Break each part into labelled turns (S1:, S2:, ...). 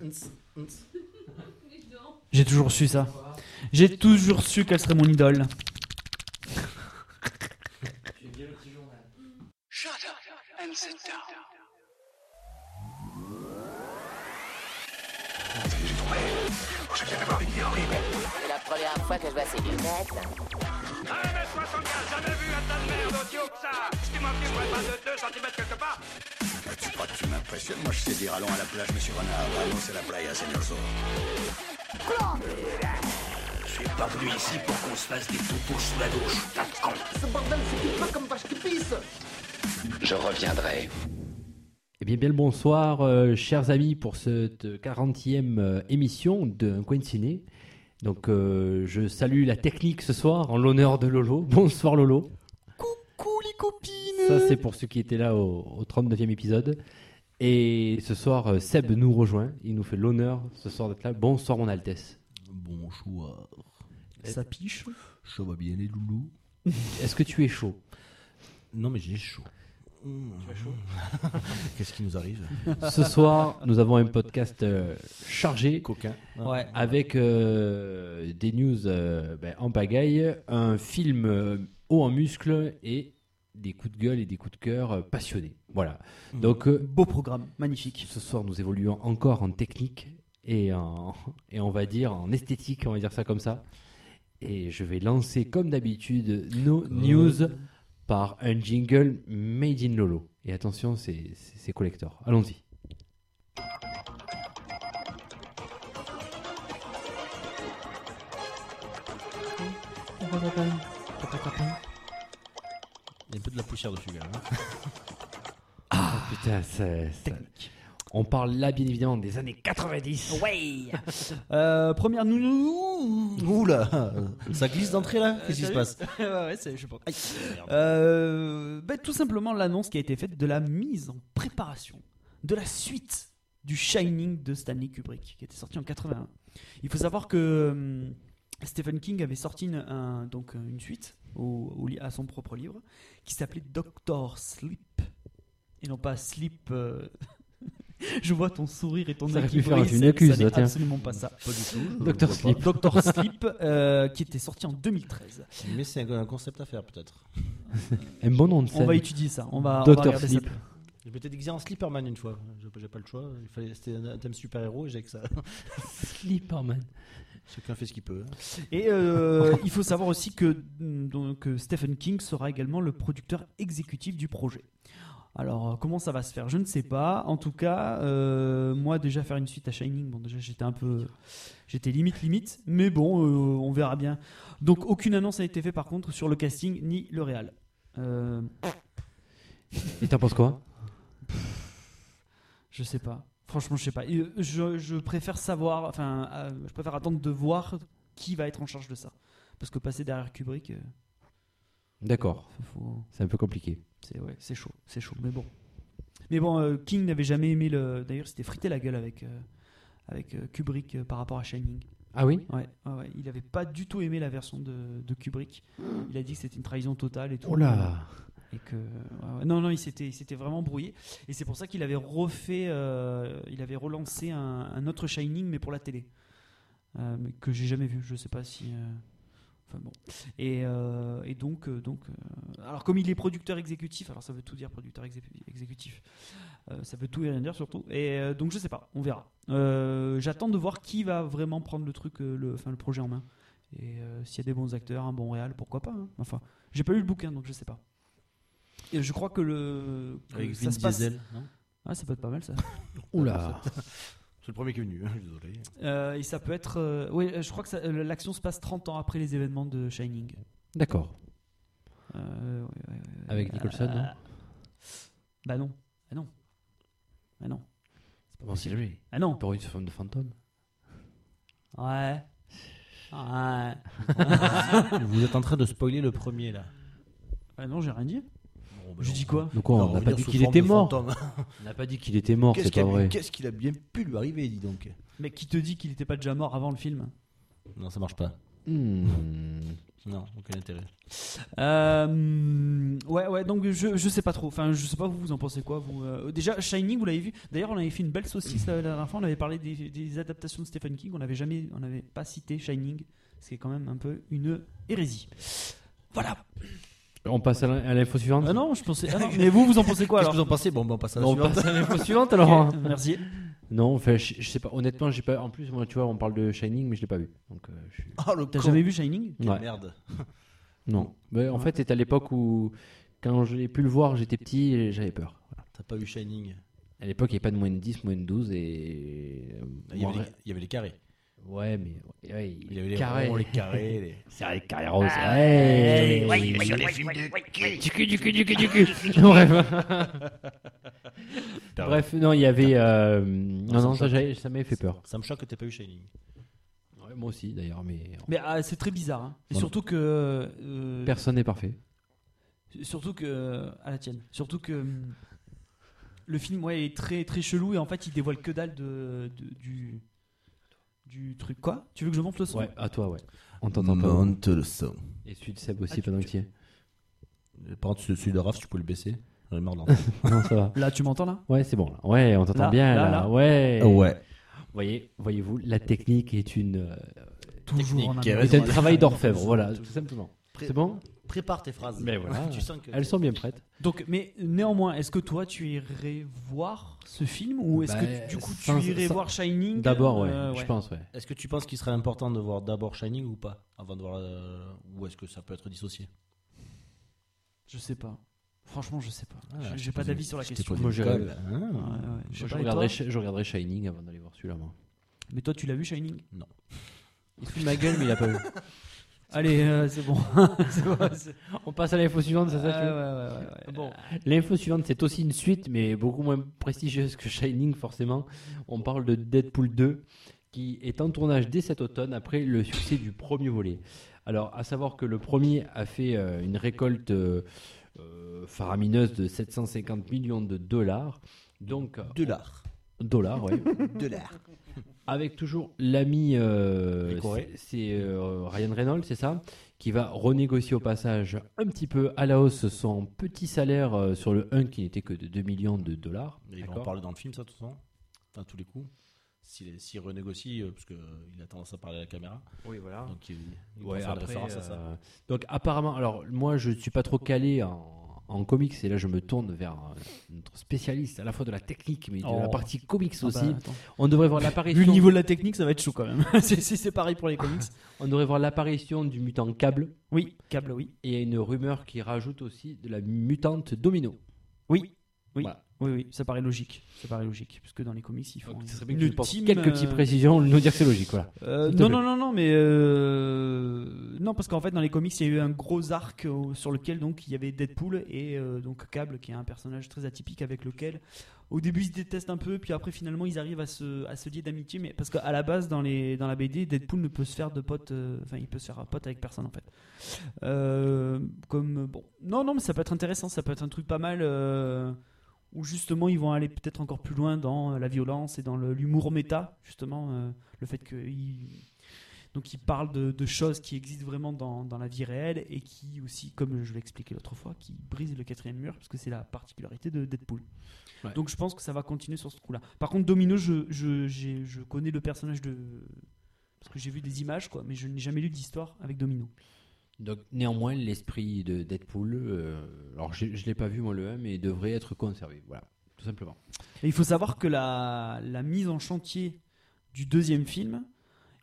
S1: Ns, ns.
S2: J'ai toujours su ça. J'ai toujours su qu'elle serait mon idole.
S3: C'est la première fois que je vois ces lunettes.
S4: 1m75, jamais vu un tas de merde aussi haut que ça Si tu m'as pris, moi, pas de 2 cm quelque part
S5: Tu crois que tu m'impressionnes Moi, je sais dire allons à la plage, monsieur Renard. Allons à la playa, señor Zorro. Je suis pas venu ici pour qu'on se fasse des toupous sous la douche, tas de con. Ce bordel, c'est pas comme vache qui pisse Je reviendrai.
S6: Eh bien, bien le bonsoir, euh, chers amis, pour cette 40e euh, émission d'un coin de ciné. Donc, euh, je salue la technique ce soir en l'honneur de Lolo. Bonsoir Lolo.
S1: Coucou les copines
S6: Ça, c'est pour ceux qui étaient là au, au 39e épisode. Et ce soir, euh, Seb nous rejoint. Il nous fait l'honneur ce soir d'être là. Bonsoir, mon Altesse.
S7: Bonsoir.
S1: Ça piche
S7: Ça va bien les loulous
S6: Est-ce que tu es chaud
S7: Non mais j'ai chaud. Tu as chaud Qu'est-ce qui nous arrive
S6: Ce soir, nous avons un podcast euh, chargé.
S7: Coquin.
S1: Ouais.
S6: avec euh, des news euh, ben, en pagaille, un film euh, haut en muscles et des coups de gueule et des coups de cœur euh, passionnés. Voilà. Donc euh,
S2: Beau programme, magnifique.
S6: ce soir, nous évoluons encore en technique et, en, et on va dire en esthétique, on va dire ça comme ça. Et je vais lancer comme d'habitude nos news par un jingle made in Lolo. Et attention, c'est- c'est c'est collector. Allons-y.
S7: Il y a un peu de la poussière dessus quand même. hein.
S6: Ah, putain, c'est ça- On parle là, bien évidemment, des années 90.
S2: Ouais Euh, Première nous.
S7: Ouh là Ça glisse d'entrée là Qu'est-ce qui se
S2: Salut.
S7: passe Ah,
S2: ouais, ouais, c'est- je pense. Aïe.
S7: Merde.
S2: Euh, ben, tout simplement l'annonce qui a été faite de la mise en préparation de la suite du Shining de Stanley Kubrick, qui était sorti en 81. Il faut savoir que hum, Stephen King avait sorti une, un- donc une suite au- au li- à son propre livre qui s'appelait Doctor Sleep et non pas Sleep. euh, Je vois ton sourire et ton
S6: Ça
S2: œil
S6: aurait
S2: qui
S6: pu faire
S2: brille,
S6: une
S2: ça- ça
S6: accuse,
S2: n'est
S6: tiens.
S2: absolument pas ça.
S7: Pas du tout.
S6: Docteur Sleep.
S2: Doctor Sleep, euh, qui était sorti en 2013.
S7: Mais c'est un, un concept à faire peut-être.
S6: Un bon nom de scène.
S2: On va étudier ça. On va, on va
S6: Docteur
S2: regarder ça.
S6: Sleep.
S7: Je m'étais déguisé en Slipperman une fois. J'ai pas- j'ai pas le choix. Il fallait- C'était un un thème super-héros et j'ai que ça.
S6: Slipperman.
S7: Chacun fait ce qu'il peut. hein.
S2: Et euh, il faut savoir aussi que mm, donc, euh, Stephen King sera également le producteur exécutif du projet. Alors, euh, comment ça va se faire Je ne sais pas. En tout cas, euh, moi, déjà faire une suite à Shining, bon, déjà, j'étais un peu. J'étais limite, limite. Mais bon, euh, on verra bien. Donc, aucune annonce n'a été faite, par contre, sur le casting ni le réal. Euh,
S6: Et t'en penses quoi
S2: Je sais pas. Franchement, je sais pas. Et, euh, Je, je préfère savoir, enfin, euh, je préfère attendre de voir qui va être en charge de ça. Parce que passer derrière Kubrick, euh,
S6: D'accord,
S2: faut-
S6: c'est un peu compliqué.
S2: c'est ouais, c'est chaud, c'est chaud. Mais bon. Mais bon, euh, King n'avait jamais aimé le. D'ailleurs, il s'était frité la gueule avec, euh, avec euh, Kubrick euh, par rapport à Shining.
S6: Ah oui
S2: Ouais, ouais, ouais. il avait pas du tout aimé la version de, de Kubrick. Il a dit que c'était une trahison totale et tout.
S6: Oh là
S2: Et que ouais, ouais. non non il s'était il s'était vraiment brouillé et c'est pour ça qu'il avait refait euh, il avait relancé un, un autre Shining mais pour la télé Euh, mais que j'ai jamais vu je sais pas si euh, enfin bon et, euh, et donc euh, donc euh, alors comme il est producteur exécutif alors ça veut tout dire producteur exé- exécutif Euh, ça veut tout et rien dire surtout et euh, donc je sais pas on verra Euh, j'attends de voir qui va vraiment prendre le truc euh, le enfin le projet en main et euh, s'il y a des bons acteurs un bon réal pourquoi pas hein. enfin j'ai pas lu le bouquin donc je sais pas et je crois que le que
S7: Avec
S2: ça
S7: Vin
S2: se passe-
S7: Diesel. non
S2: ah, ça peut être pas mal ça.
S6: Oula
S7: C'est le premier qui est venu. hein, je suis Désolé.
S2: Euh, et ça peut être. euh, oui, euh, je crois que ça- euh, l'action se passe 30 ans après les événements de Shining.
S6: D'accord.
S2: Euh, ouais, ouais, ouais.
S6: Avec Nicholson, non
S2: Bah non. Bah non. Bah non.
S6: Bon, c'est lui.
S2: Ah non.
S6: Pour une forme de fantôme.
S2: Ouais. Ouais.
S7: Vous êtes en train de spoiler le premier là.
S2: Bah non, j'ai rien dit.
S7: ben
S2: Je dis quoi
S6: Donc on n'a pas dit qu'il était mort. On n'a pas dit qu'il était mort,
S7: Qu'est-ce
S6: c'est
S7: qu'il
S6: pas
S7: a,
S6: vrai.
S7: pu- qu'est-ce qu'il a bien pu lui arriver, dis donc
S2: Mais qui te dit qu'il était pas déjà mort avant le film
S7: Non, ça marche pas.
S6: Hmm.
S7: Non, aucun intérêt.
S2: Euh, ouais, ouais, donc je, je sais pas trop. Enfin, je sais pas, vous, vous en pensez quoi vous euh, Déjà, Shining, vous l'avez vu. D'ailleurs, on avait fait une belle saucisse la, la dernière fois. On avait parlé des, des adaptations de Stephen King. On n'avait jamais, on n'avait pas cité Shining. C'est quand même un peu une hérésie. Voilà.
S6: On passe à l'in- à l'info suivante
S2: Ah non, je pensais. ah non, mais vous, vous en pensez quoi
S7: Qu'est-ce que
S2: alors
S7: vous en pensez Bon, ben, on passe à la
S6: On
S7: suivante.
S6: passe à l'info suivante alors
S2: Ok, Merci.
S6: Non, enfin, je, je sais pas. Honnêtement, j'ai pas. En plus, moi, tu vois, on parle de Shining, mais je l'ai pas vu. Donc, euh, je suis-
S7: Oh, le
S2: T'as
S7: con.
S2: jamais vu Shining
S7: Quelle
S6: Ouais.
S7: merde.
S6: Non. Mais en fait, c'était à l'époque où, quand j'ai pu le voir, j'étais petit et j'avais peur.
S7: T'as pas vu Shining
S6: À l'époque, il n'y avait pas de moins de 10, moins de 12 et. euh,
S7: Bah, il y,
S6: moi,
S7: avait les, il y avait les carrés.
S6: Ouais, mais. ouais, ouais,
S7: Il y avait les
S6: carré.
S7: ronds, les carrés. les-
S6: C'est vrai, carré rose. Ah, Ouais, Du cul, du cul, du cul, du cul. Bref. Bref, non, il y avait. euh, Non, non, ça, j'avais- ça m'avait fait peur.
S7: Ça me choque que t'aies pas eu Shining.
S6: Ouais, moi aussi, d'ailleurs, mais.
S2: Mais ah, c'est très bizarre. hein. Et
S6: Voilà.
S2: surtout que. euh,
S6: Personne n'est parfait.
S2: Surtout que à la tienne. Surtout que hum, le film ouais, est très très chelou et en fait il dévoile que dalle de, de- du du truc quoi. Tu veux que je monte le son
S6: Ouais, à toi, ouais. On t'entend pas.
S7: le son.
S6: Et celui de Seb aussi,
S2: Ah, tu-
S6: pendant
S2: tu-
S6: que tu y es.
S7: Par contre, celui de Raph, si tu peux le baisser. J'en ai marre de l'entendre.
S6: Non, ça va.
S2: Là tu m'entends là
S6: Ouais, c'est bon. Là. Ouais, on t'entend
S2: Là,
S6: bien.
S2: là,
S6: Là,
S2: là.
S6: Ouais.
S7: Ouais.
S6: Voyez, voyez-vous, la technique est une. euh,
S2: Toujours en
S7: Technique,
S2: amont.
S7: ouais.
S6: est un
S7: on a-
S6: travail d'orfèvre. Voilà, tout simplement.
S7: Pré-
S6: C'est bon.
S7: Prépare tes phrases.
S6: Mais voilà.
S7: Tu sens que
S6: Elles sont bien prêtes.
S2: Donc mais néanmoins, est-ce que toi tu irais voir ce film ou est-ce
S6: Bah,
S2: que tu- du coup tu
S6: sans-
S2: irais
S6: sans-
S2: voir Shining
S6: D'abord, ouais,
S2: euh,
S6: je pense, ouais.
S7: Est-ce que tu penses qu'il serait important de voir d'abord Shining ou pas Avant de voir. euh, Ou est-ce que ça peut être dissocié
S2: Je sais pas. Franchement, je sais pas.
S7: Ah,
S2: J'ai-
S7: je
S2: J'ai
S7: t'ai
S2: pas
S7: posé-
S2: d'avis sur la
S7: je t'ai
S2: question.
S7: posé
S6: Moi,
S7: une
S6: j'irais-
S7: colle.
S2: Ouais, ouais,
S7: Ah.
S2: je sais
S6: Moi, je,
S2: pas, et
S6: regarderai,
S2: toi
S6: je regarderai Shining avant d'aller voir celui-là, moi.
S2: Mais toi tu l'as vu Shining
S6: Il se fout de ma gueule, mais il a pas vu.
S2: Allez, euh, c'est bon. C'est bon, c'est-
S6: On passe à l'info suivante, c'est ça tu veux
S2: Ah, ouais, ouais, ouais, ouais. Bon.
S6: L'info suivante, c'est aussi une suite, mais beaucoup moins prestigieuse que Shining, forcément. On parle de Deadpool 2, qui est en tournage dès cet automne après le succès du premier volet. Alors, à savoir que le premier a fait euh, une récolte euh, euh, faramineuse de 750 millions de dollars. Donc, euh,
S7: De l'art.
S6: dollars, ouais.
S7: De l'art.
S6: Avec toujours l'ami, euh,
S7: Les Corées.
S6: c'est- c'est euh, Ryan Reynolds, c'est ça, qui va renégocier au passage un petit peu à la hausse son petit salaire euh, sur le 1 qui n'était que de 2 millions de dollars.
S7: Ils vont en
S6: D'accord.
S7: parler dans le film, ça, tout le temps Enfin, tous les coups. S'il s'il renégocie, euh, parce qu'il a tendance à parler à la caméra. Donc, il, il pourra
S6: Ouais,
S7: faire
S6: après,
S7: référence à ça.
S6: euh, donc apparemment, alors moi je suis pas trop calé en, en comics et là je me tourne vers euh, notre spécialiste à la fois de la technique mais de la
S2: Oh.
S6: partie comics aussi.
S2: Ah bah, attends.
S6: On devrait voir
S2: Vu le
S6: l'apparition.
S2: niveau de la technique, ça va être chaud quand même. si si c'est pareil pour les comics.
S6: On devrait voir l'apparition du mutant Cable
S2: Oui, câble, oui.
S6: et il y a une rumeur qui rajoute aussi de la mutante Domino.
S2: Oui. Oui.
S6: Voilà.
S2: Oui, oui, ça paraît logique. Ça paraît logique, puisque dans les comics, ils font.
S6: Donc,
S2: une-
S6: ce serait bien que
S2: le
S6: tu penses
S2: team,
S6: quelques
S2: euh,
S6: petites précisions, nous dire que c'est logique, voilà.
S2: euh,
S6: s'il te
S2: non,
S6: plaît.
S2: non, non, non, mais euh, non, parce qu'en fait, dans les comics, il y a eu un gros arc euh, sur lequel donc il y avait Deadpool et euh, donc Cable, qui est un personnage très atypique avec lequel, au début, ils se détestent un peu, puis après, finalement, ils arrivent à se, à se lier d'amitié, mais parce qu'à la base, dans les, dans la BD, Deadpool ne peut se faire de pote, euh, enfin, il peut se faire un pote avec personne en fait. Euh, comme euh, bon, non, non, mais ça peut être intéressant, ça peut être un truc pas mal. euh, où justement ils vont aller peut-être encore plus loin dans euh, la violence et dans le- l'humour méta, justement, euh, le fait qu'ils donc ils parlent de, de choses qui existent vraiment dans, dans la vie réelle et qui aussi, comme je l'expliquais l'autre fois, qui brisent le quatrième mur, parce que c'est la particularité de Deadpool.
S6: Ouais.
S2: Donc je pense que ça va continuer sur ce coup-là. Par contre, Domino, je, je, j'ai- je connais le personnage de... Parce que j'ai vu des images, quoi, mais je n'ai jamais lu d'histoire avec Domino.
S6: Donc, néanmoins, l'esprit de Deadpool, euh, alors j'ai- je ne l'ai pas vu moi le 1, mais il devrait être conservé, voilà, tout simplement.
S2: Et il faut savoir que la, la mise en chantier du deuxième film,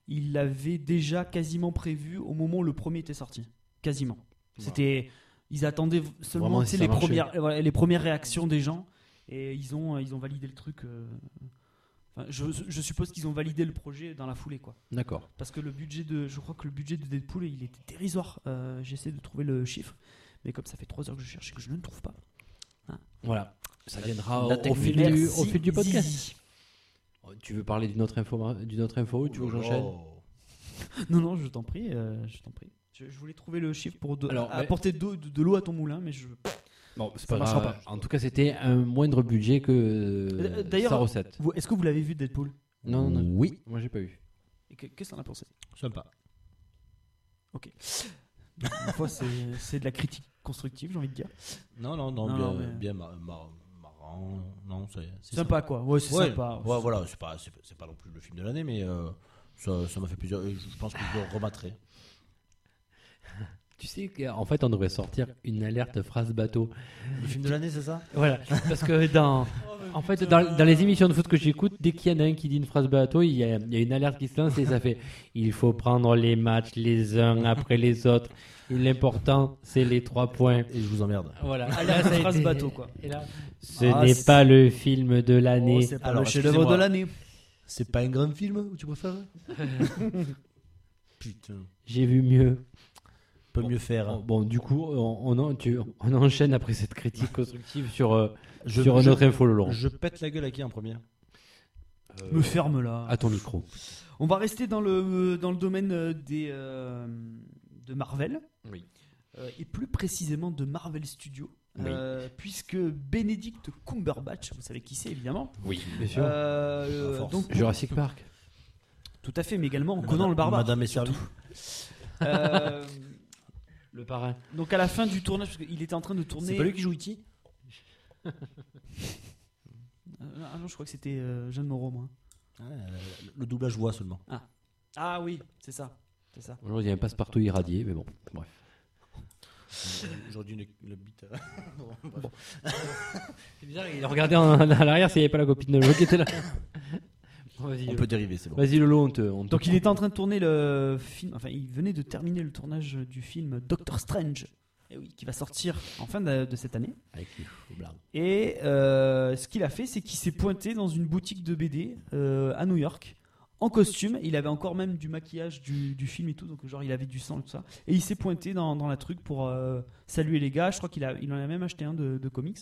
S2: il l'avait déjà quasiment prévu au moment où le premier était sorti. Quasiment. C'était, ils attendaient v- seulement
S6: Vraiment,
S2: tu sais,
S6: si ça
S2: les,
S6: marchait.
S2: premières, euh, voilà, les premières réactions des gens et ils ont, euh, ils ont validé le truc. euh, enfin, je, je suppose qu'ils ont validé le projet dans la foulée. quoi.
S6: D'accord.
S2: Parce que le budget de, je crois que le budget de Deadpool, il était dérisoire. Euh, J'essaie de trouver le chiffre, mais comme ça fait trois heures que je cherche et que je ne le trouve pas.
S6: Voilà. Ça viendra Ah, au,
S7: la
S6: au
S7: technique.
S6: fil du,
S2: Merci,
S6: au fil du podcast. Oh,
S2: Zizi.
S6: Tu veux parler d'une autre info, Mar- d'une autre info ou tu veux que j'enchaîne
S7: Oh.
S2: Non, non, je t'en prie, euh, je t'en prie. Je, je voulais trouver le chiffre pour do-
S6: Alors, mais-
S2: apporter d'eau- de, de l'eau à ton moulin, mais je.
S6: Non, c'est
S2: pas grave.
S6: En tout cas, c'était un moindre budget que
S2: Euh,
S6: euh,
S2: d'ailleurs-
S6: sa recette.
S2: Vous- Est-ce que vous l'avez vu Deadpool
S6: Non, non, non.
S7: Oui.
S6: Moi, j'ai pas eu.
S2: Et que- Qu'est-ce qu'on a pensé
S7: Sympa.
S2: Ok. Donc, une fois, c'est c'est de la critique constructive, j'ai envie de dire.
S7: Non, non, non,
S2: Non,
S7: bien,
S2: mais-
S7: bien mar- mar- marrant. Non, c'est c'est
S2: Sympa, quoi. Ouais, c'est
S7: Ouais,
S2: sympa.
S7: ouais, voilà, c'est pas, c'est pas- c'est pas non plus le film de l'année, mais euh, ça ça m'a fait plaisir. Et je je pense que je le remettrai.
S6: Tu sais qu'en fait, on devrait sortir une alerte phrase bateau.
S7: Le film de l'année, c'est ça
S6: Voilà, parce que dans, en fait, dans, dans les émissions de foot que j'écoute, dès qu'il y en a un qui dit une phrase bateau, il y, a, il y a une alerte qui se lance et ça fait il faut prendre les matchs les uns après les autres. Et L'important, c'est les trois points.
S7: Et je vous emmerde.
S6: Voilà,
S2: Là,
S6: ça a
S2: Ah, phrase
S6: été-
S2: bateau, quoi.
S6: et là, ce
S2: Ah,
S6: n'est
S2: c'est-
S6: pas le film de
S2: Oh,
S6: l'année.
S2: c'est pas
S7: Alors,
S2: le chef-d'œuvre de
S7: excusez-moi.
S2: l'année.
S7: C'est pas un grand film ou tu préfères Putain,
S6: J'ai vu mieux.
S7: peut mieux faire.
S6: Bon,
S7: hein.
S6: bon, du coup, on, on en, tu- on enchaîne après cette critique constructive sur, euh,
S7: Je-
S6: sur
S7: je-
S6: notre info, Laurent. Euh,
S7: Je pète la gueule à qui en premier
S2: Euh, Me ferme là.
S6: À ton micro.
S2: On va rester dans le, dans le domaine euh, des, euh, de Marvel.
S6: Oui.
S2: Euh, et plus précisément de Marvel Studios.
S6: Oui.
S2: Euh, puisque Benedict Cumberbatch, vous savez qui c'est évidemment.
S6: Oui, bien sûr.
S2: Euh,
S7: À force.
S2: donc,
S6: Jurassic Park.
S2: tout à fait, mais également Conan le barbare.
S7: Madame est servie.
S2: Euh,
S6: Le parrain.
S2: donc à la fin du tournage, parce qu'il était en train de tourner.
S7: C'est pas lui qui joue E Iti
S2: Euh, ah non, je crois que c'était euh, Jeanne Moreau, moi.
S7: Le doublage voix seulement.
S2: Ah oui, c'est ça. C'est ça.
S6: Aujourd'hui, il y a un passe-partout irradié, mais bon, bref.
S7: Euh, Aujourd'hui, le, le beat. euh,
S6: C'est bizarre, il regardait en, à l'arrière s'il n'y avait pas la copine de Lolo qui était là. Bon, vas-y,
S7: On
S6: Lolo.
S7: peut dériver, c'est bon.
S6: Vas-y, Lolo, on te. on te
S2: Donc il
S6: coupe.
S2: était en train de tourner le film, enfin il venait de terminer le tournage du film Doctor Strange, eh oui, qui va sortir en fin de, de cette année.
S6: Avec les cheveux blancs.
S2: Et euh, ce qu'il a fait, c'est qu'il s'est pointé dans une boutique de BD euh, à New York, en costume. Il avait encore même du maquillage du, du film et tout, donc genre il avait du sang et tout ça. Et il s'est pointé dans, dans la truc pour euh, saluer les gars. Je crois qu'il a- il en a même acheté un de, de comics.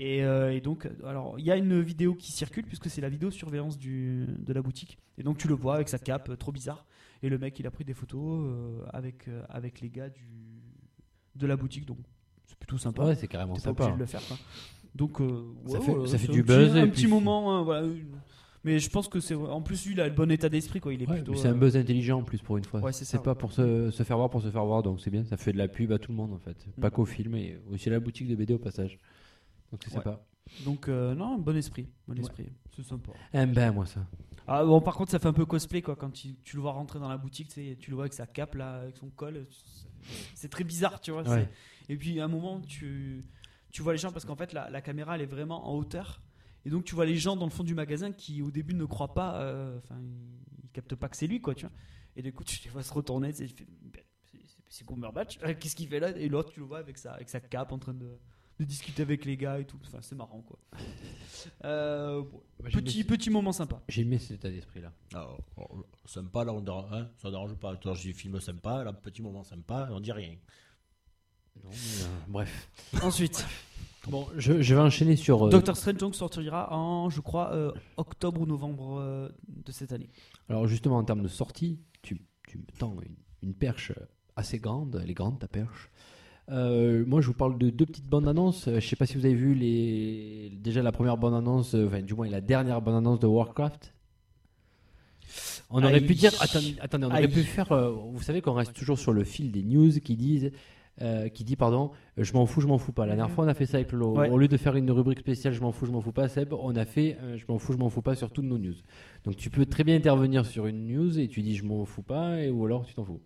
S2: Et, euh, et donc, alors il y a une vidéo qui circule puisque c'est la vidéo surveillance du, de la boutique. Et donc tu le vois avec sa cape, euh, trop bizarre. Et le mec, il a pris des photos euh, avec, euh, avec les gars du, de la boutique, donc c'est plutôt sympa.
S6: Ouais, c'est carrément
S2: T'es pas
S6: sympa.
S2: obligé de le faire. quoi. Donc, euh,
S6: Ça
S2: ouais,
S6: fait-
S2: ouais,
S6: ça fait
S2: c'est
S6: du
S2: un
S6: buzz
S2: Petit,
S6: et
S2: un
S6: puis
S2: petit
S6: c'est-
S2: moment, euh, voilà. une- Mais je pense que c'est. En plus, lui, il a le bon état d'esprit, quoi. Il est
S6: Ouais,
S2: plutôt.
S6: mais c'est
S2: euh,
S6: un buzz intelligent en plus pour une fois.
S2: Ouais, c'est
S6: c'est
S2: ça.
S6: pas pour se, se faire voir pour se faire voir, donc c'est bien. Ça fait de la pub à tout le monde en fait. Pas
S2: Mm.
S6: qu'au film, et aussi à la boutique de BD au passage. Donc c'est
S2: Ouais.
S6: sympa.
S2: Donc, euh, non, bon esprit. Bon
S6: Ouais.
S2: esprit. C'est sympa.
S6: Aime bien Eh ben, moi ça.
S2: Ah, bon, par contre, ça fait un peu cosplay, quoi. Quand tu, tu le vois rentrer dans la boutique, tu sais, tu le vois avec sa cape, là, avec son col. c'est- C'est très bizarre, tu vois. c'est-
S6: Ouais.
S2: Et puis à un moment, tu, tu vois les gens parce qu'en fait, la, la caméra elle est vraiment en hauteur. Et donc, tu vois les gens dans le fond du magasin qui, au début, ne croient pas, euh, enfin, ils- ils captent pas que c'est lui, quoi, tu vois. Et du coup, tu les vois se retourner, tu sais, tu fais, Ben, c'est- c'est- c'est Cumberbatch, euh, qu'est-ce qu'il fait là Et l'autre, tu le vois avec sa, avec sa cape en train de, de discuter avec les gars et tout. Enfin, c'est marrant, quoi. Euh, bon,
S6: Moi, j'aime
S2: petit,
S6: bien-
S2: petit moment sympa.
S6: J'aime bien cet état d'esprit là.
S7: Alors, on- sympa, là, on dérange, hein, ça dérange pas. Toi, j'ai film sympa, là, petit moment sympa, on dit rien.
S6: Non, mais, euh, bref.
S2: Ensuite,
S6: Bon, je, je vais enchaîner sur. euh,
S2: Doctor Strange donc sortira en, je crois, euh, octobre ou novembre euh, de cette année.
S6: Alors justement, en termes de sortie, tu, tu me tends une, une perche assez grande. Elle est grande, ta perche. Euh, moi, je vous parle de deux petites bandes annonces. Euh, Je sais pas si vous avez vu les... déjà la première bande annonce, euh, enfin, du moins la dernière bande annonce de Warcraft. On aurait
S2: Aïe.
S6: pu dire, attendez, attendez, on aurait
S2: Aïe.
S6: pu faire. euh, vous savez qu'on reste toujours sur le fil des news qui disent, euh, qui dit pardon, euh, je m'en fous, je m'en fous pas. La dernière fois, on a fait ça avec Lo.
S2: Ouais.
S6: Au lieu de faire une rubrique spéciale, je m'en fous, je m'en fous pas, Seb, on a fait, euh, je m'en fous, je m'en fous pas sur toutes nos news. Donc tu peux très bien intervenir sur une news et tu dis je m'en fous pas et, ou alors tu t'en fous.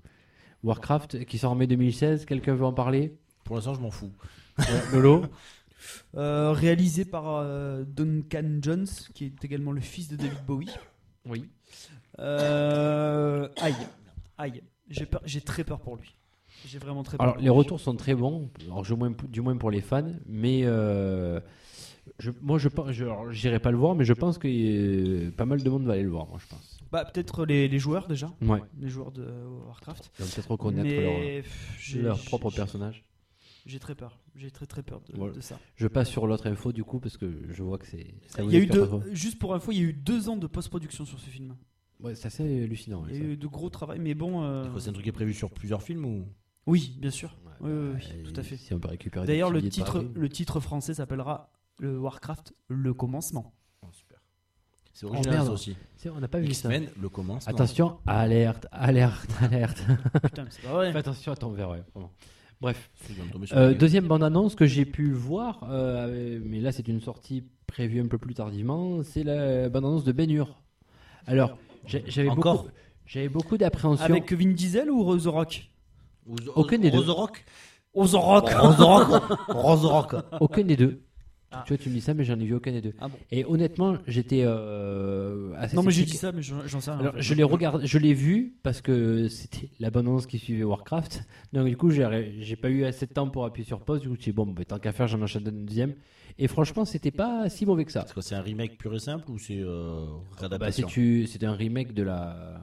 S6: Warcraft qui sort en mai 2016, quelqu'un veut en parler
S7: Pour l'instant, je m'en fous.
S6: Ah. Ouais, Lolo
S2: Euh, réalisé par euh, Duncan Jones, qui est également le fils de David Bowie.
S6: Oui.
S2: Euh, aïe, aïe, j'ai peur- j'ai très peur pour lui. J'ai vraiment très peur.
S6: Alors
S2: pour
S6: les
S2: lui.
S6: retours sont très bons, alors, je- moins- du moins pour les fans, mais euh, je- moi je pense- je alors, j'irai pas le voir, mais je pense que euh, pas mal de monde va aller le voir, moi je pense.
S2: Bah, peut-être les, les joueurs déjà,
S6: Ouais.
S2: les joueurs de euh, Warcraft.
S6: Ils vont peut-être reconnaître leur,
S2: Mais pff, j'ai-
S6: leur
S2: j'ai-
S6: propre
S2: j'ai-
S6: personnage.
S2: J'ai très peur, j'ai très très peur de,
S6: Voilà.
S2: de ça.
S6: Je passe sur l'autre info du coup parce que je vois que c'est. ça vous
S2: Il y a eu
S6: inspire
S2: deux,
S6: pas trop.
S2: juste pour info, il y a eu deux ans de post-production sur ce film.
S6: Ouais, c'est assez hallucinant. ouais,
S2: Il y
S6: ça.
S2: a eu de gros travail, mais bon. euh,
S7: C'est quoi, C'est un truc qui est prévu sur plusieurs films ou
S2: Oui, bien sûr.
S6: Ouais,
S2: Oui, oui,
S6: bah,
S2: oui,
S6: et
S2: tout à fait.
S6: Si on peut récupérer. des
S2: D'ailleurs, le
S6: petits billets de
S2: titre,
S6: Paris.
S2: le titre français s'appellera le Warcraft Le Commencement.
S7: C'est
S6: Oh,
S7: original
S6: merde.
S7: ça aussi.
S6: C'est- On n'a pas vu ça.
S7: X-Men le commence. non.
S6: Attention, alerte, alerte, alerte.
S2: Putain, mais c'est pas vrai.
S6: Fais attention à ton verre. ouais, vraiment. Bref,
S7: Je viens de tomber sur
S6: Euh,
S7: la gueule.
S6: deuxième bande-annonce que j'ai pu voir, euh, mais là c'est une sortie prévue un peu plus tardivement, c'est la bande-annonce de Ben Hur. Alors, j'ai- j'avais
S7: Encore
S6: beaucoup, j'avais beaucoup d'appréhension.
S2: Avec Vin Diesel ou The Rock
S7: Ou- ou-
S6: aucun des deux.
S7: Rose Rock.
S2: Oh, The Rock
S7: Rose Rock. Rose Rock.
S6: Aucun des deux.
S2: Ah.
S6: Tu vois, tu me dis ça, mais j'en ai vu aucun des deux.
S2: Ah bon.
S6: Et honnêtement, j'étais euh, assez
S2: Non, mais j'ai
S6: sceptique.
S2: dit ça, mais j'en j'en sais rien. en
S6: Alors,
S2: fait.
S6: je l'ai regardé, je l'ai vu parce que c'était l'abondance qui suivait Warcraft. Donc du coup, j'ai j'ai pas eu assez de temps pour appuyer sur pause. Du coup, j'ai dit, bon, bah, tant qu'à faire, j'en achète un deuxième. Et franchement, c'était pas si mauvais que ça.
S7: Est-ce que c'est un remake pur et simple ou c'est euh,
S6: Bah, c'est
S7: réadaptation
S6: tu- c'est un remake de la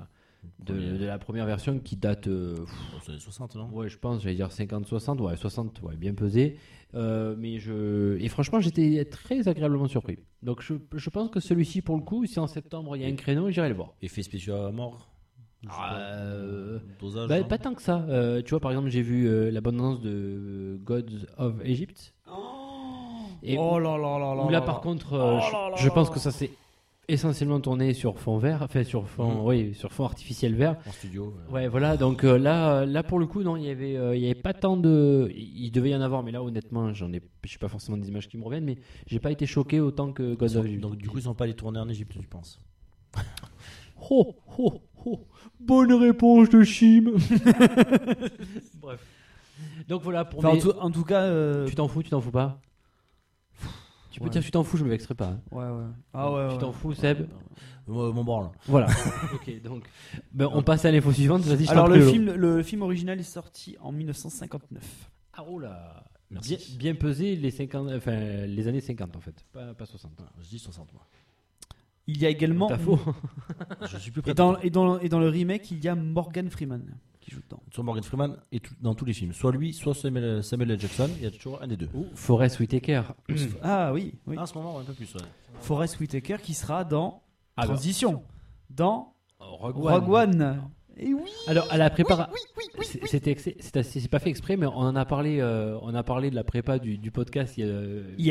S6: de, de la première version qui date, euh, pff,
S7: Oh, C'est les 60, non
S6: ouais, je pense, j'allais dire 50-60, ouais, 60, ouais, bien pesé. Euh, mais je et franchement, j'étais très agréablement surpris. Donc je, je pense que celui-ci, pour le coup, si en septembre il y a un créneau, j'irai le voir.
S7: Effet spécial à mort Je sais pas.
S6: Euh,
S7: Dosage
S6: Bah,
S7: non
S6: pas tant que ça. Euh, tu vois, par exemple, j'ai vu euh, l'abondance de euh, Gods of Egypt. Et
S2: Oh là là là là.
S6: où là, par contre, euh,
S2: Oh
S6: je-
S2: là là
S6: je,
S2: là
S6: pense
S2: là.
S6: que ça c'est essentiellement tourné sur fond vert, enfin sur fond,
S7: Mhm.
S6: oui, sur fond artificiel vert.
S7: En studio. voilà.
S6: Ouais, voilà. Donc euh, là, euh, là pour le coup, non, il y avait, euh, il y avait pas tant de, il il devait y en avoir, mais là, honnêtement, j'en ai, je pas forcément des images qui me reviennent, mais j'ai pas été choqué autant que
S7: Ils
S6: Gods
S7: sont-
S6: of Egypt.
S7: donc du coup ils sont pas allés tourner en Égypte tu penses
S6: Oh, oh, oh, bonne réponse de Chim. Bref. Donc voilà pour
S2: Enfin, en,
S6: mes-
S2: tout, en tout cas. euh,
S6: Tu t'en fous, tu t'en fous pas Tu peux
S2: Ouais.
S6: dire tu t'en fous, je me vexerai pas. hein.
S2: Ouais, ouais. Ah ouais.
S6: tu
S2: ouais.
S6: t'en fous, Seb
S7: Euh, Moi mon branle.
S6: Voilà. ok, donc ben, on passe à l'info suivante. Vas-y, je t'en
S2: Alors,
S6: prie,
S2: le
S6: Lolo.
S2: film, le film original est sorti en 1959.
S6: Ah, oh là.
S7: Merci.
S6: Bien, bien pesé les, 50, enfin, les années 50 en fait, pas, pas 60.
S7: Je dis 60 moi.
S2: Il y a également.
S6: T'as faux.
S7: Je suis plus prêt.
S2: Et dans, et, dans, et dans le remake, il y a Morgan Freeman qui joue dedans.
S7: Soit Morgan Freeman et tout- dans tous les films, soit lui, soit Samuel, Samuel L. Jackson, il y a toujours un des deux.
S6: Ou Forrest Whitaker.
S2: Ah oui, oui.
S7: Ah, en ce moment un peu plus. Ouais.
S2: Forrest Whitaker qui sera dans
S6: Ah bah.
S2: Transition, dans
S6: Rogue
S2: ben, Rogue One. Et oui,
S6: Alors à la prépa, C'est- c'était ex- c'est assez- c'est pas fait exprès, mais on en a parlé, euh, on a parlé de la prépa du, du podcast il y a-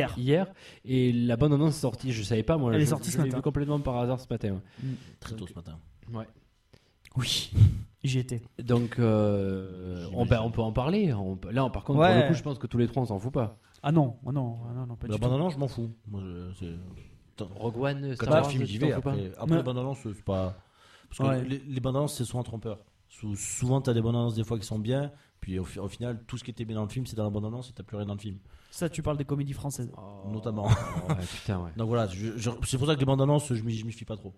S6: euh,
S2: Hier.
S6: et la bande annonce est sortie. Je savais pas moi.
S2: Elle
S6: je-
S2: est sortie
S6: je
S2: ce
S6: l'ai
S2: matin.
S6: vu complètement par hasard ce matin.
S7: Très tôt ce matin.
S6: Ouais.
S2: oui, j'y étais.
S6: Donc euh, on,
S7: J'imagine.
S6: bah, on peut en parler. On peut- là, par contre, pour
S2: Ouais.
S6: le coup, je pense que tous les trois, on s'en fout pas.
S2: Ah non, ah non, ah non, non, pas
S6: Bah,
S7: La
S2: du
S7: bande
S2: tout.
S7: annonce, je m'en fous. Moi, je- c'est-
S6: Rogue One,
S7: Quand je
S6: Star
S7: vois
S6: Wars,
S7: le film,
S6: tu
S7: j'y
S6: t'en
S7: vais.
S6: fous pas
S7: Après, après
S2: Ouais.
S7: les bandes annonces, c'est pas. Parce que
S2: Ouais.
S7: les, les bandes annonces, c'est souvent trompeur. Sou- Souvent, t'as des bandes annonces des fois qui sont bien, puis au, fi- au final, tout ce qui était bien dans le film, c'est dans la bande annonce et t'as plus rien dans le film.
S2: Ça, tu parles des comédies françaises.
S7: Notamment.
S6: Oh, ouais, putain, ouais.
S7: Donc voilà, je- je- c'est pour ça que les bandes annonces, je m'y je m'y fie pas trop.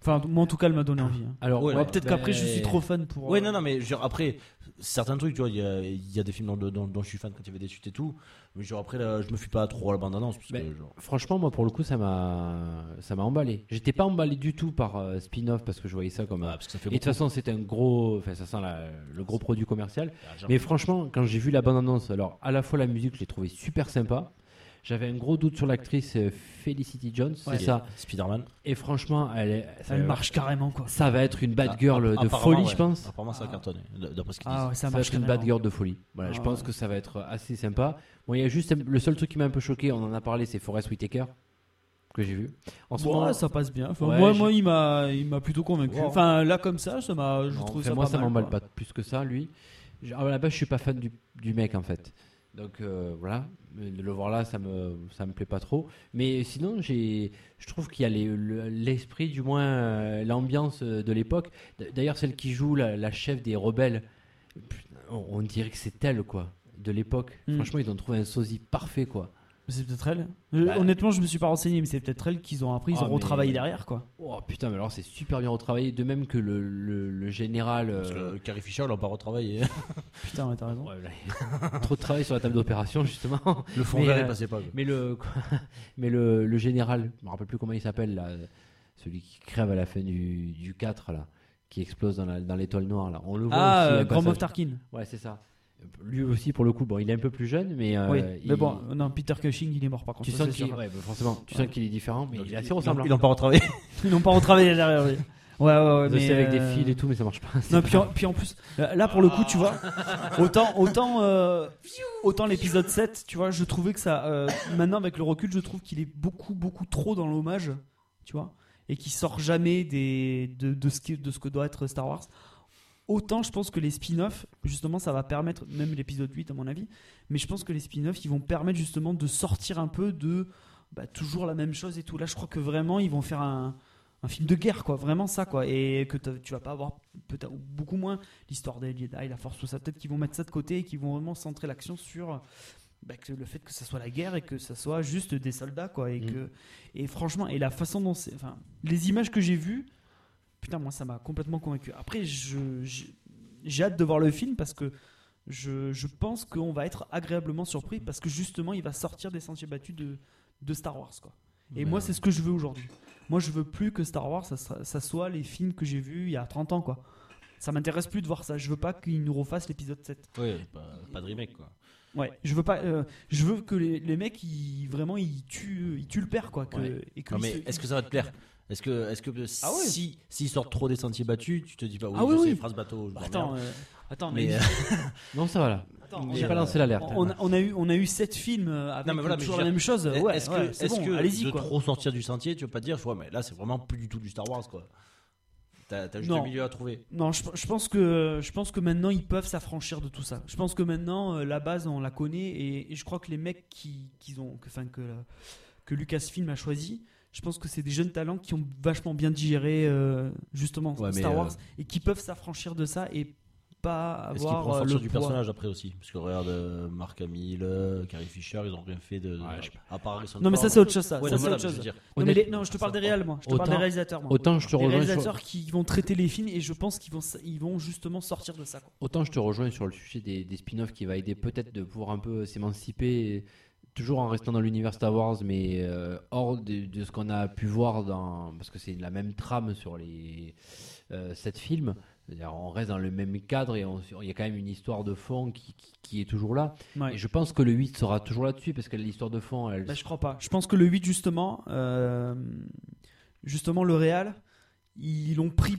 S2: Enfin, moi en tout cas, elle m'a donné envie. hein.
S6: Alors ben,
S7: Ouais,
S2: Ouais,
S7: bah,
S2: Peut-être qu'après, je suis trop fan pour.
S7: Ouais,
S2: euh,
S7: non, non, mais genre, après, certains trucs, tu vois, il y a, il y a des films dont, dont- dont je suis fan quand il y avait des suites et tout, mais genre après, là, je me fie pas trop à la bande-annonce, parce que
S6: Mais-
S7: genre,
S6: Franchement, moi, pour le coup, ça m'a, ça m'a emballé. J'étais pas emballé du tout par euh, spin-off parce que je voyais ça comme.
S7: bah,
S6: un...
S7: parce que ça fait
S6: Et de toute
S7: beaucoup.
S6: façon, c'était un gros. Enfin, ça sent la- le gros produit commercial.
S7: Genre,
S6: Mais franchement, quand j'ai vu la bande-annonce, alors à la fois la musique, je l'ai trouvée super sympa. J'avais un gros doute sur l'actrice euh, Felicity Jones,
S7: il
S6: c'est
S7: y a
S6: ça.
S7: Spider-Man.
S6: Et franchement, elle, est- ça,
S2: Ah, Elle marche carrément, quoi.
S6: Ça va être une bad
S7: Ah,
S6: girl de
S7: apparemment,
S6: folie,
S7: ouais.
S6: je pense.
S7: Apparemment, ça a cartonné, d- d'après ce qu'ils disent.
S2: Ah ouais, ça
S6: Ça va
S2: marche.
S6: être une
S2: carrément.
S6: bad girl de folie. Voilà, je
S2: Ah
S6: pense
S2: ouais.
S6: que ça va être assez sympa. Bon, il y a juste un- le seul truc qui m'a un peu choqué, on en a parlé, c'est Forrest Whitaker que j'ai vu. En ce
S2: Bon,
S6: moment,
S2: là, ça passe bien. Enfin,
S6: Ouais,
S2: moi,
S6: j'ai-
S2: moi, il m'a, il m'a plutôt convaincu.
S7: Wow.
S2: Enfin, là comme ça, ça m'a, je
S6: Non,
S2: trouve
S6: enfin,
S2: ça.
S6: moi,
S2: pas
S6: ça
S2: mal,
S6: m'emballe
S2: quoi.
S6: pas plus que ça, lui. Je- ah, À la base, je suis pas fan du, du mec, en fait. Donc euh, voilà, Mais de le voir là, ça me, ça me plaît pas trop. Mais sinon, j'ai, je trouve qu'il y a les- le- l'esprit, du moins euh, l'ambiance euh, de l'époque. D- D'ailleurs, celle qui joue la, la chef des rebelles, putain, on, on dirait que c'est elle, quoi, de l'époque.
S2: Hmm.
S6: Franchement, ils ont trouvé un sosie parfait, quoi.
S2: Mais C'est peut-être elle. Je-
S6: Bah,
S2: Honnêtement, je me suis pas renseigné, mais c'est peut-être elle qu'ils ont appris, ils
S6: Ah,
S2: ont
S6: mais-
S2: retravaillé derrière, quoi.
S6: Oh putain, mais alors c'est super bien retravaillé, de même que le, le- le général.
S7: Parce que
S6: euh,
S7: euh, Carrie Fisher, elle l'a pas retravaillé. hein.
S2: Putain, ouais, t'as raison.
S6: ouais, là, trop de travail sur la table d'opération, justement.
S7: Le fond
S6: Mais,
S7: vert,
S6: euh,
S7: il passait pas. quoi.
S6: Mais le, quoi, mais le, le général, je me rappelle plus comment il s'appelle là, celui qui crève à la fin du, du 4 là, qui explose dans la- dans l'étoile noire là. On le voit
S2: Ah,
S6: aussi.
S2: euh,
S6: un
S2: Grand Moff
S6: passage.
S2: Tarkin.
S6: Ouais, c'est ça. Lui aussi pour le coup, bon, il est un peu plus jeune, mais euh,
S2: oui,
S6: il-
S2: mais bon, non, Peter Cushing, il est mort par contre.
S6: tu
S2: ça,
S6: sens
S2: c'est
S6: qu'il,
S2: sûr.
S6: ouais, bah, forcément, tu sens qu'il est différent, mais
S7: Donc,
S6: il est assez
S7: ils-
S6: ressemblant.
S7: Ils l'ont pas retravaillé.
S2: hein. Ils n'ont pas retravaillé derrière. oui. Ouais, ouais, ouais.
S6: Ils ont
S2: mais,
S6: essayé avec
S2: euh,
S6: des fils et tout, mais ça marche pas. c'est
S2: Non,
S6: pas-
S2: puis, en, puis en plus, là là, pour le coup, tu vois, autant, autant, euh, autant l'épisode 7, tu vois, je trouvais que ça. euh, maintenant, avec le recul, je trouve qu'il est beaucoup, beaucoup trop dans l'hommage. tu vois, et qui sort jamais des, de, de ce, qui- de ce que doit être Star Wars. Autant je pense que les spin-offs, justement, ça va permettre, même l'épisode 8 à mon avis, mais je pense que les spin-offs, ils vont permettre justement de sortir un peu de bah, toujours la même chose et tout. Là, je crois que vraiment, ils vont faire un, un film de guerre, quoi, vraiment ça, quoi, et que t'as- tu vas pas avoir peut-être ou beaucoup moins l'histoire des Jedi, la Force, tout ça. Peut-être qu'ils vont mettre ça de côté et qu'ils vont vraiment centrer l'action sur bah, que le fait que ça soit la guerre et que ça soit juste des soldats, quoi, et
S6: Mm.
S2: que et franchement, et la façon dont c'est. Enfin, les images que j'ai vues, putain, moi, ça m'a complètement convaincu. Après, je, je- j'ai hâte de voir le film parce que je, je pense qu'on va être agréablement surpris parce que justement, il va sortir des sentiers battus de, de Star Wars, quoi. Et
S6: Ben
S2: moi,
S7: euh,
S6: ouais.
S2: c'est ce que je veux aujourd'hui. Moi, je veux plus que Star Wars, ça, sera- ça soit les films que j'ai vus il y a 30 ans, quoi. Ça m'intéresse plus de voir ça. Je veux pas qu'ils nous refassent l'épisode 7.
S7: Ouais, pas, pas de remake quoi.
S2: Ouais, je veux pas. euh, je veux que les, les mecs, ils, vraiment, ils tuent, ils tuent le père, quoi. Que,
S7: Ouais.
S2: et que
S7: Non,
S2: ils
S7: mais
S2: se-
S7: est-ce que ça va te plaire Est-ce que, est-ce que
S2: Ah ouais.
S7: si s'ils sortent trop des sentiers battus, tu te dis pas oui,
S2: Ah oui,
S7: je sais,
S2: oui.
S7: phrase bateau, je
S2: Bah,
S7: m'emmerde.
S2: attends, euh, attends,
S7: mais
S2: mais,
S7: euh,
S6: Non, ça va là.
S2: attends,
S7: mais
S2: on,
S6: J'ai
S2: a,
S6: pas
S7: euh,
S6: lancé l'alerte.
S2: on a- on a eu, on a eu sept films euh, avec
S7: Non, mais voilà, mais
S2: toujours
S7: je veux
S2: la même chose. Euh, Ouais,
S7: est-ce
S2: ouais,
S7: que,
S2: c'est
S7: est-ce
S2: bon,
S7: que
S2: allez-y
S7: de
S2: quoi.
S7: trop sortir du sentier, tu veux pas te dire, je vois, mais là c'est vraiment plus du tout du Star Wars quoi. T'as t'as juste
S2: Non.
S7: un milieu à trouver.
S2: Non, je, je pense que je pense que maintenant ils peuvent s'affranchir de tout ça. Je pense que maintenant euh, la base on la connaît et, et je crois que les mecs qui qu'ils ont que enfin que la- que Lucasfilm a choisi, je pense que c'est des jeunes talents qui ont vachement bien digéré euh, justement
S7: Ouais, mais,
S2: Star
S7: euh,
S2: Wars et qui peuvent s'affranchir de ça et pas
S7: Est-ce qu'ils
S2: avoir
S7: prend
S2: euh,
S7: sortir
S2: le
S7: du
S2: poids.
S7: personnage après aussi Parce que regarde, euh, Mark Hamill, euh, Carrie Fisher, ils ont rien fait de.
S6: Ouais, je-
S7: À part Harrison
S2: Non mais
S7: Ford.
S2: ça c'est autre chose ça,
S7: Ouais,
S2: ça,
S7: non,
S2: c'est
S7: voilà,
S2: autre
S7: mais je
S2: chose.
S7: veux dire,
S2: Non, mais
S6: Honnête-
S2: les- non, je te parle des réels, moi. Je te parle
S6: Autant-
S2: des réalisateurs, moi.
S6: Autant je te
S2: les
S6: rejoins sur-
S2: réalisateurs qui vont traiter les films et je pense qu'ils vont, s- ils vont justement sortir de ça. quoi.
S6: Autant je te rejoins sur le sujet des, des spin-offs qui va aider peut-être de pouvoir un peu s'émanciper, toujours en restant dans l'univers Star Wars, mais euh, hors de, de ce qu'on a pu voir dans. Parce que c'est la même trame sur les euh, sept films. C'est-à-dire, on reste dans le même cadre et on- il y a quand même une histoire de fond qui, qui- qui est toujours là. Et je pense que le 8 sera toujours là-dessus parce que l'histoire de fond, elle.
S2: Bah, je crois pas. Je pense que le 8 justement, euh, justement le Real, ils l'ont pris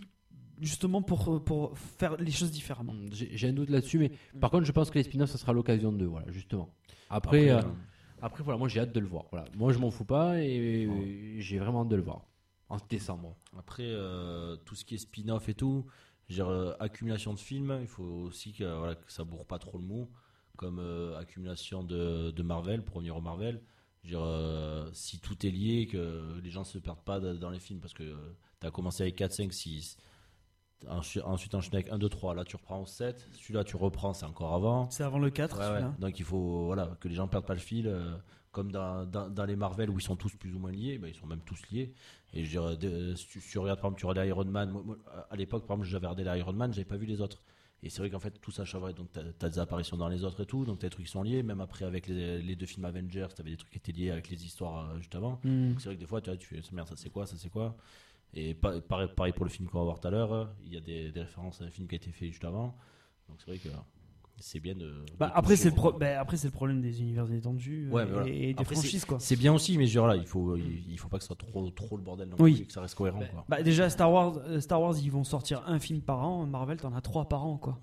S2: justement pour pour faire les choses différemment.
S6: J'ai j'ai un doute là-dessus, mais par contre, je pense que les spin-offs, ça sera l'occasion de. Voilà, justement. Après.
S7: Après,
S6: euh,
S7: euh,
S6: Après, voilà, moi j'ai hâte de le voir. Voilà. Moi je m'en fous pas et euh, j'ai vraiment hâte de le voir. En décembre.
S7: Après, euh, tout ce qui est spin-off et tout, je veux dire, euh, accumulation de films, il faut aussi que, euh, voilà, que ça bourre pas trop le mot, comme euh, accumulation de, de Marvel, pour revenir au Marvel. Je veux dire, euh, si tout est lié, que les gens se perdent pas de- dans les films, parce que tu as commencé avec 4, 5, 6, ensuite ensuite enchaîné avec 1, 2, 3, là tu reprends au 7, celui-là tu reprends, c'est encore avant.
S2: C'est avant le 4
S7: Ouais, ouais.
S2: celui-là.
S7: Donc il faut voilà, que les gens perdent pas le fil. euh, comme dans, dans- dans les Marvel où ils sont tous plus ou moins liés, ben, ils sont même tous liés. Et je dirais, de- euh, si, tu, si tu regardes, par exemple, tu regardes Iron Man, moi- moi, à l'époque, par exemple, j'avais regardé Iron Man, j'avais pas vu les autres. Et c'est vrai qu'en fait, tout ça chavrait. Donc, t'as as des apparitions dans les autres et tout. Donc, t'as des trucs qui sont liés. Même après, avec les, les deux films Avengers, t'avais des trucs qui étaient liés avec les histoires euh, juste avant.
S2: Mm.
S7: Donc, C'est vrai que des fois, tu vois, tu fais ça, merde, ça c'est quoi, ça c'est quoi. Et pa- pareil, pareil pour le film qu'on va voir tout à l'heure, euh, il y a des, des références à un film qui a été fait juste avant. Donc c'est vrai que euh, c'est bien de.
S2: Bah,
S7: de
S2: après
S7: toucher.
S2: c'est le pro- bah, après c'est le problème des univers étendus euh,
S7: Ouais, mais voilà.
S2: et, et des
S7: Après, c'est-
S2: franchises quoi.
S7: C'est bien aussi, mais je veux dire, là, il faut, il, il faut pas que ce soit trop, trop le bordel non
S2: Oui.
S7: plus, et que ça reste cohérent. quoi.
S2: Bah, déjà Star Wars, euh, Star Wars ils vont sortir un film par an. Marvel t'en as trois par an quoi.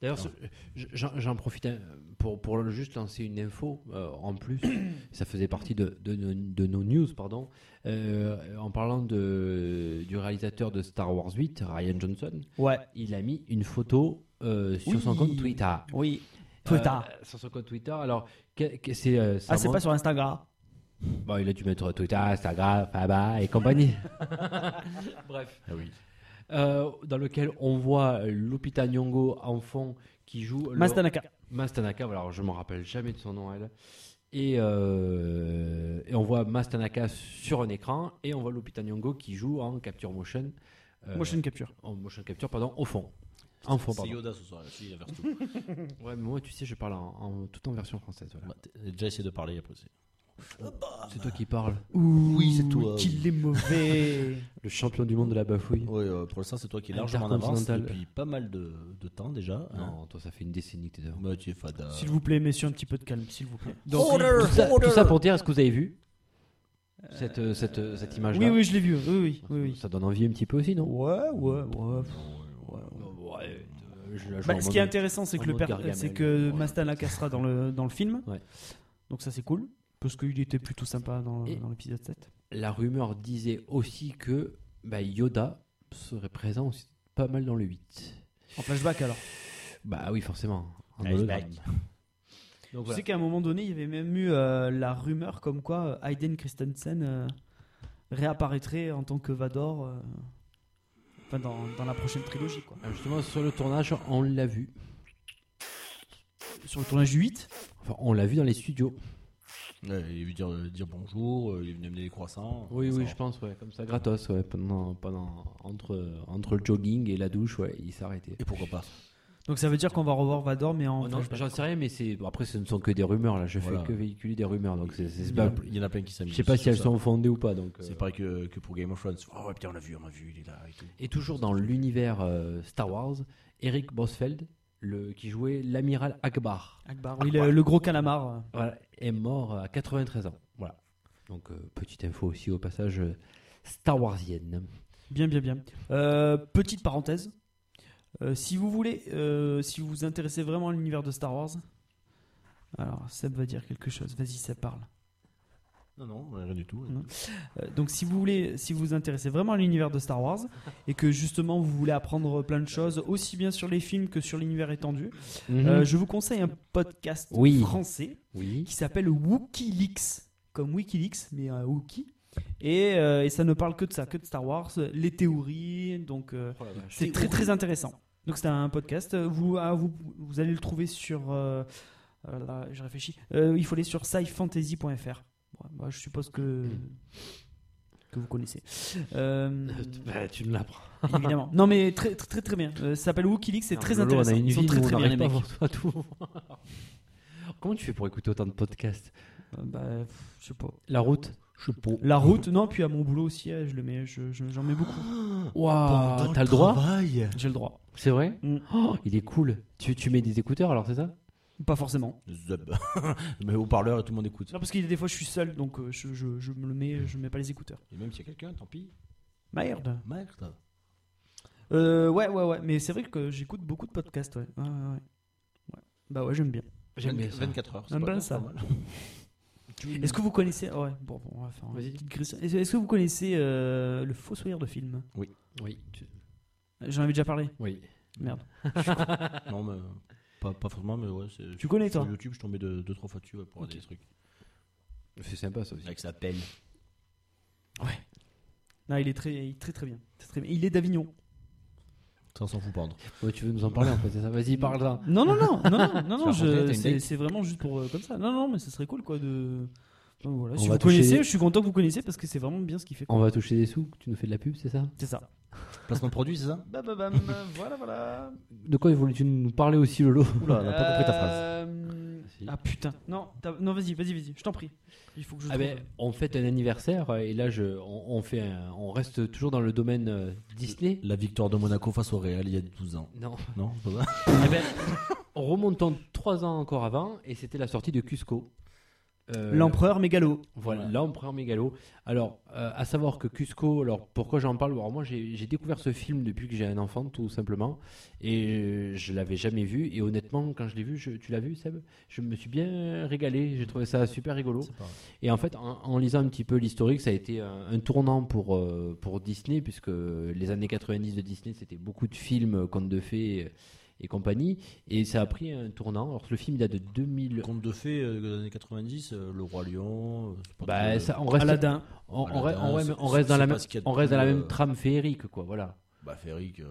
S6: D'ailleurs, ce- j- j'en j'en profite euh, pour, pour le- juste lancer une info euh, en plus. ça faisait partie de, de, nos- de nos news, pardon. Euh, en parlant de, du réalisateur de Star Wars 8, Ryan Johnson,
S2: Ouais.
S6: il a mis une photo euh, sur
S2: Oui.
S6: son compte Twitter.
S2: Oui. Twitter.
S6: Euh, sur son compte Twitter. Alors, que- que- c'est. euh, ça
S2: ah c'est
S6: remonte-
S2: pas sur Instagram.
S6: Bon, il a dû mettre Twitter, Instagram, Faba et compagnie. Ah Bref. Euh, dans lequel on voit Lupita Nyong'o en fond qui joue le-
S2: Mastanaka.
S6: Mastanaka. voilà, Alors, je me rappelle jamais de son nom elle. Et, euh, et on voit Mastanaka sur un écran et on voit Lupita Nyong'o qui joue en capture motion, euh,
S2: Motion capture.
S6: en motion capture pardon au fond. En fond
S7: C'est
S6: pardon.
S7: Yoda ce soir, il inverse tout.
S6: Ouais, mais moi tu sais je parle en, en- tout en version française. voilà.
S7: Bah, t'as- J'ai déjà essayé de parler après. c'est-
S6: C'est toi qui parles.
S2: oui
S7: c'est toi,
S2: Qu'il est mauvais.
S6: Le champion du monde de la bafouille.
S7: Ouais, euh, pour l'instant, c'est toi qui es largement en avance
S6: Intercontinental.
S7: depuis pas mal de, de temps déjà. hein.
S6: Non, toi ça fait une décennie que t'es devant.
S7: Bah, tu es fada.
S2: S'il vous plaît, messieurs, un petit peu de calme, s'il vous plaît.
S6: Donc, tout, ça, tout ça pour dire, est-ce que vous avez vu cette, euh, cette, euh, cette image-là
S2: Oui, oui, je l'ai vu. Oui, oui, oui. oui.
S6: Ça donne envie un petit peu aussi, non
S2: Ouais, ouais, ouais.
S6: Ouais, euh, je la joue en
S2: Bah, ce
S6: mode-
S2: qui est intéressant, c'est
S6: en
S2: que, le
S6: mode
S2: per-
S6: Gargamel,
S2: c'est que
S6: ouais.
S2: Mastanaka sera dans le, dans le film.
S6: Ouais.
S2: Donc ça, c'est cool. Parce qu'il était plutôt sympa dans,
S6: Et-
S2: dans l'épisode 7.
S6: la rumeur disait aussi que bah, Yoda serait présent aussi pas mal dans le 8.
S2: En flashback alors.
S6: Bah oui, forcément. En
S7: Flashback.
S6: hologramme.
S7: Donc
S2: Tu
S7: voilà.
S2: sais qu'à un moment donné, il y avait même eu euh, la rumeur comme quoi euh, Hayden Christensen euh, réapparaîtrait en tant que Vador euh, enfin dans, dans la prochaine trilogie. Quoi.
S6: Euh, Justement, sur le tournage, on l'a vu.
S2: Sur le tournage 8,
S6: Enfin, on l'a vu dans les studios.
S7: Ouais, il est venu dire, dire bonjour, euh, il est venu amener des croissants.
S6: Oui,
S7: Ça
S6: oui,
S7: va.
S6: je pense, ouais, comme ça, gratos, ouais, pendant, pendant, entre, entre le jogging et la douche, ouais, il s'arrêtait.
S7: Et pourquoi pas
S2: donc ça veut dire qu'on va revoir Vador, mais en
S6: Oh non,
S2: flashback.
S6: J'en sais rien, mais c'est bon, après, ce ne sont que des rumeurs, là, je
S7: Voilà.
S6: fais que véhiculer des rumeurs, donc c'est c'est
S7: Il y, en
S6: pas-
S7: a, il y en a plein qui
S6: Bah, Je
S7: s'amusent.
S6: sais pas si
S7: sur
S6: elles
S7: ça.
S6: sont fondées ou pas, donc. euh,
S7: C'est pareil que, que pour Game of Thrones. Oh ouais, putain, on l'a vu, on l'a vu, il est là et tout.
S6: Et toujours dans l'univers euh, Star Wars, Eric Bosfeld, le, qui jouait l'amiral Akbar,
S2: Akbar, oui, le, le gros calamar. euh.
S6: voilà, est mort à 93 ans. Voilà. Donc, euh, petite info aussi au passage euh, Star Warsienne.
S2: Bien, bien, bien. Euh, petite parenthèse. Euh, si vous voulez, euh, si vous vous intéressez vraiment à l'univers de Star Wars, alors Seb va dire quelque chose. Vas-y, Seb parle.
S7: Non, non, rien du tout.
S2: Non. Euh, donc si vous voulez, si vous vous intéressez vraiment à l'univers de Star Wars et que justement vous voulez apprendre plein de choses, aussi bien sur les films que sur l'univers étendu,
S6: Mhm.
S2: euh, je vous conseille un podcast
S6: Mmh. Oui.
S2: français
S6: oui.
S2: qui s'appelle Wikileaks, comme Wikileaks, mais un Wookie. Et, euh, et ça ne parle que de ça, que de Star Wars, les théories, donc euh,
S6: Oh
S2: c'est très très intéressant. Donc c'est un podcast, vous, ah, vous, vous allez le trouver sur... euh, euh, là, je réfléchis, Euh, il faut aller sur scifantasy.fr. Ouais, bah, je suppose que, que vous connaissez. Euh,
S6: Bah, tu me l'apprends.
S2: évidemment. Non mais très très très, très bien, Euh, ça s'appelle Wikileaks, c'est très
S6: Lolo,
S2: intéressant.
S6: On a une
S2: Ils sont
S6: vie,
S2: très
S6: nous,
S2: très
S6: on
S2: bien les
S6: n'arrive pas à
S2: mecs.
S6: voir toi tout. Comment tu fais pour écouter autant de podcasts
S2: Euh, bah, pff, je sais pas.
S6: La route Je sais pas.
S2: La route, non, puis à mon boulot aussi, euh, je le mets, je- je- j'en mets beaucoup.
S6: Waouh, Ah, t'as le droit
S2: J'ai le droit.
S6: C'est vrai
S2: Mm.
S6: Oh, Il est cool. Tu, tu mets des écouteurs alors, c'est ça
S2: Pas forcément.
S7: Zub. Mais au parleur, tout le monde écoute.
S2: Non, parce qu'il y a des fois, je suis seul, donc euh, je, je- je me le mets, je mets pas les écouteurs.
S7: Et même s'il y a quelqu'un, tant pis.
S2: Merde.
S7: Merde.
S2: Euh, ouais, ouais, ouais. Mais c'est vrai que j'écoute beaucoup de podcasts, ouais. Ouais, ouais, ouais. Ouais. Bah ouais, j'aime bien.
S6: J'aime bien ça.
S7: 24 heures. c'est
S2: J'aime
S7: pas
S2: bien
S7: mal,
S2: ça.
S7: c'est pas mal.
S2: Est-ce que vous connaissez. ah Ouais, bon, bon, on va faire une
S6: Mm. Vas-y.
S2: petite grille. Est-ce est-ce que vous connaissez euh, le Fossoyeur de film
S6: Oui. tu-
S2: J'en avais déjà parlé.
S6: Oui.
S2: Merde.
S7: Non, mais pas, pas forcément, mais ouais. c'est-
S2: Tu connais, toi
S7: Sur YouTube, je tombais deux, deux trois fois dessus ouais, pour regarder des trucs.
S6: C'est sympa ça aussi.
S7: Avec sa pelle.
S2: Non, Ah, il est très, il est très, très bien. Très, très bien. Il est d'Avignon.
S7: Ça s'en fout pendre.
S6: Ouais, tu veux nous en parler en fait, c'est ça Vas-y, parle-en.
S2: Non, non, non, non, non, non,
S7: Tu
S2: non,
S7: vas rentrer,
S2: je-
S7: t'as une
S2: c'est
S7: date
S2: c'est vraiment juste pour euh, comme ça. Non, non, mais ce serait cool quoi de. Enfin, voilà.
S6: On
S2: Si
S6: va
S2: vous
S6: toucher-
S2: connaissez, je suis content que vous connaissiez parce que c'est vraiment bien ce qu'il fait.
S6: On va toucher des sous, tu nous fais de la pub, c'est ça
S2: C'est ça.
S7: Placement de produit, c'est ça
S2: Bam, bam, voilà, voilà.
S6: De quoi voulais-tu nous parler aussi, Lolo
S7: Oula, on n'a pas compris ta phrase.
S2: Euh,
S6: Si.
S2: Ah putain. Non, t'as- non vas-y, vas-y, vas-y, je t'en prie. Il faut que je.
S6: Ah
S2: trouve.
S6: ben, on fête un anniversaire euh, et là, je, on, on fait un- on reste toujours dans le domaine euh, Disney.
S7: La victoire de Monaco face au Real il y a 12 ans.
S6: Non.
S7: Non, c'est pas ça
S6: Ah ben, remontons trois ans encore avant et c'était la sortie de Cusco. Euh,
S2: L'empereur mégalo.
S6: Voilà, l'empereur mégalo. Alors, euh, à savoir que Cusco, alors pourquoi j'en parle Alors, Moi, j'ai j'ai découvert ce film depuis que j'ai un enfant, tout simplement, et je l'avais jamais vu. Et honnêtement, quand je l'ai vu, je- tu l'as vu, Seb Je me suis bien régalé. J'ai trouvé ça super rigolo.
S7: C'est pas vrai.
S6: Et en fait, en, en lisant un petit peu l'historique, ça a été un, un tournant pour, euh, pour Disney, puisque les années 90 de Disney, c'était beaucoup de films, euh, contes de fées euh, et compagnie. Et ça a pris un tournant. Alors, le film il date de 2000.
S7: Le conte de fées euh, des années 90, euh, le roi lion. euh, c'est pas
S6: Bah,
S7: très-
S6: ça, on reste,
S2: Aladdin.
S6: on, on
S7: Aladdin,
S6: reste- on reste-
S7: c'est-
S6: on reste dans
S7: c'est
S6: la
S7: pas
S6: même,
S7: ce qu'il y a de
S6: on reste dans la
S7: plus,
S6: même
S7: euh,
S6: trame féerique, quoi. Voilà.
S7: Bah, Féric. euh,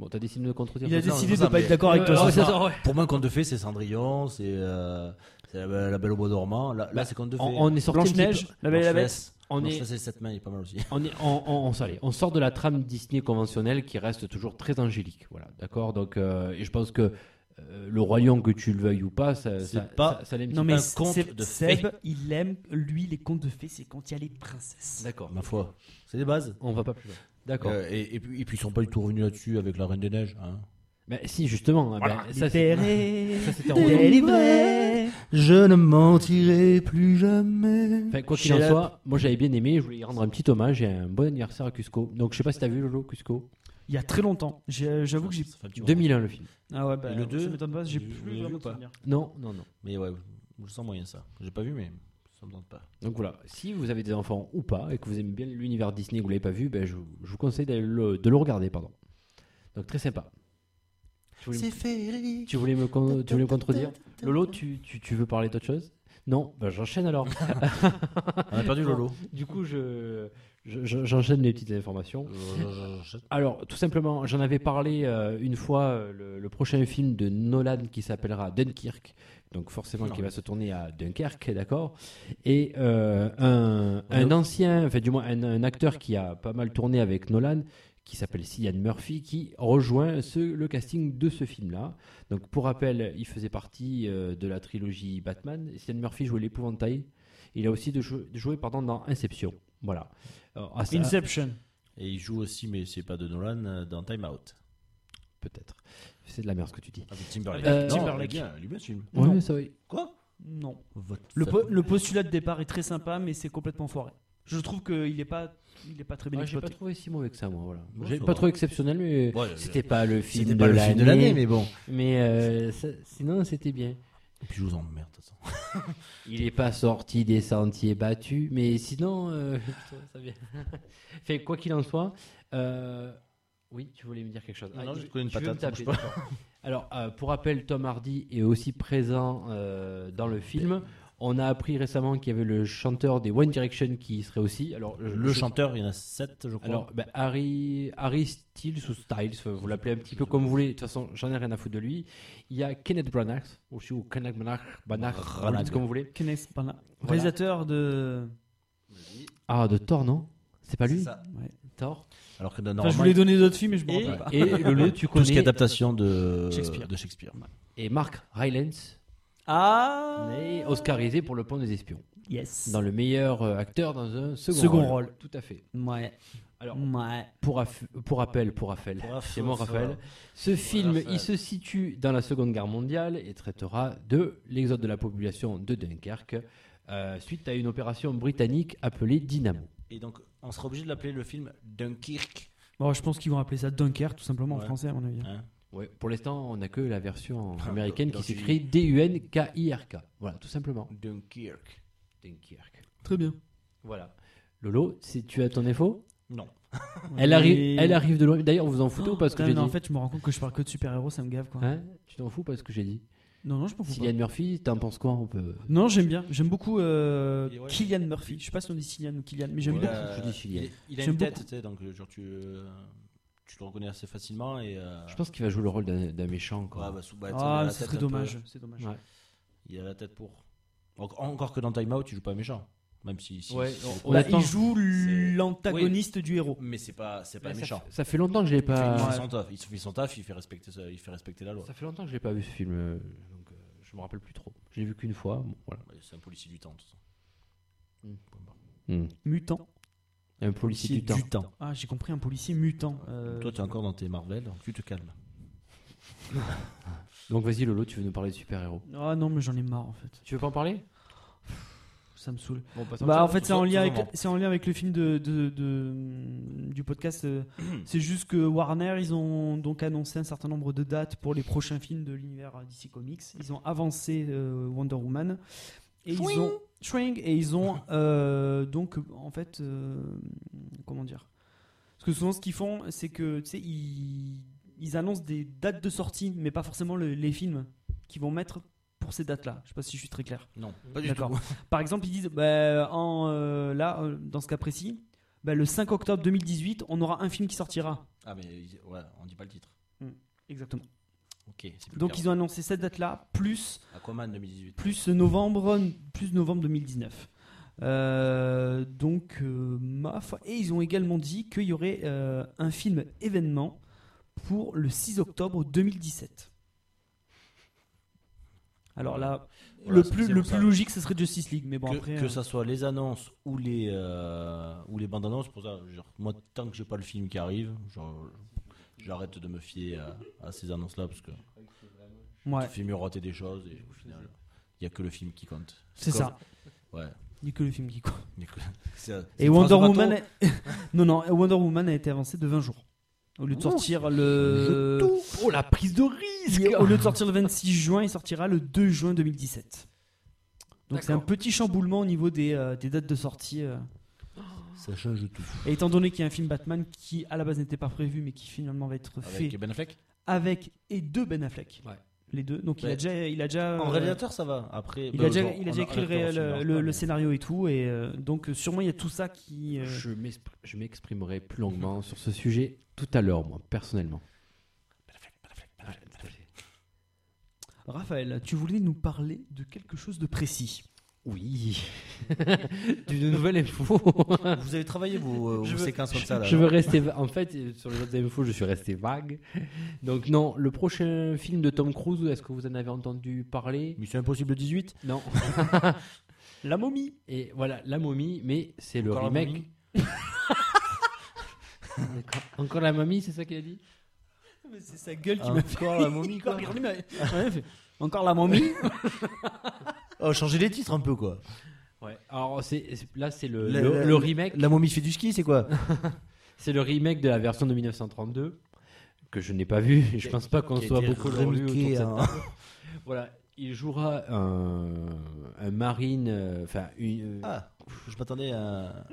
S6: Bon, t'as décidé de me contredire.
S2: Il a
S6: c'est ça,
S2: décidé
S6: hein
S2: de pas être d'accord avec
S6: Ouais,
S2: toi.
S6: ouais,
S2: ce
S6: c'est
S2: soir.
S6: ça, ouais.
S7: Pour moi, un conte de fées, c'est Cendrillon, c'est euh, c'est la, la Belle au Bois dormant. Là, là, c'est conte de fées.
S6: On, on est sorti un petit
S2: Blanche-Neige,
S6: peu-
S2: Bah, la belle et la bête.
S6: On
S7: On
S6: est-
S7: est. les sept mains, il est pas mal aussi.
S6: On, est- on- on- on s'en allait. On sort de la trame Disney conventionnelle qui reste toujours très angélique. Voilà, d'accord Donc, euh, et je pense que euh, le Roi Lion, que tu le veuilles ou pas, ça,
S7: C'est
S6: ça,
S7: pas-
S6: ça- ça l'est un
S2: Non
S6: petit
S2: mais
S7: un
S2: c'est-
S7: conte
S2: c'est-
S7: de
S2: Seb,
S7: fées.
S2: il aime lui les contes de fées, c'est quand il y a les princesses.
S6: peu. D'accord.
S7: Ma foi, c'est des bases.
S6: On va pas plus loin. D'accord.
S7: Euh, et, et puis, et puis, ils sont pas du tout revenus là-dessus avec la Reine des Neiges. Hein.
S6: Mais si, justement. hein, ben, ça, c'est-
S2: Libéré,
S6: ça, c'était en
S2: délivré.
S7: Je ne mentirai plus jamais.
S6: Enfin, quoi qu'il en soit, moi j'avais bien aimé, je voulais y rendre un petit hommage et un bon anniversaire à Cusco. Donc je sais pas si t'as vu Lolo Cusco.
S2: Il y a très longtemps. J'ai- euh, J'avoue que j'ai.
S6: 2001 le film.
S2: Ah ouais, bah,
S7: Et le
S2: ça
S7: deux,
S2: m'étonne pas, j'ai
S7: vous
S2: plus
S7: l'avez vu
S2: vraiment
S7: ou
S2: de
S7: pas
S2: souvenirs.
S6: Non, non, non.
S7: Mais ouais, je le sens moyen ça. J'ai pas vu, mais Ça me tente pas.
S6: Donc voilà, si vous avez des enfants ou pas, et que vous aimez bien l'univers Disney et que vous l'avez pas vu, ben, je, vous- je vous conseille d'aller le- de le regarder. Pardon. Donc très sympa. Tu voulais, me-
S1: féerique.
S6: tu voulais me, con- tu voulais me contredire Lolo, tu, tu- tu veux parler d'autre chose Non Ben, J'enchaîne alors.
S7: On a perdu Lolo.
S6: du coup, je- je- je- j'enchaîne les petites informations.
S7: Euh, je-
S6: Alors, tout simplement, j'en avais parlé euh, une fois, euh, le, le prochain film de Nolan qui s'appellera Dunkirk, donc forcément qui va se tourner à Dunkerque, d'accord Et euh, un, un ancien, enfin du moins un, un acteur qui a pas mal tourné avec Nolan, qui s'appelle Cillian Murphy, qui rejoint ce- le casting de ce film-là. Donc pour rappel, il faisait partie euh, de la trilogie Batman, et Cillian Murphy jouait l'épouvantail, il a aussi de jou- joué pardon, dans Inception, voilà. Alors, à ça-
S2: Inception.
S7: Et il joue aussi, mais c'est pas de Nolan, euh, dans Time Out.
S6: Peut-être. C'est de la merde ce que tu dis.
S7: Avec Timberlake.
S6: Avec
S7: Non,
S2: Euh, Timberlake.
S7: il est bien, il est bien ce film.
S2: Ouais, Non.
S6: ça oui.
S7: Quoi
S2: Non.
S7: Votre
S2: Le,
S7: fa-
S2: po- le postulat de départ est très sympa, mais c'est complètement foiré. Je trouve qu'il n'est pas, il est pas très bien
S6: j'ai pas
S2: exploité.
S6: trouvé si mauvais que ça, moi. Voilà.
S7: Bon,
S6: J'ai
S7: ça
S6: pas
S7: va.
S6: trouvé exceptionnel, mais
S7: Ouais,
S6: c'était pas le film
S7: C'était
S6: de
S7: pas le film de l'année, mais bon.
S6: Mais euh, ça- sinon, c'était bien.
S7: Et puis je vous emmerde, de toute façon.
S6: Il est pas sorti des sentiers battus, mais sinon, euh, je trouve ça bien. Fait que quoi qu'il en soit, euh, oui, tu voulais me dire quelque chose.
S7: Non, non,
S6: tu-
S7: j'ai trouvé une
S6: tu veux me
S7: patate,
S6: taper,
S7: bouge pas.
S6: d'accord. Alors, euh, pour rappel, Tom Hardy est aussi présent euh, dans le film. On a appris récemment qu'il y avait le chanteur des One Direction qui y serait aussi. Alors, je-
S7: Le
S6: je-
S7: chanteur, il y en a 7, je crois.
S6: Alors, ben, Harry, Harry Styles ou Styles, euh, vous l'appelez un petit peu comme vous voulez. De toute façon, j'en ai rien à foutre de lui. Il y a Kenneth Branagh aussi, ou Kenneth Branagh, Branagh, vous le dites comme vous voulez.
S2: Kenneth Branagh.
S6: Voilà.
S2: Réalisateur de.
S6: Ah, de Thor, non C'est pas lui
S7: C'est ça.
S2: Ouais.
S6: Thor.
S7: Alors que
S2: Enfin,
S7: normalement,
S2: je voulais donner d'autres films, mais je me
S6: Et,
S2: rappelle pas.
S6: et Lolo,
S7: tout ce qui
S6: tu
S7: est
S6: connais.
S7: adaptation de
S2: Shakespeare.
S7: de Shakespeare.
S6: Et Mark Rylance
S2: Ah
S6: est Oscarisé pour Le Pont des Espions.
S2: Yes.
S6: Dans le meilleur euh, acteur dans un second,
S2: Second
S6: rôle.
S2: rôle.
S6: Tout à fait.
S2: Ouais.
S7: Hmm.
S6: Alors,
S2: Ouais.
S6: pour, aff- pour rappel, pour rappel, c'est mon Raphaël. Ce film, il se situe dans la Seconde Guerre mondiale et traitera de l'exode de la population de Dunkerque euh, suite à une opération britannique appelée Dynamo.
S7: Et donc, on sera obligé de l'appeler le film Dunkirk.
S2: Bon, je pense qu'ils vont appeler ça Dunkerque, tout simplement en
S7: Ouais.
S2: français, à mon avis.
S7: Hein
S6: Ouais, pour l'instant, on n'a que la version
S7: Ah,
S6: américaine
S7: dans-
S6: qui
S7: dans
S6: s'écrit D-U-N-K-I-R-K. Voilà, tout simplement.
S7: Dunkirk.
S6: Dunkerque.
S2: Très bien.
S6: Voilà. Lolo, si tu as ton info,
S7: Non.
S6: elle, arrive, elle arrive de loin. D'ailleurs, vous en foutez ou pas ce que
S2: Putain,
S6: j'ai
S2: mais
S6: dit
S2: en fait, je me rends compte que je parle que de super-héros, ça me gave quoi.
S6: Hein Tu t'en fous pas ce que j'ai dit
S2: Non, non, je m'en fous pas. Euh,
S6: Cillian Murphy, t'en penses quoi On peut.
S2: Non, j'aime bien. J'aime beaucoup euh,
S7: Et ouais.
S2: Kylian Murphy. Je sais pas si on dit Kylian ou Kylian, mais j'aime
S6: Ouais.
S2: bien.
S6: je dis Cillian.
S7: il, il a
S2: J'aime
S7: une tête,
S2: beaucoup.
S7: tu sais, donc euh, genre, tu, euh, tu le reconnais assez facilement. Et, euh,
S6: Je pense qu'il va jouer le rôle d'un d'un méchant encore.
S7: ouais, bah, sous- bah, tu sais, il a
S2: Ah,
S7: la
S2: ce
S7: tête
S2: serait
S7: un peu-
S2: dommage. C'est dommage.
S6: Ouais.
S7: Il a la tête pour. En- encore que dans Time Out, il joue pas méchant. Même si. si-
S6: Ouais,
S7: si-
S6: on- on
S2: Bah,
S6: attend.
S2: il joue
S7: C'est-
S2: l'antagoniste du héros.
S7: Mais c'est pas, c'est pas
S6: Bah, Ça-
S7: méchant.
S6: Ça, fait longtemps que je
S7: Il
S6: l'ai
S7: fait,
S6: pas.
S7: il fait son taf, il fait son taf, il fait respecter, ça- il fait respecter la loi.
S6: Ça fait longtemps que je l'ai pas vu ce film, euh, donc euh, je me rappelle plus trop. Je l'ai vu qu'une fois. bon, voilà. bah.
S7: Ouais, Bah, C'est un policier du temps, de toute façon.
S6: Mm.
S2: Mutant.
S6: Un policier du temps.
S2: Ah, j'ai compris, un policier mutant. Euh,
S7: Toi, tu es encore dans tes Marvel, donc tu te calmes.
S6: Donc vas-y Lolo, tu veux nous parler de super héros.
S2: Ah non, mais j'en ai marre en fait.
S6: Tu veux pas en parler
S2: Ça me saoule.
S6: Bon, passons
S2: Bah,
S6: à
S2: en
S6: autre chose.
S2: fait, c'est en,
S7: tout
S2: lien avec,
S7: simplement.
S2: c'est en lien avec le film de, de- de- du podcast. euh, C'est juste que Warner, ils ont donc annoncé un certain nombre de dates pour les prochains films de l'univers euh, DC Comics. Ils ont avancé euh, Wonder Woman. Et ils ont, Schwing, et ils ont euh, donc, en fait, euh, comment dire Parce que souvent, ce qu'ils font, c'est que, tu sais, ils, ils annoncent des dates de sortie, mais pas forcément le- les films qu'ils vont mettre pour ces dates-là. Je sais pas si je suis très clair.
S7: Non, pas du
S2: Euh, D'accord.
S7: tout.
S2: Par exemple, ils disent bah, en, euh, là, euh, dans ce cas précis, bah, le 5 octobre 2018, on aura un film qui sortira.
S7: Ah, mais il- ouais, on dit pas le titre.
S2: Exactement.
S7: Ok. c'est plus
S2: Donc
S7: clair.
S2: ils ont annoncé cette date-là, plus,
S7: Aquaman 2018.
S2: plus novembre, plus novembre 2019. Euh, donc, euh, ma foi. Et ils ont également dit qu'il y aurait euh, un film événement pour le 6 octobre 2017. Alors là,
S7: Voilà,
S2: le
S7: c'est-
S2: plus,
S7: c'est
S2: le
S7: pour
S2: plus
S7: ça.
S2: logique, ce serait Justice League. Mais bon,
S7: que,
S2: après.
S7: que
S2: euh,
S7: ça soit les annonces ou les euh, ou les bandes annonces pour ça genre, moi tant que j'ai pas le film qui arrive genre, j'arrête de me fier à, à ces annonces là parce que
S2: euh, ouais,
S7: tu fais mieux rater des choses et au final il y a que le film qui compte
S2: c'est ça.
S7: ouais
S2: Il n'y a que le film qui compte.
S7: Il y a que- c'est-
S2: Et
S7: c'est
S2: Wonder
S7: François
S2: Woman,
S7: Bateau.
S2: a- non non, Wonder Woman a été avancée de 20 jours. Au lieu de sortir le,
S6: Oh la prise de risque
S2: au lieu de sortir le 26 juin, il sortira le 2 juin 2017. Donc c'est un petit chamboulement au niveau des, euh, des dates de sortie. euh.
S7: Ça change tout.
S2: Et étant donné qu'il y a un film Batman qui à la base n'était pas prévu mais qui finalement va être fait
S7: Avec Ben Affleck
S2: avec et de Ben Affleck.
S6: Ouais.
S2: Les deux. Donc il a
S7: Ouais.
S2: déjà, il a déjà.
S7: En
S2: euh,
S7: réalisateur, ça va. Après,
S2: il
S7: bah,
S2: a déjà,
S7: genre,
S2: il a
S7: en
S2: déjà écrit le,
S7: acteur,
S2: réel-
S7: sinon,
S2: le-
S7: pas,
S2: le
S7: mais-
S2: scénario et tout, et euh, donc euh, sûrement il y a tout ça qui. euh,
S6: Je m'expr- je m'exprimerai plus longuement sur ce sujet tout à l'heure, moi, personnellement.
S2: Raphaël, tu voulais nous parler de quelque chose de précis.
S6: Oui, d'une nouvelle info.
S7: Vous avez travaillé vos, euh,
S6: Je
S7: vos
S6: veux-
S7: séquences comme ça là.
S6: Je veux rester. va- En fait, euh, sur les autres infos, je suis resté vague. Donc, non, le prochain film de Tom Cruise, est-ce que vous en avez entendu parler
S7: Mission Impossible 18.
S6: Non.
S2: La momie
S6: Et voilà, La momie, mais c'est le
S7: Encore la
S6: remake.
S7: momie
S6: Encore, encore la momie, c'est ça qu'il a dit
S2: Ah, C'est sa gueule qui m'a fait.
S7: Hein. Encore la momie quoi.
S2: Il m'a- Hein Euh. Ouais, il fait, Encore la momie
S7: Oh, changer les titres un peu quoi.
S6: Ouais. Alors, c'est- c'est- là, c'est le,
S7: La-
S6: le-
S7: la-
S6: le remake.
S7: La momie fait du ski, c'est quoi
S6: C'est le remake de la version de 1932 que je n'ai pas vu. et Je pense pas qu'on soit beaucoup le revu autour de cette
S7: hein.
S6: table. Voilà, il jouera un, un marine, euh, enfin une,
S7: Ah, je m'attendais à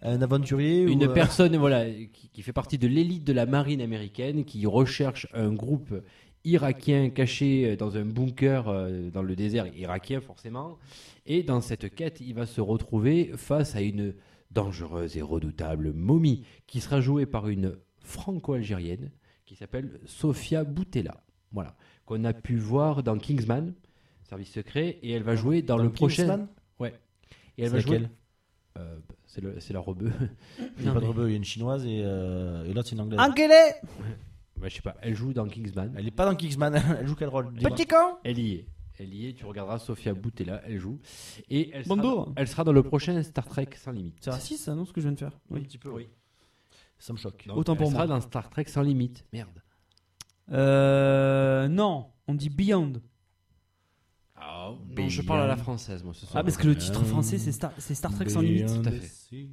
S7: à un aventurier
S6: une
S7: ou, euh,
S6: personne voilà qui, qui fait partie de l'élite de la marine américaine qui recherche un groupe irakien caché euh, dans un bunker euh, dans le désert irakien forcément. Et dans cette quête, il va se retrouver face à une dangereuse et redoutable momie qui sera jouée par une franco-algérienne qui s'appelle Sofia Boutella. Voilà, qu'on a pu voir dans Kingsman, service secret, et elle va jouer dans,
S7: Dans
S6: le prochain.
S7: Kingsman
S6: Ouais. Et elle va
S7: C'est
S6: jouer.
S7: laquelle
S6: Euh, c'est le- c'est la rebeu.
S7: Il y a pas de rebeu, il y a une chinoise et, euh, et l'autre c'est une anglaise.
S6: Bah, je sais pas, elle joue dans Kingsman.
S7: Elle est pas dans Kingsman, elle joue quel rôle dis-moi.
S6: Elle y est. Elle y est, tu regarderas Sofia Boutella, elle joue. Et elle
S2: Bonjour.
S6: sera, elle sera dans le prochain Star Trek Sans Limite.
S2: C'est raciste ça, non, ce que je viens de faire
S7: Un petit peu, oui. Ça me choque.
S2: Autant
S6: elle
S2: pour
S6: sera
S2: moi.
S6: dans Star Trek Sans Limite. Merde.
S2: Euh, non, on dit Beyond.
S6: Non, je parle à la française, moi, ce soir.
S2: Ah, parce que le titre français c'est Star, c'est Star Trek sans limite.
S6: tout à fait.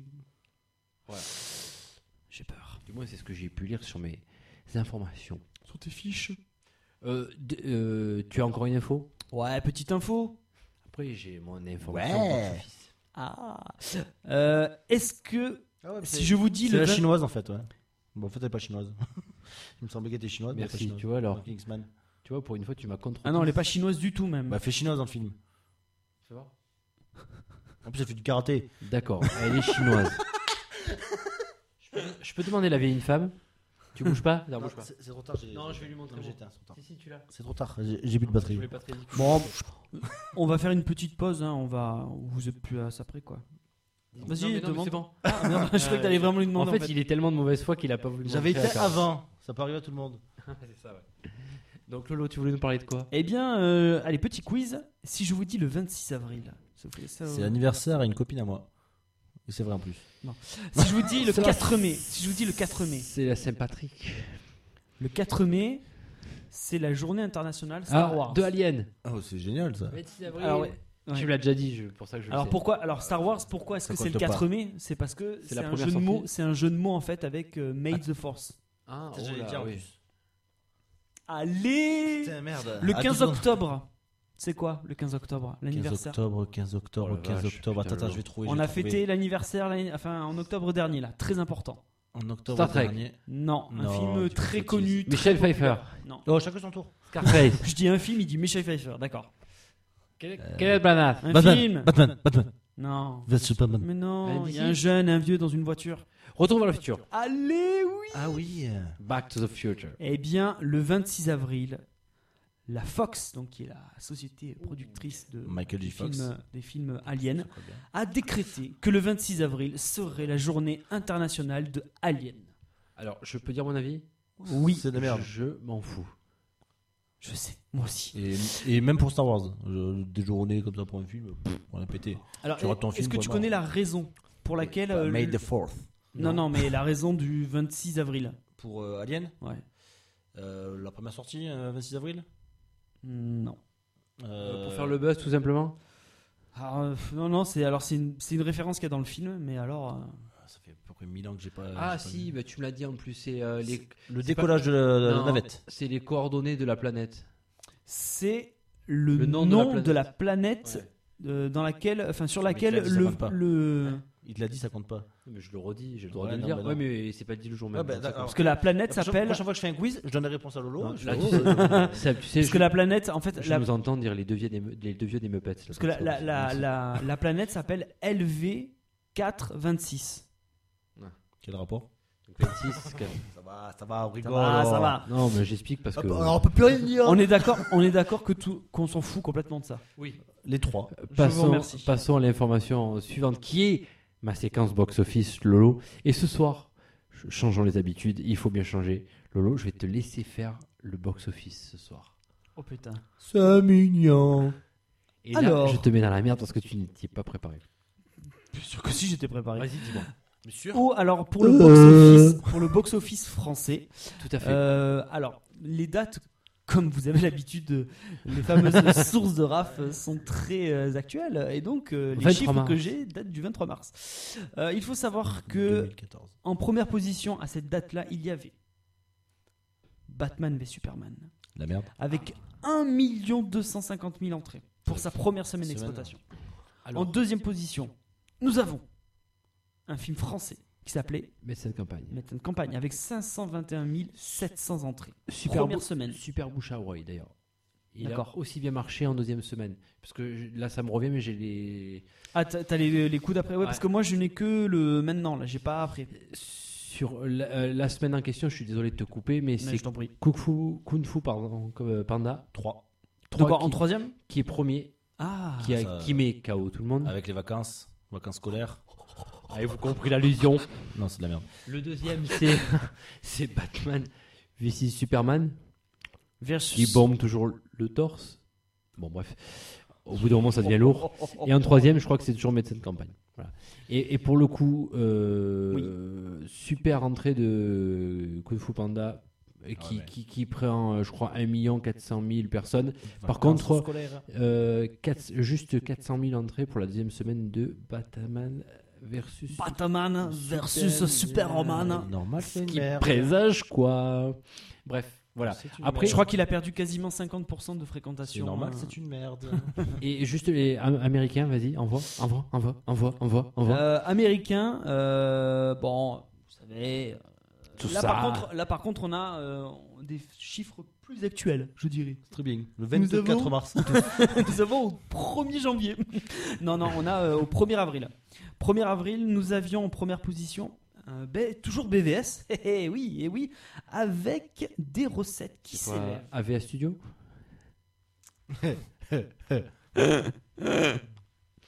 S2: J'ai peur.
S6: Du moins, c'est ce que j'ai pu lire sur mes informations.
S2: Sur tes fiches.
S6: Euh, d- euh, tu as encore une info
S2: Ouais, petite info.
S6: Après, j'ai mon information.
S7: Ouais.
S6: pour ce fils.
S2: Ah. Euh, Est-ce que si je vous dis
S7: C'est
S2: le
S7: la
S2: vingt-
S7: chinoise en fait, ouais. Bon, en fait, elle est pas chinoise. Il me semblait qu'elle était chinoise. mais elle est pas
S6: Merci,
S7: chinoise.
S6: tu vois, alors.
S7: Dans Kingsman.
S6: Tu vois, pour une fois, tu m'as contre.
S2: ah non, elle est pas chinoise du tout même.
S7: Bah, elle fait chinoise dans le film. En plus, elle fait du karaté.
S6: D'accord, elle est chinoise. je, peux, je peux demander la vieille une femme Tu bouges pas Non, bouge pas.
S7: c'est c'est trop tard. j'ai-
S6: Non, je vais lui montrer
S7: Non,
S6: mon-
S7: j'étais un, C'est trop tard.
S6: Si, si, tu l'as.
S7: C'est trop tard, j'ai j'ai plus de batterie.
S6: pas te ridicule.
S2: Bon, on va faire une petite pause. hein, On va, vous êtes plus à ça près quoi. Vas-y,
S6: Non, mais non, mais
S2: demande.
S6: c'est bon.
S2: Ah, Non, je crois que t'allais vraiment lui
S6: En
S2: demander.
S6: fait, il est tellement de mauvaise foi qu'il a pas voulu. me
S7: J'avais été
S6: montrer la carte.
S7: avant, ça peut arriver à tout le monde.
S6: C'est ça, ouais. Donc Lolo, tu voulais nous parler de quoi
S2: Eh bien, euh, allez, petit quiz. Si je vous dis le 26 avril, ça vous fait ça,
S7: C'est
S2: euh,
S7: l'anniversaire à une copine à moi. Et c'est vrai en plus.
S2: Si je vous dis le 4 mai, si je vous dis le 4 mai,
S6: C'est la Saint-Patrick.
S2: le 4 mai, c'est la journée internationale Star
S7: Ah,
S2: Wars.
S6: Ah, De Alien.
S7: Oh, c'est génial ça.
S6: 26 avril.
S2: Alors, ouais. Ouais.
S6: Tu me l'as déjà dit, je- pour ça que je le
S2: Alors
S6: sais.
S2: pourquoi Alors Star Wars, pourquoi est-ce
S7: Ça
S2: que c'est le
S7: compte pas.
S2: 4 mai C'est parce que c'est
S6: la
S2: un
S6: première
S2: jeu de
S6: sortie.
S2: mots, c'est un jeu de mots en fait avec euh, Made the Force.
S6: Ah,
S7: Ça,
S6: oh
S7: j'allais
S6: là,
S7: dire en
S6: oui.
S7: plus.
S2: Allez
S7: Putain, Ah, merde.
S2: Le
S7: À
S2: 15
S7: tout le monde.
S2: octobre. C'est quoi le 15 octobre
S7: 15
S2: L'anniversaire.
S7: octobre, 15 octobre,
S6: Oh la
S7: 15
S6: vache,
S7: octobre.
S6: putain,
S7: Attends, attends,
S6: Lolo.
S7: je vais trouver.
S2: On
S7: je vais
S2: a
S7: trouver.
S2: fêté l'anniversaire l'année- enfin en octobre dernier là, très important.
S7: en octobre.
S6: Star Trek.
S7: dernier.
S2: Non, un
S7: Non,
S2: film
S7: tu
S2: très
S7: fais
S2: connu.
S7: bêtise.
S2: très
S6: Michel Pfeiffer.
S2: populaire. Non.
S7: Oh, chacun son tour.
S6: Scarface.
S2: Je dis un film, il dit Michel Pfeiffer, d'accord.
S6: Quel est Branagh
S2: Un
S7: Batman,
S2: film
S7: Batman, Batman,
S2: Non.
S7: vs Superman.
S2: Mais non,
S6: Vas-y.
S2: il y a un jeune, un vieux dans une voiture.
S6: Retour vers le futur.
S2: Allez, oui
S7: Ah oui. euh,
S6: Back to the future.
S2: Eh bien, le 26 avril, la Fox, donc qui est la société productrice de
S7: Michael J.
S2: des
S7: Fox.
S2: films, des films aliens, a décrété que le 26 avril serait la journée internationale de Alien.
S6: Alors, je peux dire mon avis
S7: Oui. C'est de la merde.
S6: Je m'en fous.
S2: Je sais, moi aussi.
S7: Et, et même pour Star Wars, je- des journées comme ça pour un film, pff, on a pété.
S2: Alors,
S7: Tu rates ton
S2: est-ce
S7: film,
S2: que tu
S7: quoi,
S2: connais
S7: non.
S2: la raison pour laquelle...
S7: Bah,
S2: euh,
S7: May
S2: le-
S7: the 4th.
S2: Non, non, mais la raison du 26 avril.
S7: Pour euh, Alien,
S2: Ouais.
S7: euh, la première sortie, euh, 26 avril.
S2: Non.
S7: Euh,
S6: Pour faire le buzz, tout simplement
S2: Ah, euh, non, non, c'est alors c'est une, c'est une référence qu'il y a dans le film, mais alors. euh,
S7: ah, Ça fait à peu près 1000 ans que j'ai pas.
S6: Ah,
S7: j'ai pas
S6: si,
S7: vu.
S6: bah, tu me l'as dit en plus. C'est euh, les...
S7: Le
S6: c'est pas-
S7: décollage de la, la
S6: Non,
S7: navette.
S6: C'est les coordonnées de la planète.
S2: c'est le,
S6: Le
S2: nom, de la planète,
S6: Ouais.
S2: euh, dans laquelle, enfin, sur
S7: Mais
S2: laquelle
S7: Gladys, ça
S2: le,
S7: compte pas.
S2: le-
S7: Il te l'a dit, ça compte pas.
S6: Mais je le redis, j'ai le droit
S7: Ouais,
S6: de le
S7: non,
S6: dire.
S7: mais non.
S6: ouais, mais c'est pas dit le jour même.
S7: Ah, bah,
S6: donc ça
S7: d'accord.
S6: compte.
S2: parce que la planète
S7: La prochaine-
S2: s'appelle,
S7: prochaine fois que je fais un quiz, je donne la réponse à Lolo.
S6: Non,
S7: je
S6: là,
S7: fais- oh.
S6: tu sais, ça, tu sais,
S2: parce
S6: je,
S2: que la planète, en fait,
S6: je
S2: la,
S6: nous entends dire les deux vieux des, les deux vieux des Muppets. là,
S2: parce que
S6: comme
S2: la,
S6: ça,
S2: la-
S6: c'est-
S2: la-
S6: c'est-
S2: la- la planète s'appelle LV426.
S7: Quel rapport
S6: donc 26, quand même.
S7: Ça va, ça va, on rigole.
S2: va, ça va.
S6: Non, mais j'explique parce que
S1: Alors, on peut plus rien dire.
S2: On est d'accord, on est d'accord que tout, qu'on s'en fout complètement de ça.
S7: Les trois.
S2: Je vous
S6: passons,
S2: remercie.
S6: passons à l'information suivante qui est ma séquence box-office Lolo. Et ce soir, ch- changeons les habitudes, il faut bien changer. Lolo, je vais te laisser faire le box-office ce soir.
S2: Oh putain.
S1: C'est mignon.
S6: Et là,
S1: Alors.
S6: je te mets dans la merde parce que tu n'étais pas préparé.
S2: Bien sûr que si j'étais préparé.
S6: dis-moi.
S7: Monsieur
S2: Oh, alors pour le
S1: Euh.
S2: box-office, pour le box-office français,
S6: Tout à fait.
S2: euh, alors les dates, comme vous avez l'habitude, de- les fameuses sources de RAF euh, sont très euh, actuelles et donc euh, les
S6: 23
S2: chiffres
S6: mars. Ah,
S2: que j'ai datent du 23 mars. Euh, il faut savoir que
S7: 2014.
S2: en première position à cette date-là, il y avait Batman v Superman
S7: La merde.
S2: avec
S6: Ah.
S2: 1 250 000 entrées pour sa première semaine
S7: Semaine.
S2: d'exploitation.
S6: hein. Alors.
S2: en deuxième position, nous avons un film français qui s'appelait
S6: Mais cette campagne.
S2: Mettre une campagne avec 521 700 entrées.
S6: Super
S2: Première
S6: beau-
S2: semaine.
S6: Super bouche à oreille d'ailleurs. Il a
S2: D'accord.
S6: aussi bien marché en deuxième semaine. Parce que je- là, ça me revient, mais j'ai les.
S2: Ah, t'as t'as les, les coups d'après ouais,
S6: Ouais.
S2: parce que moi je n'ai que le maintenant, là, j'ai pas après.
S6: Sur la, euh, la semaine en question, je suis désolé de te couper, mais
S2: Mais
S6: c'est
S2: je t'en prie.
S6: Kung Fu, Kung Fu, pardon, comme, euh, Panda
S7: 3.
S2: Donc,
S6: trois
S2: en
S6: qui-
S2: troisième
S6: qui est premier,
S2: Ah
S6: qui, a-
S7: ça-
S6: qui met KO tout le monde.
S7: Avec les vacances, vacances scolaires.
S6: Avez-vous compris l'allusion
S7: Non, c'est de la merde.
S6: oh. Le deuxième, c'est c'est Batman v Superman, qui
S2: versus.
S6: bombe toujours le torse. Bon, bref. Au bout d'un moment, ça devient lourd. Et en troisième, je crois que c'est toujours médecin de campagne. Voilà. Et, et pour le coup, euh, super entrée de Kung Fu Panda euh, qui,
S7: ouais.
S6: qui, qui prend, euh, je crois, 1 400 000 personnes.
S7: Vacances
S6: Par contre,
S7: scolaires.
S6: euh, quatre- juste 400 000 entrées pour la deuxième semaine de Batman versus.
S2: Batman versus Superman.
S7: Normal, c'est une
S6: qui
S7: merde.
S6: présage quoi Bref, voilà.
S7: C'est une
S6: Après,
S7: merde.
S2: Je crois qu'il a perdu quasiment 50% de
S7: C'est
S2: fréquentation.
S7: normal,
S2: hein.
S7: c'est une merde.
S6: Et juste les Am- Américains, vas-y, envoie, envoie, envoie, envoie, envoie,
S7: Ah,
S6: envoie.
S2: Euh, américain, euh, bon, vous savez. euh,
S6: Tout
S2: là,
S6: ça.
S2: Par contre, là par contre, on a euh, des chiffres plus actuels, je dirais.
S7: Streaming. Le
S2: Nous
S7: 24
S2: avons-
S7: mars.
S2: Nous avons au 1er janvier. Non, non, on a euh, au 1er avril. 1er avril, nous avions en première position euh, B- toujours BVS. Eh, eh, oui, et oui, avec des recettes qui
S6: Toi,
S2: s'élèvent.
S6: AVA Studio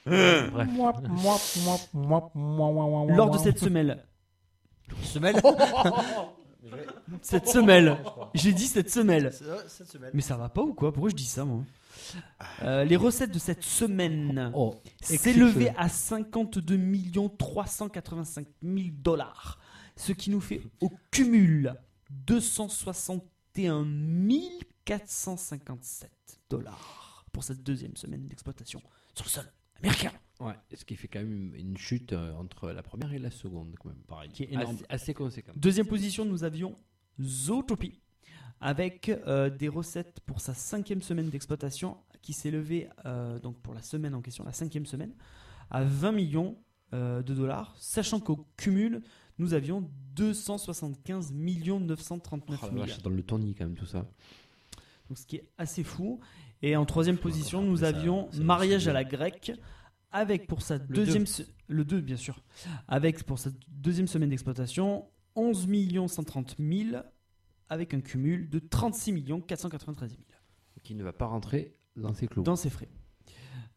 S6: Bref.
S2: Lors de cette semelle.
S7: Oh.
S2: Semelle Cette semelle. J'ai dit cette semelle.
S7: Cette semaine.
S2: Mais ça va pas ou quoi Pourquoi je dis ça, moi Euh, Les recettes de cette semaine
S6: Oh,
S2: s'élevaient à 52 385 000 dollars, ce qui nous fait au cumul 261 457 dollars pour cette deuxième semaine d'exploitation sur le sol américain.
S6: ouais, ce qui fait quand même une- une chute euh, entre la première et la seconde, quand même. Pareil.
S2: Qui est énorme.
S6: Assez, assez conséquent.
S2: Deuxième position, nous avions Zootopie, avec euh, des recettes pour sa cinquième semaine d'exploitation, qui s'est levée, euh, donc pour la semaine en question, la cinquième semaine, à 20 millions euh, de dollars, sachant qu'au cumul, nous avions 275 millions 939
S6: Oh la
S2: 000.
S6: vache, c'est dans le tournis quand même tout ça.
S2: Donc, ce qui est assez fou. Et en troisième position, nous
S7: ça-
S2: avions
S7: ça-
S2: Mariage
S7: c'est
S2: à la grecque, avec pour sa
S6: deux.
S2: deuxième se- le 2 bien sûr, avec pour sa deuxième semaine d'exploitation 11 130 000, avec un cumul de 36 493 000
S6: Qui ne va pas rentrer dans ses clous.
S2: dans ses frais.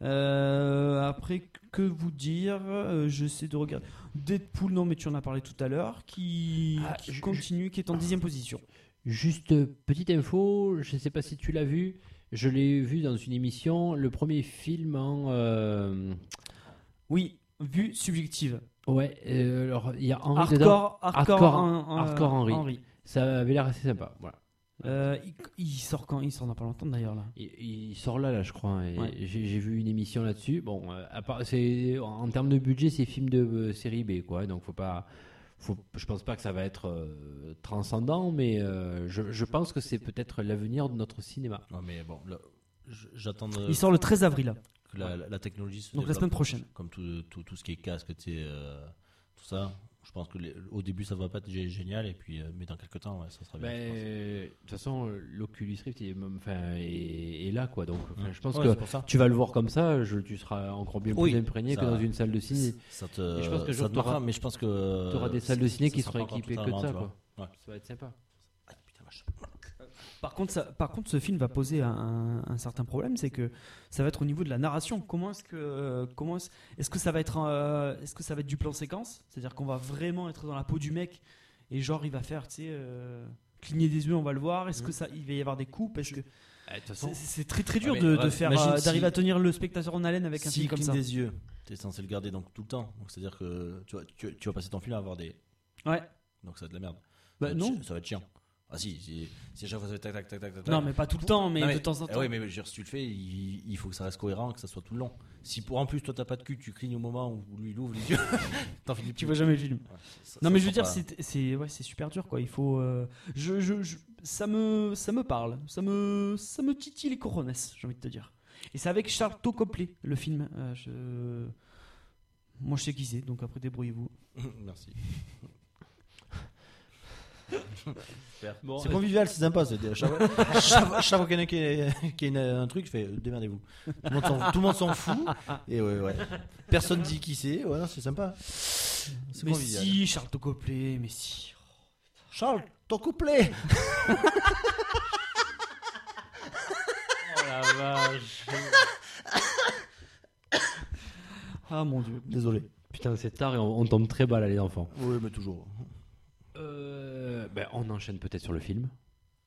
S2: Euh, après, que vous dire Euh, J'essaie de regarder. Deadpool, non, mais tu en as parlé tout à l'heure, qui,
S6: Ah,
S2: qui
S6: je-
S2: continue, qui est en dixième position.
S6: Juste euh, petite info, je ne sais pas si tu l'as vu, je l'ai vu dans une émission, le premier film en... euh,
S2: Oui, vue subjective.
S6: ouais, euh, alors il y a Henri dedans,
S2: Hardcore, hardcore,
S6: Hardcore-
S2: Hen- Hen-
S6: Hardcore Henry.
S2: Henry.
S6: ça avait l'air assez sympa. Voilà.
S2: Euh, il, il sort quand Il sort dans pas longtemps d'ailleurs là.
S6: Il, il sort là, là, je crois, hein, et
S2: Ouais.
S6: j'ai j'ai vu une émission là-dessus. Bon, euh, à part- c'est- en, en termes de budget, c'est film de euh, série B, quoi, donc faut pas... Faut, je pense pas que ça va être euh, transcendant, mais euh, je, je pense que c'est peut-être l'avenir de notre cinéma.
S7: Non, mais bon, là, j- j'attends. de-
S2: Il sort le 13 avril.
S7: que la, la- la technologie se
S2: Donc la
S7: développe.
S2: semaine prochaine.
S7: Comme tout, tout, tout ce qui est casque, tu sais, euh, tout ça. Je pense que les- au début, ça va pas être gé- génial, et puis, euh, mais dans quelques temps, ouais, ça sera bien.
S6: Ben,
S7: je pense.
S6: euh, De toute façon, euh, l'Oculus Rift il est, même- enfin, est, est là, quoi. Donc, enfin,
S7: Mm.
S6: je pense
S7: Ouais, c'est
S6: que
S7: pour ça.
S6: tu vas le voir comme ça, je, tu seras encore bien
S7: Oui,
S6: plus imprégné que
S7: ça-
S6: dans une salle de ciné.
S7: Ça te,
S6: Et je pense qu'un
S7: ça
S6: jour,
S7: te marquera,
S6: t'auras-
S7: mais je pense que.
S6: t'auras des salles de ciné
S7: euh, ça
S6: qui
S7: sera pas
S6: seront
S7: encore
S6: équipées que
S7: totalement,
S6: de ça,
S7: tu vois. Ouais.
S6: Ça va être sympa.
S7: Ah, putain, vache.
S2: Par contre, ça- par contre, ce film va poser un, un certain problème, c'est que ça va être au niveau de la narration. Comment est-ce que, euh, comment est-ce, est-ce que ça va être, euh, est-ce que ça va être du plan séquence, c'est-à-dire qu'on va vraiment être dans la peau du mec et genre il va faire, tu sais, euh, cligner des yeux, on va le voir. Est-ce que
S7: Mm.
S2: ça, il va y avoir des coupes Est-ce que
S6: Eh, De toute façon,
S2: c'est, c'est très très dur
S7: Ouais, Ah, mais
S2: de, de
S7: ouais,
S2: faire,
S7: imagine
S2: euh, d'arriver
S7: si-
S2: à tenir le spectateur en haleine avec un
S7: S'il
S2: film comme
S7: cligne
S2: ça.
S7: des yeux, t'es censé le garder donc tout le temps. Donc c'est-à-dire que tu vas, tu, tu vas passer ton film à avoir des.
S2: Ouais.
S7: Donc ça va être de la merde. Ça
S2: Bah,
S7: va être
S2: non.
S7: chi- Ça va être chiant. Ah si, si, si à chaque fois ça va être tac tac tac tac tac.
S2: Non,
S7: tac.
S2: mais pas tout le temps, mais,
S7: Non,
S2: de temps en
S7: eh
S2: temps.
S7: oui, mais genre, si tu le fais, il, il faut que ça reste cohérent, que ça soit tout le long. Si pour en plus toi t'as pas de cul, tu clignes au moment où lui il ouvre les yeux. T'en finis
S2: tu
S7: plus.
S2: vois jamais le film.
S7: Ça-
S2: Non
S7: ça
S2: mais je veux
S7: sent
S2: dire
S7: pas-
S2: c'est c'est ouais, c'est super dur quoi. Il faut euh, je, je, je- ça me ça me parle, ça me ça me titille les couronnes, j'ai envie de te dire. Et c'est avec Charlton Copley le film. Euh, je... Moi je sais qui c'est donc après débrouillez-vous.
S7: Merci.
S6: Bon,
S7: c'est
S6: euh,
S7: convivial, c'est sympa. c'est- Chaque fois- chaque fois chaque fois qu'il y en a qui est- qui est une- un truc, je fais euh, démerdez-vous. Tout le monde s'en- tout le monde s'en fout. Et ouais, ouais. Personne dit qui c'est. Voilà, c'est sympa. C'est
S2: Mais
S7: convivial.
S2: si Charlton Copley, mais si.
S7: Charles, ton couplet
S6: oh la vache.
S2: Ah mon dieu.
S7: Désolé.
S6: Putain, c'est tard et on, on tombe très bas là, les enfants.
S7: Oui, mais toujours.
S6: Euh, ben, on enchaîne peut-être sur le film.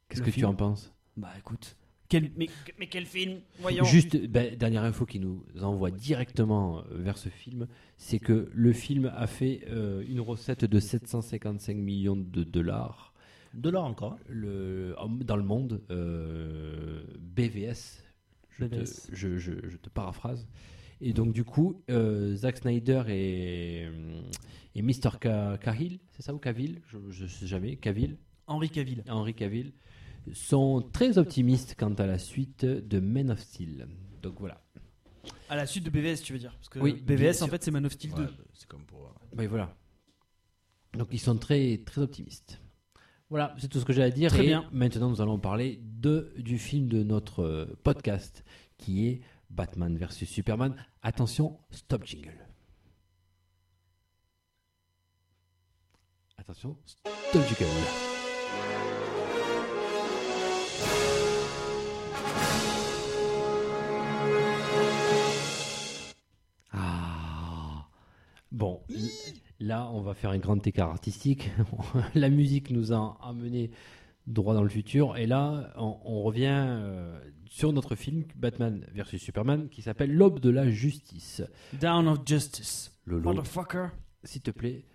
S6: Qu'est-ce
S2: Le
S6: que tu
S2: film
S6: en penses
S2: Bah écoute, quel mais, mais quel film Voyons.
S6: Juste, ben, dernière info qui nous envoie directement euh, vers ce film, c'est que le film a fait euh, une recette de 755 millions de dollars
S7: De l'or encore. hein,
S6: le, en- dans le monde, euh, BVS. Je,
S2: BVS.
S6: Te, je, je- je te paraphrase. Et donc, du coup, euh, Zack Snyder et, euh, et Mr. Ca- Cahill, c'est ça ou Cavill je, je sais jamais, Cavill,
S2: Henri Cavill.
S6: Henry Cavill, sont très optimistes quant à la suite de Men of Steel. Donc voilà.
S2: À la suite de BVS tu veux dire parce que
S6: Oui, bien
S2: BVS en
S6: sûr.
S2: fait c'est Man of Steel 2.
S7: c'est comme pour. euh,
S6: Oui, Bah, voilà. Donc ils sont très, très optimistes. Voilà, c'est tout ce que j'ai à dire.
S2: Très
S6: Et
S2: bien.
S6: Maintenant, nous allons parler de, du film de notre euh, podcast qui est Batman versus Superman. Attention, stop jingle. Attention, stop jingle. Ah. Bon, l- là, on va faire un grand écart artistique. La musique nous a amené droit dans le futur. Et là, on, on revient euh, sur notre film Batman vs Superman qui s'appelle L'aube de la justice.
S2: Down of Justice.
S6: Lolo,
S2: Motherfucker.
S6: s'il te plaît,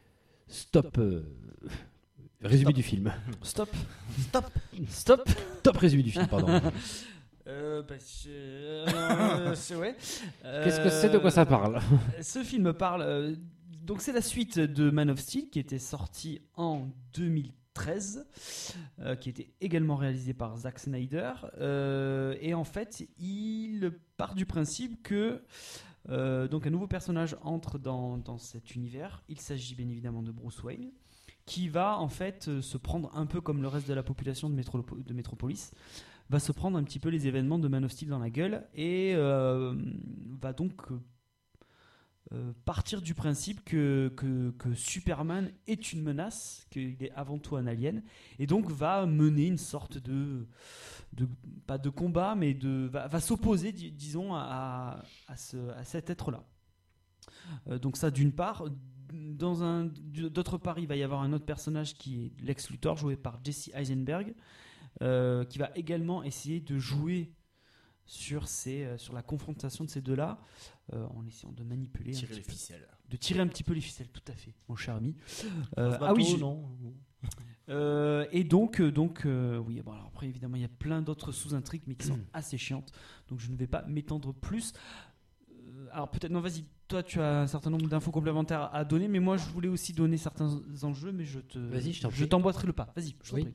S6: stop. euh, résumé du film.
S2: Stop. Stop. Stop.
S6: Top résumé du film, pardon.
S2: Euh, bah, je- euh, c'est ouais. Euh,
S6: Qu'est-ce que c'est de quoi ça parle
S2: Ce film parle. euh, donc, c'est la suite de Man of Steel qui était sorti en 2013, euh, qui était également réalisé par Zack Snyder. Euh, et en fait, il part du principe que. euh, donc un nouveau personnage entre dans, dans cet univers. Il s'agit bien évidemment de Bruce Wayne, qui va en fait euh, se prendre un peu comme le reste de la population de, Métrolopo- de Métropolis, va se prendre un petit peu les événements de Man of Steel dans la gueule et euh, va donc euh, euh, partir du principe que, que, que Superman est une menace, qu'il est avant tout un alien, et donc va mener une sorte de, de pas de combat, mais de, va, va s'opposer, di- disons, à, à, ce- à cet être-là. Euh, donc ça, d'une part. Dans un, d'autre part, il va y avoir un autre personnage qui est Lex Luthor, joué par Jesse Eisenberg, euh, qui va également essayer de jouer sur, ces, euh, sur la confrontation de ces deux-là, euh, en essayant de manipuler, un petit peu-
S7: ficelles.
S2: de tirer un petit peu les ficelles, tout à fait, mon cher ami. Euh,
S7: Euh,
S2: ah oui, je-
S7: non
S2: euh, et donc, euh, donc euh, oui, bon, alors après, évidemment, il y a plein d'autres sous-intrigues, mais qui sont assez chiantes, donc je ne vais pas m'étendre plus. Euh, alors peut-être, non, vas-y, toi, tu as un certain nombre d'infos complémentaires à donner, mais moi, je voulais aussi donner certains enjeux, mais je te,
S6: Vas-y, je t'en prie.
S2: t'emboîterai le pas. Vas-y, je t'en
S6: Oui.
S2: prie.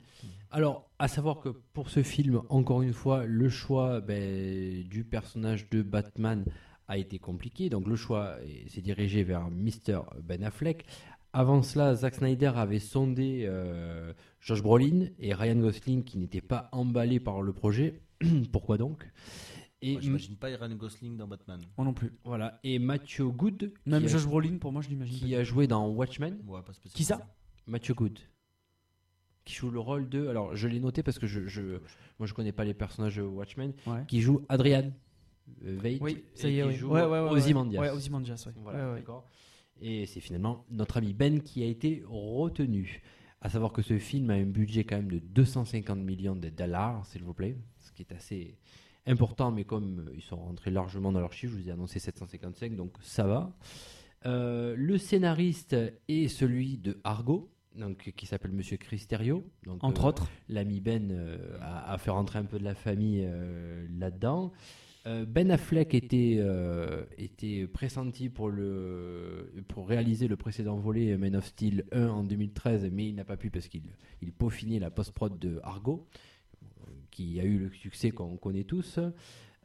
S6: Alors, à savoir que pour ce film, encore une fois, le choix ben, du personnage de Batman a été compliqué. Donc le choix eh, s'est dirigé vers Mr. Ben Affleck. Avant cela, Zack Snyder avait sondé euh, Josh Brolin et Ryan Gosling qui n'étaient pas emballés par le projet. Pourquoi donc et,
S7: Moi, J'imagine pas Ryan Gosling dans Batman.
S2: Moi non plus.
S6: voilà, et Matthew Good,
S2: Même
S6: qui, a,
S2: Josh Brolin, pour moi, je l'imagine.
S6: qui
S2: pas.
S6: a joué dans Watchmen,
S7: Ouais, pas spécialement.
S2: Qui ça
S6: Mathieu Good qui joue le rôle de alors je l'ai noté parce que je, je- moi je connais pas les personnages de Watchmen
S2: Ouais.
S6: qui joue Adrian euh, Veidt
S2: Oui,
S6: et
S2: ça y est.
S6: qui
S2: oui.
S6: joue
S2: Ouais, ouais, ouais,
S6: Ozymandias.
S2: Ouais, Ozymandias, ouais.
S6: Voilà, Euh,
S2: Ouais, ouais.
S6: d'accord. Et c'est finalement notre ami Ben qui a été retenu. À savoir que ce film a un budget quand même de 250 millions de dollars, s'il vous plaît, ce qui est assez important, mais comme euh, ils sont rentrés largement dans leur chiffre, je vous ai annoncé 755, donc ça va. Euh, le scénariste est celui de Argo, donc, qui s'appelle Monsieur Cristerio. Donc,
S2: Entre
S6: euh,
S2: autres.
S6: l'ami Ben euh, a, a fait rentrer un peu de la famille euh, là-dedans. Euh, ben Affleck était, euh, était pressenti pour, le, pour réaliser le précédent volet euh, Man of Steel 1 en 2013, mais il n'a pas pu parce qu'il il peaufinait la post-prod de Argo, qui a eu le succès qu'on connaît tous.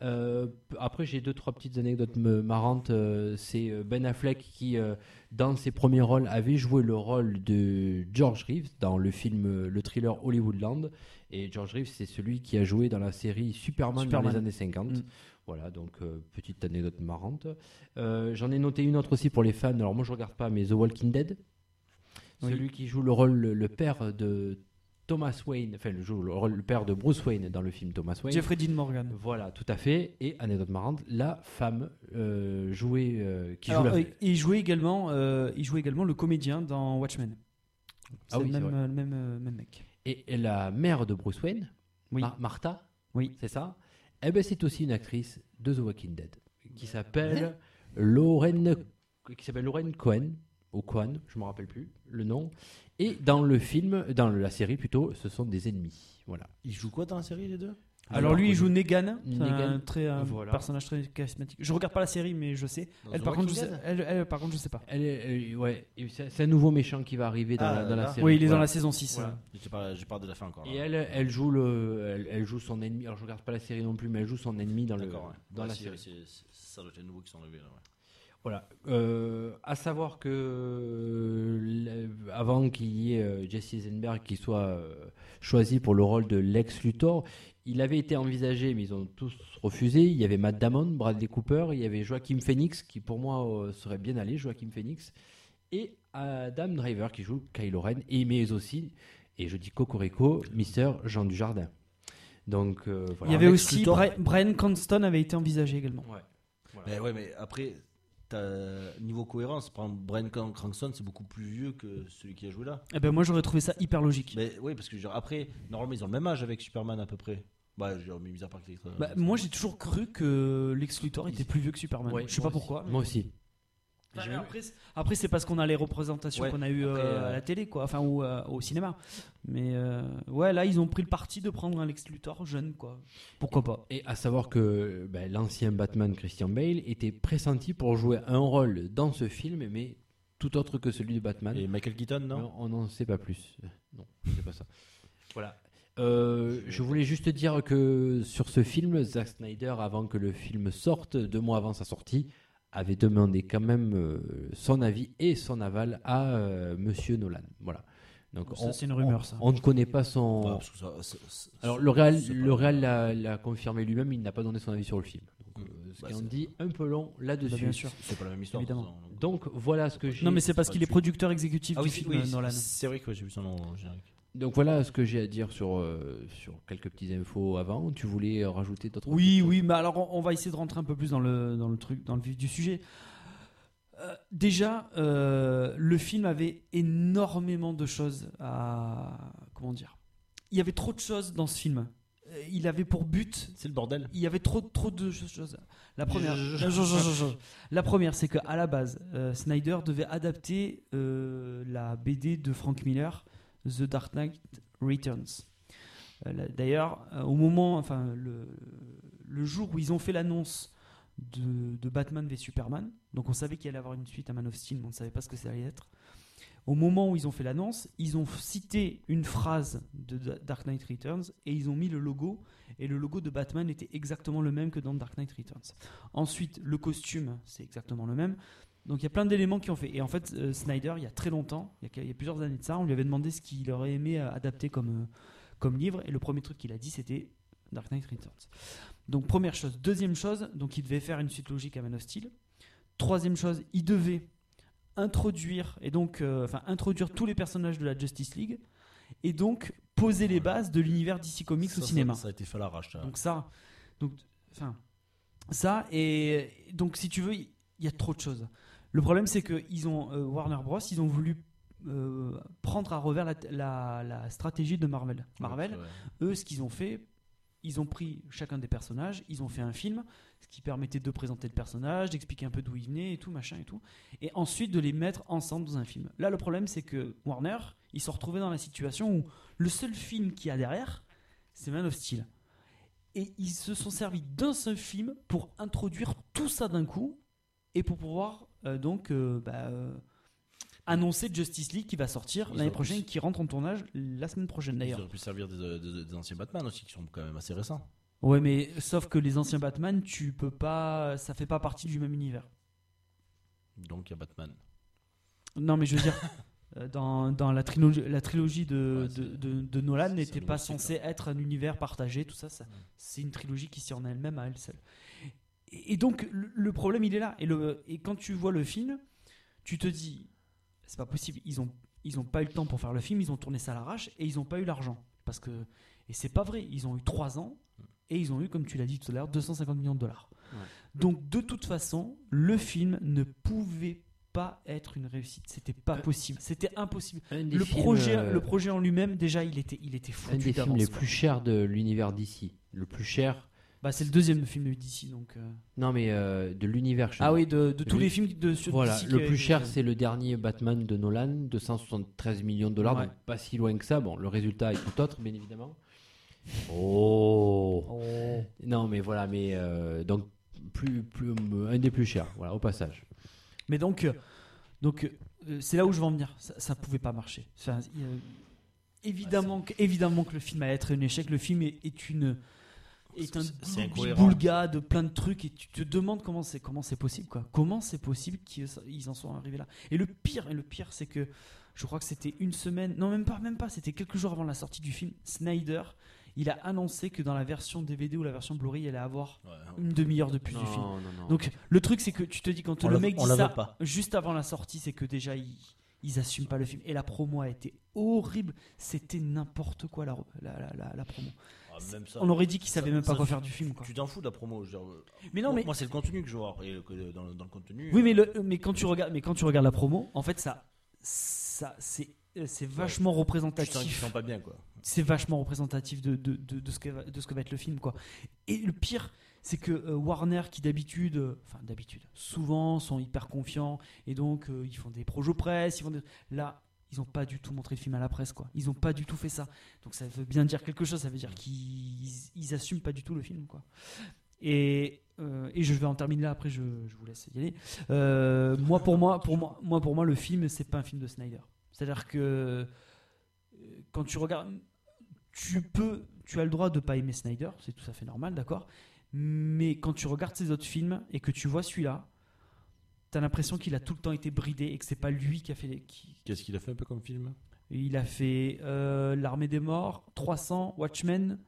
S6: Euh, p- après, j'ai deux, trois petites anecdotes me- marrantes. Euh, C'est euh, Ben Affleck qui, euh, dans ses premiers rôles, avait joué le rôle de George Reeves dans le film, euh, le thriller Hollywoodland. Et George Reeves, c'est celui qui a joué dans la série Superman, dans
S2: Superman.
S6: les années 50.
S2: Mm.
S6: Voilà, donc euh, petite anecdote marrante. Euh, J'en ai noté une autre aussi pour les fans. Alors, moi, je regarde pas, mais The Walking Dead.
S2: Oui.
S6: Celui qui joue le rôle, le, le père de Thomas Wayne, enfin, le, joue le rôle, le père de Bruce Wayne dans le film Thomas Wayne.
S2: Jeffrey Dean Morgan.
S6: Voilà, tout à fait. Et anecdote marrante, la femme euh, jouée euh, qui joue
S2: Alors,
S6: la
S2: euh, il jouait également, euh, il jouait également le comédien dans Watchmen. C'est
S6: Ah oui,
S2: le
S6: c'est
S2: même,
S6: vrai.
S2: euh, le même, euh, même mec.
S6: et, et la mère de Bruce Wayne,
S2: Oui.
S6: Mar- Martha,
S2: Oui.
S6: c'est ça Eh ben c'est aussi une actrice de The Walking Dead qui s'appelle Lauren qui s'appelle Lauren Cohen ou Cohen, je me rappelle plus le nom. Et dans le film, dans la série plutôt, ce sont des ennemis. Voilà.
S7: Il joue quoi dans la série, les deux
S2: Alors, lui, il joue Negan, c'est un,
S6: Negan.
S2: très, un
S6: Voilà.
S2: personnage très charismatique. Je regarde pas la série, mais je sais.
S7: Dans
S2: Elle
S7: The
S2: par, contre, je
S7: Walking
S2: sais
S7: Dead
S2: elle, elle, par contre, je sais pas.
S6: Elle est- euh, ouais, et c'est c'est un nouveau méchant qui va arriver dans,
S7: Ah,
S6: la, dans la
S7: là.
S6: série.
S2: Oui, il est dans
S6: Voilà.
S2: la saison 6.
S7: Voilà. Je parle, je parle de la fin encore. là.
S6: Et elle, elle joue le, elle, elle joue son ennemi. Alors je regarde pas la série non plus, mais elle joue son ennemi dans le,
S7: D'accord, ouais.
S6: dans
S7: Ouais,
S6: la
S7: si,
S6: série.
S7: c'est- c'est- Ça doit être les nouveaux qui sont arrivés. Là, ouais.
S6: Voilà. Euh, à savoir que euh, la- avant qu'il y ait euh, Jesse Eisenberg qui soit euh, choisi pour le rôle de Lex Luthor, il avait été envisagé, mais ils ont tous refusé. Il y avait Matt Damon, Bradley Cooper, il y avait Joaquin Phoenix qui pour moi euh, serait bien allé, Joaquin Phoenix, et Adam Driver qui joue Kylo Ren, et mais aussi, et je dis Cocorico, Mister Jean Dujardin. Donc euh,
S2: Il
S6: voilà.
S2: y avait
S7: Lex
S2: aussi
S7: Luthor.
S2: Bri- Brian Cranston avait été envisagé également.
S6: Ouais.
S7: Mais ouais, mais après, t'as- niveau cohérence, par exemple, Brian Cran- Cranston, c'est beaucoup plus vieux que celui qui a joué là.
S2: Eh ben moi j'aurais trouvé ça hyper logique.
S6: Bah,
S7: Mais oui, parce que genre, après, normalement, ils ont le même âge avec Superman à peu près. Bah, j'ai remis mis à part que les- euh,
S2: Bah, moi j'ai toujours cru que Lex Luthor était plus vieux que Superman.
S6: Ouais,
S2: je sais pas
S6: moi
S2: pourquoi.
S6: Moi aussi.
S2: Enfin, Bah, après, c'est- après, c'est parce qu'on a les représentations
S7: Ouais,
S2: qu'on a eues
S7: après,
S2: euh,
S7: euh,
S2: à la télé, quoi. Enfin, ou euh, au cinéma. Mais euh, ouais, là, ils ont pris le parti de prendre un Lex Luthor jeune, quoi. Pourquoi pas
S6: Et à savoir que ben, l'ancien Batman Christian Bale était pressenti pour jouer un rôle dans ce film, mais tout autre que celui de Batman.
S7: Et Michael Keaton, non
S6: Non, on n'en sait pas plus. Euh, Non, c'est pas ça. Voilà. Euh, je voulais juste dire que sur ce film, Zack Snyder, avant que le film sorte, deux mois avant sa sortie, avait demandé quand même euh, son avis et son aval à euh, Monsieur Nolan. Voilà. Donc
S2: Ça,
S6: on-
S2: c'est une rumeur,
S6: on-
S2: ça.
S6: On ne connaît pas son.
S7: Ouais, parce que ça- ça- ça-
S6: Alors
S7: ça-
S6: le Real,
S7: c'est pas-
S6: le Real l'a, l'a confirmé lui-même, il n'a pas donné son avis sur le film. Donc,
S2: Mmh.
S7: Mm.
S6: euh, ce
S7: Bah,
S6: qui en
S7: c'est-
S6: dit un peu long là-dessus.
S2: Bah, Bien sûr.
S7: C'est pas la même histoire.
S2: Évidemment.
S7: ça, donc-
S6: Donc voilà ce que j'ai.
S2: Non, mais c'est parce
S7: pas
S2: qu'il est
S7: dessus.
S2: producteur exécutif
S7: ah
S2: du
S7: oui,
S2: film,
S7: oui,
S2: euh,
S7: c'est-
S2: Nolan.
S7: C'est vrai que ouais, j'ai vu son nom au générique.
S6: Donc voilà ce que j'ai à dire sur euh, sur quelques petites infos avant. Tu voulais euh, rajouter d'autres.
S2: Oui,
S6: petites
S2: oui, mais alors on, on va essayer de rentrer un peu plus dans le, dans le truc, dans le vif du sujet. Euh, déjà, euh, le film avait énormément de choses à. Comment dire Il y avait trop de choses dans ce film. Euh, Il avait pour but
S7: C'est le bordel.
S2: il y avait trop trop de cho- choses. La première, la première, c'est que à la base, euh, Snyder devait adapter euh, la BD de Frank Miller, The Dark Knight Returns. Euh, là- D'ailleurs, euh, au moment, enfin le, le jour où ils ont fait l'annonce de, de Batman v Superman, donc on savait qu'il allait avoir une suite à Man of Steel, mais on ne savait pas ce que ça allait être. Au moment où ils ont fait l'annonce, ils ont cité une phrase de Da- Dark Knight Returns et ils ont mis le logo. Et le logo de Batman était exactement le même que dans Dark Knight Returns. Ensuite, le costume, c'est exactement le même. Donc il y a plein d'éléments qui ont fait. Et en fait, euh, Snyder, il y a très longtemps, il y a, que- il y a plusieurs années de ça, on lui avait demandé ce qu'il aurait aimé euh, adapter comme, euh, comme livre. Et le premier truc qu'il a dit, c'était Dark Knight Returns. Donc première chose. Deuxième chose, donc il devait faire une suite logique à Man of Steel. Troisième chose, il devait introduire et donc euh, enfin introduire tous les personnages de la Justice League et donc poser les bases de l'univers DC Comics
S7: Ça,
S2: au
S7: ça-
S2: cinéma.
S7: Ça, a été fait à l'arrache. ça.
S2: Donc ça, donc enfin ça et donc si tu veux, il y a trop de choses. Le problème c'est que ils ont euh, Warner Bros, ils ont voulu euh, prendre à revers la, la- la stratégie de Marvel. Marvel,
S7: Ouais.
S2: eux, ce qu'ils ont fait, ils ont pris chacun des personnages, ils ont fait un film, ce qui permettait de présenter le personnage, d'expliquer un peu d'où il venait et tout, machin et tout, et ensuite de les mettre ensemble dans un film. Là, le problème, c'est que Warner, ils se sont retrouvés dans la situation où le seul film qu'il y a derrière, c'est Man of Steel. Et ils se sont servis d'un seul film pour introduire tout ça d'un coup et pour pouvoir euh, donc euh, bah, euh, annoncer Justice League qui va sortir
S7: Ils
S2: l'année
S7: ont-
S2: prochaine, qui rentre en tournage la semaine prochaine
S7: Ils
S2: d'ailleurs.
S7: auraient pu servir des, euh, des- des anciens Batman aussi, qui sont quand même assez récents.
S2: Ouais, mais sauf que les anciens Batman, tu peux pas, ça fait pas partie du même univers.
S7: Donc il y a Batman.
S2: Non, mais je veux dire, euh, dans, dans la trilogie, la trilogie de,
S7: Ouais,
S2: de,
S7: c'est-
S2: de- de Nolan
S7: c'est-
S2: n'était
S7: c'est
S2: pas
S7: logique,
S2: censée être un univers partagé, tout ça. ça C'est une trilogie qui s'y en a elle-même à elle seule. Et, et donc le, le problème il est là. Et, le, et quand tu vois le film, tu te dis, c'est pas possible. Ils ont ils ont pas eu le temps pour faire le film. Ils ont tourné ça à l'arrache et ils ont pas eu l'argent parce que et c'est pas vrai. Ils ont eu trois ans et ils ont eu, comme tu l'as dit tout à l'heure, 250 millions de dollars. Donc de toute façon, le film ne pouvait pas être une réussite. C'était pas possible. C'était impossible.
S6: Un des
S2: Le
S6: films,
S2: projet,
S6: euh,
S2: le projet en lui-même, déjà, il était, il était
S6: un
S2: foutu
S6: des films
S2: d'avance.
S6: les plus chers de l'univers d'ici. Le plus cher.
S2: Bah, c'est le deuxième film de DC, donc. euh.
S6: Non, mais euh, de l'univers. je
S2: Ah
S6: veux
S2: oui, de, de tous
S6: lui-
S2: les films de sur
S6: Voilà,
S2: DC qui
S6: le
S2: a
S6: plus
S2: été
S6: cher,
S2: fait.
S6: c'est le dernier Batman de Nolan, 273 millions de dollars,
S2: Ouais.
S6: donc pas si loin que ça. Bon, le résultat est tout autre, bien évidemment. Oh Non, mais voilà, mais euh, donc plus, plus, euh, un des plus chers, voilà, au passage.
S2: Mais donc, euh, donc, euh, c'est là où je veux en venir. Ça, ça pouvait pas marcher. Enfin, il y a- évidemment, que, évidemment que le film allait être un échec. Le film est, est une est un
S7: C'est- c'est incohérent.
S2: boulga de plein de trucs et tu te demandes comment c'est comment c'est possible quoi. Comment c'est possible qu'ils ils en soient arrivés là. Et le pire, et le pire, c'est que je crois que c'était une semaine, non même pas, même pas, c'était quelques jours avant la sortie du film. Snyder, il a annoncé que dans la version DVD ou la version Blu-ray, il allait avoir
S7: Ouais.
S2: une demi-heure de plus du film. Donc le truc c'est que tu te dis quand
S7: On
S2: le
S7: la-
S2: mec
S7: on
S2: dit
S7: la
S2: ça
S7: veut pas.
S2: juste avant la sortie, c'est que déjà ils, ils assument pas le film et la promo a été horrible, c'était n'importe quoi la, la, la, la- la promo.
S7: Ah, même ça,
S2: On aurait dit qu'ils
S7: ça-
S2: savaient même pas
S7: ça,
S2: quoi
S7: tu-
S2: faire du film quoi.
S7: Tu t'en fous de la promo. je veux dire, euh,
S2: Mais non
S7: moi-
S2: mais
S7: Moi, c'est le contenu que je vois. Et le- que dans, le- dans le contenu.
S2: oui mais
S7: euh,
S2: le mais quand tu regardes mais quand tu regardes la promo, en fait ça ça c'est euh, c'est vachement
S7: tu sens qu'ils
S2: représentatif.
S7: sont pas bien, quoi.
S2: c'est vachement représentatif de, de, de, de ce que va, de ce que va être le film quoi. Et le pire c'est que euh, Warner qui d'habitude euh, enfin d'habitude souvent sont hyper confiants et donc euh, ils font des projets presse, ils font des- là ils ont pas du tout montré le film à la presse quoi. Ils ont pas du tout fait ça. Donc ça veut bien dire quelque chose, ça veut dire qu'ils ils assument pas du tout le film quoi. Et euh, et je vais en terminer là après je, je vous laisse y aller. Euh, moi pour moi pour moi moi pour moi le film c'est pas un film de Snyder. C'est-à-dire que euh, quand tu regardes, tu peux, tu as le droit de pas aimer Snyder, c'est tout à fait normal, d'accord. Mais quand tu regardes ses autres films et que tu vois celui-là, t'as l'impression qu'il a tout le temps été bridé et que c'est pas lui qui a fait, les- qui,
S7: Qu'est-ce qu'il a fait un peu comme film
S2: il a fait euh, L'Armée des Morts, 300, Watchmen,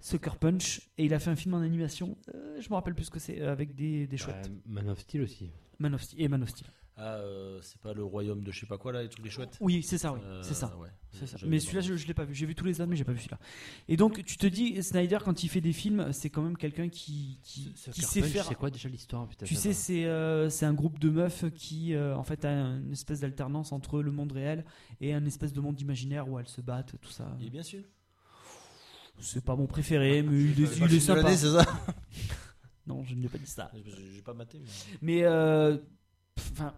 S2: Sucker Punch, et il a fait un film en animation, euh, je me rappelle plus ce que c'est, euh, avec des, des chouettes.
S6: Man of Steel aussi.
S2: Man of Steel, et Man of Steel.
S7: Ah, euh, c'est pas le royaume de je sais pas quoi, là, les trucs des chouettes
S2: Oui, c'est ça, oui,
S7: Euh,
S2: c'est ça.
S7: ouais.
S2: C'est ça.
S7: J'avais
S2: Mais
S7: pas
S2: celui-là,
S7: entendu.
S2: je, je l'ai pas vu. J'ai vu tous les autres, mais j'ai pas vu celui-là. Et donc, tu te dis, Snyder, quand il fait des films, c'est quand même quelqu'un qui, qui, qui sait faire.
S6: C'est quoi déjà l'histoire putain,
S2: Tu
S6: ça
S2: sais,
S6: va.
S2: c'est euh, c'est un groupe de meufs qui, euh, en fait, a une espèce d'alternance entre le monde réel et un espèce de monde imaginaire où elles se battent, tout ça.
S7: Il est bien sûr.
S2: C'est pas mon préféré, mais il est, il est sympa.
S7: c'est ça
S2: Non, je ne lui ai pas dit ça.
S7: J'ai pas maté. mais-
S2: Mais euh, pff, enfin,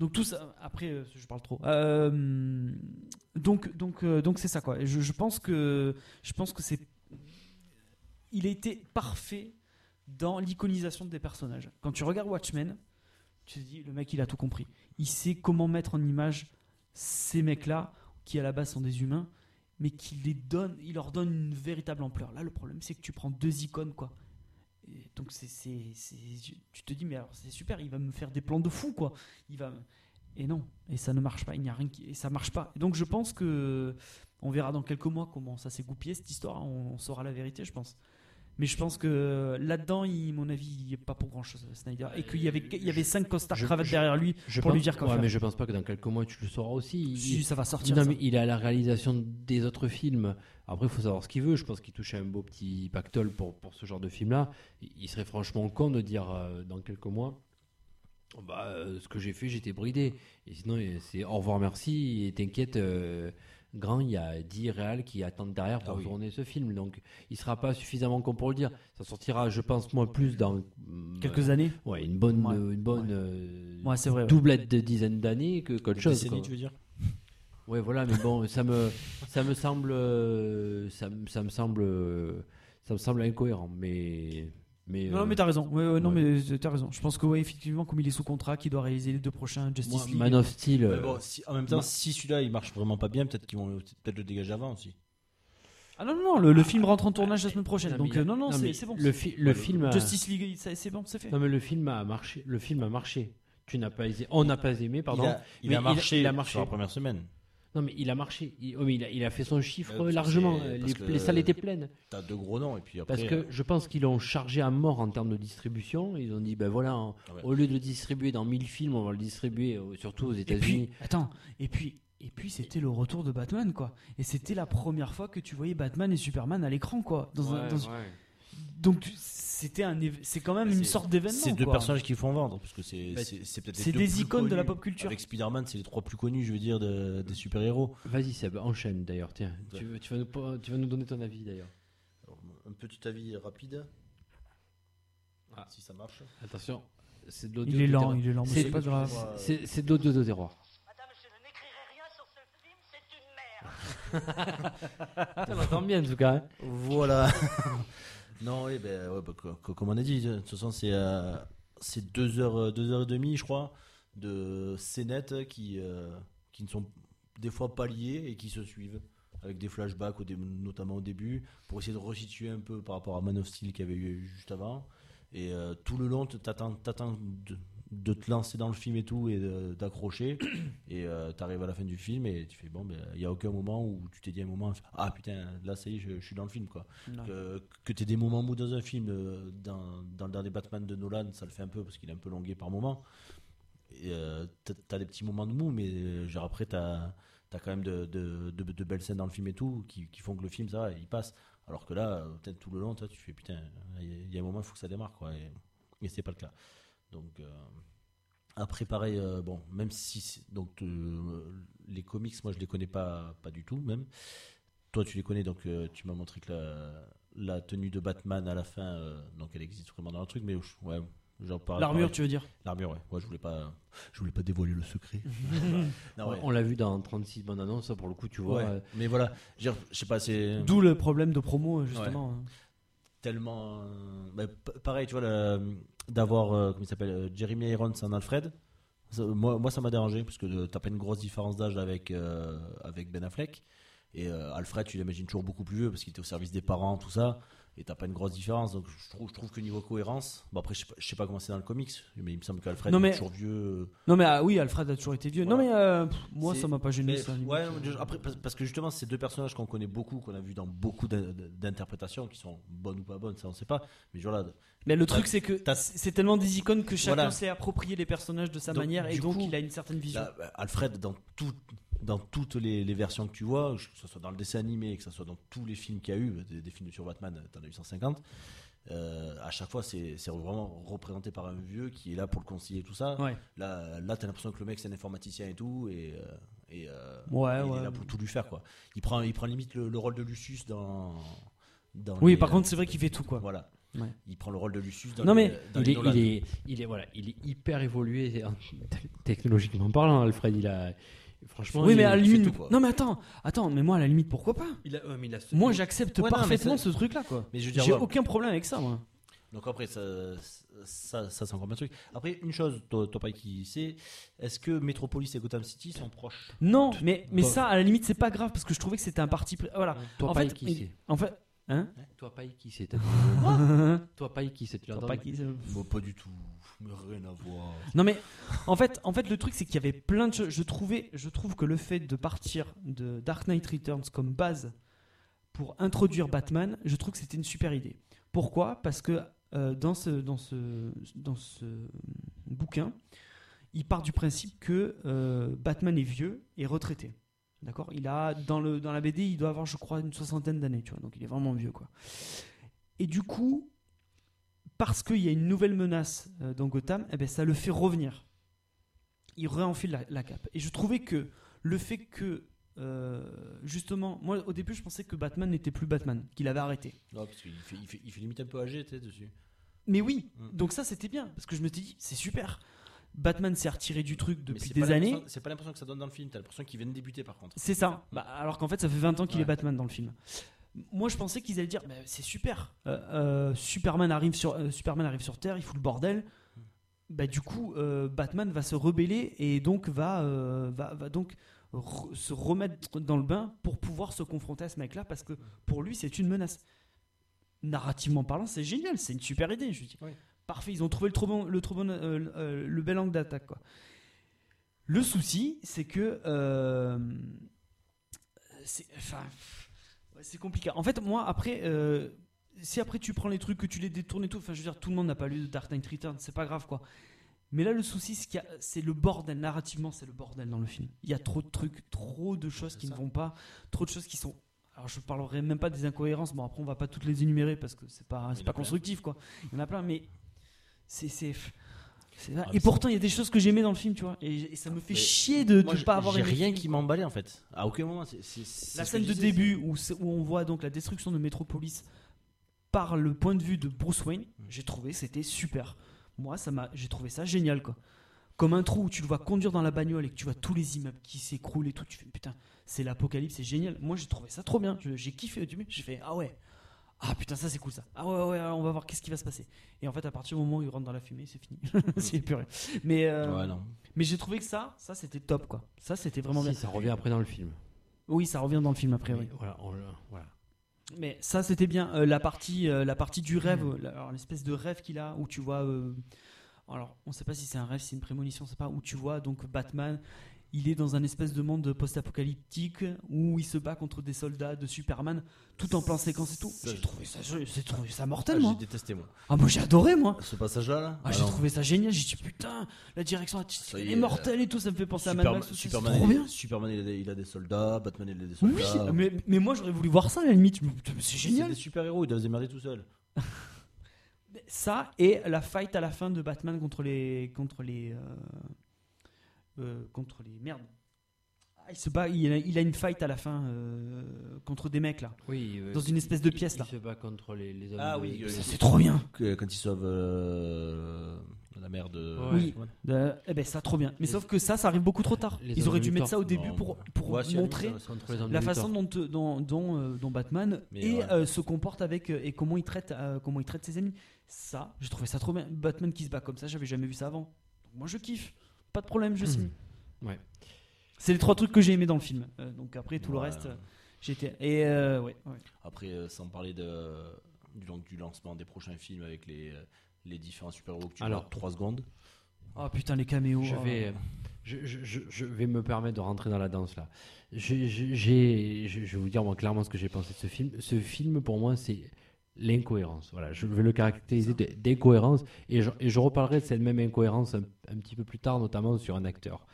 S2: donc tout ça. Après, euh, je parle trop. Euh, donc, donc, euh, donc, c'est ça quoi. Et Je, je pense que, je pense que c'est, il a été parfait dans l'iconisation des personnages. Quand tu regardes Watchmen, tu te dis le mec il a tout compris. Il sait comment mettre en image ces mecs-là, qui à la base sont des humains, mais qui les donne, il leur donne une véritable ampleur. Là, le problème, c'est que tu prends deux icônes, quoi. Et donc, c'est, c'est, c'est- tu te dis, mais alors, c'est super, il va me faire des plans de fou, quoi. Il va. me- Et non, et ça ne marche pas. Il n'y a rien qui, et ça marche pas. Et donc, je pense que on verra dans quelques mois comment ça s'est goupillé cette histoire. On, on saura la vérité, je pense. Mais je pense que là-dedans, il, mon avis, il n'y pas pour grand-chose, Snyder. Et qu'il y avait, il y avait cinq costards
S6: Je-
S2: cravates
S6: je-
S2: derrière lui.
S6: Je
S2: Pour lui
S6: pense-
S2: dire quoi
S6: ouais,
S2: faire.
S6: mais je pense pas que dans quelques mois tu le sauras aussi. Il-
S2: Si, ça va sortir.
S6: non,
S2: ça.
S6: mais il est à la réalisation des autres films. Après, il faut savoir ce qu'il veut. Je pense qu'il touche à un beau petit pactole pour, pour ce genre de film-là. Il il serait franchement con de dire euh, dans quelques mois bah, euh, ce que j'ai fait, j'étais bridé. Et sinon, euh, c'est au revoir, merci. Et t'inquiète, euh, grand, il y a 10 réals qui attendent derrière pour
S7: Ah oui.
S6: tourner ce film. Donc, il sera pas suffisamment con pour le dire. Ça sortira, je pense, moi, plus dans. hum,
S2: Quelques années.
S6: euh, Ouais, une bonne.
S2: Ouais.
S6: euh, Une bonne euh,
S2: Ouais, c'est vrai. ouais.
S6: doublette de dizaines d'années que qu'autre chose.
S7: Décennie,
S6: quoi.
S7: tu veux dire
S6: Ouais, voilà, mais bon, ça me, ça me semble, euh, ça, me- ça me semble, euh, ça me semble incohérent, mais, mais.
S2: Non,
S6: euh,
S2: non, mais t'as raison. Ouais, ouais, non,
S6: ouais.
S2: mais euh, t'as raison. Je pense que, ouais, effectivement, comme il est sous contrat, qu'il doit réaliser les deux prochains Justice
S6: moi,
S2: League.
S6: Man of Steel. euh,
S7: Mais bon, si- en même temps,
S6: Ma-
S7: si celui-là il marche vraiment pas bien, peut-être qu'ils vont le- peut-être le dégager avant aussi.
S2: Ah non, non, non, le, le film rentre en tournage la semaine prochaine.
S6: mais
S2: donc,
S6: il y a-
S2: euh, non, non,
S6: mais
S2: c'est c'est bon.
S6: Le, fi- le film. euh, a-
S2: Justice League, ça- c'est bon, c'est fait.
S6: Non, mais le film a marché. Le film a marché. Tu n'as pas aisé- On n'a pas aimé, pardon.
S7: il a, il
S6: mais
S7: a marché
S6: il a
S7: sur
S6: marché.
S7: la première semaine.
S6: Non, mais il a marché. Il, oh, mais il, a, il a fait son chiffre
S7: Euh, parce
S6: largement.
S7: que c'est-
S6: Les,
S7: parce que-
S6: les salles étaient pleines.
S7: T'as deux gros noms et puis après.
S6: Parce que
S7: euh,
S6: je pense qu'ils l'ont chargé à mort en termes de distribution. Ils ont dit, ben voilà, on-
S7: Ah Ouais.
S6: au lieu de le distribuer dans 1000 films, on va le distribuer euh, surtout aux
S2: et
S6: États-Unis.
S2: puis, attends, et puis, et puis c'était le retour de Batman, quoi. Et c'était la première fois que tu voyais Batman et Superman à l'écran, quoi. Dans un-
S6: Ouais,
S2: dans-
S6: ouais.
S2: Donc, c'était un, éve- c'est quand même
S7: C'est-
S2: une sorte d'événement.
S7: c'est deux
S2: quoi.
S7: personnages qui font vendre parce que c'est
S6: Bah,
S7: c'est- c'est peut-être les
S2: C'est
S7: deux
S2: des
S7: plus
S2: icônes de la
S7: connus.
S2: pop culture.
S7: Avec Spider-Man, c'est les trois plus connus, je veux dire, de- des super-héros.
S6: Vas-y Seb, enchaîne d'ailleurs, tiens. Tu, veux- tu vas nous, tu vas nous donner ton avis d'ailleurs.
S7: Un petit avis rapide.
S6: Ah.
S7: Si ça marche.
S6: Attention, c'est de l'audio.
S2: Il est
S6: de
S2: lent,
S6: terroir.
S2: il est lent, mais
S6: C'est-
S2: c'est pas grave.
S6: C'est c'est de l'audio de terroir.
S8: Madame, je ne n'écrirai rien sur ce film, c'est une merde.
S6: Ah, t'entends bien en tout cas. hein.
S7: Voilà. non, oui, ben, ouais, bah, co- co- comme on a dit, de toute façon, c'est euh, c'est deux heures, euh, deux heures et demie, je crois, de scénettes qui, euh, qui ne sont des fois pas liées et qui se suivent, avec des flashbacks, au dé- notamment au début, pour essayer de resituer un peu par rapport à Man of Steel qu'il y avait eu juste avant. Et euh, tout le long, tu t'attends t'attends de, de te lancer dans le film et tout, et de- d'accrocher. Et tu arrives à la fin du film et tu fais bon, ben, il n'y a aucun moment où tu t'es dit à un moment, ah putain, là ça y est, je, je suis dans le film quoi.
S2: Non.
S7: Que, que tu des moments mous dans un film, euh, dans, dans le dernier Batman de Nolan, ça le fait un peu parce qu'il est un peu longué par moment. Et euh, t'as- t'as des petits moments de mou, mais euh, genre après t'as as quand même de, de- de- de belles scènes dans le film et tout qui, qui font que le film ça va, il passe. Alors que là, euh, peut-être tout le long, toi, tu fais putain, il y a- il y, a un moment, il faut que ça démarre quoi. Et, et c'est pas le cas. Donc. euh, après, pareil, euh, bon, même si c'est- donc euh, les comics, moi je les connais pas, pas du tout, même. Toi, tu les connais, donc euh, tu m'as montré que la, la tenue de Batman à la fin, euh, donc elle existe vraiment dans le truc, mais je- ouais, genre par-
S2: L'armure,
S7: par-
S2: tu veux dire
S7: l'armure, ouais. Ouais, je voulais pas, je voulais pas dévoiler le secret. Non,
S6: On-
S7: ouais.
S6: On l'a vu dans 36 bandes annonces, pour le coup, tu vois.
S7: Ouais,
S6: euh,
S7: mais voilà, je veux dire, je sais pas, c'est
S2: D'où le problème de promo, justement. hein.
S7: tellement, euh, bah, p- pareil, tu vois, le- d'avoir euh, comment il s'appelle, euh, Jeremy Irons en Alfred. Ça- moi, moi, ça m'a dérangé parce que euh, t'as pas une grosse différence d'âge avec, euh, avec Ben Affleck. Et euh, Alfred, tu l'imagines toujours beaucoup plus vieux parce qu'il était au service des parents, tout ça. Et t'as pas une grosse différence. Donc je trouve, je trouve que niveau cohérence, bon après, je sais pas, je sais pas comment c'est dans le comics, mais il me semble qu'Alfred
S2: Non, mais-
S7: est toujours vieux. euh,
S2: Non, mais ah, oui, Alfred a toujours été vieux. Non,
S7: Voilà.
S2: mais euh, pff, moi,
S7: C'est-
S2: ça m'a pas gêné.
S7: Mais,
S2: ça, limite.
S7: ouais, déjà, après, parce- parce que justement, c'est deux personnages qu'on connaît beaucoup, qu'on a vu dans beaucoup d'in- d'interprétations, qui sont bonnes ou pas bonnes, ça on sait pas. Mais genre là,
S2: Mais le
S7: T'as-
S2: truc, c'est que
S7: t'as-
S2: c'est c'est tellement des icônes que chacun
S7: Voilà.
S2: s'est approprié les personnages de sa
S7: Donc,
S2: manière et
S7: du
S2: donc
S7: coup,
S2: il a une certaine vision.
S7: Là, bah, Alfred, dans, tout- dans toutes les, les versions que tu vois, que ce soit dans le dessin animé, que ce soit dans tous les films qu'il y a eu, bah, des, des films sur Batman, t'en as eu 150, euh, à chaque fois c'est c'est vraiment représenté par un vieux qui est là pour le conseiller, tout ça.
S2: Ouais.
S7: Là, là t'as l'impression que le mec c'est un informaticien et tout, et, euh, et, euh,
S2: Ouais,
S7: et il
S2: ouais.
S7: est là pour tout lui faire. quoi. Il prend, il prend limite le, le rôle de Lucius dans. dans
S2: Oui,
S7: les-
S2: par contre, c'est vrai qu'il fait tout, quoi.
S7: Voilà.
S2: Ouais.
S7: Il prend le rôle de Lucius dans
S2: Non,
S7: les-
S2: mais
S7: dans
S6: il,
S7: les
S6: est,
S7: Nolan.
S6: il, est, il, est, voilà, il est hyper évolué euh, technologiquement parlant, Alfred. Il a. Franchement,
S2: oui,
S6: il
S2: mais
S6: est-
S2: à la
S7: il fait
S2: limite.
S7: tout, quoi.
S2: Non, mais attends, attends, mais moi, à la limite, pourquoi pas
S6: il a- ouais, mais il a ce-
S2: Moi, j'accepte
S7: Ouais, non, mais
S2: parfaitement
S7: ça-
S2: ce truc-là, quoi.
S7: Mais je veux dire,
S2: J'ai
S7: ouais,
S2: aucun problème avec ça, moi.
S7: Donc après, ça, ça, ça, c'est encore un truc. Après, une chose, To- Topai qui sait, est-ce que Metropolis et Gotham City sont proches
S2: Non, mais, mais
S6: Bof.
S2: ça, à la limite, c'est pas grave parce que je trouvais que c'était un parti. pris- Voilà.
S6: Toi,
S2: en
S6: pas
S2: fait,
S6: qui
S2: il-
S6: c'est
S2: En fait, hein
S6: Toi, pas qui c'est t'as dit. Toi, pas qui c'est Tu l'as
S2: Toi,
S6: entendu
S2: pas qui-
S5: Bon, Bah, pas du tout. Mais rien à voir.
S2: Non mais en fait, en fait le truc c'est qu'il y avait plein de choses. Je trouvais, je trouve que le fait de partir de Dark Knight Returns comme base pour introduire Batman, je trouve que c'était une super idée. Pourquoi Parce que euh, dans ce dans ce dans ce bouquin, il part du principe que euh, Batman est vieux et retraité. D'accord Il a dans le dans la BD, il doit avoir je crois une soixantaine d'années, tu vois. Donc il est vraiment vieux quoi. Et du coup, parce qu'il y a une nouvelle menace euh, dans Gotham, eh ben, ça le fait revenir. Il réenfile la, la cape. Et je trouvais que le fait que, euh, justement, moi au début je pensais que Batman n'était plus Batman, qu'il avait arrêté.
S7: Non, parce qu'il fait, il fait, il fait limite un peu âgé, tu sais, dessus.
S2: Mais oui,
S7: Mm.
S2: donc ça c'était bien, parce que je me suis dit, c'est super. Batman s'est retiré du truc
S7: Mais
S2: depuis
S7: c'est
S2: des
S7: pas
S2: années.
S7: l'impression- C'est pas l'impression que ça donne dans le film, t'as l'impression qu'il vient de débuter par contre.
S2: C'est ça. Bah, alors qu'en fait, ça fait 20 ans qu'il
S7: Ouais.
S2: est Batman dans le film. Moi, je pensais qu'ils allaient dire, Bah, c'est super. Euh, euh, Superman arrive sur euh, Superman arrive sur Terre, il fout le bordel. Bah du coup, euh, Batman va se rebeller et donc va euh, va, va donc re- se remettre dans le bain pour pouvoir se confronter à ce mec-là parce que pour lui, c'est une menace. Narrativement parlant, c'est génial, c'est une super idée. Je dis,
S7: Ouais.
S2: parfait, ils ont trouvé le trop bon, le trop bon, euh, euh, le bel angle d'attaque quoi. Le souci, c'est que euh, c'est enfin, pff, ouais, c'est compliqué. En fait, moi, après, euh, si après tu prends les trucs, que tu les détournes et tout, enfin, je veux dire, tout le monde n'a pas lu de Dark Knight Returns, c'est pas grave, quoi. Mais là, le souci, c'est qu'il y a- c'est le bordel. Narrativement, c'est le bordel dans le film. Il y a trop de trucs, trop de choses qui ne vont pas, trop de choses qui sont. Alors, je parlerai même pas des incohérences. Bon, après, on va pas toutes les énumérer parce que c'est pas,
S7: Il y en
S2: c'est
S7: a
S2: pas
S7: plein.
S2: constructif, quoi. Il y en a plein, mais c'est. c'est- c'est ça.
S7: Ah, mais
S2: et pourtant, il y a des choses que j'aimais dans le film, tu vois. Et, et ça me fait
S7: Mais
S2: chier de
S7: Moi,
S2: ne
S7: j'ai-
S2: pas avoir
S7: J'ai
S2: aimé le
S7: rien
S2: film,
S7: qui
S2: quoi.
S7: m'emballait en fait. À aucun moment. c'est- c'est- c'est
S2: La
S7: ce que
S2: scène
S7: je
S2: de
S7: disais,
S2: début où, c'est- où on voit donc la destruction de Metropolis par le point de vue de Bruce Wayne,
S7: Mm.
S2: j'ai trouvé c'était super. Moi, ça m'a, j'ai trouvé ça génial quoi. Comme un trou où tu le vois conduire dans la bagnole et que tu vois tous les immeubles qui s'écroulent et tout, tu fais putain, c'est l'apocalypse, c'est génial. Moi, j'ai trouvé ça trop bien, Je- j'ai kiffé au début, j'ai fait ah ouais, ah putain ça c'est cool ça. Ah ouais ouais, ouais, on va voir qu'est-ce qui va se passer. Et en fait à partir du moment où il rentre dans la fumée, c'est fini, c'est plus rien. Mais
S7: c'est-
S2: euh,
S7: Ouais, non.
S2: mais j'ai trouvé que ça, ça c'était top quoi. Ça c'était vraiment
S6: Si,
S2: bien.
S6: ça revient après dans le film.
S2: Oui, ça revient dans le film après. oui.
S6: Mais Voilà, on le- voilà.
S2: Mais ça, c'était bien. Euh, la, partie, euh, la partie du rêve, euh, la- alors l'espèce de rêve qu'il a, où tu vois. euh, alors, on sait pas si c'est un rêve, si c'est une prémonition, on sait pas. Où tu vois donc Batman, il est dans un espèce de monde post-apocalyptique où il se bat contre des soldats de Superman, tout en plan séquence et tout.
S7: Ça,
S2: J'ai
S7: je-
S2: trouvé ça, j'ai j'ai trouvé ça
S7: Ah,
S2: mortel,
S7: j'ai
S2: moi.
S7: détesté moi.
S2: Ah, moi j'ai adoré, moi.
S7: Ce passage-là, là.
S2: Ah, j'ai trouvé ça génial. J'ai dit putain, la direction artistique,
S7: Ça y
S2: elle
S7: est,
S2: est mortelle et tout. Ça me fait penser à Mad
S7: Superman,
S2: Max. aussi, C'est
S7: Superman,
S2: trop
S7: il-
S2: bien.
S7: Superman, il a, des, il a des soldats, Batman il a des
S2: Oui,
S7: soldats.
S2: mais, mais moi j'aurais voulu voir ça à la limite. Je me- putain, mais C'est
S7: euh, C'est
S2: génial.
S7: des super-héros, ils doivent se démerder tout seuls.
S2: Ça et la fight à la fin de Batman contre les contre les euh, euh, contre les merdes. Ah, Il se bat, il a, il a une fight à la fin euh, contre des mecs là.
S6: Oui, euh,
S2: Dans une espèce de pièce,
S6: il,
S2: là.
S6: Il se bat contre les, les hommes.
S7: Ah
S6: de-
S7: oui, euh,
S2: Ça, C'est trop bien.
S7: Que- Quand ils sauvent euh, la mère de.
S6: Ouais.
S2: Oui. Euh, eh ben ça trop bien. Mais sauf que ça, ça arrive beaucoup trop tard.
S6: Les
S2: Ils auraient
S6: hommes
S2: dû
S6: de
S2: mettre ça au
S7: Luthor.
S2: début
S7: Non,
S2: pour
S7: ouais.
S2: pour
S7: Ouais, si,
S2: montrer
S7: ça, ça,
S6: Contre les hommes
S2: la
S6: de
S2: façon
S6: Luthor.
S2: dont, euh, dont, dont, euh, dont Batman
S7: Mais
S2: et
S7: ouais.
S2: euh, se comporte avec euh, et comment il traite euh, comment il traite ses ennemis. Ça, j'ai trouvé ça trop bien. Batman qui se bat comme ça, j'avais jamais vu ça avant. Donc moi je kiffe. Pas de problème, je signe.
S6: Hmm. Ouais.
S2: C'est les trois trucs que j'ai aimé dans le film. Euh, donc après tout le
S7: Ouais.
S2: reste, euh, j'étais et euh, ouais, ouais.
S7: Après, euh, sans parler de, du, donc, du lancement des prochains films avec les, euh, les différents super-héros que tu
S6: Alors.
S7: vois, 3 secondes.
S2: Oh putain les caméos.
S6: Je
S2: oh.
S6: vais, euh, je, je- je- je vais me permettre de rentrer dans la danse là. Je, je- j'ai- je- je vais vous dire moi clairement ce que j'ai pensé de ce film. Ce film pour moi c'est l'incohérence. Voilà, je vais le caractériser d- d'incohérence et je, et je reparlerai de cette même incohérence un, un petit peu plus tard, notamment sur un acteur.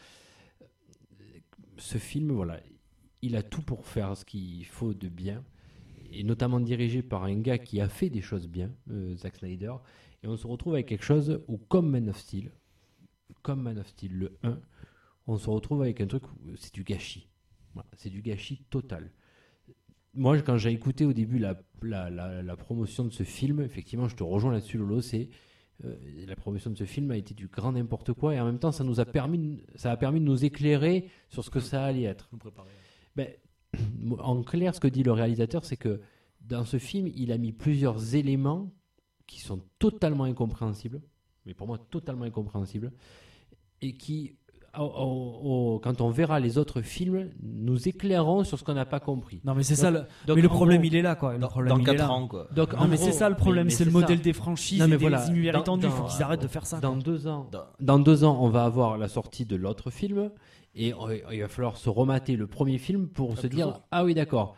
S6: Ce film, voilà, il a tout pour faire ce qu'il faut de bien et notamment dirigé par un gars qui a fait des choses bien, euh, Zack Snyder. Et on se retrouve avec quelque chose où, comme Man of Steel, comme Man of Steel le 1, on se retrouve avec un truc où c'est du gâchis. Voilà, c'est du gâchis total. Moi, quand j'ai écouté au début la, la- la- la promotion de ce film, effectivement, je te rejoins là-dessus, Lolo, c'est euh, la promotion de ce film a été du grand n'importe quoi et en même temps, ça nous a permis, ça a permis de nous éclairer sur ce que ça allait être.
S7: Nous préparer.
S6: Ben, en clair, ce que dit le réalisateur, c'est que dans ce film, il a mis plusieurs éléments qui sont totalement incompréhensibles, mais pour moi totalement incompréhensibles, et qui, au- au- au- quand on verra les autres films, nous éclaireront sur ce qu'on n'a pas compris.
S2: Non, mais c'est ça. Le,
S6: euh, donc,
S2: mais le
S6: en
S2: problème,
S6: gros,
S2: il est là, quoi. Le
S7: Dans,
S2: problème,
S7: dans
S2: il est
S7: 4
S2: là.
S7: ans, quoi.
S6: Donc, en
S2: Non, mais
S6: gros-
S2: c'est ça le problème,
S6: mais- mais
S2: c'est le
S6: ça.
S2: modèle des franchises
S6: Non, mais
S2: et
S6: voilà.
S2: des
S6: Dans-
S2: univers étendus. Il faut
S6: dans-
S2: qu'ils arrêtent de faire ça.
S6: Dans deux ans,
S7: Dans-
S6: dans deux ans, on va avoir la sortie de l'autre film et on- il va falloir se remater le premier film pour se dire ah oui d'accord.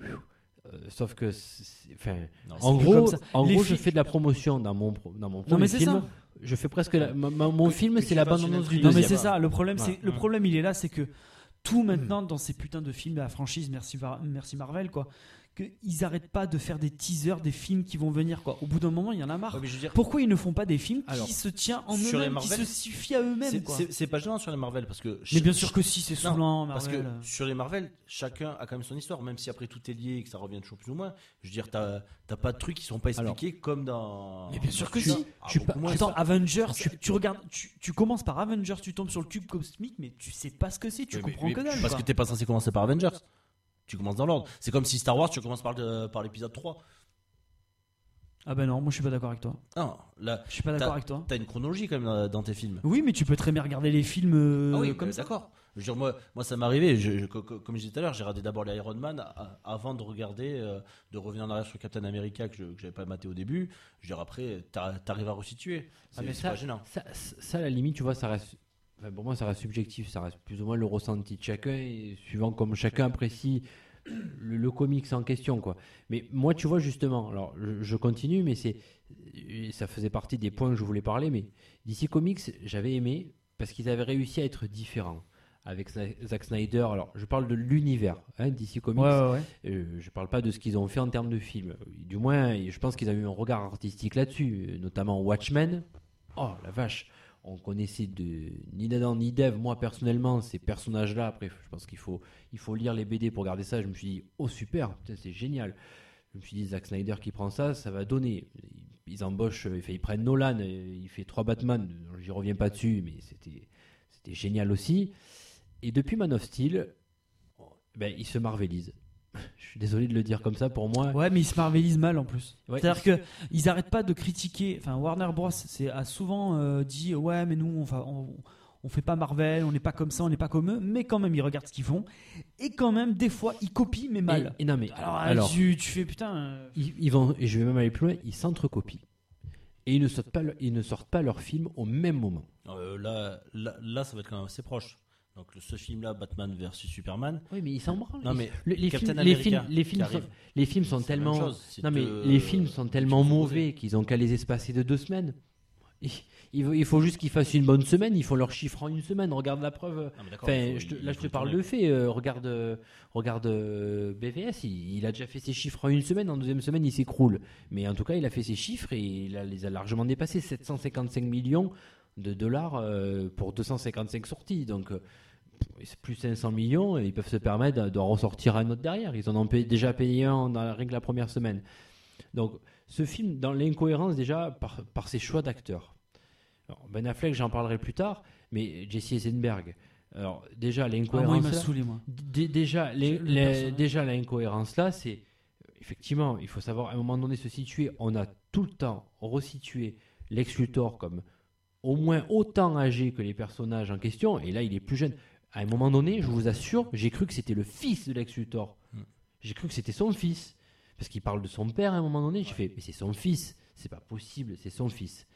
S6: Euh, sauf que, c'est- enfin,
S7: Non,
S6: en
S2: c'est plus
S6: gros,
S2: comme ça.
S6: en
S2: Les
S6: gros,
S2: fi-
S6: je fais de la promotion dans mon pro- dans mon premier
S2: mais c'est
S6: film.
S2: ça.
S6: Je fais presque la- ma- ma- mon film,
S7: que
S6: c'est
S7: tu
S6: la
S7: fasses
S6: bande
S7: une
S6: annonce du
S7: intrigue.
S2: Non mais
S6: deuxième.
S2: c'est ça, le problème
S6: Voilà.
S2: c'est le problème il est là, c'est que tout maintenant
S7: Mm.
S2: dans ces putains de films à franchise merci Var- merci Marvel quoi, que ils arrêtent pas de faire des teasers des films qui vont venir quoi. Au bout d'un moment, il y en a marre.
S7: Ouais, mais je veux dire,
S2: Pourquoi ils ne font pas des films
S7: Ah Alors,
S2: qui se tiennent en
S7: sur les
S2: eux-mêmes, qui
S7: Marvel,
S2: se suffit à eux-mêmes
S7: c'est-
S2: quoi.
S7: c'est- c'est pas gênant sur les Marvel parce que.
S2: Mais bien sûr que si, c'est
S7: Non,
S2: saoulant
S7: Parce
S2: Marvel.
S7: que sur les Marvel, chacun a quand même son histoire, même si après tout est lié et que ça revient toujours plus ou moins. Je veux dire, t'as t'as pas de trucs qui sont pas expliqués comme dans.
S2: Mais bien sûr que
S7: dans-
S2: si.
S7: Ah,
S2: Je suis
S7: beaucoup
S2: pas-
S7: moins.
S2: Attends, Avengers, tu, tu regardes, tu, tu commences par Avengers, tu tombes sur le cube cosmique, mais tu sais pas ce que c'est, tu
S7: Mais-
S2: comprends
S7: mais-
S2: que dalle.
S7: Parce
S2: quoi.
S7: que t'es pas censé commencer par Avengers. Tu commences dans l'ordre. C'est comme si Star Wars, tu commences par, le- par l'épisode 3.
S2: Ah ben non, moi je suis pas d'accord avec toi.
S7: Non, là,
S2: Je suis pas d'accord avec toi.
S7: t'as une chronologie quand même dans- dans tes films.
S2: Oui, mais tu peux très bien regarder les films euh,
S7: Ah oui,
S2: comme
S7: mais
S2: ça.
S7: D'accord. Je veux dire, moi, moi ça m'est arrivé. Je- je- co- co- comme je disais tout à l'heure, j'ai regardé d'abord les Iron Man a- avant de regarder, euh, de revenir en arrière sur Captain America que je que j'avais pas maté au début. Je veux dire, après, t'ar- t'arrives à resituer. C'est
S6: Ah, mais
S7: c'est
S6: ça-
S7: pas gênant.
S6: Ça, ça, à la limite, tu vois, ça reste. enfin, pour moi, ça reste subjectif. Ça reste plus ou moins le ressenti de chacun et suivant comme chacun apprécie le, le comics en question, quoi. Mais moi, tu vois, justement, alors je, je continue, mais c'est et ça faisait partie des points que je voulais parler. Mais DC Comics, j'avais aimé parce qu'ils avaient réussi à être différents avec Sna- Zack Snyder. Alors, je parle de l'univers, hein, DC Comics.
S2: ouais.
S6: Euh, je parle pas de ce qu'ils ont fait en termes de films. Du moins, je pense qu'ils avaient eu un regard artistique là-dessus, euh, notamment Watchmen. Oh la vache, on connaissait de ni d'Adam ni d'Ève. Moi personnellement, ces personnages-là, après, je pense qu'il faut, il faut lire les BD pour garder ça. Je me suis dit, oh super, putain, c'est génial. Je me suis dit, Zack Snyder qui prend ça, ça va donner. Ils embauchent, euh, enfin, ils prennent Nolan, euh, il fait trois Batman. J'y reviens pas dessus, mais c'était, c'était génial aussi. Et depuis Man of Steel, ben, ils se marvelisent. Je suis désolé de le dire comme ça pour moi.
S2: Ouais, mais ils se marvelisent mal en plus.
S6: Ouais.
S2: C'est-à-dire que ils arrêtent pas de critiquer. Enfin, Warner Bros. c'est- a souvent euh, dit ouais, mais nous on va on, on fait pas Marvel, on n'est pas comme ça, on n'est pas comme eux. Mais quand même, ils regardent ce qu'ils font et quand même des fois ils copient mais mal.
S6: Et, et non mais
S2: Alors,
S6: alors,
S2: euh, tu, tu fais putain. euh,
S6: ils, ils vont et je vais même aller plus loin, ils s'entrecopient et ils ne sortent pas le- ils ne sortent pas leur film au même moment.
S7: Euh, là, là, là, ça va être quand même assez proche. Donc le- ce film-là, Batman versus Superman.
S6: Oui mais ils s'en branlent.
S7: Non, mais
S6: Le- les,
S7: Captain
S6: films, les
S7: America
S6: films les
S7: qui
S6: films
S7: arrive,
S6: sont, les films sont
S7: c'est la même
S6: tellement
S7: chose. Si
S6: non mais
S7: te-
S6: les films sont
S7: si tu
S6: tellement
S7: te
S6: mauvais qu'ils ont qu'à les espacer de deux semaines. Il, il faut- il faut juste qu'ils fassent une bonne semaine, ils font leur chiffre en une semaine. Regarde la preuve.
S7: Ah, mais d'accord, il
S6: Enfin,
S7: faut-
S6: je te-
S7: il
S6: là, je
S7: faut
S6: te
S7: le
S6: parle
S7: tourner.
S6: de fait. euh, regarde, euh, regarde euh, BVS, il, il a déjà fait ses chiffres en une semaine. En deuxième semaine, il s'écroule. Mais en tout cas, il a fait ses chiffres et il a- les a largement dépassés. 755 millions de dollars euh, pour 255 sorties. Donc, euh, c'est plus 500 millions et ils peuvent se permettre d'en ressortir un autre derrière. Ils en ont payé- déjà payé un dans la règle la première semaine. Donc, ce film, dans l'incohérence déjà par, par ses choix d'acteurs. Alors, Ben Affleck, j'en parlerai plus tard, mais Jesse Eisenberg. Alors, déjà,
S2: ah, moi, il
S6: l'incohérence.
S2: m'a
S6: là-
S2: saoulé moi.
S6: Dé- Déjà, les-
S2: Le
S6: les-
S2: personnage.
S6: déjà l'incohérence là, c'est effectivement, il faut savoir à un moment donné se situer. On a tout le temps resitué Lex Luthor comme au moins autant âgé que les personnages en question, et là il est plus jeune. À un moment donné, je vous assure, j'ai cru que c'était le fils de Lex Luthor.
S7: Hmm.
S6: J'ai cru que c'était son fils, parce qu'il parle de son père à un moment donné. J'ai fait, mais c'est son fils, c'est pas possible, c'est son fils.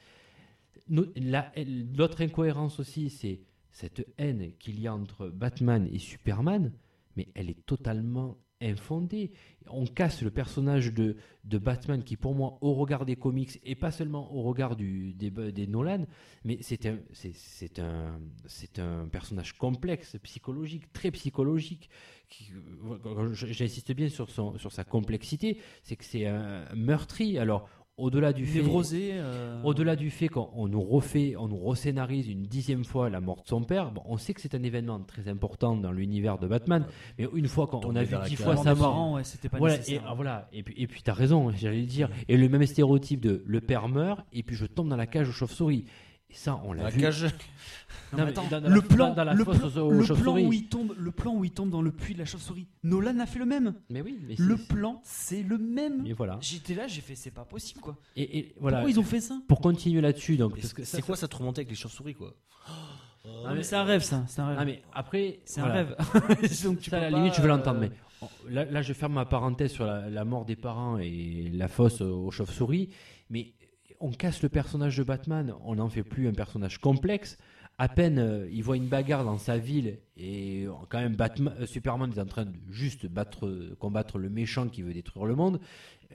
S6: No- la- L'autre incohérence aussi, c'est cette haine qu'il y a entre Batman et Superman, mais elle est totalement infondée. On casse le personnage de, de Batman qui, pour moi, au regard des comics et pas seulement au regard du, des, des Nolan, mais c'est un, c'est, c'est un, c'est un personnage complexe, psychologique, très psychologique. qui- euh, j'insiste bien sur, son, sur sa complexité, c'est que c'est un meurtri. Alors, au-delà du fait.
S2: Névrosé. euh,
S6: Au-delà du fait qu'on on nous refait, on nous rescénarise une dixième fois la mort de son père, bon, on sait que c'est un événement très important dans l'univers de Batman, mais une fois qu'on on
S7: Tomber
S6: a vu
S7: dans la
S6: dix
S7: cave.
S6: fois
S2: avant
S6: sa
S2: des
S6: mort,
S2: parents, ouais, c'était pas
S6: voilà, et,
S2: nécessaire.
S6: ah, voilà, et puis et puis hein, t'as raison, j'allais le dire, et le même stéréotype de le père meurt, et puis je tombe dans la cage aux chauves-souris. Et ça, on l'a
S7: La
S6: vu.
S7: cage.
S6: Non,
S2: mais
S6: mais
S2: attends,
S6: dans- dans la-
S2: le
S6: dans-
S2: plan,
S6: dans la
S2: le,
S6: fosse
S2: plan-
S6: aux- aux
S2: le plan
S6: chauves-souris.
S2: où il tombe, le plan où il tombe dans le puits de la chauve-souris. Nolan a fait le même.
S6: Mais oui, mais
S2: Le
S6: c'est-
S2: plan, c'est le même.
S6: mais voilà.
S2: J'étais là, j'ai fait c'est pas possible quoi.
S6: Et, et Hein voilà.
S2: Pourquoi ils ont fait ça
S6: Pour continuer là-dessus, donc parce que ça,
S7: C'est quoi cette remontée avec les chauves-souris quoi
S6: mais-
S2: C'est un rêve ah, ça, c'est un
S6: ça-
S2: rêve.
S6: Ah, mais après,
S2: c'est
S6: voilà.
S2: un rêve. Donc tu
S6: Ça, à
S2: peux
S6: la
S2: pas,
S6: limite, je veux l'entendre.
S2: euh,
S6: Mais là, là, je ferme ma parenthèse sur la, la mort des parents et la fosse euh, aux chauves-souris. Mais on casse le personnage de Batman. On n'en fait plus un personnage complexe. À peine euh, il voit une bagarre dans sa ville et euh, quand même Batman, euh, Superman est en train de juste battre, combattre le méchant qui veut détruire le monde.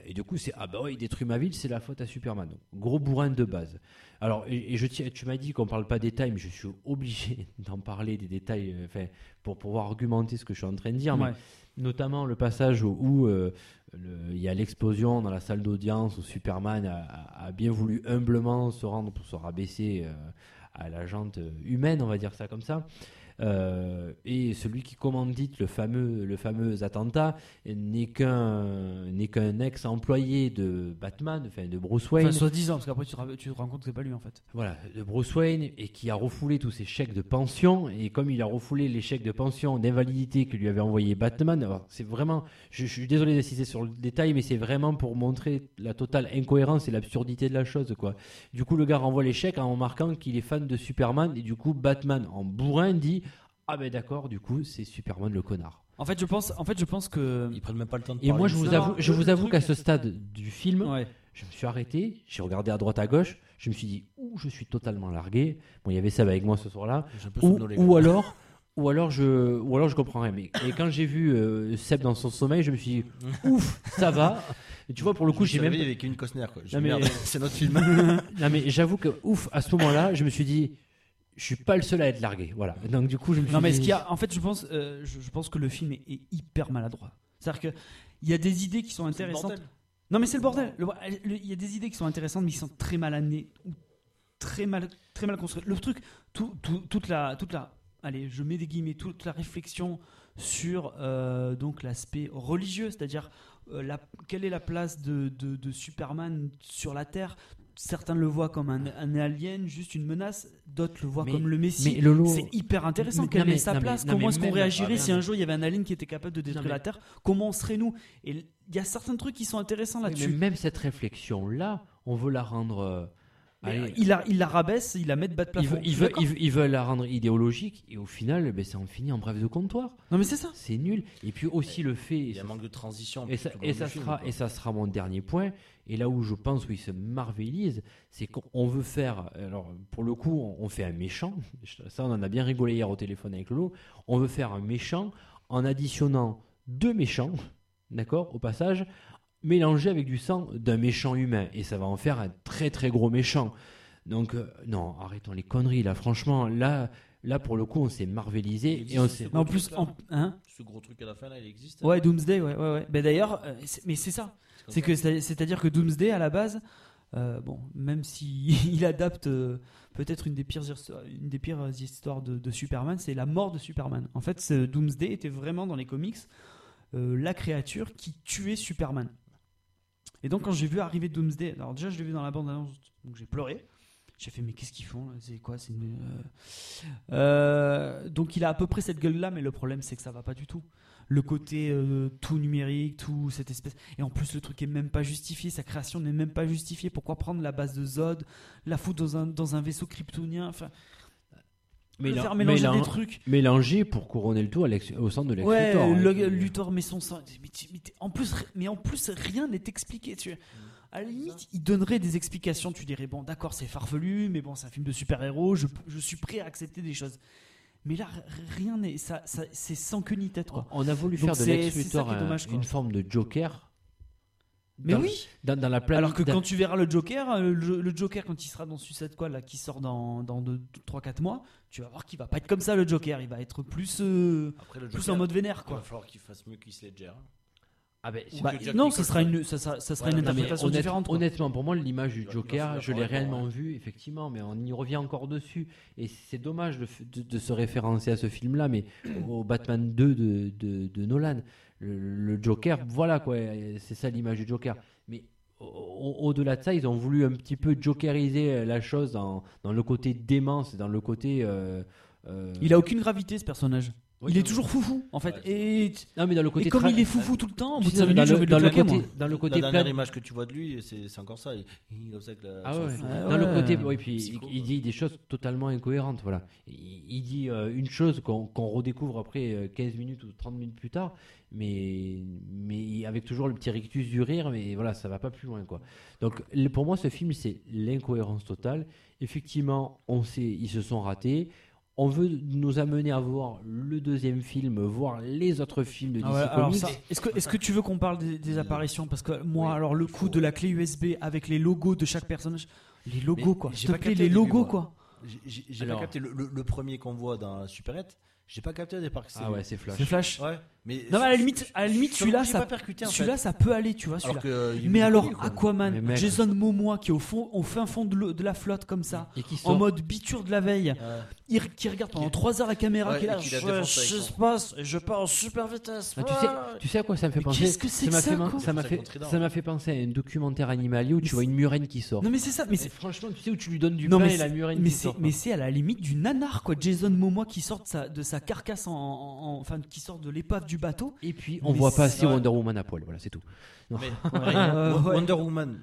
S6: Et du coup, c'est ah bah ouais, il détruit ma ville, c'est la faute à Superman. Donc, gros bourrin de base. Alors, et, et je tiens- tu m'as dit qu'on parle pas des détails, mais je suis obligé d'en parler des détails, euh, enfin, pour pouvoir argumenter ce que je suis en train de dire.
S2: Ouais.
S6: Mais notamment le passage où- où euh, le- il y a l'explosion dans la salle d'audience où Superman a, a- a bien voulu humblement se rendre pour se rabaisser euh, à la jante humaine, on va dire ça comme ça. Euh, et celui qui commandite le fameux, le fameux attentat n'est qu'un n'est qu'un ex-employé de Batman, enfin de Bruce Wayne.
S2: Enfin, soi-disant, parce qu'après tu te, ra- tu te rends compte que c'est pas lui en fait.
S6: Voilà, de Bruce Wayne, et qui a refoulé tous ses chèques de pension, et comme il a refoulé les chèques de pension d'invalidité que lui avait envoyé Batman, alors c'est vraiment, je, je suis désolé d'insister sur le détail, mais c'est vraiment pour montrer la totale incohérence et l'absurdité de la chose, quoi. Du coup, le gars renvoie les chèques en marquant qu'il est fan de Superman, et du coup, Batman, en bourrin, dit Ah ben d'accord, du coup, c'est Superman le connard.
S2: En fait, je pense, en fait, je pense que.
S7: Ils prennent même pas le temps de
S6: Et moi, je
S2: de
S6: vous
S2: ça.
S6: avoue, je
S2: Le-
S6: vous
S2: le
S6: avoue
S2: truc-
S6: qu'à ce stade du film,
S2: Ouais.
S6: je me suis arrêté, j'ai regardé à droite à gauche, je me suis dit ouh, je suis totalement largué. Bon, il y avait ça avec moi ce soir-là.
S7: J'ai un peu
S6: Ou,
S7: somnolé,
S6: ou
S7: quoi.
S6: alors, ou alors je, ou alors je comprends rien. Mais et quand j'ai vu euh, Seb dans son sommeil, je me suis dit ouf, ça va. Et tu vois, pour le coup, j'ai même.
S7: Réveillé avec une Costner quoi. Je
S6: Non,
S7: me
S6: mais-
S7: merde, c'est notre film.
S6: Non mais j'avoue que ouf, à ce moment-là, je me suis dit, je suis pas le seul à être largué. Voilà. Donc du coup, je me suis.
S2: Non mais
S6: dit-
S2: ce qu'il y a, en fait, je pense, euh, je, je pense que le film est, est hyper maladroit. C'est-à-dire que il y a des idées qui sont intéressantes. Non mais c'est le bordel. Le- le- Il y a des idées qui sont intéressantes, mais qui sont très mal amenées, ou très mal, très mal construites. Le truc, tout- tout- toute la, toute la, allez, je mets des guillemets, toute la réflexion sur euh, donc l'aspect religieux, c'est-à-dire euh, la- quelle est la place de, de- de Superman sur la Terre. Certains le voient comme un, un alien, juste une menace. D'autres le voient
S6: Mais-
S2: comme le Messie.
S6: mais Lolo-
S2: C'est hyper intéressant.
S6: Mais-
S2: quelle
S6: non, mais-
S2: est sa
S6: non, mais-
S2: place
S6: non,
S2: Comment
S6: mais
S2: est-ce qu'on
S6: même-
S2: réagirait
S6: ah,
S2: si
S6: non.
S2: un jour il y avait un alien qui était capable de détruire
S6: mais-
S2: la Terre Comment on serait nous Et il y a certains trucs qui sont intéressants
S6: Oui,
S2: là-dessus.
S6: mais même cette réflexion là, on veut la rendre. euh,
S2: Mais,
S6: allez,
S2: euh, Il la, il la rabaisse, il la met de bas de
S6: ils,
S2: plafond.
S6: veulent- ils
S2: Je suis
S6: veulent-
S2: d'accord.
S6: ils veulent- ils veulent la rendre idéologique et au final, ben, ça en finit en bref de comptoir.
S2: Non mais c'est ça.
S6: C'est nul. Et puis aussi le fait,
S7: Il y
S6: et
S7: a
S6: ça,
S7: un manque de transition.
S6: et ça-
S7: tout au long
S6: et
S7: du
S6: ça
S7: film,
S6: sera,
S7: quoi.
S6: et ça sera mon dernier point, et là où je pense où ils se marvelisent, c'est qu'on veut faire, alors pour le coup, on, on fait un méchant, ça on en a bien rigolé hier au téléphone avec Lolo, on veut faire un méchant en additionnant deux méchants, d'accord, au passage, mélangés avec du sang d'un méchant humain, et ça va en faire un très très gros méchant. Donc, euh, non, arrêtons les conneries, là, franchement, là, là pour le coup, on s'est marvelisé,
S7: Il
S6: et on
S7: existe
S6: s'est...
S7: ce
S2: Mais en
S7: gros
S2: plus,
S7: truc-là.
S2: en- hein
S7: Ce gros truc à la fin là, il existe. hein,
S2: ouais, Doomsday, ouais, ouais, ouais. Ben d'ailleurs, euh, c'est- mais c'est ça.
S7: comme
S2: C'est que c'est- c'est-à-dire que Doomsday à la base, euh, bon, même si il adapte euh, peut-être une des pires histo- une des pires histoires de, de Superman, c'est la mort de Superman. En fait, ce Doomsday était vraiment dans les comics euh, la créature qui tuait Superman. Et donc quand j'ai vu arriver Doomsday, alors déjà je l'ai vu dans la bande annonce, donc j'ai pleuré. J'ai fait mais qu'est-ce qu'ils font là C'est quoi C'est une, euh, euh, donc il a à peu près cette gueule là, mais le problème c'est que ça va pas du tout. Le côté euh, tout numérique, tout cette espèce et en plus, le truc est même pas justifié, sa création n'est même pas justifiée. Pourquoi prendre la base de Zod, la foutre dans un, dans un vaisseau kryptonien, enfin,
S6: Mais
S2: le
S6: là-
S2: faire
S6: mais
S2: mélanger
S6: là,
S2: des trucs
S6: Mélangé pour couronner le tout à l'ex- au centre de Lex
S2: Ouais,
S6: Luthor, hein.
S2: le- Luthor met son sang. Mais, tu- mais t'es- en plus, ri- mais en plus, rien n'est expliqué. Tu vois. À la limite, il donnerait des explications. Tu dirais, bon, d'accord, c'est farfelu, mais bon, c'est un film de super-héros, je, je suis prêt à accepter des choses. Mais là, r- rien n'est. Ça, ça, c'est sans queue ni tête, quoi.
S6: On a voulu
S2: Donc
S6: faire de
S2: c'est-
S6: Lex
S2: c'est ça
S6: Luthor
S2: qui est
S6: un-
S2: dommage, quoi.
S6: une forme de Joker.
S2: Mais
S6: dans-
S2: oui!
S6: Dans, dans la planète.
S2: Alors que
S6: dans-
S2: quand tu verras le Joker, euh, le, le Joker quand il sera dans Suicide quoi là, qui sort dans, dans 3-4 mois, tu vas voir qu'il va pas être comme ça le Joker, il va être plus, euh,
S7: Après le
S2: plus
S7: Joker,
S2: en mode vénère
S7: Il va
S2: quoi.
S7: falloir qu'il fasse mieux qu'il se hein. Ledger.
S6: Ah ben, c'est-
S7: Ou
S2: Bah,
S7: que Jack
S2: non, ça sera
S7: Nicholson.
S2: une, ça sera, ça sera
S7: Voilà,
S2: une
S7: non, mais
S2: interprétation
S6: honnête-
S2: différente. quoi.
S6: honnêtement, pour moi, l'image du
S7: Il va- il
S6: Joker,
S7: va se
S6: je
S7: faire
S6: l'ai
S7: encore,
S6: réellement
S7: Bah, ouais.
S6: vu, effectivement, mais on y revient encore dessus. Et c'est dommage de, f- de- de se référencer à ce film-là, mais au Batman 2 de, de- de Nolan. Le, le Joker, voilà quoi, c'est ça l'image du Joker. Mais au- au-delà de ça, ils ont voulu un petit peu jokeriser euh, la chose dans, dans le côté démence, dans le côté. euh, euh,
S2: Il a aucune gravité ce personnage.
S6: Oui,
S2: il est
S6: non,
S2: toujours foufou en fait.
S7: Ouais,
S2: et,
S6: Non, mais dans le côté.
S2: et comme
S6: tra-
S2: il est foufou tout le temps, au bout de
S6: Tu sais,
S2: cinq
S6: dans
S2: minutes, je
S6: le,
S2: vais
S6: dans
S2: le
S6: le
S2: claquer,
S6: côté,
S2: moi.
S6: dans le
S7: La
S6: côté
S7: dernière
S6: plat-
S7: image que tu vois de lui, c'est c'est encore ça. Il, il est comme ça avec la-
S6: Ah
S7: son
S6: ouais.
S7: Euh, fou.
S2: Ouais,
S6: Dans le
S2: ouais.
S6: côté, oui, puis
S7: Psycho,
S6: il- il,
S7: quoi.
S6: dit des choses totalement incohérentes. Voilà, il, il dit euh, une chose qu'on qu'on redécouvre après euh, 15 minutes ou 30 minutes plus tard, mais mais avec toujours le petit rictus du rire, mais voilà, ça va pas plus loin quoi. Donc le- pour moi, ce film, c'est l'incohérence totale. Effectivement, on sait, ils se sont ratés. On veut nous amener à voir le deuxième film, voir les autres films de DC
S2: Ah ouais, alors
S6: Comics.
S2: ça, Est-ce que, est-ce que tu veux qu'on parle des, des apparitions Parce que moi,
S7: Oui,
S2: alors le
S7: il
S2: coup
S7: faut.
S2: de la clé USB avec les logos de chaque personnage, les logos
S7: Mais
S2: quoi.
S7: j'ai
S2: S'il te
S7: pas
S2: plaît,
S7: capté
S2: les
S7: au début,
S2: logos
S7: moi.
S2: quoi.
S7: J'ai- J'ai j'ai pas
S6: Alors.
S7: capté le, le- le premier qu'on voit dans la supérette. J'ai pas capté au départ que c'est
S6: Ah
S7: lui.
S6: ouais, c'est flash.
S2: C'est flash.
S7: Ouais, mais
S2: Non, mais à la limite, à la limite,
S7: Sur le
S2: celui-là,
S7: coup, j'ai
S2: ça,
S7: pas percuté, en
S2: celui-là,
S7: fait.
S2: ça peut aller, tu vois,
S7: Alors
S2: celui-là.
S7: que, il-
S2: Mais
S7: il-
S2: alors,
S7: il-
S6: Mais
S2: Aquaman,
S6: mec.
S2: Jason Momoa qui est au fond, au fin fond de, l'eau- de la flotte comme ça,
S6: Et qui
S2: en
S6: sort
S2: mode biture de la veille,
S7: Ouais.
S2: il re- qui regarde pendant 3 heures la caméra,
S7: Ouais,
S2: qui est là,
S7: et qui la
S2: je-
S7: défonce avec
S2: je
S7: son- Bah,
S2: se passe, et je pars en super vitesse.
S6: Ah, tu, sais, tu sais à quoi ça me fait
S2: Mais
S6: penser
S2: qu'est-ce que c'est
S6: Ça
S2: que
S6: m'a
S2: ça,
S6: fait, man-
S2: quoi
S6: ça m'a
S7: Ça
S6: fait,
S7: compte très
S6: ça m'a fait penser à un documentaire animalier où tu
S2: Mais
S6: vois une murène qui sort.
S2: Non mais c'est ça, mais
S6: Et
S2: c'est
S6: franchement, tu sais où tu lui donnes du
S2: Non,
S6: pain
S2: mais
S6: et la
S2: c'est-
S6: murène
S2: mais
S6: qui
S2: c'est
S6: sort.
S2: mais c'est à la limite du nanar quoi Jason Momoa qui sort de sa, de sa carcasse en, en- en- enfin qui sort de l'épave du bateau
S6: Et puis on
S2: mais
S6: voit
S2: c'est-
S6: passer
S7: ouais.
S6: Wonder Woman à poil, voilà, c'est tout.
S7: Mais,
S2: Euh,
S7: Wonder-
S2: ouais.
S7: Wonder Woman,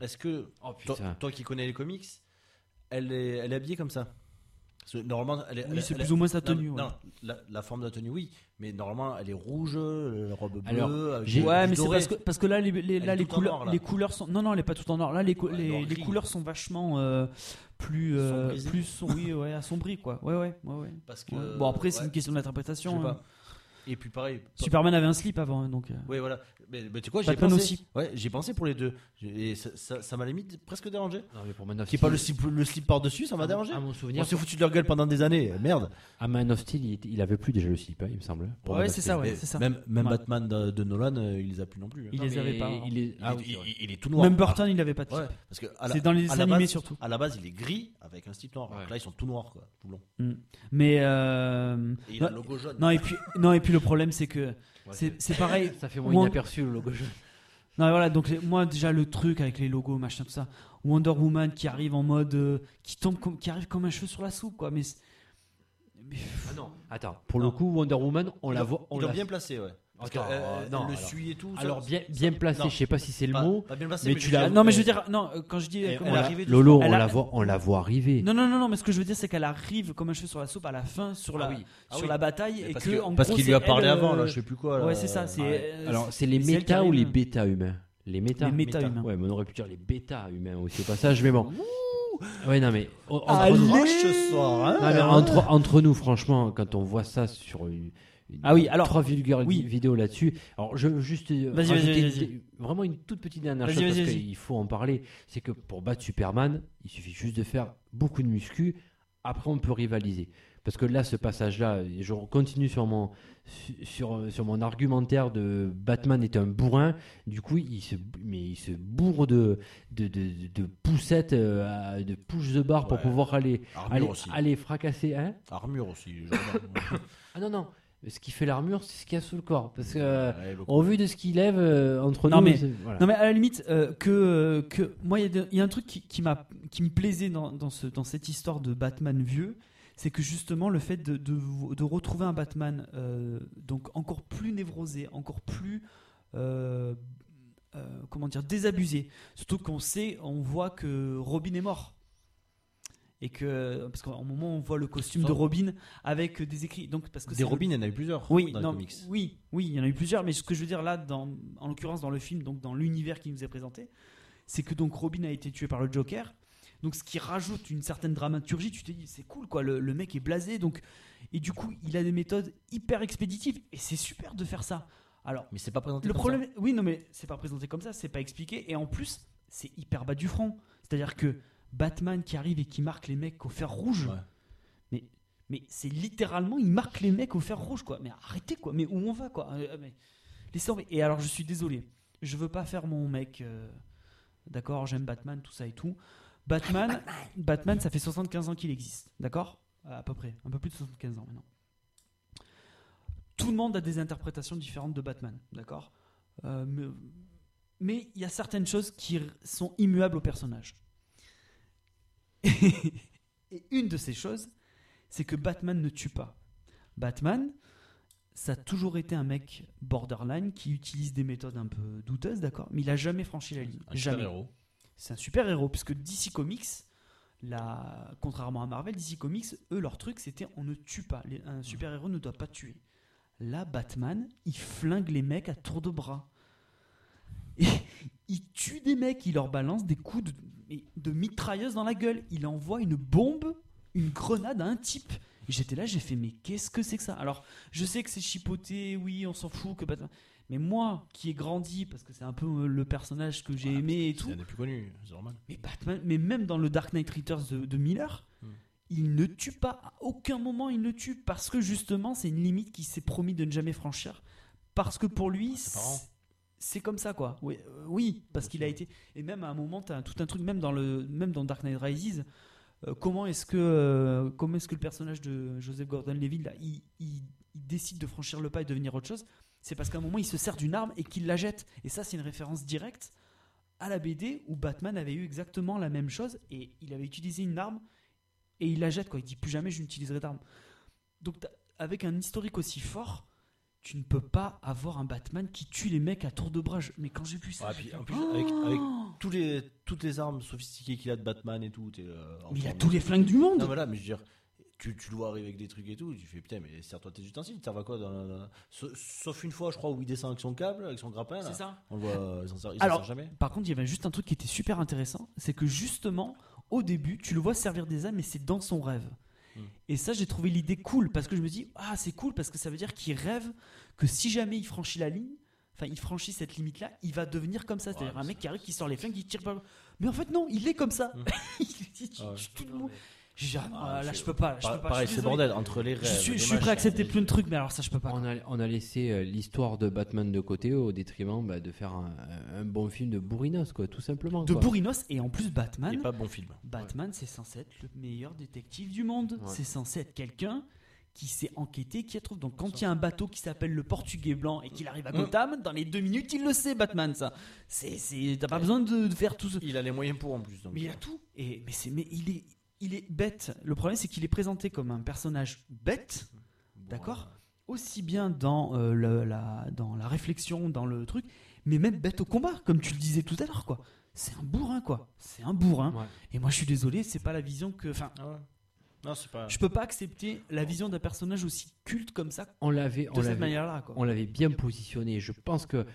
S7: est-ce que toi,
S6: putain.
S7: toi qui connais les comics, elle est, elle est habillée comme ça Parce que Normalement, elle est,
S2: oui
S7: elle-
S2: c'est
S7: elle-
S2: plus ou moins sa
S7: non,
S2: tenue ouais.
S7: non, la, la forme de la tenue, oui, mais normalement, elle est rouge, euh, la robe bleue.
S6: Alors,
S7: avec
S6: j'ai-
S7: du-
S2: Ouais,
S7: du
S2: mais c'est
S7: doré.
S2: parce que, parce que là, les, les-
S7: Elle
S2: là,
S7: est
S2: les
S7: toute en
S2: couleurs,
S7: or, là.
S2: les couleurs sont. Non, non, elle est pas tout en or. Là, les, cou-
S7: Ouais,
S2: les-
S7: elle est en
S2: les
S7: gris.
S2: couleurs sont vachement euh, plus, euh,
S7: Sombrisées.
S2: plus som- oui, ouais, assombries, quoi. Ouais, ouais, ouais, ouais.
S7: Parce que-
S2: Ouais. Bon, après, c'est
S7: Euh, ouais,
S2: une question
S7: je sais
S2: d'interprétation. hein.
S7: pas. Et puis pareil. pas-
S2: Superman avait un slip avant, hein, donc. euh.
S7: Oui, voilà. Mais, mais tu sais quoi, j'ai
S2: Batman
S7: pensé.
S2: aussi.
S7: Ouais, j'ai pensé pour les deux. J'ai- Et ça, ça- ça m'a limite presque dérangé.
S6: Non, mais pour Man of
S7: Qui
S6: Steel,
S7: pas le slip, le slip par dessus, ça m'a
S6: à mon-
S7: dérangé.
S6: À mon
S7: On
S6: souvenir,
S7: s'est foutu de leur gueule pendant des années. Merde.
S6: à Man of Steel, il, était- il avait plus déjà le slip, hein, il me semble. pour
S7: bah,
S6: Man
S2: Ouais,
S6: of
S2: c'est
S6: Steel.
S2: ça, ouais,
S7: Mais
S2: c'est ça.
S7: Même, même
S2: Ouais.
S7: Batman de, de Nolan, euh, il les a plus non plus. hein.
S2: Il
S6: Non,
S2: les avait
S6: mais
S2: pas, hein.
S6: il est- ah oui,
S7: il,
S6: c'est vrai.
S7: il- il est tout noir.
S2: Même Burton, il avait pas de
S7: Ah,
S2: slip.
S7: ouais, parce que à la-
S2: C'est dans les
S7: à
S2: dessins
S7: la
S2: animés
S7: base-
S2: surtout.
S7: À la base, il est gris avec un slip noir.
S6: Ouais.
S7: Alors que là, ils sont tout noirs, quoi, tout blanc.
S2: Mais euh,
S7: Et il a
S2: non,
S7: le logo jaune.
S2: non, et puis non et puis le problème c'est que c'est
S6: c'est-
S2: c'est pareil.
S6: Ça fait moins
S2: Wonder-
S6: inaperçu le logo jaune.
S2: Non, mais voilà, donc les- moi déjà le truc avec les logos, machin, tout ça. Wonder Woman qui arrive en mode. euh, qui tombe comme, qui arrive comme un cheveu sur la soupe, quoi. Mais. c'est- mais-
S6: Ah non, attends, pour
S7: Non.
S6: le coup, Wonder Woman, on
S7: Ils
S6: la
S7: l'ont-
S6: voit. on
S7: Ils l'ont
S6: la-
S7: bien placé, ouais. Parce que,
S6: Attends,
S7: euh,
S6: euh, non,
S7: le
S6: alors.
S7: suie et tout. ça-
S6: Alors bien,
S7: ça-
S6: bien placé,
S7: non,
S6: je sais pas si c'est le
S7: pas-
S6: mot.
S7: pas bien placé,
S6: mais
S7: mais
S6: tu
S7: je veux
S6: l'as-
S7: dire,
S2: non, mais
S7: euh,
S2: je veux dire, non, euh, quand je dis.
S7: elle-
S2: comme
S7: elle
S2: on l'a-
S7: arrivait doucement.
S6: Lolo, on
S2: Elle a-
S6: la voit, on la voit arriver.
S2: Non, non, non, non, mais ce que je veux dire, c'est qu'elle arrive comme un cheveu sur la soupe à la fin, sur, la,
S6: Ah oui.
S7: Ah
S2: sur
S7: oui.
S2: la bataille,
S7: Mais
S2: et
S7: parce
S2: que,
S7: que-
S2: en
S7: parce
S2: gros,
S7: qu'il lui
S2: c'est
S7: a parlé
S2: elle,
S7: avant, là,
S2: euh,
S7: je sais plus quoi. là.
S2: Ouais, c'est ça, c'est.
S7: Ah ouais.
S2: euh,
S6: Alors, c'est les
S2: c'est elle qui
S6: méta ou
S2: arrive,
S6: les
S2: hein.
S6: bêta humains Les méta.
S2: les méta
S7: méta.
S2: humains.
S6: Ouais, mais on aurait pu dire les bêta humains aussi au passage, mais bon. Ouais, non, mais o- entre,
S7: Allez
S6: nous,
S7: ce soir,
S2: Ah,
S7: hein.
S6: Non, mais entre, entre nous, franchement, quand on voit ça sur une. une-
S2: Ah oui, alors-
S6: trois vulgaires
S2: oui.
S6: vi- vidéos là-dessus. Alors, je veux juste euh,
S2: Vas-y, vas-y,
S6: rajouter
S2: vas-y, vas-y.
S6: des- vraiment une toute petite dernière
S2: Vas-y,
S6: chose
S2: vas-y,
S6: parce
S2: vas-y.
S6: qu'il faut en parler. C'est que pour battre Superman, il suffit juste de faire beaucoup de muscu. Après, on peut rivaliser. Parce que là, ce passage-là, et je continue sur mon, sur, euh, sur mon argumentaire de Batman est un bourrin. Du coup, il se, mais il se bourre de, de, de, de poussettes, euh, à- de push the bar pour
S7: Ouais.
S6: pouvoir aller,
S7: Armure
S6: aller,
S7: aussi.
S6: aller fracasser. Hein
S7: Armure aussi. genre,
S6: ah non, non. Ce qui fait l'armure, c'est ce qu'il y a sous le corps. Parce que, euh,
S7: ouais, le-
S6: au vu de ce qu'il lève euh, entre
S2: Non,
S6: nous.
S2: mais-
S6: c'est- voilà.
S2: Non mais à la limite euh, que euh, que moi il y a des- il y, a un truc qui, qui m'a qui me plaisait dans, dans ce dans cette histoire de Batman vieux, c'est que justement le fait de, de, de retrouver un Batman euh, donc encore plus névrosé, encore plus euh, euh, comment dire désabusé, surtout qu'on sait on voit que Robin est mort. Et que parce qu'au moment où on voit le costume de Robin avec des écrits donc parce que c'est
S7: Des
S2: le-
S7: Robins, il y en a eu plusieurs
S2: oui,
S7: dans les
S2: non,
S7: comics.
S2: oui, oui, il y en a eu plusieurs, mais ce que je veux dire là, dans, en l'occurrence dans le film, donc dans l'univers qui nous est présenté, c'est que donc Robin a été tué par le Joker, donc ce qui rajoute une certaine dramaturgie. Tu te dis c'est cool quoi, le, le mec est blasé, donc et du coup il a des méthodes hyper expéditives et c'est super de faire ça. Alors
S7: Mais c'est pas présenté
S2: le
S7: comme
S2: problème, oui, non, mais c'est pas présenté comme ça, c'est pas expliqué. Et en plus, c'est hyper bas du front. C'est-à-dire que Batman qui arrive et qui marque les mecs au fer rouge.
S7: Ouais.
S2: Mais, mais c'est littéralement, il marque les mecs au fer rouge, quoi. Mais arrêtez, quoi. Mais où on va, quoi. Euh, mais- Laissez tomber. Et alors, je suis désolé. Je veux pas faire mon mec. euh, D'accord, j'aime Batman, tout ça et tout. Batman, Batman. ça fait 75 ans qu'il existe. D'accord Euh, À peu près. Un peu plus de 75 ans maintenant. Tout le monde a des interprétations différentes de Batman. D'accord Euh, mais, mais il y a certaines choses qui r- sont immuables au personnage. Et une de ces choses, c'est que Batman ne tue pas. Batman, ça a toujours été un mec borderline qui utilise des méthodes un peu douteuses, d'accord, mais il a jamais franchi la ligne.
S7: Un
S2: Jamais.
S7: super-héros.
S2: C'est un super héros, puisque DC Comics, la... contrairement à Marvel, DC Comics, eux, leur truc, c'était on ne tue pas. Les- Un super héros ne doit pas tuer. Là, Batman, il flingue les mecs à tour de bras. Et il tue des mecs, il leur balance des coups de, mais de mitrailleuse dans la gueule. Il envoie une bombe, une grenade à un type. J'étais là, j'ai fait, mais qu'est-ce que c'est que ça Alors, je sais que c'est chipoté, oui, on s'en fout que Batman. Mais moi, qui ai grandi, parce que c'est un peu euh, le personnage que j'ai
S7: Voilà,
S2: aimé et
S7: C'est
S2: tout,
S7: l'un des plus connus, c'est normal.
S2: mais Batman, mais même dans le Dark Knight Returns de, de Miller,
S7: Hmm.
S2: il ne tue pas. À aucun moment, il ne tue parce que justement, c'est une limite qu'il s'est promis de ne jamais franchir. Parce que pour lui,
S7: ses parents.
S2: c'est- c'est comme ça, quoi. Oui, euh, oui parce qu'il a été. Et même à un moment, t'as tout un truc, même dans le, même dans Dark Knight Rises. euh, Comment est-ce que, euh, comment est-ce que le personnage de Joseph Gordon-Levitt, là, il, il- il décide de franchir le pas et devenir autre chose C'est parce qu'à un moment, il se sert d'une arme et qu'il la jette. Et ça, c'est une référence directe à la BD où Batman avait eu exactement la même chose et il avait utilisé une arme et il la jette quoi. Il dit plus jamais je n'utiliserai d'arme. Donc t'as- avec un historique aussi fort, tu ne peux pas avoir un Batman qui tue les mecs à tour de bras. Je- Mais quand j'ai vu ça,
S7: Ouais,
S2: j'ai
S7: Ah, puis,
S2: fait,
S7: en plus, avec- avec
S2: Oh
S7: tous les, toutes les armes sophistiquées qu'il a de Batman et tout. t'es, euh, en
S2: mais il a
S7: forme.
S2: tous les flingues du monde.
S7: Non, voilà, mais je veux dire, tu, tu dois arriver avec des trucs et tout. Tu fais putain, mais sers-toi tes ustensiles, tu servent à quoi dans la- dans la- Sa- Sauf une fois, je crois, où il descend avec son câble, avec son grappin. là.
S2: C'est ça.
S7: On le voit, ils s'en servent
S2: Alors-
S7: jamais.
S2: Par contre, il y avait juste un truc qui était super intéressant, c'est que justement, au début, tu le vois servir des âmes, mais c'est dans son rêve.
S7: Mm.
S2: Et ça, j'ai trouvé l'idée cool, parce que je me dis, ah, c'est cool, parce que ça veut dire qu'il rêve que si jamais il franchit la ligne, enfin, il franchit cette limite-là, il va devenir comme ça. C'est-à-dire
S7: Ouais,
S2: un
S7: mais
S2: mec qui arrive, qui sort les flingues, qui tire pas. Mais en fait, non, il est comme ça.
S7: Mm.
S2: il tue- tue
S7: Ouais.
S2: tout le monde. J'ai dit, ah, non,
S7: Ah,
S2: là,
S7: c'est-
S2: je peux pas. je
S7: Pa-
S2: peux pas,
S7: pareil,
S2: je suis
S7: c'est
S2: désolé.
S7: bordel entre les rêves.
S2: Je suis,
S7: les
S2: je suis prêt à
S7: machins,
S2: accepter
S7: les-
S2: plein de trucs, mais alors ça, je peux pas.
S6: On a, on a laissé euh, l'histoire de Batman de côté au détriment bah, de faire un, un bon film de bourrinos, quoi, tout simplement.
S2: De
S6: quoi.
S2: Bourrinos, et en plus, Batman.
S7: Et pas bon film.
S2: Batman, c'est censé être le meilleur détective du monde.
S6: Ouais.
S2: C'est censé être quelqu'un qui sait enquêter, qui la trouve. Donc quand il y a un bateau qui s'appelle le Portugais Blanc et qu'il arrive à Gotham, dans les deux minutes, il le sait, Batman, ça. C'est, c'est- t'as pas besoin de, de faire tout ce...
S7: Il a les moyens pour en plus. Donc,
S2: Mais il a tout. Et, mais c'est, mais il est, il est bête. Le problème, c'est qu'il est présenté comme un personnage bête, d'accord aussi bien dans, euh, le- la, dans la réflexion, dans le truc, mais même bête au combat, comme tu le disais tout à l'heure, quoi. C'est un bourrin, quoi. C'est un bourrin.
S6: Ouais.
S2: Et moi, je suis désolé, c'est pas la vision que. Enfin,
S7: Ah ouais. Non, c'est pas.
S2: je peux pas accepter la vision d'un personnage aussi culte comme ça, de
S6: On l'avait, on
S2: cette
S6: l'avait
S2: manière-là, quoi.
S6: on l'avait bien positionné. Je pense que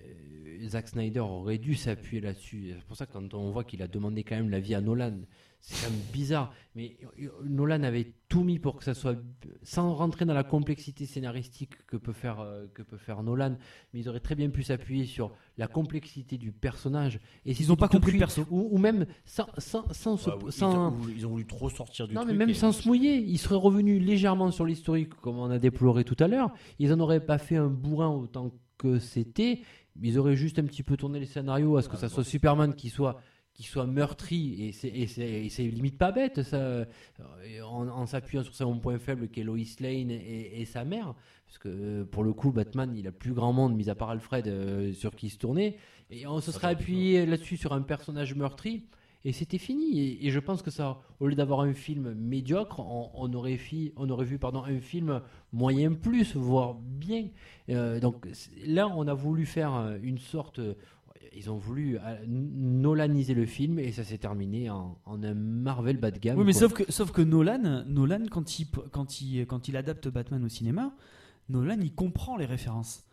S6: euh, Zack Snyder aurait dû s'appuyer là-dessus. C'est pour ça que quand on voit qu'il a demandé quand même l'avis à Nolan, c'est quand même bizarre. Mais euh, Nolan avait tout mis pour que ça soit sans rentrer dans la complexité scénaristique que peut faire euh, que peut faire Nolan, mais ils auraient très bien pu s'appuyer sur la complexité du personnage. Et
S2: Ils ont pas compris le perso. Bah
S6: ou, ou même sans sans sans, se-
S7: Ouais, ou- ils,
S6: sans-
S7: ont, ou- ils ont voulu trop sortir du
S6: non,
S7: truc.
S6: mais même
S7: et-
S6: sans se mouiller, ils seraient revenus légèrement sur l'historique, comme on a déploré tout à l'heure. Ils en auraient pas fait un bourrin autant que c'était. Ils auraient juste un petit peu tourné le scénario à ce que ça soit Superman qui soit qui soit meurtri et c'est- et c'est et c'est limite pas bête ça Et en, en s'appuyant sur son point faible qui est Lois Lane et, et sa mère parce que euh, pour le coup Batman il a plus grand monde mis à part Alfred euh, sur qui se tourner et on se serait appuyé là-dessus sur un personnage meurtri et c'était fini. Et, et je pense que ça, au lieu d'avoir un film médiocre, on, on aurait, fi- on aurait vu pardon, un film moyen plus, voire bien. Euh, donc c'est- là, on a voulu faire euh, une sorte. euh, Ils ont voulu euh, n- Nolaniser le film et ça s'est terminé en, en un Marvel bas de gamme.
S2: Oui, mais
S6: quoi.
S2: sauf que, sauf que Nolan, Nolan quand, il, quand, il, quand il adapte Batman au cinéma, Nolan, il comprend les références.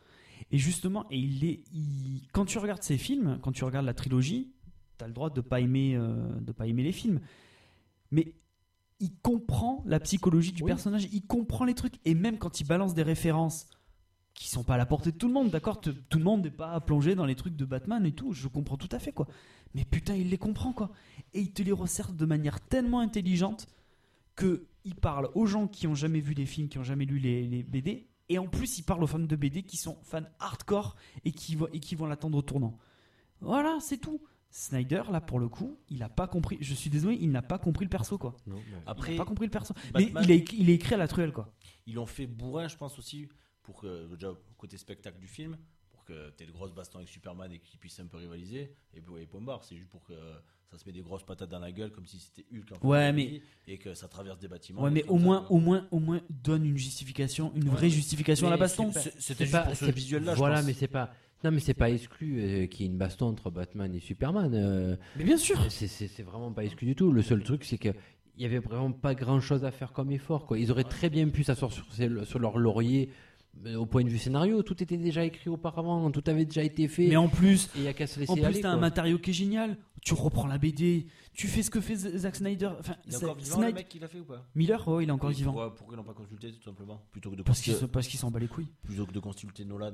S2: Et justement, et il est, il- quand tu regardes ses films, quand tu regardes la trilogie, tu as le droit de pas aimer, euh, de pas aimer les films. Mais il comprend la psychologie du
S6: Oui.
S2: personnage, il comprend les trucs. Et même quand il balance des références qui sont pas à la portée de tout le monde, d'accord Te- Tout le monde n'est pas plongé dans les trucs de Batman et tout, je comprends tout à fait, quoi. Mais putain, il les comprend, quoi et il te les resserre de manière tellement intelligente que il parle aux gens qui ont jamais vu les films, qui ont jamais lu les, les BD, et en plus il parle aux fans de BD qui sont fans hardcore et qui, vont- et qui vont l'attendre au tournant. Voilà, c'est tout. Snyder, là pour le coup, il a pas compris. Je suis désolé, il n'a pas compris le perso quoi.
S6: Non, mais-
S2: Il
S7: Après,
S2: n'a pas compris le perso.
S7: Batman-
S2: Mais il est, écrit- il est écrit à la truelle quoi.
S7: ils l'ont fait bourrin, je pense aussi, pour que, déjà, côté spectacle du film, pour que t'aies le gros baston avec Superman et qu'ils puissent un peu rivaliser. Et, Bo- et Bombard, c'est juste pour que ça se met des grosses patates dans la gueule comme si c'était Hulk en fait,
S2: Ouais,
S7: de la
S2: mais-
S7: vie, Et que ça traverse des bâtiments.
S2: Ouais, mais
S7: comme
S2: au
S7: ça,
S2: moins,
S7: quoi.
S2: au moins, au moins, donne une justification, une vraie justification à la
S6: Mais
S2: baston.
S6: c'est-
S7: C'est- C'était
S6: C'est
S7: juste
S6: pas-
S7: pour ce
S6: c'est-
S7: visuel-là, je
S6: Voilà,
S7: pense.
S6: mais c'est pas. Non, mais c'est pas exclu euh, qu'il y ait une baston entre Batman et Superman. euh,
S2: Mais bien sûr.
S6: c'est- c'est c'est vraiment pas exclu du tout. Le seul truc, c'est que il y avait vraiment pas grand chose à faire comme effort. Quoi. Ils auraient très bien pu s'asseoir sur, ces- sur leur laurier euh, au point de vue scénario. Tout était déjà écrit auparavant, tout avait déjà été fait.
S2: Mais en plus,
S6: Et il y a qu'à se laisser
S2: en plus,
S6: aller,
S2: t'as un
S6: quoi.
S2: matériau qui est génial. Tu reprends la BD, tu fais ce que fait Z- Zack Snyder. Enfin,
S7: Il est
S2: Zack-
S7: encore vivant, le
S2: Snyder-
S7: mec qui l'a fait ou pas
S2: Miller, ouais, il est encore
S7: Oui,
S2: vivant.
S7: Pourquoi, pourquoi ils l'ont pas consulté tout simplement plutôt que, de
S2: Parce qu'il
S7: consulter-
S2: se- parce qu'il s'en bat les couilles.
S7: plutôt que de consulter Nolan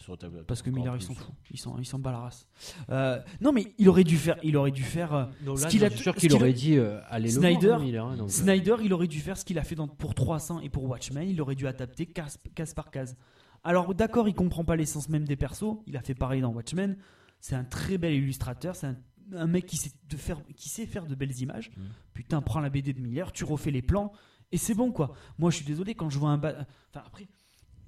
S7: sur la tablette.
S2: Parce que
S7: Encore
S2: Miller, il
S7: Oh, plus.
S2: s'en fout. Il s'en, il s'en bat la race. Euh, non, mais il aurait dû faire, il aurait dû faire. euh,
S6: Non, là,
S2: ce qu'il
S6: je
S2: a
S6: suis
S2: t-
S6: sûr
S2: ce
S6: qu'il
S2: qu'il a-
S6: aurait dit euh, allez le
S2: Snyder-
S6: voir, hein, Miller, hein, donc, euh,
S2: Snyder, il aurait dû faire ce qu'il a fait dans- pour 300 et pour Watchmen. Il aurait dû adapter case, case par case. Alors, d'accord, il comprend pas l'essence même des persos. Il a fait pareil dans Watchmen. C'est un très bel illustrateur. C'est un, un mec qui sait, de faire, qui sait faire de belles images. Putain, prends la BD de Miller, tu refais les plans et c'est bon, quoi. Moi, je suis désolé quand je vois un. ba- Enfin, après.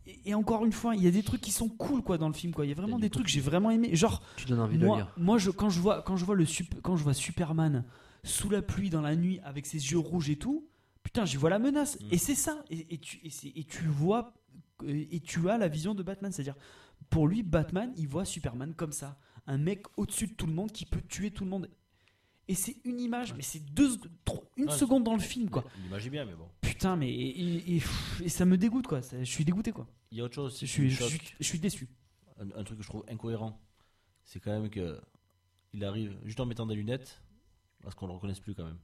S2: Et et encore une fois, il y a des trucs qui sont cool quoi dans le film quoi. Il y a vraiment
S6: du
S2: des
S6: coup,
S2: trucs que j'ai vraiment aimé. Genre
S6: tu donnes envie de
S2: moi,
S6: lire.
S2: moi je, quand, je vois, quand, je vois le sup- quand je vois Superman sous la pluie dans la nuit avec ses yeux rouges et tout, putain, j'y vois la menace. Et c'est ça. Et, et tu, et, c'est- et tu vois, euh, et tu as la vision de Batman. C'est-à-dire, pour lui, Batman, il voit Superman comme ça. Un mec au-dessus de tout le monde qui peut tuer tout le monde. Et c'est une image, mais c'est deux, sec- trois- une
S7: Ouais, c'est-
S2: seconde dans le film, quoi.
S7: L'image est bien, mais bon.
S2: Putain, mais et, et- pff, et ça me dégoûte, quoi. Ça- je suis dégoûté, quoi.
S7: Il y a autre chose.
S2: Je
S7: aussi qui
S2: suis,
S7: me
S2: je
S7: choque.
S2: suis- je suis déçu.
S7: un, un truc que je trouve incohérent, c'est quand même que il arrive juste en mettant des lunettes à ce qu'on le reconnaisse plus quand même.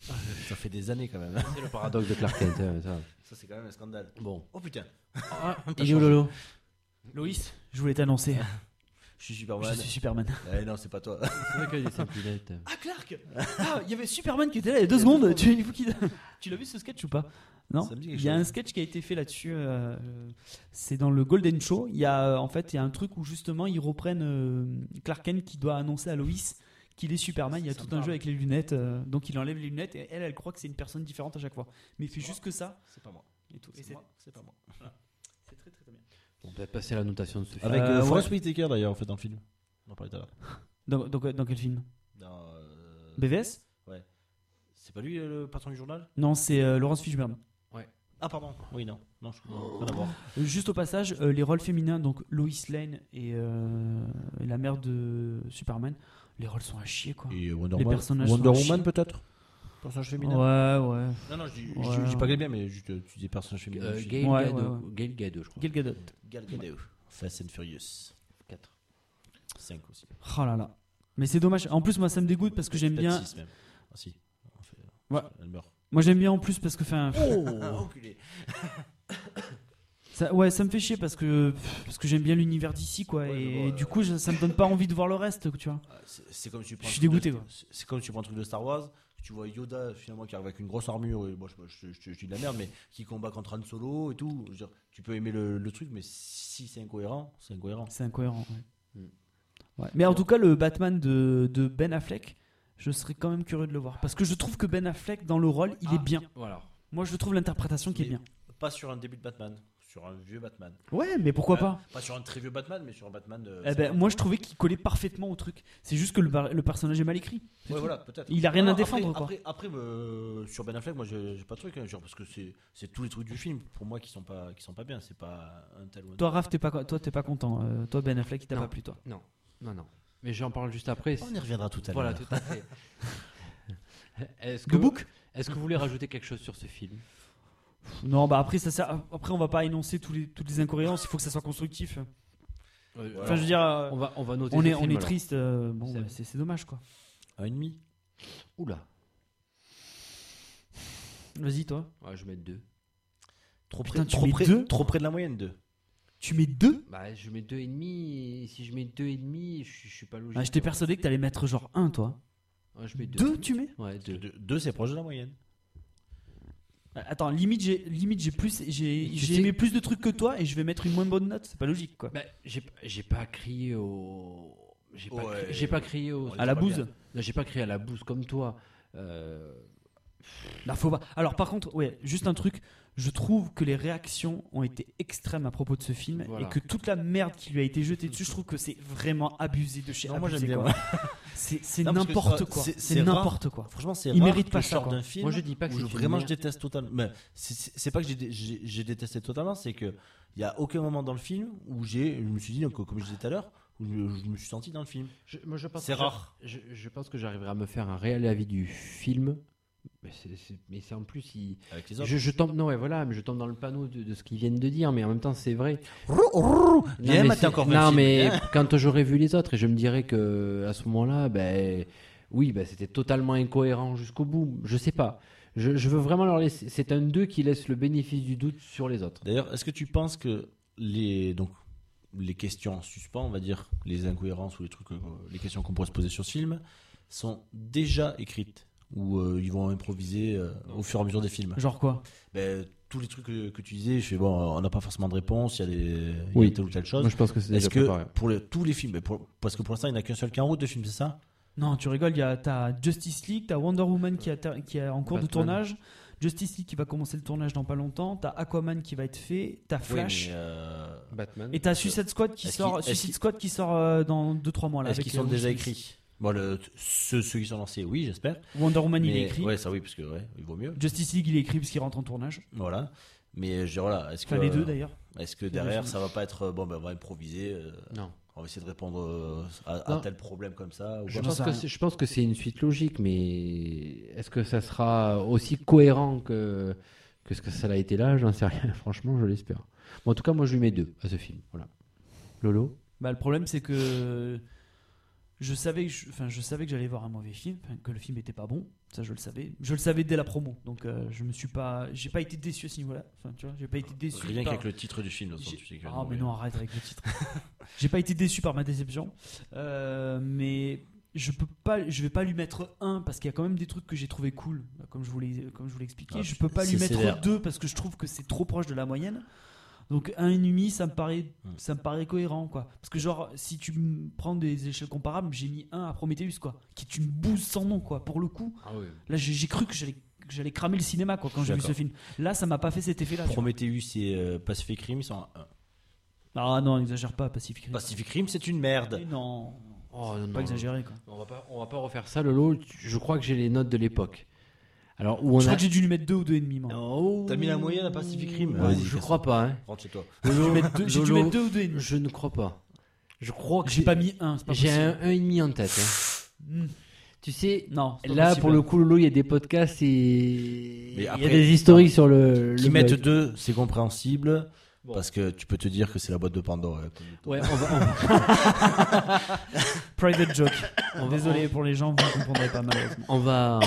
S7: ça fait des années quand même.
S6: C'est le paradoxe de Clark Kent. hein, ça.
S7: ça c'est quand même un scandale.
S6: Bon,
S7: Oh putain,
S6: il est où Lolo
S2: Loïs, je voulais t'annoncer.
S7: je suis super
S2: Je
S7: malade.
S2: suis Superman.
S7: Eh non, c'est pas toi.
S6: C'est vrai qu'il y a des cinq lunettes.
S2: Ah Clark Ah il y avait Superman qui était là il y a deux secondes. Tu, il faut qu'il- tu l'as vu ce sketch ou pas Non.
S7: Ça me dit quelque
S2: Il y a
S7: chose.
S2: un sketch qui a été fait là-dessus. euh, euh, c'est dans le Golden Show. Il y a euh, en fait il y a un truc où justement ils reprennent euh, Clark Kent qui doit annoncer à Lois qu'il est Superman. Il y a tout un jeu avec les lunettes. euh, donc il enlève les lunettes et elle elle croit que c'est une personne différente à chaque fois. Mais il fait juste que ça.
S7: C'est pas moi.
S2: Et tout. Et
S7: C'est
S2: c'est
S7: moi, c'est pas moi.
S2: c'est très très très bien.
S6: On peut passer à la notation de ce film.
S7: Avec
S2: Euh,
S7: euh, Forest
S2: ouais.
S7: Whitaker d'ailleurs en fait dans le film. On en parlait tout à l'heure.
S2: Dans, dans quoi- dans quel film
S7: Dans, euh,
S2: BVS
S7: C'est pas lui euh, le patron du journal
S2: Non c'est euh, Laurence Fishburne.
S7: Ah pardon. Oui non, non je rien à voir.
S2: Euh, Juste au passage, euh, les rôles féminins, donc Lois Lane et euh, et la mère de Superman, les rôles sont à chier quoi.
S7: Et Wonder,
S2: Les
S7: Man-
S2: personnages
S7: Wonder
S2: sont
S7: Woman peut-être. Personnage féminin.
S2: Ouais, ouais.
S7: Non non, je dis, je dis-
S2: Ouais.
S7: je dis pas qu'elle est bien, mais juste euh, tu dis personnage féminin.
S6: Euh,
S7: je dis-
S6: Gail
S2: Ouais,
S6: Gadot,
S2: ouais, ouais.
S6: Gail Gadot, je crois.
S2: Gal Gadot.
S7: Gal Gadot, Fast and Furious
S6: 4.
S7: 5 aussi.
S2: Oh là là. Mais c'est dommage. En plus, moi, ça me dégoûte parce que j'aime
S7: Peut-être
S2: Eh bien.
S7: six même. Ah si. En fait,
S2: Ouais. Oh.
S7: Elle meurt.
S2: Moi, j'aime bien en plus parce que. Enfin,
S7: Ah, enculé.
S2: ça, ouais, ça me fait chier parce que, pff, parce que j'aime bien l'univers d'ici, quoi.
S7: Ouais,
S2: et
S7: mais bon,
S2: du coup, ça, ça me donne pas envie de voir le reste, tu vois.
S7: Ah, C'est c'est comme si tu prends.
S2: Je suis
S7: un truc
S2: dégoûté,
S7: de-
S2: quoi.
S7: c'est- C'est comme si tu prends un truc de Star Wars. que Tu vois Yoda finalement qui arrive avec une grosse armure et moi je, je- je- je dis de la merde mais qui combat contre Han Solo et tout. Je veux dire, tu peux aimer le, le truc mais si c'est incohérent, c'est incohérent.
S2: C'est incohérent, ouais.
S7: Mm.
S2: Ouais. Mais en tout cas, le Batman de, de Ben Affleck, je serais quand même curieux de le voir. Parce que je trouve que Ben Affleck, dans le rôle, il est bien.
S6: Voilà.
S2: Moi, je trouve l'interprétation qui est
S7: Ah. Mais
S2: bien.
S7: Pas sur un début de Batman, sur un vieux Batman.
S2: Ouais, mais pourquoi pas
S7: Pas sur un très vieux Batman mais sur un Batman de.
S2: Eh ben, moi, je trouvais qu'il collait parfaitement au truc. C'est juste que le, par- le personnage est mal écrit. c'est
S7: Ouais,
S2: tout.
S7: voilà, peut-être.
S2: Il a rien
S7: Non,
S2: à
S7: après-
S2: défendre, quoi.
S7: Après, après, euh, sur Ben Affleck, moi, j'ai j'ai pas de truc, hein, genre, parce que c'est c'est tous les trucs du film, pour moi, qui sont pas, qui sont pas bien. C'est pas un tel ou un
S2: Toi, Raph, t'es pas, co- toi, t'es pas content. Euh, toi, Ben Affleck, il t'a
S6: Non.
S2: pas plu, toi.
S6: Non, non, non. Mais j'en parle juste après.
S2: Oh,
S7: tel. On y reviendra tout à l'heure.
S6: Voilà, tout à fait. Est-ce que, est-ce que vous voulez rajouter quelque chose sur ce film
S2: Pff, Non, bah après, ça, sert- après, on va pas énoncer tous les, toutes les incohérences. Il faut que ça soit constructif. Enfin, je veux dire, euh,
S6: on va, on va noter.
S2: on
S6: ce
S2: est, on
S6: film,
S2: est
S6: alors.
S2: triste. euh, bon,
S6: C'est-
S2: ouais, c'est c'est dommage, quoi.
S7: Un et demi.
S6: Oula.
S2: Vas-y, toi.
S6: Ouais, je vais mettre deux.
S7: Trop près,
S2: Putain, tu
S7: trop,
S2: mets
S7: près,
S2: deux
S7: trop près de la moyenne, deux.
S2: Tu mets deux
S6: Bah, je mets deux et demi. et si je mets deux et demi, je, suis- je suis pas logique.
S2: ah, Je t'ai persuadé que t'allais mettre genre un, toi.
S6: Ouais, je mets deux.
S2: Deux, tu mets
S6: Ouais, deux.
S7: Deux, deux, c'est proche de la moyenne.
S2: Ah, Attends, limite, j'ai limite, j'ai plus, j'ai
S6: Mais tu
S2: j'ai
S6: sais-
S2: aimé plus de trucs que toi et je vais mettre une moins bonne note. C'est pas logique, quoi.
S6: Bah, j'ai, j'ai pas crié au. J'ai pas,
S7: Ouais.
S6: crié, j'ai pas crié au.
S7: On
S2: à la
S7: pas bien.
S2: bouse.
S6: Non, j'ai pas crié à la bouse comme toi. Euh,
S2: Là, faut pas. Alors, par contre, ouais, juste un truc. Je trouve que les réactions ont été extrêmes à propos de ce film
S6: Voilà.
S2: et que toute la merde qui lui a été jetée dessus, je trouve que c'est vraiment abusé de chez
S7: Non, moi,
S2: abusé,
S7: j'aime bien.
S2: quoi. C'est c'est
S7: Non, parce que,
S2: n'importe
S7: euh,
S2: quoi.
S7: c'est-
S2: C'est
S7: c'est rare.
S2: n'importe quoi.
S7: Franchement, c'est
S2: Il
S7: rare
S2: mérite
S7: que
S2: pas
S7: je
S2: ça,
S7: sorte
S2: quoi.
S7: d'un film.
S6: Moi, je dis pas que
S7: où
S6: c'est une
S7: vraiment je
S6: merde.
S7: déteste totalement. Mais c'est- c'est c'est pas que j'ai dé- j'ai j'ai détesté totalement, c'est que il y a aucun moment dans le film où j'ai, je me suis dit, donc, comme je disais tout à l'heure, où je, je me suis senti dans le film.
S6: Je, moi, je pense
S7: C'est
S6: que je-
S7: rare.
S6: Je, je pense que j'arriverai à me faire un réel avis du film. Mais c'est- c'est mais c'est en plus, il-
S7: Avec les autres.
S6: je, je tombe, non, ouais, voilà, mais je tombe dans le panneau de, de ce qu'ils viennent de dire, mais en même temps, c'est vrai. Non,
S7: Bien,
S6: mais
S7: matin
S6: c'est-
S7: encore
S6: non,
S7: même
S6: mais
S7: film.
S6: quand j'aurais vu les autres, et je me dirais que à ce moment-là, ben oui, ben, c'était totalement incohérent jusqu'au bout. Je sais pas. Je, je veux vraiment leur laisser. C'est un 2 qui laisse le bénéfice du doute sur les autres.
S7: D'ailleurs, est-ce que tu penses que les donc les questions en suspens, on va dire, les incohérences ou les trucs, euh, les questions qu'on pourrait se poser sur ce film, sont déjà écrites ou euh, ils vont improviser euh, au fur et à mesure des films
S2: Genre quoi
S7: Ben, tous les trucs que, que tu disais, je fais bon, on n'a pas forcément de réponse, il y a des il y a
S6: Oui.
S7: telle ou telle
S6: Moi,
S7: chose.
S6: je pense que c'est
S7: Est-ce
S6: déjà
S7: que
S6: préparé.
S7: pour les- tous les films, ben, pour- parce que pour l'instant il n'y en a qu'un seul qui est en route de film, c'est ça
S2: Non, tu rigoles. il y a- T'as Justice League, t'as Wonder Woman qui, a, ter- qui est en cours de
S6: Batman.
S2: tournage. Justice League qui va commencer le tournage dans pas longtemps. T'as Aquaman qui va être fait. T'as Flash.
S7: Oui, mais, euh,
S6: Batman.
S2: Et t'as Suicide Squad qui
S7: Est-ce
S2: sort,
S7: qu'il- est-ce
S2: Suicide
S7: qu'il-
S2: Squad qui sort euh, dans 2-3 mois là.
S7: Est-ce
S2: avec,
S7: qu'ils sont
S2: euh,
S7: déjà
S2: Will Smith.
S7: écrits Bon, le- ceux, ceux qui sont lancés, oui, j'espère.
S2: Wonder Woman il
S7: Mais-
S2: est écrit.
S7: Ouais, ça oui, parce que ouais, il vaut mieux.
S2: Justice League il est écrit parce qu'il rentre en tournage.
S7: Voilà. Mais euh, je dis, voilà, est-ce que,
S2: Enfin les deux
S7: euh,
S2: d'ailleurs.
S7: est-ce que
S2: Les deux
S7: derrière
S2: films.
S7: ça va pas être euh, bon, ben on va improviser, euh,
S6: Non.
S7: on va essayer de répondre euh, à, à
S6: Non.
S7: tel problème comme ça ou
S2: Je
S6: Je
S7: quoi.
S2: J'en
S6: pense,
S2: sais
S6: que
S2: rien.
S6: c'est- je pense que c'est une suite logique, mais est-ce que ça sera aussi cohérent que, que ce que ça l'a été là J'en sais rien, franchement, je l'espère. Bon, en tout cas, moi, je lui mets deux à ce film. Voilà. Lolo
S2: Bah le problème c'est que je savais, que je- enfin je savais que j'allais voir un mauvais film, enfin, que le film était pas bon. Ça je le savais. Je le savais dès la promo. Donc euh, je me suis pas, j'ai pas été déçu à ce niveau-là. Enfin tu vois, j'ai pas été déçu.
S7: Rien
S2: par-
S7: qu'avec le titre du film.
S2: J'ai- Ah mais non
S7: euh,
S2: arrête avec le titre. J'ai pas été déçu par ma déception, Euh, mais je peux pas, je vais pas lui mettre un parce qu'il y a quand même des trucs que j'ai trouvé cool, comme je vous l'ai, comme je vous l'expliquais.
S7: Ah,
S2: je peux pas lui
S7: c'est
S2: mettre
S7: sévère.
S2: deux parce que je trouve que c'est trop proche de la moyenne. Donc un et demi, ça me paraît,
S7: Hmm.
S2: ça me paraît cohérent quoi. Parce que genre si tu me prends des échelles comparables, j'ai mis un à Prometheus quoi, qui est une bouse sans nom quoi. Pour le coup,
S6: Ah oui.
S2: là j'ai j'ai cru que j'allais, que j'allais cramer le cinéma quoi quand
S7: Je suis
S2: j'ai vu ce
S7: d'accord.
S2: film. Là ça m'a pas fait cet effet là.
S7: Prometheus et euh, Pacific Rim ils sont en un.
S2: Ah non, n'exagère pas Pacific Rim.
S7: Pacific Rim c'est une
S2: Mais
S7: merde.
S2: non,
S6: Oh, non,
S2: pas
S6: non.
S2: exagéré quoi.
S6: On va pas, on va pas refaire ça, Lolo. Je crois que j'ai les notes de l'époque. Alors, où on
S2: je
S6: a.
S2: crois que j'ai dû lui mettre deux ou deux et demi moi.
S7: T'as mis la moyenne à Pacific Rim
S6: Ouais,
S7: Vas-y,
S6: je
S7: fais
S6: crois pas, hein.
S7: ça. Rentre chez toi.
S2: J'ai dû mettre deux- J'ai dû
S6: Lolo,
S2: mettre deux ou deux et demi.
S6: Je ne crois pas. Je crois que
S2: J'ai pas mis un, c'est pas
S6: J'ai
S2: possible.
S6: un 1,5 en tête. hein.
S2: Mm.
S6: Tu sais,
S2: Non. c'est pas
S6: Là,
S2: possible.
S6: pour le coup, Lolo, il y a des podcasts et
S7: Mais
S6: il y
S7: après-
S6: a des historiques sur le.
S7: Qui
S6: le
S7: mettent
S6: blog.
S7: deux, c'est compréhensible. Parce que tu peux te dire que c'est la boîte de Pandore. hein.
S6: Ouais, on va, on va-
S2: private joke. Désolé pour les gens, vous comprendrez pas malheureusement.
S6: on va,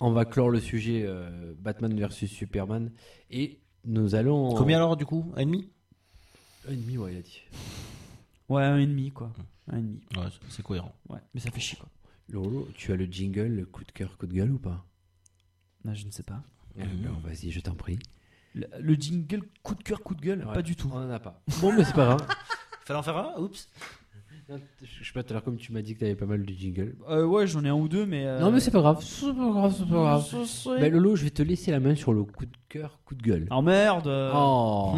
S6: on va clore le sujet euh, Batman versus Superman et nous allons.
S7: Combien alors du coup Un et demi
S6: Un et demi, ouais, il a dit.
S2: Ouais, un et demi quoi. Un et demi.
S7: Ouais, c'est cohérent.
S2: Ouais, mais ça fait chier quoi.
S6: Lolo, tu as le jingle, le coup de cœur, coup de gueule ou pas Ah,
S2: Non, je ne sais pas.
S6: Alors, vas-y, je t'en prie.
S2: Le, le jingle coup de cœur, coup de gueule,
S6: Ouais.
S2: pas du tout.
S6: On en a pas. Bon, mais c'est pas grave.
S7: Fallait en faire un Oups.
S6: Non, t- Je sais pas, tout à l'heure, comme tu m'as dit que t'avais pas mal de jingles.
S2: Euh, ouais, j'en ai un ou deux, mais. euh,
S6: Non, mais c'est pas grave. C'est pas grave, c'est pas grave.
S2: Ce serait-
S6: Ben, Lolo, je vais te laisser la main sur le coup de cœur, coup de gueule.
S2: Ah merde. euh,
S6: Oh.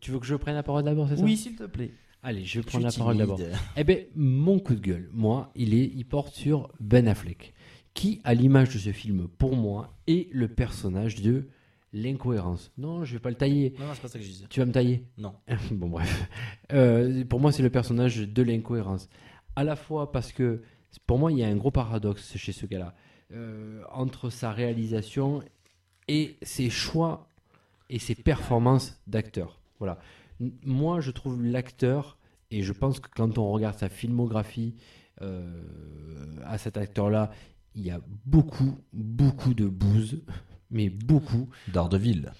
S6: Tu veux que je prenne la parole d'abord, c'est ça
S2: Oui, s'il te plaît.
S6: Allez, je
S7: Je suis
S6: vais prendre la parole
S7: timide.
S6: d'abord. Eh ben, mon coup de gueule, moi, il, est, il porte sur Ben Affleck, qui, à l'image de ce film, pour moi, est le personnage de l'incohérence. Non, je vais pas le tailler.
S7: Non, non, c'est pas ça que je disais.
S6: Tu vas me tailler
S7: Non.
S6: bon bref. Euh, pour moi, c'est le personnage de l'incohérence. À la fois parce que, pour moi, il y a un gros paradoxe chez ce gars-là. Euh, entre sa réalisation et ses choix et ses performances d'acteur. Voilà. N- Moi, je trouve l'acteur, et je pense que quand on regarde sa filmographie euh, à cet acteur-là, il y a beaucoup, beaucoup de bouse, mais beaucoup.
S7: D'Ardeville.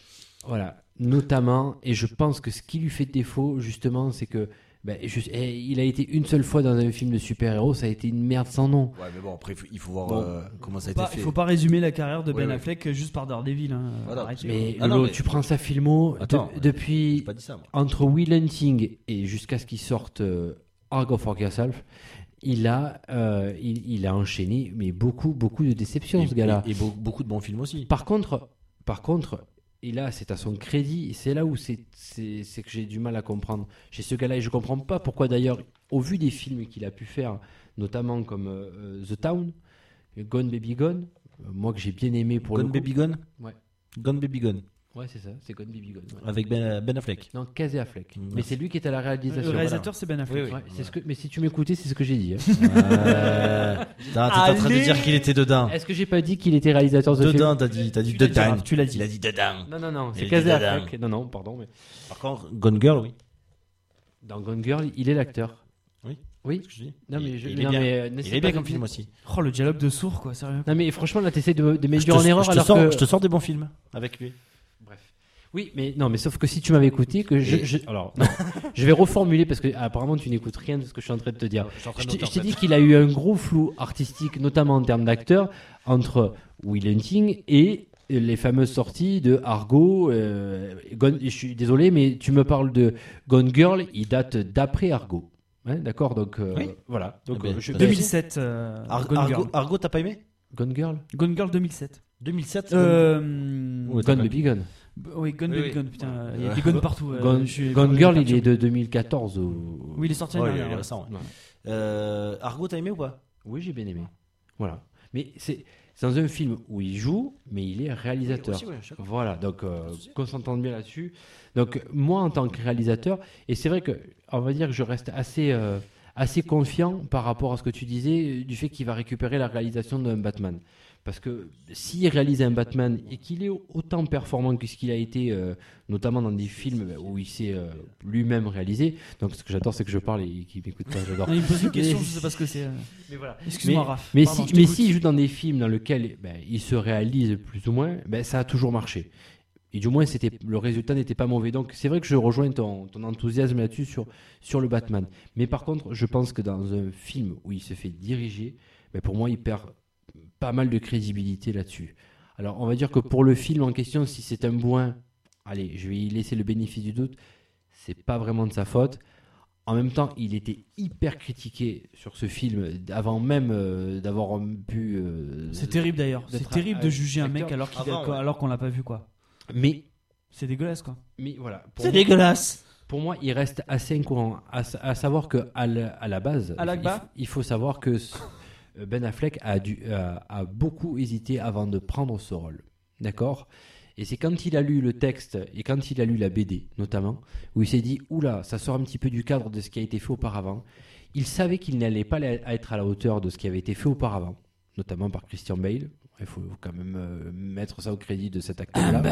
S6: Voilà, notamment, et je pense que ce qui lui fait défaut, justement, c'est que ben, je- eh, il a été une seule fois dans un film de super-héros, ça a été une merde sans nom.
S7: Ouais, mais bon, après, il faut- il faut voir
S6: Bon.
S7: euh, comment ça a
S2: Il
S7: été
S2: faut,
S7: fait.
S2: pas résumer la carrière de
S7: Ouais,
S2: Ben
S7: ouais.
S2: Affleck juste par Daredevil. Hein.
S7: Voilà,
S2: Arrêtez,
S6: Mais
S7: Ah non,
S6: Lolo,
S7: mais-
S6: tu prends sa filmo de-
S7: Attends, ouais. J'ai
S6: depuis
S7: pas dit ça, moi.
S6: entre Will Hunting et jusqu'à ce qu'il sorte euh, Argo for Yourself, il a, euh, il, il a enchaîné mais beaucoup, beaucoup de déceptions,
S7: Et-
S6: ce gars-là.
S7: Et, et be- beaucoup de bons films aussi.
S6: Par contre, par contre, et là, c'est à son crédit, et c'est là où c'est c'est- c'est que j'ai du mal à comprendre. Chez ce gars-là, et je comprends pas pourquoi d'ailleurs, au vu des films qu'il a pu faire, notamment comme euh, euh, The Town, Gone Baby Gone, euh, moi que j'ai bien aimé pour le
S7: Gone
S6: coup.
S7: Baby Gone
S6: Ouais.
S7: Gone Baby Gone.
S6: Ouais, c'est ça, c'est Gone Baby Gone. ouais.
S7: Avec Ben, ben Affleck.
S6: Non, Casey Affleck.
S7: Mm.
S6: Mais c'est lui qui est à la
S2: Le
S6: réalisation.
S2: réalisateur, c'est Ben Affleck.
S6: Ouais, c'est ce que, mais si tu m'écoutais, c'est ce que j'ai dit. hein.
S7: Euh, T'es en train de
S2: Allez.
S7: dire qu'il était dedans.
S6: Est-ce que j'ai pas dit qu'il était réalisateur de
S7: Dedans,
S6: film
S7: t'as dit, t'as dit
S2: Tu l'as dit,
S7: dedans.
S2: Gérard, tu l'as dit.
S7: Il a dit dedans.
S6: Non, non, non,
S7: Il
S6: c'est
S7: est
S6: Casey
S7: dedans.
S6: Affleck. Non, non, pardon, mais
S7: Par contre, Gone Girl, oui.
S6: dans Gone Girl, il est l'acteur.
S7: Oui.
S6: Oui.
S7: C'est ce que je dis.
S6: Non, mais
S7: Il-
S6: je-
S7: il est
S6: non,
S7: bien.
S6: mais, euh,
S7: Il
S6: n'essaie
S7: est
S6: pas
S7: bien
S6: de-
S7: comme film aussi.
S2: Oh, le dialogue de sourd, quoi, sérieux.
S6: Non mais franchement là t'essayes de, de
S7: Je te,
S6: méduire en erreur
S7: je te
S6: alors
S7: sors,
S6: que
S7: je te sors des bons films avec lui.
S6: oui mais non mais sauf que si tu m'avais écouté que je, je- alors non, je vais reformuler parce que apparemment tu n'écoutes rien de ce que je suis en train de te dire. Je t'ai- je t'ai dit qu'il a eu un gros flou artistique notamment en termes d'acteurs entre Will Hunting et les fameuses sorties de Argo. euh, Gone- je suis désolé mais tu me parles de Gone Girl, il date d'après Argo. Hein, D'accord donc euh,
S7: Oui.
S6: voilà donc
S7: Eh ben,
S6: euh, je-
S7: t'as raison.
S2: 2007. euh,
S7: Ar-
S2: Gone
S7: Argo,
S2: Girl.
S7: Argo, t'as pas aimé
S6: Gone Girl,
S2: Gone Girl 2007.
S7: 2007
S2: Euh,
S7: Ouais, t'as
S6: Gone
S7: pas-
S6: Baby Gone.
S2: b- Oui, Gone
S7: Oui,
S2: Baby
S7: oui.
S2: Gone, putain. Il y a
S7: Ouais.
S2: des guns partout. euh,
S6: Gone,
S2: je suis-
S6: Gone
S2: je suis
S6: Girl, il est
S2: perturbé.
S6: de 2014. Ou...
S2: Oui, il est sorti
S7: Ouais,
S2: l'année
S7: Oh, il est
S2: dernière, ouais.
S7: récent, ouais.
S6: Ouais.
S7: Euh, Argo, t'as aimé ou pas
S6: Oui, j'ai bien aimé. Voilà. Mais c'est c'est dans un film où il joue, mais il est réalisateur.
S7: Aussi, ouais, je sais pas.
S6: Voilà, donc euh, qu'on s'entende bien là-dessus. Donc moi, en tant que réalisateur, et c'est vrai que, on va dire que je reste assez, euh, assez confiant par rapport à ce que tu disais, euh, du fait qu'il va récupérer la réalisation d'un Batman. Parce que s'il réalise un Batman et qu'il est autant performant que ce qu'il a été, euh, notamment dans des films bah, où il s'est euh, lui-même réalisé, donc ce que j'adore, c'est que je parle et qu'il m'écoute pas, j'adore.
S2: Non, il me pose une question,
S6: Mais-
S2: je sais pas ce que c'est. euh.
S6: Mais,
S2: Excuse-moi, Raph.
S6: mais
S2: Pardon,
S6: si,
S2: je
S6: mais
S2: t'écoute.
S6: s'il joue dans des films dans lesquels ben, il se réalise plus ou moins, ben, ça a toujours marché. Et du moins, c'était le résultat n'était pas mauvais. Donc, c'est vrai que je rejoins ton, ton enthousiasme là-dessus sur, sur le Batman. Mais par contre, je pense que dans un film où il se fait diriger, ben, pour moi, il perd pas mal de crédibilité là-dessus. Alors, on va dire que pour le film en question, si c'est un boin, allez, je vais y laisser le bénéfice du doute, c'est pas vraiment de sa faute. En même temps, il était hyper critiqué sur ce film avant même euh, d'avoir pu. euh,
S2: C'est terrible d'ailleurs. C'est
S6: d'être
S2: terrible
S6: un-
S2: de juger un mec
S6: acteur.
S2: alors qu'il a-
S7: Avant, ouais.
S2: alors qu'on l'a pas vu quoi.
S6: Mais,
S2: C'est dégueulasse quoi.
S6: mais voilà. pour
S7: C'est
S6: moi-
S7: dégueulasse.
S6: Pour moi, il reste assez incohérent. À, sa- à savoir que à la, à la base,
S2: À la
S6: il,
S2: base.
S6: f- il faut savoir que ce- Ben Affleck a, dû, a- a beaucoup hésité avant de prendre ce rôle. D'accord Et c'est quand il a lu le texte et quand il a lu la BD, notamment, où il s'est dit Oula, ça sort un petit peu du cadre de ce qui a été fait auparavant. Il savait qu'il n'allait pas la- être à la hauteur de ce qui avait été fait auparavant, notamment par Christian Bale. Il faut quand même euh, mettre ça au crédit de cet acteur-là.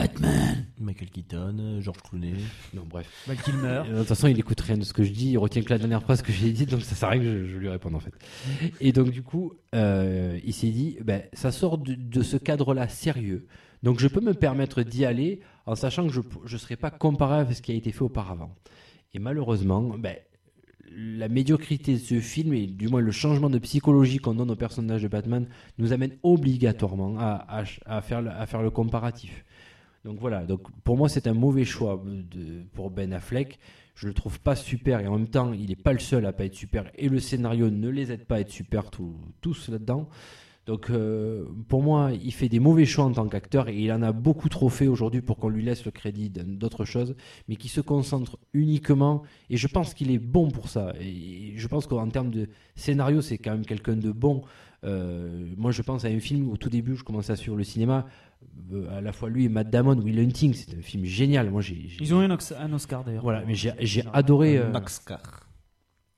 S7: Michael Keaton, euh, George Clooney.
S6: Non, bref.
S2: Val Kilmer.
S6: Euh, De toute façon, il écoute rien de ce que je dis, il retient que la dernière phrase que j'ai dite, donc ça sert à rien que je, je lui réponde en fait. Et donc, du coup, euh, il s'est dit, ben, ça sort de, de ce cadre-là sérieux, donc je peux me permettre d'y aller en sachant que je ne serai pas comparable à ce qui a été fait auparavant. Et malheureusement, ben, la médiocrité de ce film, et du moins le changement de psychologie qu'on donne au personnage de Batman, nous amène obligatoirement à, à- à faire, le- à faire le comparatif. Donc voilà, donc pour moi c'est un mauvais choix de- pour Ben Affleck. Je le trouve pas super et en même temps il n'est pas le seul à pas être super et le scénario ne les aide pas à être super tout- tous là-dedans. Donc euh, pour moi il fait des mauvais choix en tant qu'acteur et il en a beaucoup trop fait aujourd'hui pour qu'on lui laisse le crédit d'un- d'autres choses, mais qui se concentre uniquement et je pense qu'il est bon pour ça. Et je pense qu'en termes de scénario c'est quand même quelqu'un de bon. Euh, moi je pense à un film où au tout début je commençais à suivre le cinéma. Euh, à la fois lui et Matt Damon, Will Hunting, c'est un film génial. Moi, j'ai, j'ai-
S2: Ils ont eu un Ox- un Oscar d'ailleurs.
S6: voilà, mais j'ai, j'ai adoré, euh,
S7: Max Carr.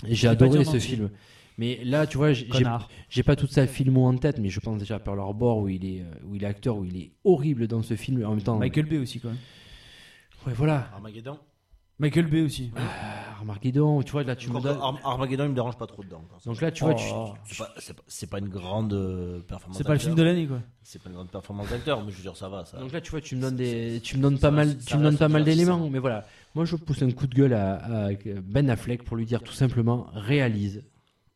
S6: j'ai
S2: pas
S6: adoré
S2: dire non
S6: ce
S2: plus.
S6: film. Mais là, tu vois, j'ai, j'ai-
S2: Connard.
S6: j'ai pas toute sa filmo en tête, mais je pense déjà à Pearl Harbor où il est, euh, où il est acteur, où il est horrible dans ce film. En même temps, euh,
S2: Michael Bay aussi quand même.
S6: ouais, voilà,
S7: Armageddon.
S2: Michael Bay aussi.
S6: Ah, Armageddon, tu vois là, tu me
S7: Encore
S6: donnes-
S7: que Ar- Armageddon, il me dérange pas trop dedans. encore.
S6: Donc là, tu vois, tu-
S2: Oh.
S7: C'est pas, c'est pas- c'est pas une grande euh, performance.
S2: C'est pas le film de
S7: d'acteur.
S2: l'année quoi.
S7: C'est pas une grande performance d'acteur, mais je veux dire, ça va. Ça.
S6: donc là, tu vois, tu me donnes des, tu me donnes pas
S7: ça
S6: mal,
S7: reste-
S6: tu
S7: ça
S6: me donnes
S7: reste
S6: pas mal
S7: divertissant.
S6: d'éléments. Mais voilà, moi, je pousse un coup de gueule à, à Ben Affleck pour lui dire tout simplement réalise,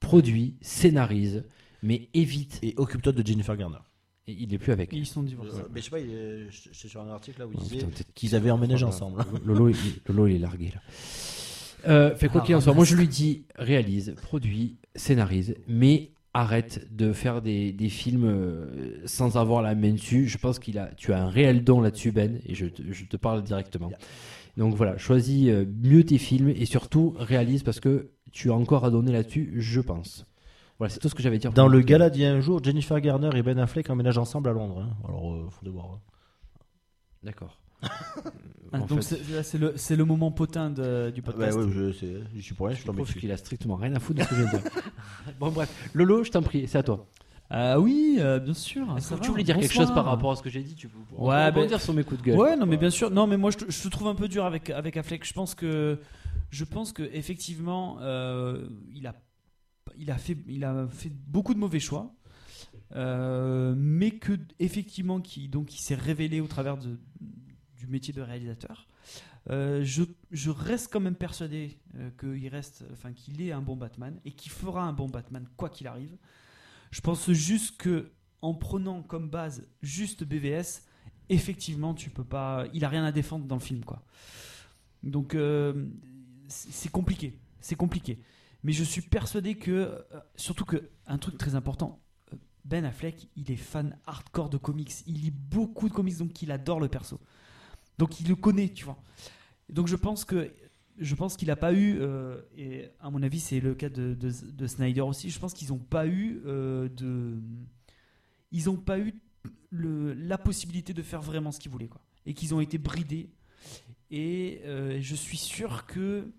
S6: produit, scénarise, mais évite.
S7: Et occupe-toi de Jennifer Garner.
S6: Et il est plus avec.
S2: Ils sont divorcés.
S7: Mais je sais pas, il est- je- j'étais sur un article là où il
S6: Oh,
S7: disait
S6: putain, peut-être
S7: qu'ils avaient emménagé
S6: Voilà.
S7: ensemble.
S6: Lolo,
S2: Ah,
S6: il, Lolo, il est largué là. Euh, fait quoi qu'il en soit, moi je lui dis réalise, produit, scénarise, mais arrête de faire des, des films euh, sans avoir la main dessus. Je pense qu'il a, tu as un réel don là-dessus, Ben, et je te, je te parle directement. Donc voilà, choisis euh, mieux tes films et surtout réalise parce que tu as encore à donner là-dessus, je pense. Voilà, c'est tout ce que j'avais à dire.
S7: Dans le gala d'il y a un jour, Jennifer Garner et Ben Affleck emménagent ensemble à Londres. hein. Alors, euh, faut devoir. hein.
S6: D'accord.
S2: Ah,
S6: En
S2: donc
S6: fait, Ah,
S2: c'est- là, c'est le, c'est le moment potin de- du
S7: Bah
S2: podcast.
S7: ouais, je sais, j'y suis pour rien, je suis
S6: je
S7: tombé
S6: trouve
S7: dessus.
S6: qu'il a strictement rien à foutre de ce que je viens de dire. bon, bref, Lolo, je t'en prie, c'est à toi.
S9: Ah oui, euh, bien sûr. ça va, hein.
S6: tu voulais dire quelque
S9: bonsoir.
S6: chose par rapport à ce que j'ai dit Tu peux on peut
S2: Ouais,
S6: rebondir
S2: ben-
S6: sur mes coups de gueule.
S2: Ouais, non, mais bien sûr. Non, mais moi, je, te- je te trouve un peu dur avec avec Affleck. Je pense que je pense que effectivement, euh, il a il a fait il a fait beaucoup de mauvais choix, Euh, mais que effectivement, qui donc il s'est révélé au travers de- du métier de réalisateur. Euh, je, je reste quand même persuadé euh, qu'il reste, enfin qu'il est un bon Batman et qu'il fera un bon Batman quoi qu'il arrive. Je pense juste que en prenant comme base juste BVS, effectivement, tu peux pas. Il a rien à défendre dans le film, quoi. Donc euh, c'est c'est compliqué, c'est compliqué. Mais je suis persuadé que, euh, surtout que un truc très important, euh, Ben Affleck, il est fan hardcore de comics. Il lit beaucoup de comics, donc il adore le perso. Donc il le connaît, tu vois. Donc je pense que je pense qu'il n'a pas eu, euh, et à mon avis c'est le cas de, de, de Snyder aussi. Je pense qu'ils n'ont pas eu euh, de, ils n'ont pas eu le- la possibilité de faire vraiment ce qu'ils voulaient quoi et qu'ils ont été bridés et euh, je suis sûr que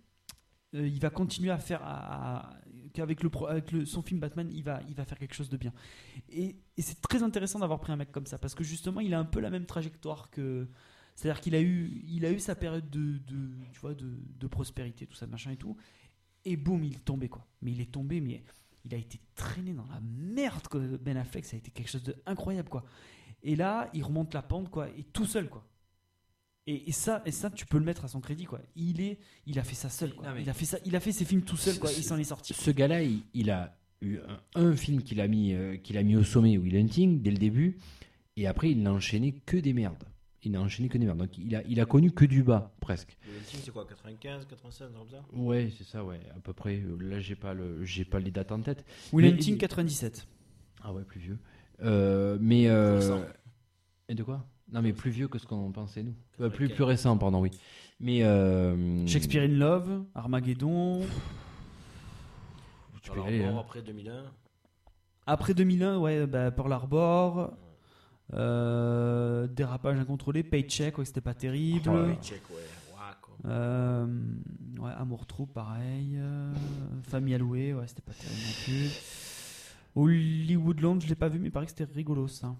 S2: euh, il va continuer à faire à- à- qu'avec le, pro- avec le- son film Batman il va il va faire quelque chose de bien et, et c'est très intéressant d'avoir pris un mec comme ça parce que justement il a un peu la même trajectoire que c'est-à-dire qu'il a eu il a eu sa période de, de tu vois de, de prospérité tout ça machin et tout et boum il est tombé quoi mais il est tombé mais il a été traîné dans la merde que Ben Affleck ça a été quelque chose d'incroyable quoi et là, il remonte la pente, quoi, et tout seul, quoi. Et, et ça, et ça, tu peux le mettre à son crédit, quoi. Il est, il a fait ça seul, quoi.
S6: Non, mais-
S2: Il a fait ça, il a fait ses films tout seul, quoi.
S6: C'est-
S2: Il s'en est sorti.
S6: Ce gars-là, il, il a eu un, un film qu'il a, mis, euh, qu'il a mis au sommet, Will Hunting, dès le début, et après, il n'a enchaîné que des merdes. Il n'a enchaîné que des merdes. Donc, il a, il a connu que du bas, presque.
S7: c'est quoi, 95, 96, comme ça
S6: Ouais, c'est ça, ouais, à peu près. Là, j'ai pas, le, j'ai pas les dates en tête.
S2: Will
S6: Mais-
S2: Hunting 97.
S6: Ah ouais, plus vieux. Euh, mais. euh,
S7: Récent.
S6: Et de quoi Non, mais plus vieux que ce qu'on pensait, nous. Euh, plus, plus récent, pardon, oui. Mais. euh,
S2: Shakespeare in Love, Armageddon.
S6: Tu peux y aller, hein.
S7: après 2001.
S2: Après 2001, ouais, bah, Pearl Harbor. euh, dérapage incontrôlé, Paycheck, ouais, c'était pas terrible.
S6: Oh là là.
S7: Check, ouais. ouah, quoi.
S2: Euh, ouais, Amour Trou, pareil. euh, Famille allouée, ouais, c'était pas terrible non plus. Hollywoodland, je l'ai pas vu, mais il paraît que c'était rigolo ça.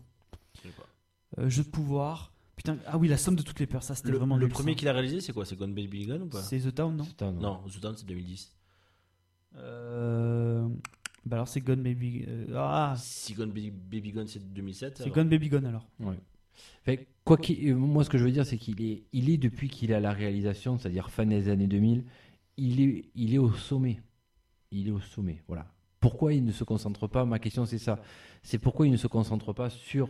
S2: Euh, Jeu de pouvoir. Putain, ah oui, la somme de toutes les peurs, ça c'était
S7: Le,
S2: vraiment
S7: le
S2: nul,
S7: premier
S2: ça.
S7: qu'il a réalisé, c'est quoi C'est Gone Baby Gone ou pas
S2: C'est The Town, non
S6: c'est un-
S7: Non, Zootan, c'est 2010.
S2: Euh, Bah alors c'est Gone Baby. euh, ah,
S7: Si Gone Baby, Baby Gone, c'est 2007.
S2: c'est
S7: alors.
S2: Gone Baby Gone alors.
S6: Fait, quoi qu'il- euh, moi, ce que je veux dire, c'est qu'il est, il est depuis qu'il est à la réalisation, c'est-à-dire fin des années 2000, il est, il est au sommet. Il est au sommet, voilà. Pourquoi il ne se concentre pas Ma question, c'est ça. C'est pourquoi il ne se concentre pas sur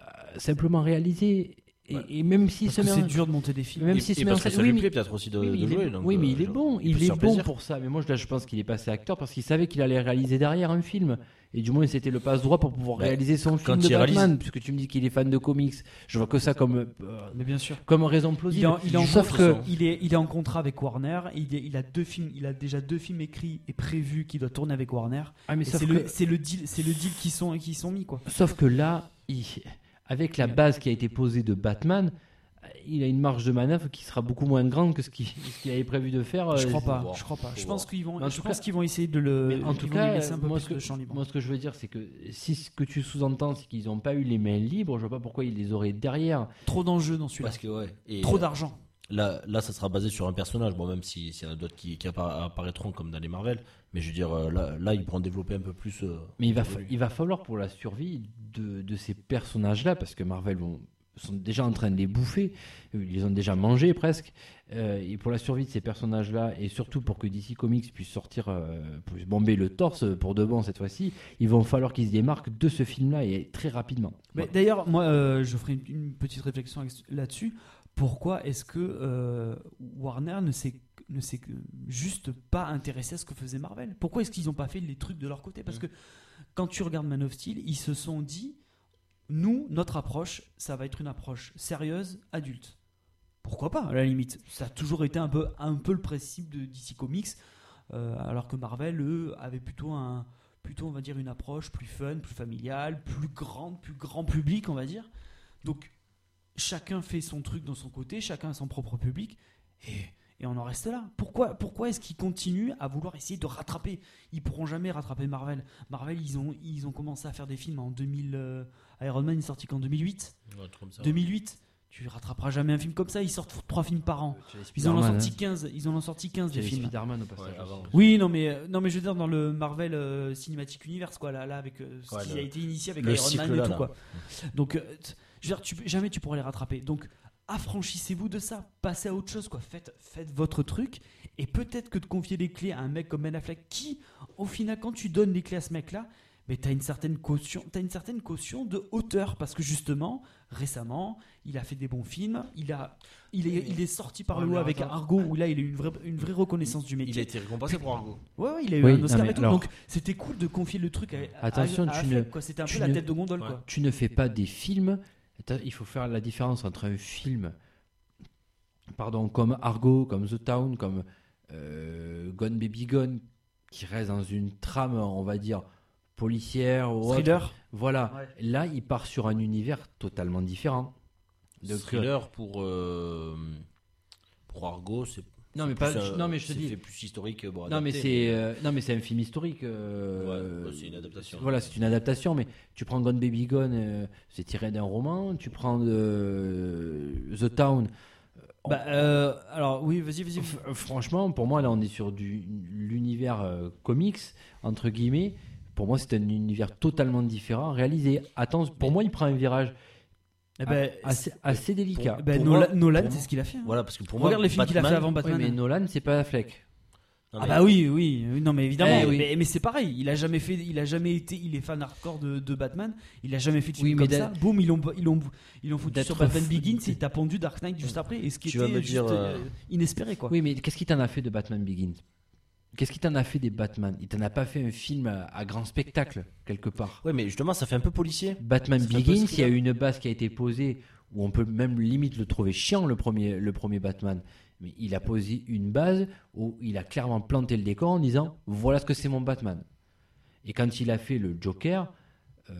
S6: euh, simplement réaliser. Et,
S7: Ouais.
S6: et même si
S2: Parce
S6: se
S2: que
S6: met en-
S2: c'est dur de monter des films.
S6: même
S7: Et-
S6: si se
S7: et
S6: met en
S7: parce que
S6: scène-
S7: ça
S6: oui,
S7: lui
S6: mais-
S7: plaît peut-être aussi de,
S6: oui, mais
S7: de
S6: il
S7: jouer.
S6: est,
S7: donc,
S6: oui, mais
S7: euh,
S6: il est
S7: genre,
S6: bon,
S7: peut
S6: il
S7: se
S6: est
S7: faire
S6: bon
S7: plaisir.
S6: pour ça. Mais moi, là, je pense qu'il est passé acteur parce qu'il savait qu'il allait réaliser derrière un film. Et du moins, c'était le passe-droit pour pouvoir
S7: Bah,
S6: réaliser son film
S7: quand
S6: de
S7: il réalise-
S6: Batman, puisque tu me dis qu'il est fan de comics. Je vois que ça comme, euh,
S2: Mais bien sûr.
S6: comme raison
S2: Il
S6: plausible.
S2: est, en, il est en
S6: Sauf
S2: contrat-
S6: que
S2: il est- il est en contrat avec Warner. et Il, est- il a deux films, il a déjà deux films écrits et prévus qu'il doit tourner avec Warner.
S6: Ah, mais
S2: Et
S6: sauf
S2: C'est
S6: que-
S2: le, c'est le deal, c'est le deal qui sont qui sont mis quoi.
S6: Sauf que là, il- avec la base qui a été posée de Batman, euh, il a une marge de manœuvre qui sera beaucoup moins grande que ce qu'il ce qu'il avait prévu de faire.
S2: je
S6: euh,
S2: crois pas,
S7: voir,
S2: je crois pas.
S7: faut
S2: Je
S7: voir.
S2: pense qu'ils vont,
S6: Mais en
S2: je
S6: tout
S2: pense
S6: cas-
S2: qu'ils vont essayer de le.
S6: Mais en
S2: ils
S6: tout
S2: vont
S6: cas,
S2: lui Euh, laisser un peu
S6: moi
S2: plus
S6: ce, que,
S2: de champ libre.
S6: moi, ce que je veux dire, c'est que si ce que tu sous-entends, c'est qu'ils n'ont pas eu les mains libres, je vois pas pourquoi ils les auraient derrière.
S2: Trop d'enjeux dans celui-là.
S7: Parce que, ouais. et,
S2: Trop
S7: euh,
S2: d'argent.
S7: Là, là, ça sera basé sur un personnage. Bon, même si- s'il y en a d'autres qui, qui appara- apparaîtront comme dans les Marvel. Mais je veux dire, euh, là, là ils pourront développer un peu plus. euh,
S6: Mais il va,
S7: leur
S6: fa-
S7: volume.
S6: il va falloir pour la survie de, de ces personnages-là, parce que Marvel vont- sont déjà en train de les bouffer, ils les ont déjà mangés presque, euh, et pour la survie de ces personnages-là, et surtout pour que DC Comics puisse sortir, euh, puisse bomber le torse pour de bon cette fois-ci, il va falloir qu'ils se démarquent de ce film-là, et très rapidement.
S2: Mais
S6: Voilà.
S2: d'ailleurs, moi, euh, je ferai une, une petite réflexion avec- là-dessus. Pourquoi est-ce que euh, Warner ne s'est ne s'est que- juste pas intéressé à ce que faisait Marvel. Pourquoi est-ce qu'ils n'ont pas fait les trucs de leur côté Parce que quand tu regardes Man of Steel, ils se sont dit, nous, notre approche, ça va être une approche sérieuse, adulte. Pourquoi pas, à la limite Ça a toujours été un peu, un peu le principe de DC Comics, euh, alors que Marvel, eux, avait plutôt un plutôt on va dire une approche plus fun, plus familiale, plus grande, plus grand public on va dire. Donc chacun fait son truc dans son côté, chacun a son propre public et, et on en reste là. Pourquoi, pourquoi est-ce qu'ils continuent à vouloir essayer de rattraper Ils pourront jamais rattraper Marvel. Marvel, ils ont, ils ont commencé à faire des films en 2000. euh, Iron Man est sorti qu'en 2008.
S7: Ouais, un truc comme ça.
S2: 2008, tu rattraperas jamais un film comme ça. Ils sortent trois films par an. Ils en ont
S6: Spider-Man,
S2: sorti
S6: hein.
S2: 15. Ils en ont sorti 15 des
S6: J'avais
S2: films.
S6: Spider-Man au
S7: Ouais,
S6: passage.
S7: avant.
S2: Oui, non mais euh, non mais je veux dire dans le Marvel euh, Cinematic Universe quoi là là avec euh, ce
S7: Ouais,
S2: qui
S7: le-
S2: a été initié avec
S7: le
S2: Iron Man
S7: cycle
S2: et
S7: là,
S2: tout
S7: là.
S2: quoi. Donc euh, t- je veux dire tu peux- jamais tu pourras les rattraper. Donc affranchissez-vous de ça, passez à autre chose quoi. Faites faites votre truc et peut-être que de confier les clés à un mec comme Ben Affleck qui au final quand tu donnes les clés à ce mec là mais t'as une certaine caution, t'as une certaine caution de hauteur parce que justement, récemment, il a fait des bons films, il a, il est, il est sorti par le haut avec Argo où là il a eu une vraie, une vraie reconnaissance du métier.
S7: Il a été récompensé pour Argo.
S2: Ouais, ouais, il a eu
S9: Oui,
S2: un Oscar
S9: non, mais
S2: et tout.
S9: alors-
S2: Donc c'était cool de confier le truc à, à-
S6: Attention,
S2: à- à
S6: tu
S2: Affleck,
S6: ne-
S2: quoi. C'était un
S6: tu
S2: peu la
S6: ne-
S2: tête de gondole,
S7: Ouais.
S2: quoi.
S6: Tu ne fais pas des films. Attends, il faut faire la différence entre un film, pardon, comme Argo, comme The Town, comme euh, Gone Baby Gone, qui reste dans une trame, on va dire, policière ou autre.
S2: Thriller.
S6: Voilà.
S2: Ouais.
S6: Là, il part sur un univers totalement différent.
S7: De
S6: Donc,
S7: thriller pour, euh, pour Argo, c'est.
S6: Non, mais
S7: c'est
S6: pas-
S7: plus, euh,
S6: non, mais je te
S7: c'est
S6: dis-
S7: fait plus historique. Bon,
S6: Non
S7: adapté,
S6: mais c'est euh, non mais c'est un film historique. euh,
S7: Ouais, bah, c'est une adaptation.
S6: Voilà, c'est une adaptation. Mais tu prends Gone Baby Gone, euh, c'est tiré d'un roman. Tu prends euh, The Town.
S2: Bah, euh, alors oui, vas-y, vas-y.
S6: F- franchement, pour moi là, on est sur du l'univers euh, comics entre guillemets. Pour moi, c'est un univers totalement différent, réalisé. Attends, pour moi, il prend un virage
S2: Eh ben,
S6: assez, assez délicat.
S2: eh ben,
S7: pour
S2: Nolan,
S7: moi-
S2: Nolan,
S7: pour
S2: c'est
S7: moi-
S2: ce qu'il a fait. hein.
S7: Voilà, parce que pour
S2: Regarde
S7: moi,
S2: les films qu'il a fait
S7: Batman-
S2: avant
S6: Oui,
S2: Batman.
S6: mais Nolan, c'est pas Affleck.
S7: Non,
S2: Ah
S7: mais-
S2: bah oui, oui, oui, non mais évidemment,
S6: Eh oui.
S2: mais, mais c'est pareil, il a jamais fait, il a jamais été, il est fan hardcore de, de Batman, il a jamais fait de film
S6: Oui, mais
S2: comme
S6: d'être-
S2: ça, boum, ils l'ont ils l'ont ils l'ont foutu
S6: d'être
S2: sur Batman
S6: fou-
S2: Begins et il t'a pendu Dark Knight juste après, et ce qui
S7: Tu vas
S2: était
S7: me
S2: juste
S7: dire,
S2: euh,
S7: euh,
S2: inespéré quoi.
S6: Oui, mais qu'est-ce qui t'en a fait de Batman Begins Qu'est-ce qui t'en a fait des Batman Il t'en a pas fait un film à, à grand spectacle, quelque part.
S7: Ouais, mais justement, ça fait un peu policier.
S6: Batman
S7: C'est un peu
S6: Begins,
S7: ce
S6: il
S7: qu'il
S6: y
S7: a.
S6: a eu une base qui a été posée, où on peut même limite le trouver chiant, le premier, le premier Batman. Mais il a posé une base où il a clairement planté le décor en disant voilà ce que c'est mon Batman. Et quand il a fait le Joker, euh,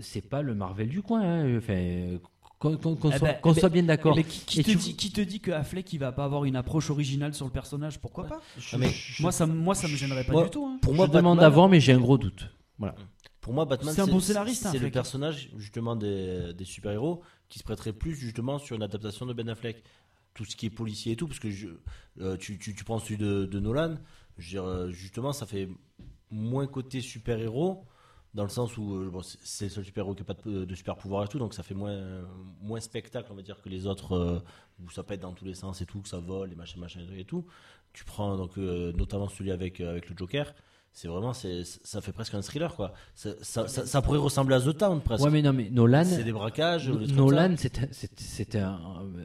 S6: c'est pas le Marvel du coin. hein. Enfin, qu'on qu'on- qu'on
S7: Eh
S2: Ah
S6: soit,
S2: bah,
S7: ben,
S6: qu'on
S2: bah,
S6: soit bien d'accord.
S2: Mais qui, qui
S6: Et
S2: te
S6: tu-
S2: dit, qui te dit que Affleck il va pas avoir une approche originale sur le personnage Pourquoi pas
S7: Ah, mais
S2: Moi ça, me- moi ça me gênerait pas
S7: Moi-
S2: du tout. hein.
S7: pour
S6: Je
S7: moi,
S6: demande
S7: Batman-
S6: avant, mais j'ai un gros doute. Voilà.
S7: Pour moi, Batman,
S2: C'est un bon scénariste, hein,
S7: C'est le
S2: Affleck.
S7: personnage justement des, des super-héros qui se prêterait plus justement sur une adaptation de Ben Affleck. Tout ce qui est policier et tout, parce que je, euh, tu, tu, tu prends celui de, de Nolan, je veux dire, euh, justement, ça fait moins côté super-héros, dans le sens où euh, bon, c'est- c'est le seul super-héros qui n'a pas de, de super-pouvoir et tout, donc ça fait moins, moins spectacle, on va dire, que les autres, euh, où ça pète dans tous les sens et tout, que ça vole et machin, machin et tout. Tu prends donc euh, notamment celui avec, euh, avec le Joker, c'est vraiment, c'est, ça fait presque un thriller, quoi. Ça, ça, ça- ça pourrait ressembler à The Town, presque.
S6: Ouais, mais non, mais Nolan,
S7: C'est des braquages.
S6: No-
S7: des trucs
S6: Nolan, c'est un- c'est c'est un,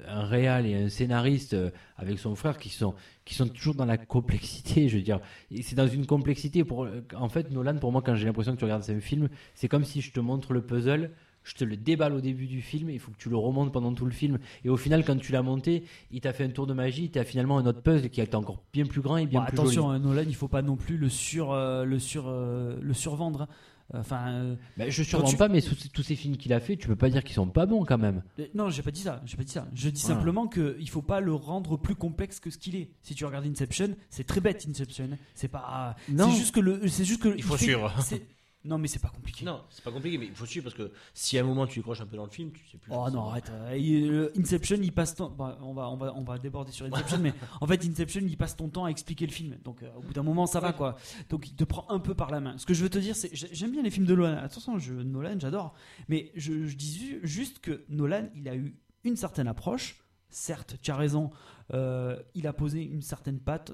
S6: un réal et un scénariste euh, avec son frère qui sont, qui sont toujours dans la complexité, je veux dire. Et C'est dans une complexité. Pour, en fait, Nolan, pour moi, quand j'ai l'impression que tu regardes un film, c'est comme si je te montre le puzzle, je te le déballe au début du film, il faut que tu le remontes pendant tout le film. Et au final, quand tu l'as monté, il t'a fait un tour de magie, t'as finalement un autre puzzle qui est encore bien plus grand et bien
S2: Bon,
S6: plus
S2: attention,
S6: joli.
S2: hein, Nolan, il faut pas non plus le sur, euh, le sur, euh, le survendre. hein. Enfin, euh,
S6: Bah, je survends
S2: tu-
S6: pas, mais sous- tous ces films qu'il a fait, tu peux pas dire qu'ils sont pas bons quand même.
S2: euh, non, j'ai pas dit ça. J'ai pas dit ça. Je dis
S6: Voilà.
S2: simplement que il faut pas le rendre plus complexe que ce qu'il est. Si tu regardes Inception, c'est très bête Inception. C'est pas.
S6: Non.
S2: C'est juste que le. C'est juste que.
S7: Il faut
S2: fait-
S7: suivre.
S2: c'est- Non, mais c'est pas compliqué.
S7: Non, c'est pas compliqué, mais il faut suivre parce que si à un moment tu décroches un peu dans le film, tu sais plus.
S2: Oh non, arrête. euh, il- euh, Inception, il passe ton... bah, on, va, on, va, on va déborder sur Inception, mais en fait, Inception, il passe ton temps à expliquer le film. Donc, euh, au bout d'un moment, ça va, quoi. Donc, il te prend un peu par la main. Ce que je veux te dire, c'est... j'ai- J'aime bien les films de Nolan. Attention, je, Nolan, j'adore. Mais je, je dis ju- juste que Nolan, il a eu une certaine approche. Certes, tu as raison. euh, il a posé une certaine patte.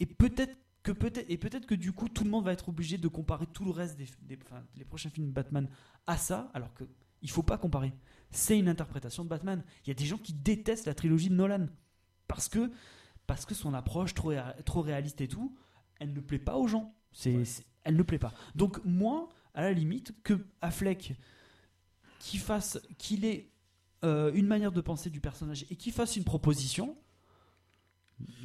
S2: Et peut-être que peut-être et peut-être que du coup tout le monde va être obligé de comparer tout le reste des, des- enfin, les prochains films Batman à ça alors que il faut pas comparer c'est une interprétation de Batman. Il y a des gens qui détestent la trilogie de Nolan parce que parce que son approche trop, réa- trop réaliste et tout, elle ne plaît pas aux gens. C'est, c'est- elle ne plaît pas. Donc moi, à la limite, que Affleck qui fasse, qu'il ait euh, une manière de penser du personnage et qu'il fasse une proposition.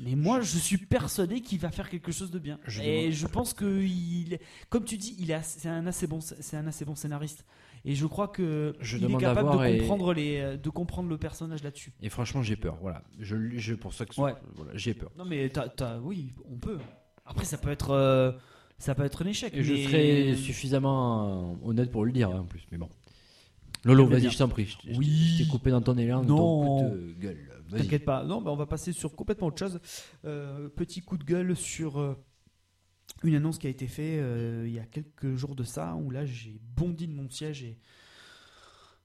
S2: Mais moi, je suis persuadé qu'il va faire quelque chose de bien.
S6: Je
S2: et
S6: demande-
S2: je pense que, il, comme tu dis, il est assez- c'est un assez bon, c'est un assez bon scénariste. Et je crois que
S6: Je
S2: il est
S6: demande à
S2: capable
S6: voir
S2: de
S6: et-
S2: comprendre les, euh, de comprendre le personnage là-dessus.
S6: Et franchement, j'ai peur. Voilà, je, je pour ça que
S2: Ouais.
S6: voilà, j'ai peur.
S2: Non mais t'as, t'as- oui, on peut. Après ça peut être euh, ça peut être un échec.
S6: Et je
S2: mais-
S6: serai suffisamment euh, honnête pour le dire hein, en plus. Mais bon. Lolo,
S2: Je vais
S6: vas-y,
S2: dire.
S6: je t'en prie. Je t'ai- je t'ai-
S2: Oui.
S6: je t'ai coupé dans ton élan, dans
S2: Non.
S6: ton coup de gueule. Vas-y.
S2: T'inquiète pas. Non, bah, on va passer sur complètement autre chose. Euh, petit coup de gueule sur euh, une annonce qui a été faite euh, il y a quelques jours de ça, où là j'ai bondi de mon siège et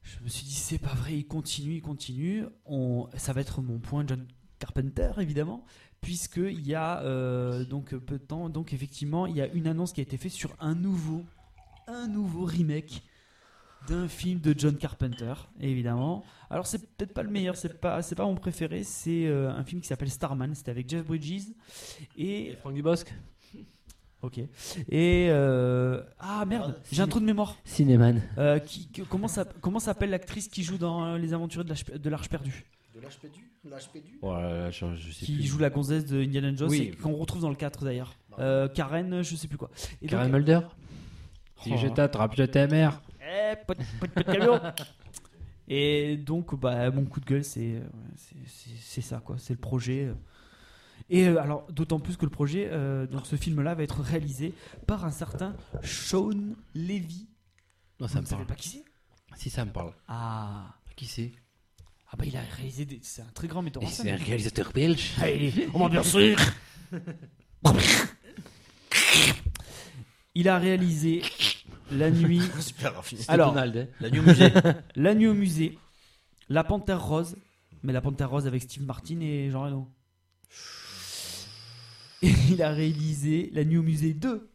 S2: je me suis dit c'est pas vrai, il continue, il continue. On, ça va être mon point John Carpenter évidemment, puisque il y a euh, donc peu de temps, donc effectivement il y a une annonce qui a été faite sur un nouveau, un nouveau remake d'un film de John Carpenter, évidemment. Alors c'est peut-être pas le meilleur, c'est pas c'est pas mon préféré, c'est euh, un film qui s'appelle Starman, c'était avec Jeff Bridges et
S6: Franck Dubosc
S2: OK. Et euh, ah merde, j'ai un trou de mémoire.
S6: Cinéman.
S2: Euh, qui, que- comment ça comment s'appelle l'actrice qui joue dans euh, Les Aventuriers de l'Arche- de l'Arche perdue
S10: De l'âge perdu L'âge perdu
S6: Oh là là, je, je sais
S2: qui
S6: plus.
S2: joue la gonzesse de Indiana Jones
S6: Oui.
S2: et
S6: Bah.
S2: qu'on retrouve dans le 4 d'ailleurs. Euh, Karen, je sais plus quoi. Et
S6: Karen
S2: donc-
S6: Mulder
S2: Oh.
S6: Si je t'attrape, je t'aimère.
S2: Eh, pot- pot- pot de camion. Et donc, bah, mon coup de gueule, c'est ouais, c'est- c'est- c'est ça, quoi. C'est le projet. Et euh, alors, d'autant plus que le projet, euh, donc ce film-là, va être réalisé par un certain Sean Levy.
S6: Non,
S2: Vous
S6: ça
S2: ne
S6: me
S2: savez
S6: parle.
S2: pas qui c'est
S6: Si ça me parle.
S2: ah.
S6: Qui c'est
S2: ah, bah il a réalisé des. C'est un très grand metteur en
S6: Et C'est un
S2: scène.
S6: réalisateur belge.
S2: on va bien sûr Il a réalisé La nuit,
S7: Super raffiné.
S6: C'était
S2: Alors-
S6: Donald. hein.
S7: La New Musée.
S2: La nuit au musée, La panthère rose, mais La panthère rose avec Steve Martin et Jean Reno. Et il a réalisé La nuit au musée 2.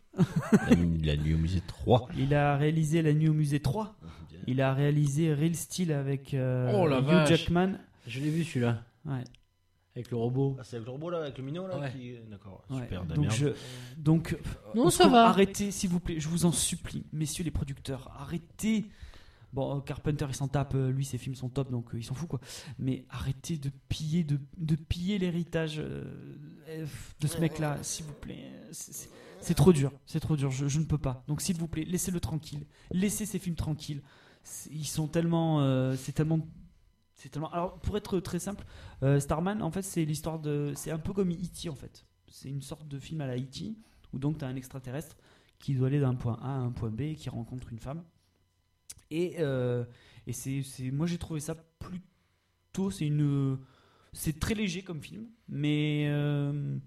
S7: la, nu- la New Musée 3.
S2: Il a réalisé La nuit au musée 3. Il a réalisé Real Steel avec euh,
S6: Oh la
S2: Hugh
S6: vache.
S2: Jackman.
S6: Je l'ai vu celui-là.
S2: Ouais,
S6: Avec le robot.
S7: Ah, c'est avec le robot là, avec le minot là
S6: Ouais.
S7: qui... D'accord,
S2: ouais.
S7: super, Damien.
S2: donc, je- donc,
S6: Non,
S2: Parce que Arrêtez, s'il vous plaît, je vous en supplie, messieurs les producteurs, arrêtez. Bon, euh, Carpenter, il s'en tape, euh, lui, ses films sont top, donc euh, il s'en fout, quoi. Mais arrêtez de piller, de, de piller l'héritage euh, euh, de ce mec-là, s'il vous plaît. Euh, c'est- c'est- C'est trop dur, c'est trop dur, je, je ne peux pas. Donc, s'il vous plaît, laissez-le tranquille, laissez ses films tranquilles. C'est- Ils sont tellement. euh, c'est tellement. C'est tellement. Alors, pour être très simple, euh, Starman, en fait, c'est l'histoire de. C'est un peu comme E.T., en fait. C'est une sorte de film à la E E.T où donc tu as un extraterrestre qui doit aller d'un point A à un point B et qui rencontre une femme. Et, euh, et c'est, c'est- moi j'ai trouvé ça plutôt, c'est une, c'est très léger comme film, mais euh,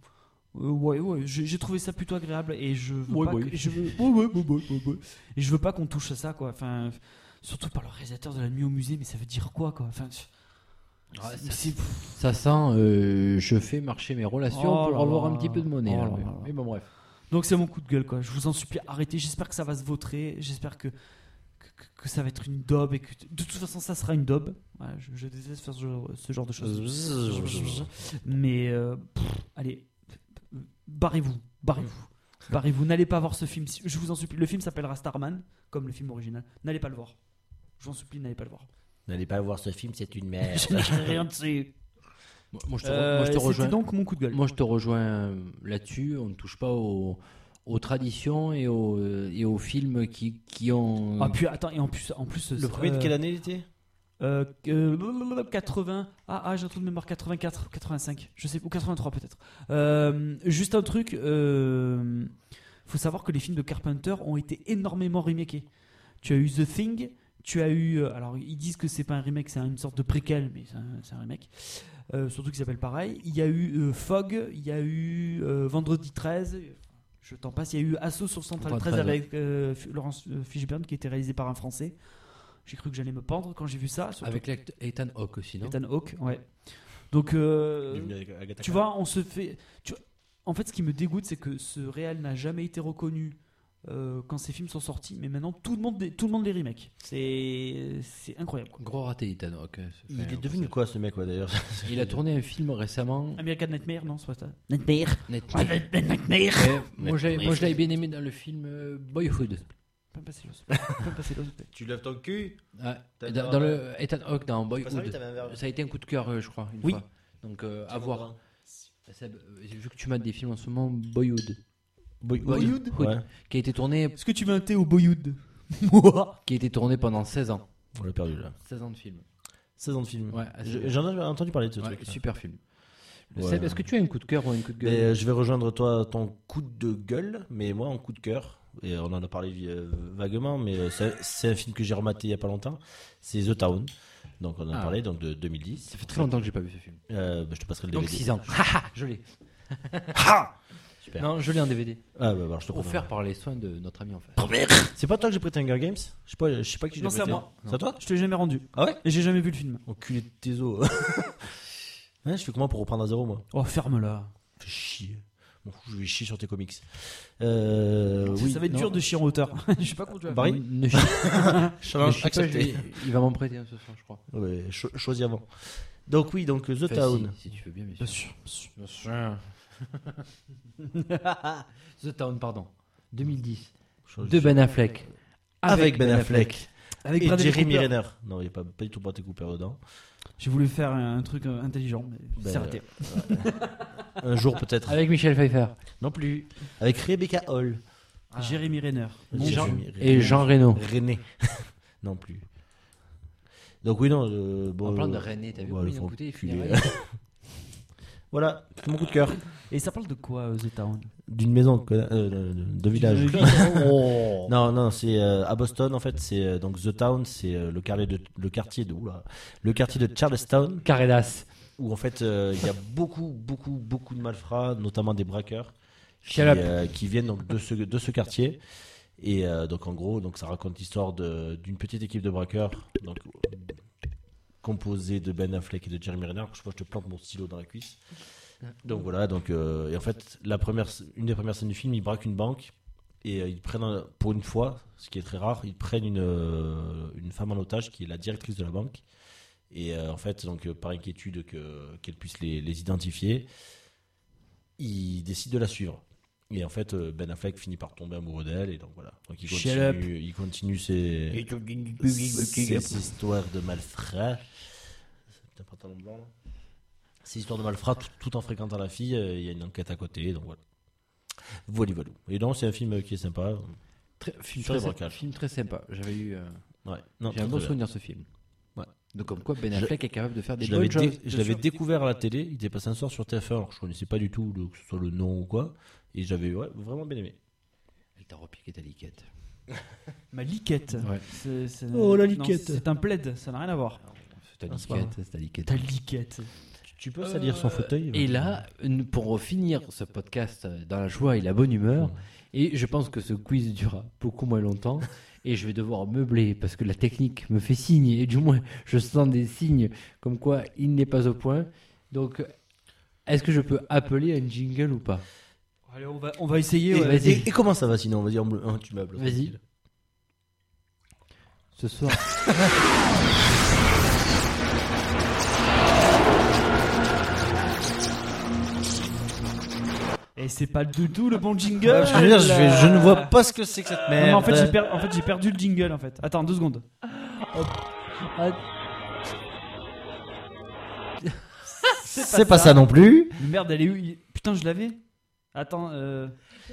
S2: euh, ouais, ouais, j'ai, j'ai trouvé ça plutôt agréable et je veux
S6: Ouais,
S2: pas,
S6: ouais.
S2: que- je veux, et je veux pas qu'on touche à ça quoi. Enfin, surtout par le réalisateur de la nuit au musée, mais ça veut dire quoi quoi Enfin,
S6: Ah,
S2: c'est-
S6: ça-
S2: c'est-
S6: Ça sent, euh, je fais marcher mes relations
S2: Oh
S6: pour
S2: là
S6: avoir
S2: là.
S6: un petit peu de monnaie.
S2: Oh
S6: là,
S2: là
S6: mais-
S2: là.
S6: Mais bon, bref.
S2: Donc c'est mon coup de gueule, quoi. Je vous en supplie, arrêtez. J'espère que ça va se vautrer. J'espère que, que, que ça va être une daube et que de toute façon ça sera une daube. Voilà, je, je déteste faire ce, genre- ce genre de
S6: Euh,
S2: choses. Mais euh, pff, allez, barrez-vous, barrez-vous, barrez-vous. N'allez pas voir ce film. si- Je vous en supplie. Le film s'appellera Starman, comme le film original. N'allez pas le voir. Je vous en supplie, n'allez pas le voir.
S7: N'allez pas voir ce film, c'est une merde.
S2: Rien dessus.
S6: Moi, moi, je te, re- moi,
S2: Euh,
S6: je te
S2: C'était
S6: rejoins.
S2: donc mon coup de gueule.
S6: Moi, je te rejoins euh, là-dessus. On ne touche pas aux, aux traditions et aux, et aux films qui, qui ont.
S2: Ah, puis attends, et en plus, en plus
S7: Le premier de
S6: euh,
S7: quelle année il était
S2: Euh, euh, blablabla, 80, ah, ah j'ai un trou de mémoire, 84, 85, je sais, ou 83 peut-être. Euh, juste un truc, euh, faut savoir que les films de Carpenter ont été énormément remakés. Tu as eu The Thing, tu as eu, euh, alors ils disent que c'est pas un remake, c'est une sorte de préquel, mais c'est un, c'est un remake. Euh, surtout qu'il s'appelle pareil. Il y a eu euh, Fog, il y a eu euh, Vendredi 13, je t'en passe, il y a eu Assaut sur Central
S6: Pas
S2: 13
S6: très
S2: avec euh, F- Laurence euh, Fishburne qui était réalisé par un Français. J'ai cru que j'allais me pendre quand j'ai vu ça. surtout
S6: Avec l'acte- Ethan Hawke aussi, non
S2: Ethan Hawke, ouais. Donc, euh,
S7: Il est venu avec Agatha
S2: tu
S7: Christie.
S2: vois, on se fait. tu vois, en fait, ce qui me dégoûte, c'est que ce réel n'a jamais été reconnu euh, quand ces films sont sortis, mais maintenant tout le monde, tout le monde les remake. C'est c'est incroyable. quoi.
S6: Gros raté, Ethan Hawke. hein,
S7: Il est devenu Ah, quoi ce mec, ouais, d'ailleurs
S6: Il a tourné un film récemment.
S2: American Nightmare, non, c'est pas ça. Nightmare.
S7: ah,
S6: Netflix.
S2: Nightmare.
S6: Euh, moi, j'ai- moi, je l'avais bien aimé dans le film euh, Boyhood.
S2: Pas passer l'os. Pas passer l'os.
S7: Tu lèves ton cul
S6: Ouais.
S7: T'as
S6: Ah, Dans,
S7: pas-
S6: dans le Ethan Hawke dans
S7: Parce que Bah, oui,
S6: Boyhood.
S7: t'avais un verre.
S6: Ça a été un coup de cœur, euh, je crois. Une
S2: Oui.
S6: Fois. Donc euh, à voir. Seb, euh, vu que tu m'as des films en ce moment, Boyhood,
S2: Boyhood
S6: Hood, qui a été tourné,
S2: Est-ce que tu veux un thé au Boyhood Moi
S6: qui a été tourné pendant 16 ans.
S7: On l'a perdu là.
S6: 16 ans de film.
S7: 16 ans de film.
S6: Ouais,
S7: Mmh. Je- J'en ai entendu parler de ce
S6: Ouais,
S7: truc.
S6: super film.
S7: Ouais.
S6: Seb, est-ce que tu as un coup de cœur ou un coup de gueule
S7: Mais euh, je vais rejoindre toi ton coup de gueule, mais moi en coup de cœur. Et on en a parlé euh, vaguement, mais euh, c'est c'est un film que j'ai rematé il y a pas longtemps. C'est The Town. Donc on en a
S6: Ah.
S7: parlé donc de 2010.
S6: Ça fait très longtemps que j'ai pas vu ce film.
S7: Euh, bah, je te passerai le
S6: Donc
S7: DVD.
S6: 6 ans. Ha, ha, je l'ai.
S7: Super.
S6: Non, je l'ai en DVD.
S7: Ah, bah, alors, je te promets.
S6: Offert par les soins de notre ami en face.
S7: C'est pas toi que j'ai prêté Hunger Games Je sais pas, je sais pas qui je l'ai
S2: Non, c'est à
S7: prêté.
S2: moi.
S7: C'est à toi
S2: Je te l'ai jamais rendu.
S7: Ah ouais
S2: Et j'ai jamais vu le film.
S7: Enculé de tes os. Hein, je fais comment pour reprendre à zéro moi
S2: Oh, ferme-la.
S7: Fais chier. Bon, je vais chier sur tes comics. Euh,
S2: Ça-
S7: oui,
S2: ça va être
S7: non.
S2: dur de chier en hauteur. je sais pas comment tu vas faire.
S7: Barry
S6: Ne chie- ne chie pas,
S7: accepté.
S6: je vais- Il va m'en prêter un ce soir, je crois.
S7: Ouais, cho- choisis avant. Donc oui, donc euh, The
S6: Enfin,
S7: Town.
S6: Si, si tu veux bien, bien
S2: Bien
S6: sûr.
S2: sûr.
S6: Bien sûr. The Town, pardon. 2010. De Ben Affleck.
S7: Avec Ben Affleck.
S2: Avec
S7: et
S2: Bradley
S7: Jeremy
S2: Cooper.
S7: Renner. Non, il n'y a pas, pas du tout Bradley Cooper dedans.
S2: J'ai voulu faire un truc euh, intelligent, mais
S7: Ben,
S2: c'est raté.
S7: Un jour peut-être.
S6: Avec Michel Pfeiffer.
S7: Non plus. Avec Rebecca Hall.
S2: Jérémy Renner. Mon
S7: Jeremy
S2: Dieu.
S7: Renner.
S6: Et Jean Reno.
S7: René. non plus. Donc oui, non. euh, bon,
S6: En parlant de
S7: euh,
S6: René, t'as vu
S7: ouais, le
S6: combien il a
S7: fond
S6: coûté les
S7: culé.
S6: funérailles
S7: Voilà, c'est mon coup de cœur.
S2: Et ça parle de quoi, euh, The Town
S7: D'une maison, conna- euh, de- de- de village. Non, non, c'est euh, à Boston en fait. C'est euh, donc The Town, c'est euh, le quartier de le quartier de oula, le quartier de Charlestown
S6: Carré d'As.
S7: où en fait euh, il y a beaucoup, beaucoup, beaucoup de malfrats, notamment des braqueurs, qui,
S6: Shut up.
S7: euh, qui viennent donc de ce, de ce quartier. Et euh, donc en gros, donc ça raconte l'histoire de- d'une petite équipe de braqueurs, donc euh, composée de Ben Affleck et de Jeremy Renner. Je crois que je te plante mon stylo dans la cuisse. Donc voilà, donc euh, et en fait la première, une des premières scènes du film, ils braquent une banque et euh, ils prennent un- pour une fois, ce qui est très rare, ils prennent une euh, une femme en otage qui est la directrice de la banque. Et euh, en fait, donc, euh, par inquiétude que- qu'elle puisse les, les identifier, il décide de la suivre. Et en fait, euh, Ben Affleck finit par tomber amoureux d'elle. Et donc voilà. Donc il
S2: Shut up.
S7: continue, il continue ses, ses histoires de malfrats. Putain, pantalon blanc, là. Ces histoires de malfrats, tout, tout en fréquentant la fille, euh, il y a une enquête à côté. Donc voilà. Voilà, voilà. Et donc, c'est un film euh, qui est sympa.
S6: Très- Film
S7: Sur les
S6: très, sympa,
S7: braquages.
S6: film très sympa. J'avais eu. euh,
S7: Ouais. Non,
S6: J'ai
S7: très,
S6: un
S7: très
S6: bon
S7: bien.
S6: souvenir de ce film.
S7: Ouais.
S6: Donc, comme quoi Ben
S7: Je-
S6: Affleck est capable de faire des
S7: Je l'avais,
S6: bonnes
S7: dé-
S6: choses.
S7: je l'avais découvert à la télé, il était passé un soir sur TF1, alors je connaissais pas du tout le- que ce soit le nom ou quoi, et j'avais ouais, vraiment bien aimé.
S6: Elle t'a repiqué ta liquette.
S7: Ah,
S2: Ma liquette.
S6: Ouais.
S2: C'est- c'est-
S1: Oh, la
S2: non,
S1: liquette.
S2: c'est un plaid, ça n'a rien à voir.
S6: C'est ta
S7: Ah, c'est pas
S6: liquette, c'est ta liquette.
S2: Ta liquette.
S7: Tu, tu peux salir son fauteuil
S6: Et là, une- pour finir ce podcast euh, dans la joie et la bonne humeur, et je pense que ce quiz durera beaucoup moins longtemps, et je vais devoir meubler parce que la technique me fait signe, et du moins je sens des signes comme quoi il n'est pas au point. Donc, est-ce que je peux appeler un jingle ou pas
S2: Allez, on va, on va essayer.
S7: et,
S2: ouais.
S6: vas-y.
S7: et- et comment ça va sinon Vas-y, on me le- hein, tu meubles.
S6: Vas-y. Ce soir.
S2: Et c'est pas du tout le bon jingle.
S7: Ah, je, veux dire, je, vais- je ne vois pas ce que c'est que cette
S2: Non, mais
S7: merde.
S2: en fait, j'ai per- en fait, j'ai perdu le jingle en fait. Attends, deux secondes.
S7: c'est pas ça non plus.
S2: Mais Merde, elle est où il- Putain, je l'avais. Attends, euh...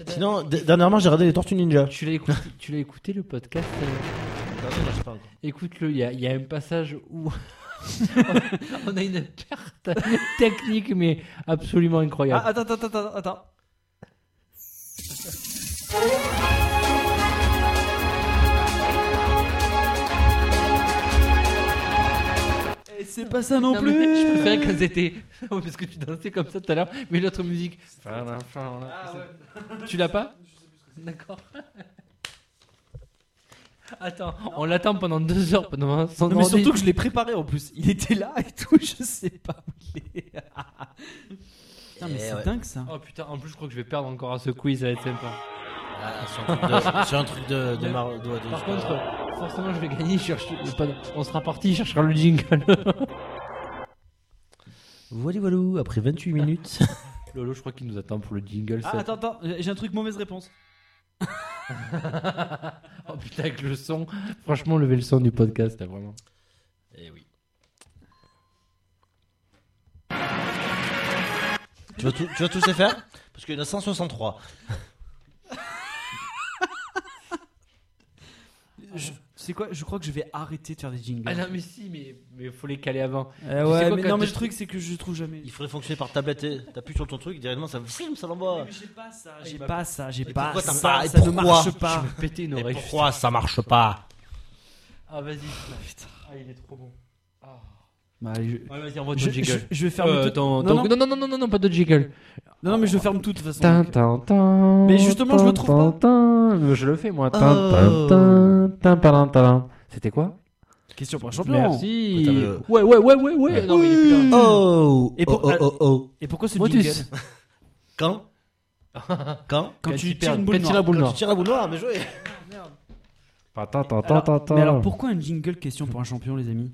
S7: Sinon, d- dernièrement, j'ai regardé les Tortues Ninja.
S6: tu l'as écouté, tu l'as écouté le podcast euh, Écoute-le, il y, a- il y a un passage où on a une perte technique, mais absolument incroyable.
S2: ah, attends, attends, attends, attends. Et Eh, C'est pas ça non,
S6: Non, mais
S2: plus.
S6: Je préférais quand c'était. Ouais, parce que tu dansais comme ça tout à l'heure, mais l'autre musique. Ah, Tu l'as pas D'accord. Attends, on l'attend pendant deux heures pendant son
S2: Non, mais
S6: ordi.
S2: surtout que je l'ai préparé en plus. Il était là et tout, je sais pas où il est. Putain, mais
S7: Eh
S2: c'est
S7: ouais.
S2: dingue ça.
S6: Oh putain, en plus je crois que je vais perdre encore à ce quiz, ça va être sympa.
S7: Ah, c'est un truc de- c'est un truc de, de, mar- de- de-
S6: Par contre, forcément, je vais gagner. je cherche- le pod- On sera parti, il cherchera le jingle.
S7: Voilà, voilà, après 28 minutes.
S6: Lolo, je crois qu'il nous attend pour le jingle.
S2: Ah,
S6: ça.
S2: attends, attends, j'ai un truc mauvaise réponse.
S6: Oh putain, avec le son. Franchement, lever le son du podcast, là, vraiment.
S7: Eh oui. Tu vas, tout, tu vas tous les faire Parce qu'il y en a 163.
S2: Je- C'est quoi Je crois que je vais arrêter de faire des jingles.
S6: Ah non, mais si, mais, mais faut les caler avant.
S2: Euh,
S6: Tu sais
S2: ouais,
S6: quoi,
S2: mais
S6: quand
S2: non, mais
S6: tu-
S2: le truc, c'est que je trouve jamais.
S7: Il faudrait fonctionner par tablette. et T'appuies sur ton truc, directement ça, ça l'envoie.
S2: Ah, j'ai pas ça, j'ai pas ça, j'ai pas
S7: pourquoi t'as
S2: ça,
S7: pas- et
S2: ça ne
S7: pourquoi
S2: marche pas.
S6: Péter une
S7: Et
S6: oreille.
S7: pourquoi ça marche pas
S6: Ah, vas-y. Ah, il est trop bon.
S2: Ah. Bah, je,
S6: Ouais, vas-y, envoie ton
S2: je-
S6: jingle. Euh,
S2: je- je vais fermer tout.
S6: ton,
S2: Non,
S6: ton- non, non, non, non, non, non, pas de jingle.
S2: Non, non, mais je ferme tout de toute façon.
S6: Tin,
S2: donc.
S6: tin, tin,
S2: Mais justement, je le trouve
S6: tin,
S2: pas.
S6: tin. Je le fais, moi. Tin,
S7: Oh.
S6: tin, tin, tin, tin, tin. C'était quoi
S2: Question pour un champion.
S6: Merci.
S7: Putain, le-
S6: Ouais, ouais, ouais, ouais, ouais. Non, mais il est plus là.
S7: Oh
S2: Et pour-
S7: oh, oh, oh, oh.
S2: Et pourquoi ce
S6: Motus.
S2: jingle
S7: Quand Quand
S2: Quand
S6: Quand
S2: tu
S6: il
S2: tires
S6: perd-
S2: une
S6: quand
S2: boule
S6: il
S2: noire.
S6: tire la boule
S7: Quand
S6: noire.
S7: tu tires la boule noire, mais joué
S6: Attends, attends,
S2: Alors,
S6: attends, attends.
S2: Mais alors pourquoi un jingle question pour un champion, les amis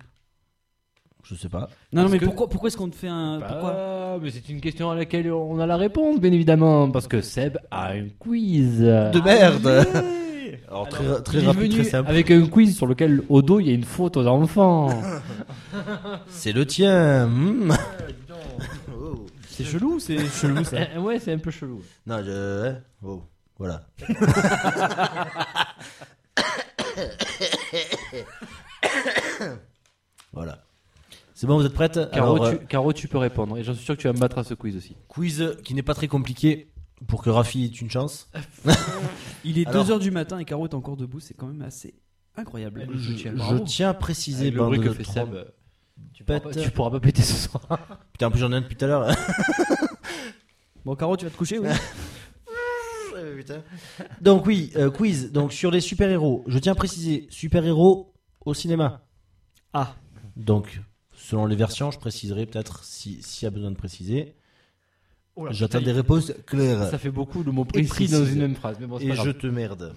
S7: Je sais pas.
S2: Non, non, mais
S6: que-
S2: pourquoi, pourquoi est-ce qu'on te fait un. Pourquoi
S6: Ah, mais c'est une question à laquelle on a la réponse, bien évidemment, parce que Seb a un quiz. Ah,
S7: De merde Ah, Alors très, très
S6: Il est
S7: rapide,
S6: venu
S7: très simple.
S6: avec un quiz sur lequel au dos il y a une faute aux enfants.
S7: C'est le tien hmm.
S2: C'est chelou, c'est chelou ça.
S6: Eh, ouais, c'est un peu chelou.
S7: Non, je. hein, Oh, voilà. voilà. C'est bon, vous êtes prête
S6: Caro,
S7: Alors, euh,
S6: tu, Caro, tu peux répondre, et j'en suis sûr que tu vas me battre à ce quiz aussi.
S7: quiz qui n'est pas très compliqué pour que Rafi ait une chance.
S6: Ah,
S2: Il est
S7: Alors-
S2: 2h du matin et Caro est encore debout, c'est quand même assez incroyable.
S6: Je tiens, bravo.
S7: Je tiens à préciser,
S6: Avec le
S7: bande
S6: bruit que
S7: de
S6: fait
S7: trois-
S6: Seb, euh, tu pourras, pas, tu pourras pas péter ce soir.
S7: Putain, en plus j'en ai un depuis tout à l'heure.
S2: Bon, Caro, tu vas te coucher oui
S7: Donc oui, euh, quiz. Donc sur les super-héros, je tiens à préciser, super-héros au cinéma.
S2: Ah.
S7: Donc, selon les versions, je préciserai peut-être si- s'il y a besoin de préciser.
S6: Oh là,
S7: J'attends
S6: putain,
S7: des réponses claires.
S6: Ça fait beaucoup de mots
S7: Et
S6: précis
S7: précise.
S6: dans une même phrase, mais bon, c'est
S7: Et
S6: pas
S7: je
S6: grave.
S7: te merde.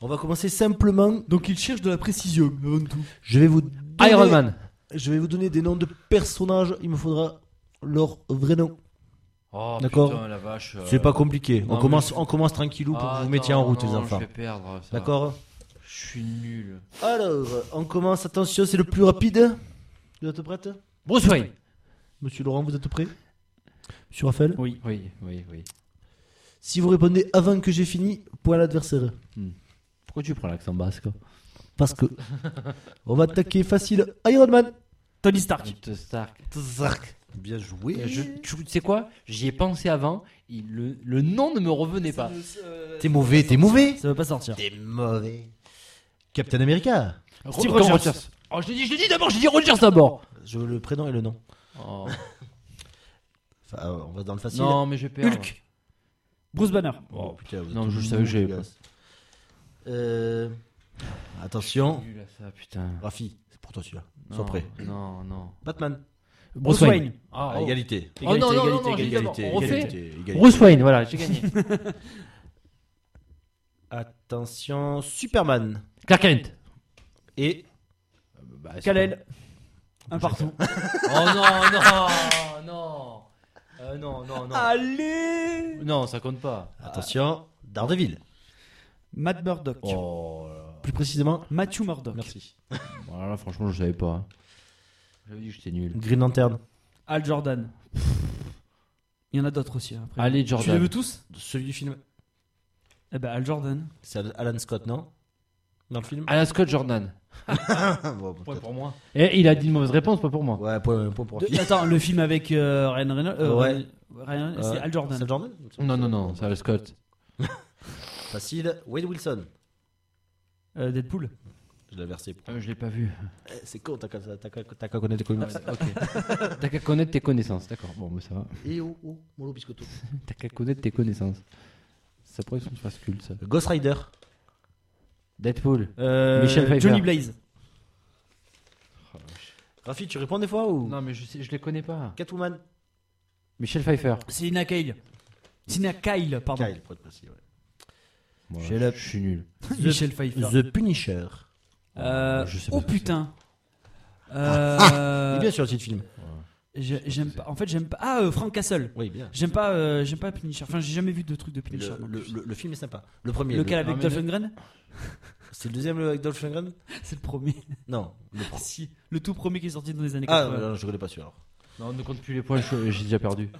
S7: On va commencer simplement.
S2: Donc il cherche de la précision avant tout.
S7: Je vais vous donner-
S6: Iron Man.
S7: Je vais vous donner des noms de personnages. Il me faudra leur vrai nom.
S6: Oh,
S7: D'accord.
S6: putain, la vache. euh,
S7: C'est pas compliqué.
S6: non,
S7: on
S6: mais
S7: commence,
S6: je-
S7: on commence tranquillou pour que
S6: Ah,
S7: vous vous mettiez en
S6: attends,
S7: route,
S6: non,
S7: les enfants.
S6: Je vais perdre. ça va.
S7: D'accord.
S6: Je suis nul.
S7: Alors, on commence. Attention, c'est le plus rapide. Vous êtes prête
S6: Bruce Wayne.
S7: Monsieur Laurent, vous êtes prêt Monsieur Raphaël
S6: Oui. Oui, oui, oui.
S7: Si vous répondez avant que j'ai fini, point à l'adversaire.
S6: Pourquoi tu prends l'accent basque
S7: Parce que on va attaquer facile Iron Man.
S2: Tony Stark.
S6: Putain, Stark. Euh,
S7: Bien joué.
S6: Je, tu tu sais quoi J'y ai pensé avant. il- le, le nom ne me revenait pas.
S7: T'es mauvais, t'es mauvais.
S2: Ça va pas sortir.
S7: T'es mauvais. Captain America.
S2: Steve
S6: Tom
S2: Rogers.
S6: Oh, je l'ai dit, je l'ai dit d'abord, je l'ai dit Rogers d'abord.
S7: Je veux le prénom et le nom.
S6: Oh.
S7: Enfin, euh, on va dans le facile.
S6: non, mais je vais perdre.
S2: Hulk. Bruce Banner.
S7: Oh putain, vous êtes
S6: Non, je
S7: tous
S6: savais que j'avais
S7: nuls, gars. Euh, Attention,
S6: Nul à ça, putain.
S7: Rafi, c'est pour toi celui-là.
S6: Non,
S7: Sois prêt.
S6: Non, non.
S7: Batman.
S2: Bruce Wayne.
S6: Ah,
S7: À
S6: oh.
S7: égalité.
S6: Oh, non, non, non, non, je l'ai dit d'abord.
S7: Égalité,
S6: On refait.
S7: égalité, égalité.
S6: Bruce Wayne, voilà, j'ai gagné.
S7: Attention, Superman.
S6: Clark Kent.
S7: Et
S6: Bah,
S2: Kal-El. Un partout.
S6: Oh non, non, non. Euh, non, non, non.
S2: Allez
S6: Non, ça compte pas.
S7: attention, Daredevil.
S2: Matt Murdock.
S6: Oh là.
S7: Plus précisément,
S2: Matthew Murdock.
S7: merci.
S6: Voilà, franchement, je savais pas. hein. J'avais dit que j'étais nul.
S7: Green Lantern.
S2: Al Jordan. Il y en a d'autres aussi. hein, Après.
S6: Allez,
S2: Tu les
S6: Jordan.
S2: veux tous
S7: Celui du film.
S2: Eh ben Al Jordan.
S7: C'est Alan Scott, non Dans le film
S6: Alan Scott Jordan.
S7: Ah, Bon, peut-être.
S6: pour moi. Et il a dit une mauvaise réponse, pas pour moi.
S7: Ouais, point, point pour
S2: De-
S7: Rafi.
S2: Attends, le film avec euh, Ryan Reynolds. euh,
S7: Ouais.
S2: Ryan- c'est
S7: Euh,
S2: Al Jordan.
S7: C'est Al Jordan
S6: Non, non, non, c'est Alan Scott.
S7: Facile, Wade Wilson.
S2: Euh, Deadpool.
S7: Je l'ai versé.
S6: Euh, je l'ai pas vu.
S7: Eh, C'est con, t'as qu'à t'as qu'à- t'as qu'à connaître les comics.
S6: T'as qu'à connaître tes connaissances, d'accord. Bon, mais ça va.
S7: Et oh, oh, Molo Biscotto.
S6: T'as qu'à connaître tes connaissances. Ça pourrait être une phrase culte, ça.
S7: Ghost Rider.
S6: Deadpool.
S2: Euh,
S6: Michel Pfeiffer.
S2: Johnny Blaze.
S7: Rafi, tu réponds des fois ou
S6: Non, mais je, sais, je les connais pas.
S7: Catwoman.
S6: Michel Pfeiffer.
S2: Selina Kyle. Selina Kyle, pardon.
S7: Kyle, pour être précis, ouais.
S6: J'ai la- Je suis nul.
S2: Michel Pfeiffer.
S7: The Punisher.
S2: Euh,
S7: Je sais pas
S2: oh
S7: ce que Ah.
S2: putain.
S7: Il
S2: Euh,
S7: est bien sur le titre film.
S2: j'ai- j'aime pas. En fait, j'aime pas. Ah, euh, Frank Castle.
S7: Oui, bien.
S2: J'aime pas. euh, j'aime pas Punisher. Enfin, j'ai jamais vu de truc de
S7: Et
S2: Punisher.
S7: Le,
S2: donc.
S7: le- le- le film est sympa. Le premier.
S2: Lequel
S7: le-
S2: avec
S7: Ah,
S2: Dolph
S7: mais-
S2: Lundgren
S7: C'est le deuxième le- avec Dolph Lundgren
S2: C'est le premier.
S7: Non. Le pro-
S2: Si, le tout premier qui est sorti dans les années
S7: Ah,
S2: 80.
S7: non, je connais pas celui alors.
S6: Non, ne compte plus les points, je- j'ai déjà perdu.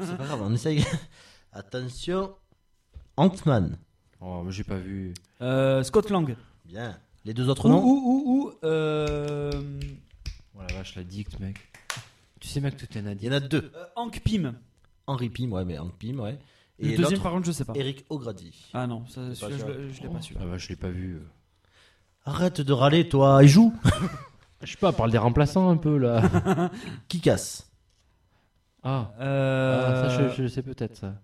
S7: C'est pas grave, on essaye. Attention. Ant-Man.
S6: Oh, mais j'ai pas vu.
S2: Euh, Scott Lang.
S7: Bien. Les deux autres
S2: Ou,
S7: noms
S2: ou, ou, ou, euh,
S6: Oh la vache, la dicte, mec. Tu sais, mec, tout est un
S7: Il y
S6: addict.
S7: en a deux.
S2: euh, Hank Pym.
S7: Henry Pym, ouais, mais Hank Pym, ouais.
S2: Le
S7: Et
S2: deuxième,
S7: l'autre,
S2: par contre, je sais pas.
S7: Eric O'Grady.
S2: Ah non, ça,
S7: C'est pas
S2: celui-là, je,
S7: Oh. celui-là.
S2: l'ai- je l'ai pas su.
S6: Oh, La vache, je l'ai pas vu.
S7: Arrête de râler, toi. Il joue.
S6: Je sais pas, parle des remplaçants un peu là.
S7: Qui casse
S6: ah,
S2: Euh,
S6: ah, ça, je, je le sais peut-être ça.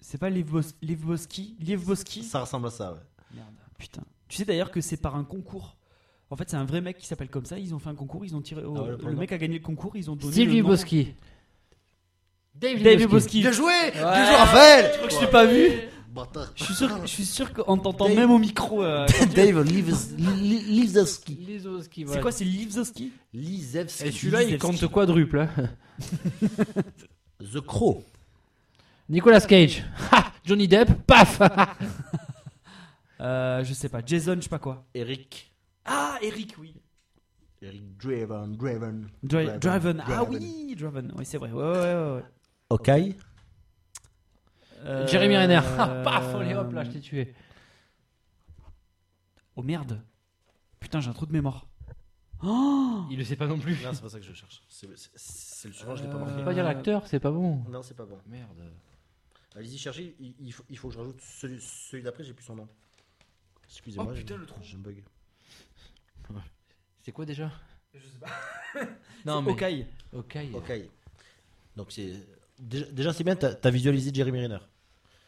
S2: C'est pas Lev Bos- Lev Bosky Lev Bosky
S7: Ça ressemble à ça, ouais.
S2: Merde, putain. Tu sais d'ailleurs que c'est par un concours. En fait, c'est un vrai mec qui s'appelle comme ça. Ils ont fait un concours, ils ont tiré. au-
S7: Ah ouais,
S2: le
S7: pardon.
S2: mec a gagné le concours, ils ont donné.
S6: Steve
S2: le nom.
S6: Liboski. Dave
S2: Dave
S6: Liboski.
S2: Lebowski.
S10: Bien joué
S2: Ouais.
S10: Bien joué, Raphaël
S2: Je crois que je t'ai pas vu.
S10: Bâtard.
S2: Je suis sûr, je suis sûr qu'en t'entendant
S10: Dave-
S2: même au micro. euh,
S10: Dave Lives- Li- Li- Lizowski.
S6: Liboski,
S2: c'est quoi, c'est Livzowski
S7: Lizevski.
S6: Et celui-là, il compte quadruple. hein.
S7: The Crow.
S6: Nicolas Cage. Ha Johnny Depp. Paf
S2: Euh, je sais pas, Jason, je sais pas quoi.
S7: Eric.
S2: Ah, Eric, oui.
S7: Eric Draven. Draven.
S2: Dri-
S7: Draven.
S2: Draven. Ah
S7: Draven.
S2: oui, Draven. Oui, c'est vrai. Ouais, ouais, ouais. ouais.
S7: Ok.
S2: Euh,
S6: Jérémy Renner.
S2: euh,
S6: Ah, Paf, allez hop, là, je t'ai tué.
S2: Oh merde. Putain, j'ai un trou de mémoire. Oh
S6: Il le sait pas non plus.
S7: Non, c'est pas ça que je cherche. C'est le- c'est- c'est le suivant, je l'ai pas
S6: Je
S2: Euh,
S7: marqué.
S6: peux pas dire l'acteur, c'est pas bon.
S7: Euh. Non, c'est pas bon.
S6: Merde.
S7: Allez-y, cherchez. Il, il faut, il faut que je rajoute celui, celui d'après, j'ai plus son nom. Excusez-moi.
S2: Oh,
S7: j'ai-
S2: putain, le trou.
S7: J'ai un bug.
S6: C'est quoi déjà Je sais pas.
S2: Non,
S6: non, mais.
S2: Hawkeye.
S6: Ok.
S7: Ok. Donc, c'est. Déjà, déjà, c'est bien, t'as t'as visualisé Jeremy Renner.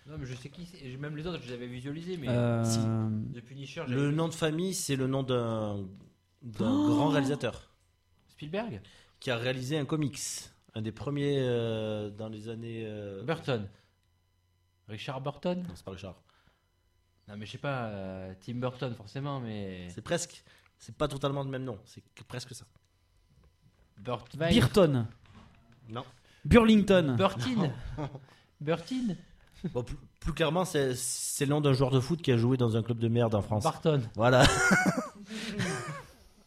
S6: Non, mais je sais qui c'est. Même les autres, je les avais visualisés, mais.
S2: Euh,
S7: Si.
S6: The Punisher,
S7: Le nom de famille, c'est le nom d'un d'un
S2: Oh.
S7: grand réalisateur
S6: Spielberg
S7: qui a réalisé un comics. Un des premiers euh, dans les années. euh,
S6: Burton. Richard Burton
S7: Non, c'est pas Richard.
S6: Non, mais je sais pas. euh, Tim Burton, forcément, mais.
S7: C'est presque. C'est pas totalement le même nom. C'est que- presque ça.
S6: Burt
S2: Burton.
S7: Non.
S2: Burlington.
S6: Burton Burton
S7: Bon, plus, plus clairement, c'est c'est le nom d'un joueur de foot qui a joué dans un club de merde en France.
S6: Barton.
S7: Voilà.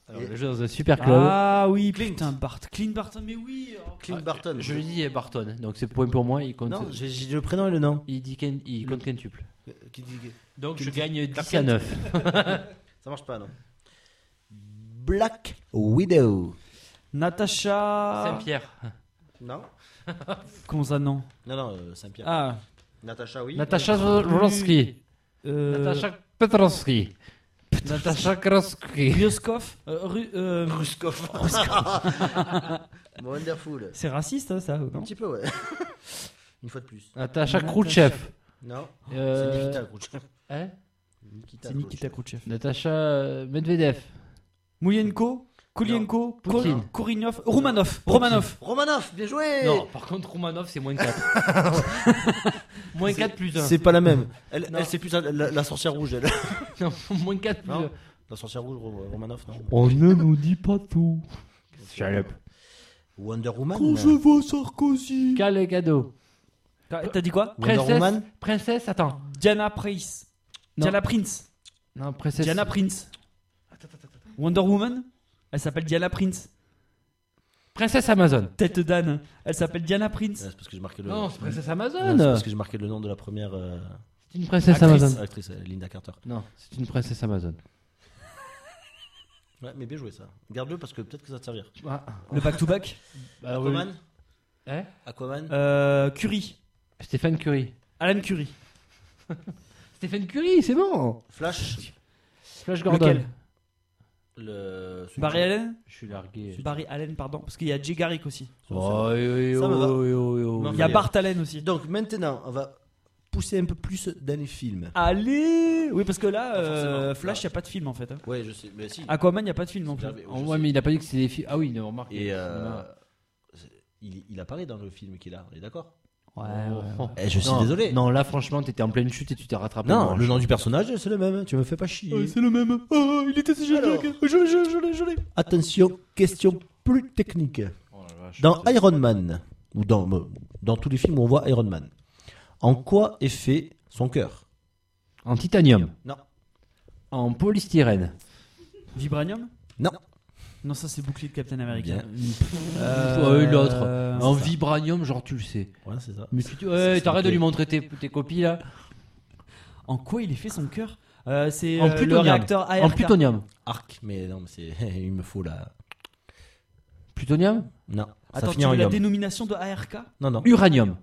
S6: Alors,
S7: Et-
S6: le jeu dans un super club.
S2: Ah oui, putain, Bart. Clint
S6: Ah,
S2: Barton, mais oui. oh.
S7: Clint Barton.
S6: Je lui dis eh, Barton, donc c'est point pour moi. Il compte.
S7: Non, j'ai j'ai le prénom et le nom.
S6: Il, dit qu'un- il compte quintuple.
S7: Qui dit-
S6: Donc
S7: Qui
S6: je
S7: dit-
S6: gagne 10 à
S7: Clark
S6: 9.
S7: Ça marche pas, non Black Widow.
S2: Natacha.
S6: Saint-Pierre.
S7: Non
S2: Comment ça, non
S7: Non, non, euh, Saint-Pierre.
S2: Ah.
S7: Natacha, oui.
S6: Natacha Zolowski.
S2: Euh,
S6: Natacha Petrovski. Natacha Kroski.
S2: Rioskov. Euh, Ru- euh,
S7: Ruskov. Wonderful.
S2: c'est raciste, hein, ça
S7: Un
S2: non
S7: petit peu, ouais. Une fois de plus.
S6: Natacha Khrouchtchev.
S7: Non C'est Nikita
S6: Euh,
S7: Khrouchtchev.
S6: hein
S7: Nikita
S2: C'est Nikita Khrouchtchev.
S6: Natacha euh, Medvedev.
S2: Mouyenko, Koulienko,
S6: Poutine.
S2: Kourinov, Romanov, Romanov.
S7: Romanov, bien joué
S6: Non, par contre, Romanov, c'est moins 4. moins 4 plus 1.
S7: C'est pas la même. Elle,
S6: Non.
S7: elle, c'est plus la, la- la sorcière rouge, elle.
S6: Non, moins 4 plus
S7: Non.
S6: 1.
S7: La sorcière rouge, Ro- Romanov, non
S6: On ne nous dit pas tout.
S7: Wonder Woman
S1: Quand je vois Sarkozy.
S6: Calegado.
S2: T'as t'as dit quoi
S7: Wonder
S6: Princesse.
S7: Woman
S6: Princesse, attends.
S2: Diana Price.
S6: Non.
S2: Diana Prince.
S6: Non, princesse.
S2: Diana Prince. Wonder Woman Elle s'appelle Diana Prince.
S6: Princesse Amazon.
S2: Tête d'âne. Elle s'appelle Diana
S7: Ouais,
S2: Prince.
S7: C'est parce que j'ai marqué le
S6: Non, c'est Princesse
S7: Ouais, c'est
S6: Amazon.
S7: parce que j'ai marqué le nom de la première euh,
S6: C'est une princesse
S7: actrice,
S6: Amazon.
S7: actrice, euh, Linda Carter.
S6: Non, c'est une princesse Amazon.
S7: Ouais, mais bien joué ça. Garde-le parce que peut-être que ça va te servir.
S6: Ah,
S2: Le back-to-back.
S6: bah, oui.
S7: Aquaman
S6: Hein
S7: Aquaman
S2: Euh, Curie.
S6: Stéphane Curie.
S2: Alan Curie.
S6: Stéphane Curie, c'est bon.
S7: Flash
S6: Flash Gordon.
S2: Lequel
S7: le... celui
S2: Barry
S7: qui-
S2: Allen
S6: Je suis largué.
S2: Barry Allen, pardon. Parce qu'il y a Jay Garrick aussi.
S6: Oh, oui, oui,
S7: Ça me va.
S6: oui, oui,
S7: Non,
S2: Il
S6: oui,
S2: y a
S7: Allez.
S2: Bart Allen aussi.
S7: Donc maintenant, on va pousser un peu plus dans les films.
S2: Allez Oui, parce que là,
S7: Pas forcément.
S2: euh, Flash, il n'y a pas de film en fait. hein.
S7: Ouais, je sais, mais si.
S2: Aquaman, il n'y a pas de film non plus.
S6: Oh, ouais, mais il a pas dit que c'est des filles. Ah oui, il a remarqué.
S7: Et
S6: c'est
S7: euh,
S6: marrant.
S7: il, il apparaît dans le film qu'il a, on est d'accord Eh, je suis
S6: Non,
S7: désolé.
S6: Non, là, franchement, t'étais en pleine chute et tu t'es rattrapé.
S7: Non,
S6: Bon,
S7: le
S6: je-
S7: nom du personnage, c'est le même. Tu me fais pas chier.
S1: Euh, c'est le même. Oh, il était si jeune.
S7: Alors.
S1: Je, je, je l'ai, je l'ai.
S5: Attention, question plus technique.
S6: Oh
S7: Dans
S5: Iron Man, ou dans,
S7: euh,
S5: dans tous les films où on voit Iron Man, en quoi est fait son cœur
S6: En titanium.
S5: Non.
S6: En polystyrène.
S2: Vibranium
S5: Non.
S2: Non, ça c'est bouclier de Captain America.
S5: Bien.
S6: Ouais, l'autre.
S2: euh,
S6: en vibranium, genre tu le sais.
S7: Voilà, c'est Ah, ça.
S6: Mais tu- ouais, t'arrêtes de lui montrer tes, tes copies là.
S2: En quoi il est fait son cœur Euh, C'est
S6: En
S2: euh, le
S6: plutonium.
S2: réacteur ARK.
S6: En plutonium.
S7: Arc, mais non, mais c'est. Il me faut la.
S6: Plutonium
S7: Non.
S2: Attends,
S7: ça
S2: tu
S7: finit en
S2: veux la
S7: ium.
S2: dénomination de ARK
S7: Non, non,
S6: Uranium.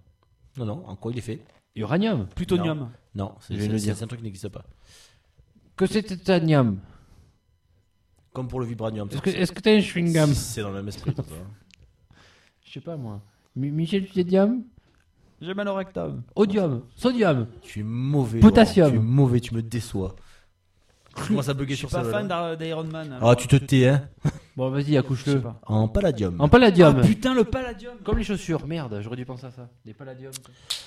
S7: non, non. En quoi il est fait
S6: Uranium.
S2: Plutonium.
S7: Non, c'est
S6: Je vais
S7: c'est-
S6: le
S7: c'est-
S6: dire.
S7: c'est un truc qui n'existe pas.
S6: Que c'est titanium
S7: Comme pour le vibranium.
S6: Est-ce que est-ce que t'as un chewing-gum
S7: C'est dans le même esprit. tout ça.
S6: Je sais pas moi. Mi- Michel Titanium
S2: J'ai mal au rectum.
S6: Odium Sodium
S7: Tu es mauvais.
S6: Potassium.
S7: Laurent, Tu es mauvais, tu me déçois. Je commence à bugger
S2: Je suis
S7: sur
S2: pas
S7: ça.
S2: fan d'A-
S7: là.
S2: d'Iron Man. alors.
S7: Ah, tu te tais, hein
S6: Bon, vas-y,
S2: Je sais
S6: accouche-le.
S2: pas.
S7: En palladium.
S6: En palladium.
S2: Ah, putain, le palladium
S6: Comme les chaussures, merde, j'aurais dû penser à ça. Des palladiums.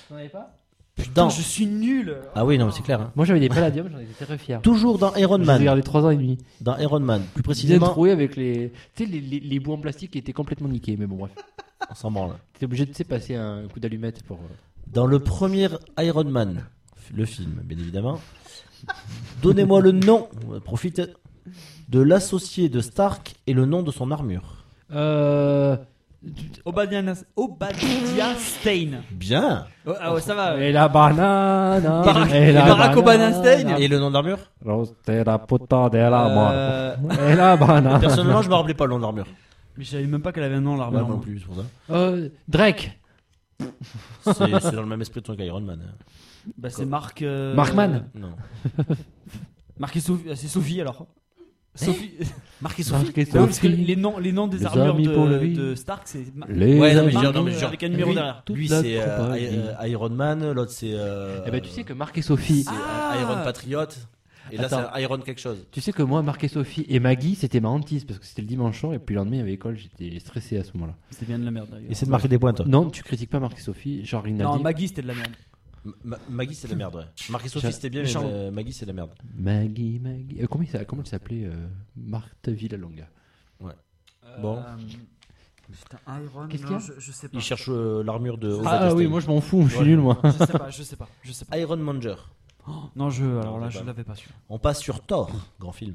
S6: T'en avais pas
S2: Putain,
S7: Putain.
S2: je suis nul
S7: Ah oui, non, mais c'est clair. hein.
S6: Moi j'avais des palladiums, j'en étais très fier.
S5: Toujours dans Iron
S6: J'ai
S5: Man.
S6: regardé 3 ans et demi.
S5: Dans Iron Man,
S6: Ils
S5: plus
S6: avaient
S5: précisément.
S6: trouvé avec les. Tu sais, les, les, les bouts en plastique qui étaient complètement niqués, mais bon, bref.
S7: On s'en branle.
S6: T'étais obligé de tu sais, passer un coup d'allumette pour. euh,
S5: Dans le premier Iron Man, le film, bien évidemment. Donnez-moi le nom, on profite, de l'associé de Stark et le nom de son armure.
S6: Euh.
S2: Obadiah, Obadiah Stein.
S5: Bien
S2: Oh, ah ouais, ça va.
S6: Et la banane
S2: Barack-
S6: Et la
S2: Barack Obama
S6: banane
S2: Stein.
S5: Et le nom d'armure
S6: Roster la puta de la mort.
S2: Euh,
S6: Et la banane
S5: Personnellement, je me rappelais pas le nom d'armure.
S2: Mais je savais même pas qu'elle avait un nom, l'arme.
S7: Là, non plus, c'est pour ça.
S6: Euh, Drake
S7: C'est c'est dans le même esprit de ton qu'Iron Man. hein.
S2: Bah, c'est Marc. euh,
S6: Markman
S7: Non.
S2: Marc et Sophie. ah, C'est Sophie alors. Eh, Sophie.
S7: Marc et Sophie.
S6: Marc et
S2: Non, parce que
S6: Sophie.
S2: les noms, les noms des
S6: Les
S2: armures
S6: amis pour la
S2: de,
S6: vie.
S2: de Stark, c'est. Mar-
S6: Les
S7: Ouais, non, mais je veux
S6: amis.
S7: dire, non, mais je veux dire,
S2: Avec un numéro
S7: lui-
S2: derrière.
S6: toute
S7: Lui,
S6: la
S7: c'est euh,
S6: compagnie.
S7: I- euh, Iron Man, l'autre, c'est. euh,
S6: Eh ben, tu sais que Marc et Sophie.
S7: c'est, euh,
S2: Ah
S7: Iron Patriot. Et là,
S6: Attends.
S7: c'est Iron quelque chose.
S6: Tu sais que moi, Marc et Sophie et Maggie, c'était ma hantise parce que c'était le dimanche soir et puis le lendemain, il y avait école, j'étais stressé à ce moment-là.
S2: C'était bien de la merde. d'ailleurs.
S5: Essaie de marquer des points, toi.
S6: Non, tu critiques pas Marc et Sophie, genre il n'a
S2: Non,
S6: dit-
S2: Maggie, c'était de la merde.
S7: M- Ma- Maggie, c'est de la merde, ouais. Marc et Sophie,
S6: J'ai-
S7: c'était bien,
S2: les
S7: mais
S2: charmes.
S7: euh, Maggie, c'est de la merde.
S6: Ah. Maggie, Maggie. Euh, comment, il s'a- comment elle s'appelait euh, Marthe Villalonga.
S2: Euh,
S7: Bon.
S2: Putain, Iron.
S6: Qu'est-ce qu'il y a
S2: non, je, je sais pas.
S7: Il cherche euh, l'armure de.
S6: Ah,
S7: Obadiah
S6: oui,
S7: Stane.
S6: moi je m'en fous, je suis
S7: Ouais.
S6: nul moi.
S2: Je sais pas, je sais pas, je sais pas.
S7: Iron Manger.
S2: Non, je. Alors là,
S7: je
S2: je
S7: sais pas.
S2: l'avais pas su.
S5: On passe sur Thor, grand film.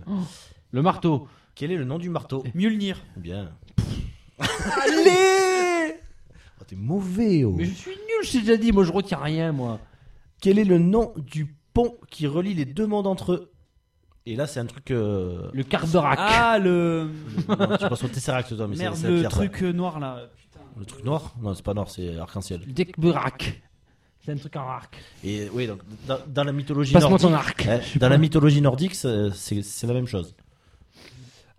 S6: Le marteau.
S5: Quel est le nom du marteau
S2: Mjolnir.
S5: Bien. Allez Oh, T'es mauvais, oh.
S6: Mais je suis nul, je t'ai déjà dit, moi je retiens rien moi.
S5: Quel est le nom du pont qui relie les deux mondes entre eux Et là, c'est un truc. euh,
S6: Le cardorac.
S2: Ah, le.
S5: non, tu passes au Tesseract, toi, mais c'est-
S2: Merde,
S5: c'est la
S2: le
S5: pierre,
S2: truc euh, noir là. Putain.
S5: ça. Le truc noir Non, c'est pas noir, c'est arc-en-ciel.
S6: Le Dekberak. C'est un truc en arc.
S5: Et oui, donc, dans, dans la mythologie
S6: Passe-moi
S5: nordique.
S6: ton arc.
S5: Ouais, dans la mythologie nordique, c'est- c'est c'est la même chose.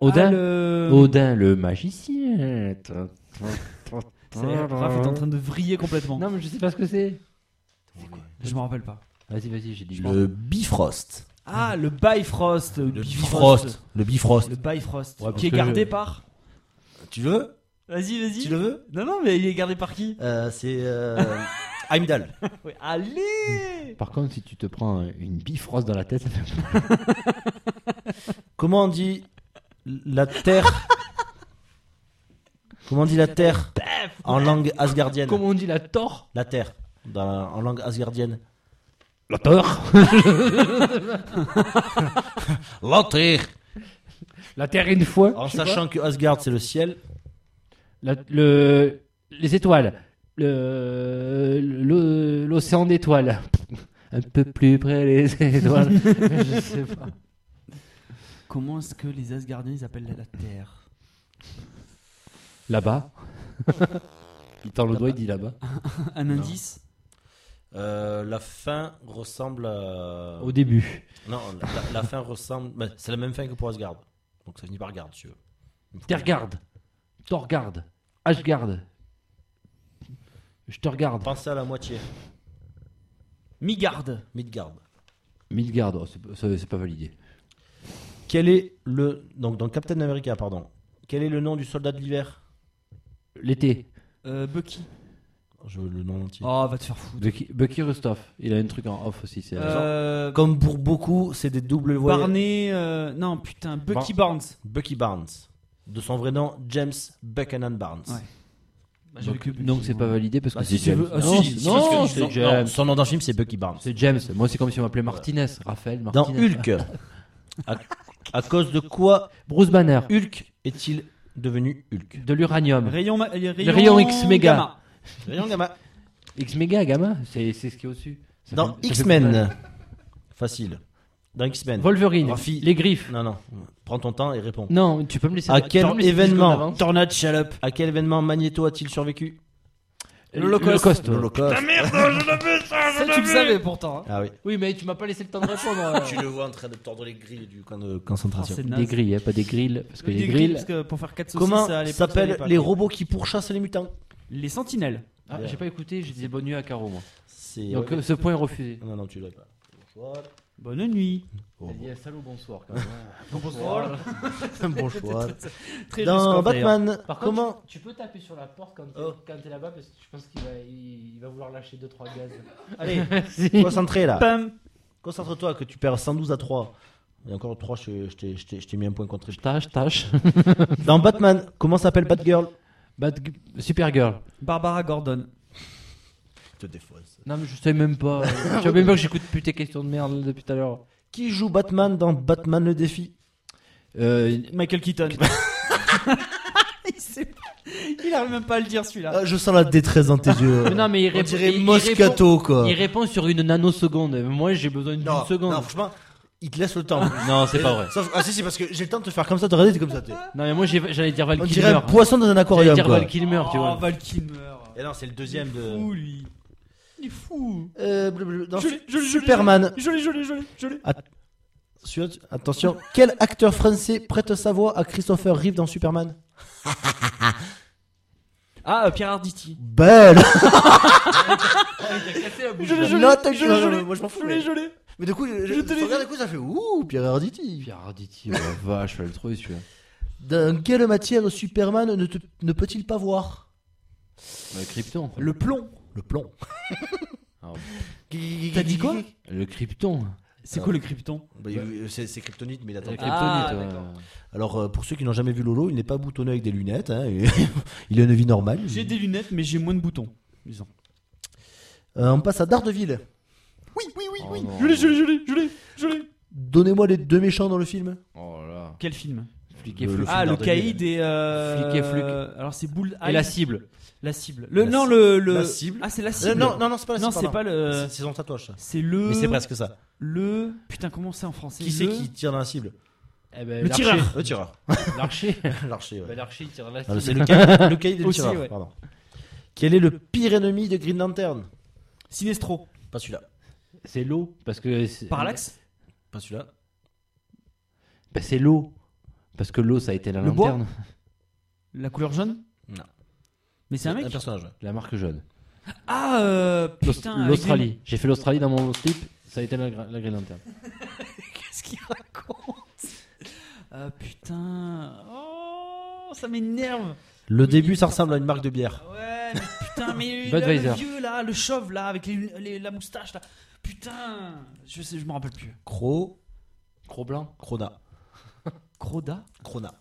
S6: Odin.
S2: Ah, le...
S6: Odin le magicien.
S2: Ça y est, Raph est en train de vriller complètement.
S6: Non mais je sais pas ce que c'est.
S2: Je m'en rappelle pas.
S6: Vas-y, vas-y, j'ai dit.
S5: Le Bifrost.
S2: Ah, le Bifrost. Le
S5: Bifrost. Le Bifrost.
S2: Le Bifrost.
S6: Ouais, parce
S2: qui est
S6: que
S2: gardé
S6: je-
S2: par.
S5: Tu veux
S2: Vas-y, vas-y.
S5: Tu le veux
S2: Non, non, mais il est gardé par qui
S5: Euh, C'est euh, Heimdall.
S2: Ouais, Allez
S6: Par contre, si tu te prends une bifrost dans la tête, ça fait-
S5: Comment on dit la terre Comment on dit la terre en langue asgardienne
S6: comment on dit la tor
S5: La terre dans la- en langue asgardienne.
S6: La tor
S5: La terre
S6: La terre une fois.
S5: En
S6: je sais pas.
S5: sachant que Asgard c'est le ciel,
S6: La- le, les étoiles, le, le- l'océan d'étoiles. Un peu plus près les étoiles. je sais pas.
S2: Comment est-ce que les Asgardiens ils appellent la Terre
S6: Là-bas. il tend le doigt, il dit là-bas.
S2: Un indice
S7: Euh, la fin ressemble à.
S6: Au début.
S7: Non, la, la fin ressemble. bah, c'est la même fin que pour Asgard. Donc ça finit par Garde, tu veux. Il me faut-
S6: Terre garde. Thor garde. H garde. Je te regarde.
S7: Pensez à la moitié.
S2: Migard.
S7: Midgard.
S6: Midgard, oh, c'est, pas- ça- c'est pas validé.
S5: quel est le donc dans Captain America pardon, quel est le nom du soldat de l'hiver
S6: L'été.
S2: Euh, Bucky.
S7: Je veux le nom entier.
S2: Oh, va te faire foutre.
S6: Bucky, Bucky Rustoff, il a un truc en off aussi. c'est-
S2: Euh,
S7: Comme pour beaucoup, c'est des doubles voyelles.
S2: Barney. euh, non, putain, Bucky Barnes.
S7: Bucky Barnes. De son vrai nom, James Buchanan Barnes.
S2: Ouais.
S6: donc, donc c'est pas validé parce que
S7: Ah,
S6: c'est
S7: si tu
S6: James.
S7: veux- ah,
S6: non,
S7: si, si,
S6: non,
S7: parce que- non,
S6: c'est James.
S7: son nom dans le film, c'est Bucky Barnes.
S6: C'est James. Moi, c'est comme si on m'appelait Martinez, Raphaël
S7: Dans
S6: Martinez.
S7: Hulk. à, à cause de quoi
S6: Bruce Banner.
S7: Hulk est-il devenu Hulk
S6: De l'uranium.
S2: Rayon, ma- les rayons
S6: rayon X méga.
S2: gamma.
S7: Rayon gamma.
S6: X-Méga, gamin. C'est c'est ce qui est au-dessus. Ça fait-
S7: Dans
S6: ça fait-
S7: X-Men. Facile. Dans X-Men.
S6: Wolverine.
S7: Rafi.
S6: Les griffes.
S7: Non, non. Prends ton temps et réponds.
S6: Non, tu peux me laisser.
S7: À
S6: tu peux
S7: quel
S6: me laisser dix secondes
S7: événement
S6: d'avance
S7: Tornade Chalup. À quel événement Magneto a-t-il survécu
S6: L'Holocauste.
S7: L'Holocauste.
S11: Merde, je l'avais ça, je
S2: Ça, tu le savais pourtant. hein.
S7: Ah oui.
S6: Oui, mais tu m'as pas laissé le temps de répondre. euh.
S7: le vois en train de tordre les grilles du camp de
S2: Ah,
S7: concentration.
S2: c'est naze.
S6: Des grilles, hein, pas des grilles. Parce que
S2: Des
S6: les
S2: grilles,
S6: grilles.
S2: parce que pour faire 4 saucisses,
S7: Comment
S2: ça, à l'époque, ça
S7: s'appellent
S2: allait pas,
S7: les
S2: quoi.
S7: robots qui pourchassent les mutants
S2: Les sentinelles.
S6: Ah, j'ai pas écouté, je disais bonne nuit à Caro, moi.
S7: C'est.
S6: Donc euh, ce point est refusé.
S7: Non, non, tu l'as pas.
S2: Bonne nuit.
S7: Oh,
S6: Elle dit salaud bonsoir quand même.
S7: bon. bon choix.
S2: Très juste
S7: Dans
S2: quand
S7: Batman,
S6: Par contre,
S7: comment
S6: tu peux taper sur la porte quand t'es
S7: Oh.
S6: là-bas parce que je pense qu'il va, vouloir lâcher 2-3 gaz.
S7: Allez, concentré là.
S2: Pam.
S7: Concentre-toi que tu perds 112 à 3. Et encore 3, je, je t'ai- je t'ai- je t'ai mis un point contre.
S6: Tâche, tâche.
S7: Dans Batman, comment s'appelle Batgirl
S6: Bad- Supergirl.
S2: Barbara Gordon.
S7: Je te défausse.
S6: Non, mais je sais même pas. euh, tu vois même pas que j'écoute plus tes questions de merde depuis tout à l'heure.
S7: Qui joue Batman dans Batman le défi
S6: Euh,
S2: Michael Keaton. il, sait pas. il arrive même pas à le dire celui-là.
S7: Ah, Je sens la détresse dans tes yeux.
S6: mais non, mais il
S7: On
S6: répond.
S7: dirait
S6: il- il
S7: Moscato
S6: répond-
S7: quoi.
S6: Il répond sur une nanoseconde. Moi, j'ai besoin d'une
S7: Non,
S6: seconde.
S7: non, franchement, il te laisse le temps.
S6: Non, c'est pas vrai.
S7: Sauf- ah si, si, parce que j'ai le temps de te faire comme ça, te regarder, t'es comme ça. t'es-
S6: Non, mais moi, j'ai- j'allais dire Val
S7: On
S6: Kilmer.
S7: dirait un poisson dans un
S6: J'allais
S7: aquarium.
S6: dire
S7: quoi.
S6: Val Kilmer, tu vois.
S2: Oh, Val Kilmer.
S7: Et non, c'est le deuxième
S2: Il est
S7: de.
S2: fou, lui. Il est fou.
S7: Euh, bleu, bleu, dans
S2: Je l'ai, je l'ai, je l'ai,
S7: Superman.
S2: Je l'ai, je l'ai, je l'ai, je l'ai.
S7: Suivante, Attention, quel acteur français prête sa voix à Christopher Reeve dans Superman
S2: Ah, euh, Pierre Arditi.
S7: Belle
S2: Je l'ai, je l'ai.
S7: Note que
S2: je
S7: je-
S2: l'ai, je l'ai.
S7: moi, je m'en fous,
S2: Je l'ai,
S7: mais-
S2: je l'ai.
S7: Mais du coup, je,
S2: Je te l'ai
S7: regarde du coup, ça fait ouh, Pierre Arditi.
S6: Pierre Arditi, oh la vache, je vais le trouver celui-là.
S7: Dans quelle matière Superman ne, te- ne peut-il pas voir
S6: Le Krypton.
S2: Le plomb.
S7: Le plomb.
S6: Ah ouais.
S7: T'as
S2: dit quoi
S6: Le Krypton.
S2: C'est quoi le krypton
S7: Bah, il- C'est c'est Kryptonite, mais il attend.
S6: Le Kryptonite,
S2: Ah,
S6: ouais. Oh,
S7: Alors, euh, pour ceux qui n'ont jamais vu Lolo, il n'est pas boutonné avec des lunettes. hein, et- il a une vie normale.
S2: J'ai des lunettes, mais j'ai moins de boutons. Disons.
S7: Euh, on passe à Daredevil.
S2: Oui, oui, oui,
S6: Oh
S2: oui.
S6: non.
S2: Je l'ai, je l'ai, je l'ai, je l'ai, je l'ai.
S7: Donnez-moi les deux méchants dans le film.
S6: Oh là.
S2: Quel film
S6: Flic et
S7: Le- le
S6: flou.
S7: film
S2: Ah, le
S7: d'Ardeville.
S2: caïd et. Euh...
S6: Flic et fluc.
S2: Alors, c'est Bull.
S6: Et la cible.
S2: La cible. Le,
S7: La
S2: non,
S7: cible.
S2: le, le.
S7: La cible.
S2: Ah, c'est la
S7: Euh,
S2: cible.
S7: non, non, non, c'est pas la
S2: Non,
S7: cible,
S2: c'est
S7: pardon.
S2: pas euh, le.
S7: C'est c'est son tatouage. ça.
S2: C'est le.
S7: Mais c'est presque ça.
S2: Le. Putain, comment c'est en français
S7: Qui c'est
S2: Le-
S7: qui tire dans la cible
S6: Eh ben,
S2: Le
S6: l'archer.
S2: tireur.
S7: Le tireur.
S6: L'archer.
S7: L'archer, ouais.
S6: Bah, L'archer, il tire la
S7: Ah, c'est
S6: cible.
S7: le cahier, le cahier des
S2: Aussi,
S7: tireurs,
S2: ouais.
S7: pardon. Quel est le pire ennemi de Green Lantern
S2: Sinestro.
S7: Pas celui-là.
S6: C'est l'eau. Parce que. c'est-
S2: Parallax
S7: Pas celui-là.
S6: Bah, c'est l'eau. Parce que l'eau, ça a été la
S2: Le bois.
S6: lanterne.
S2: La couleur jaune
S7: Non.
S2: Mais c'est un mec
S7: personnage. ouais.
S6: La marque jaune.
S2: Ah, euh,
S6: L'Aust-
S2: putain. avec des-
S6: L'Australie. J'ai fait l'Australie dans mon slip. Ça a été la, gra- la grille lanterne.
S2: Qu'est-ce qu'il raconte Ah, putain. Oh, ça m'énerve.
S7: Le début, ça ressemble à une marque de bière.
S2: Ouais, mais putain, mais là, le
S6: Budweiser.
S2: vieux là, le chauve là, avec les- les- la moustache là. Putain, je sais, je me rappelle plus.
S7: Cro,
S6: Gros blanc.
S7: Crona,
S2: Croda
S7: Crona.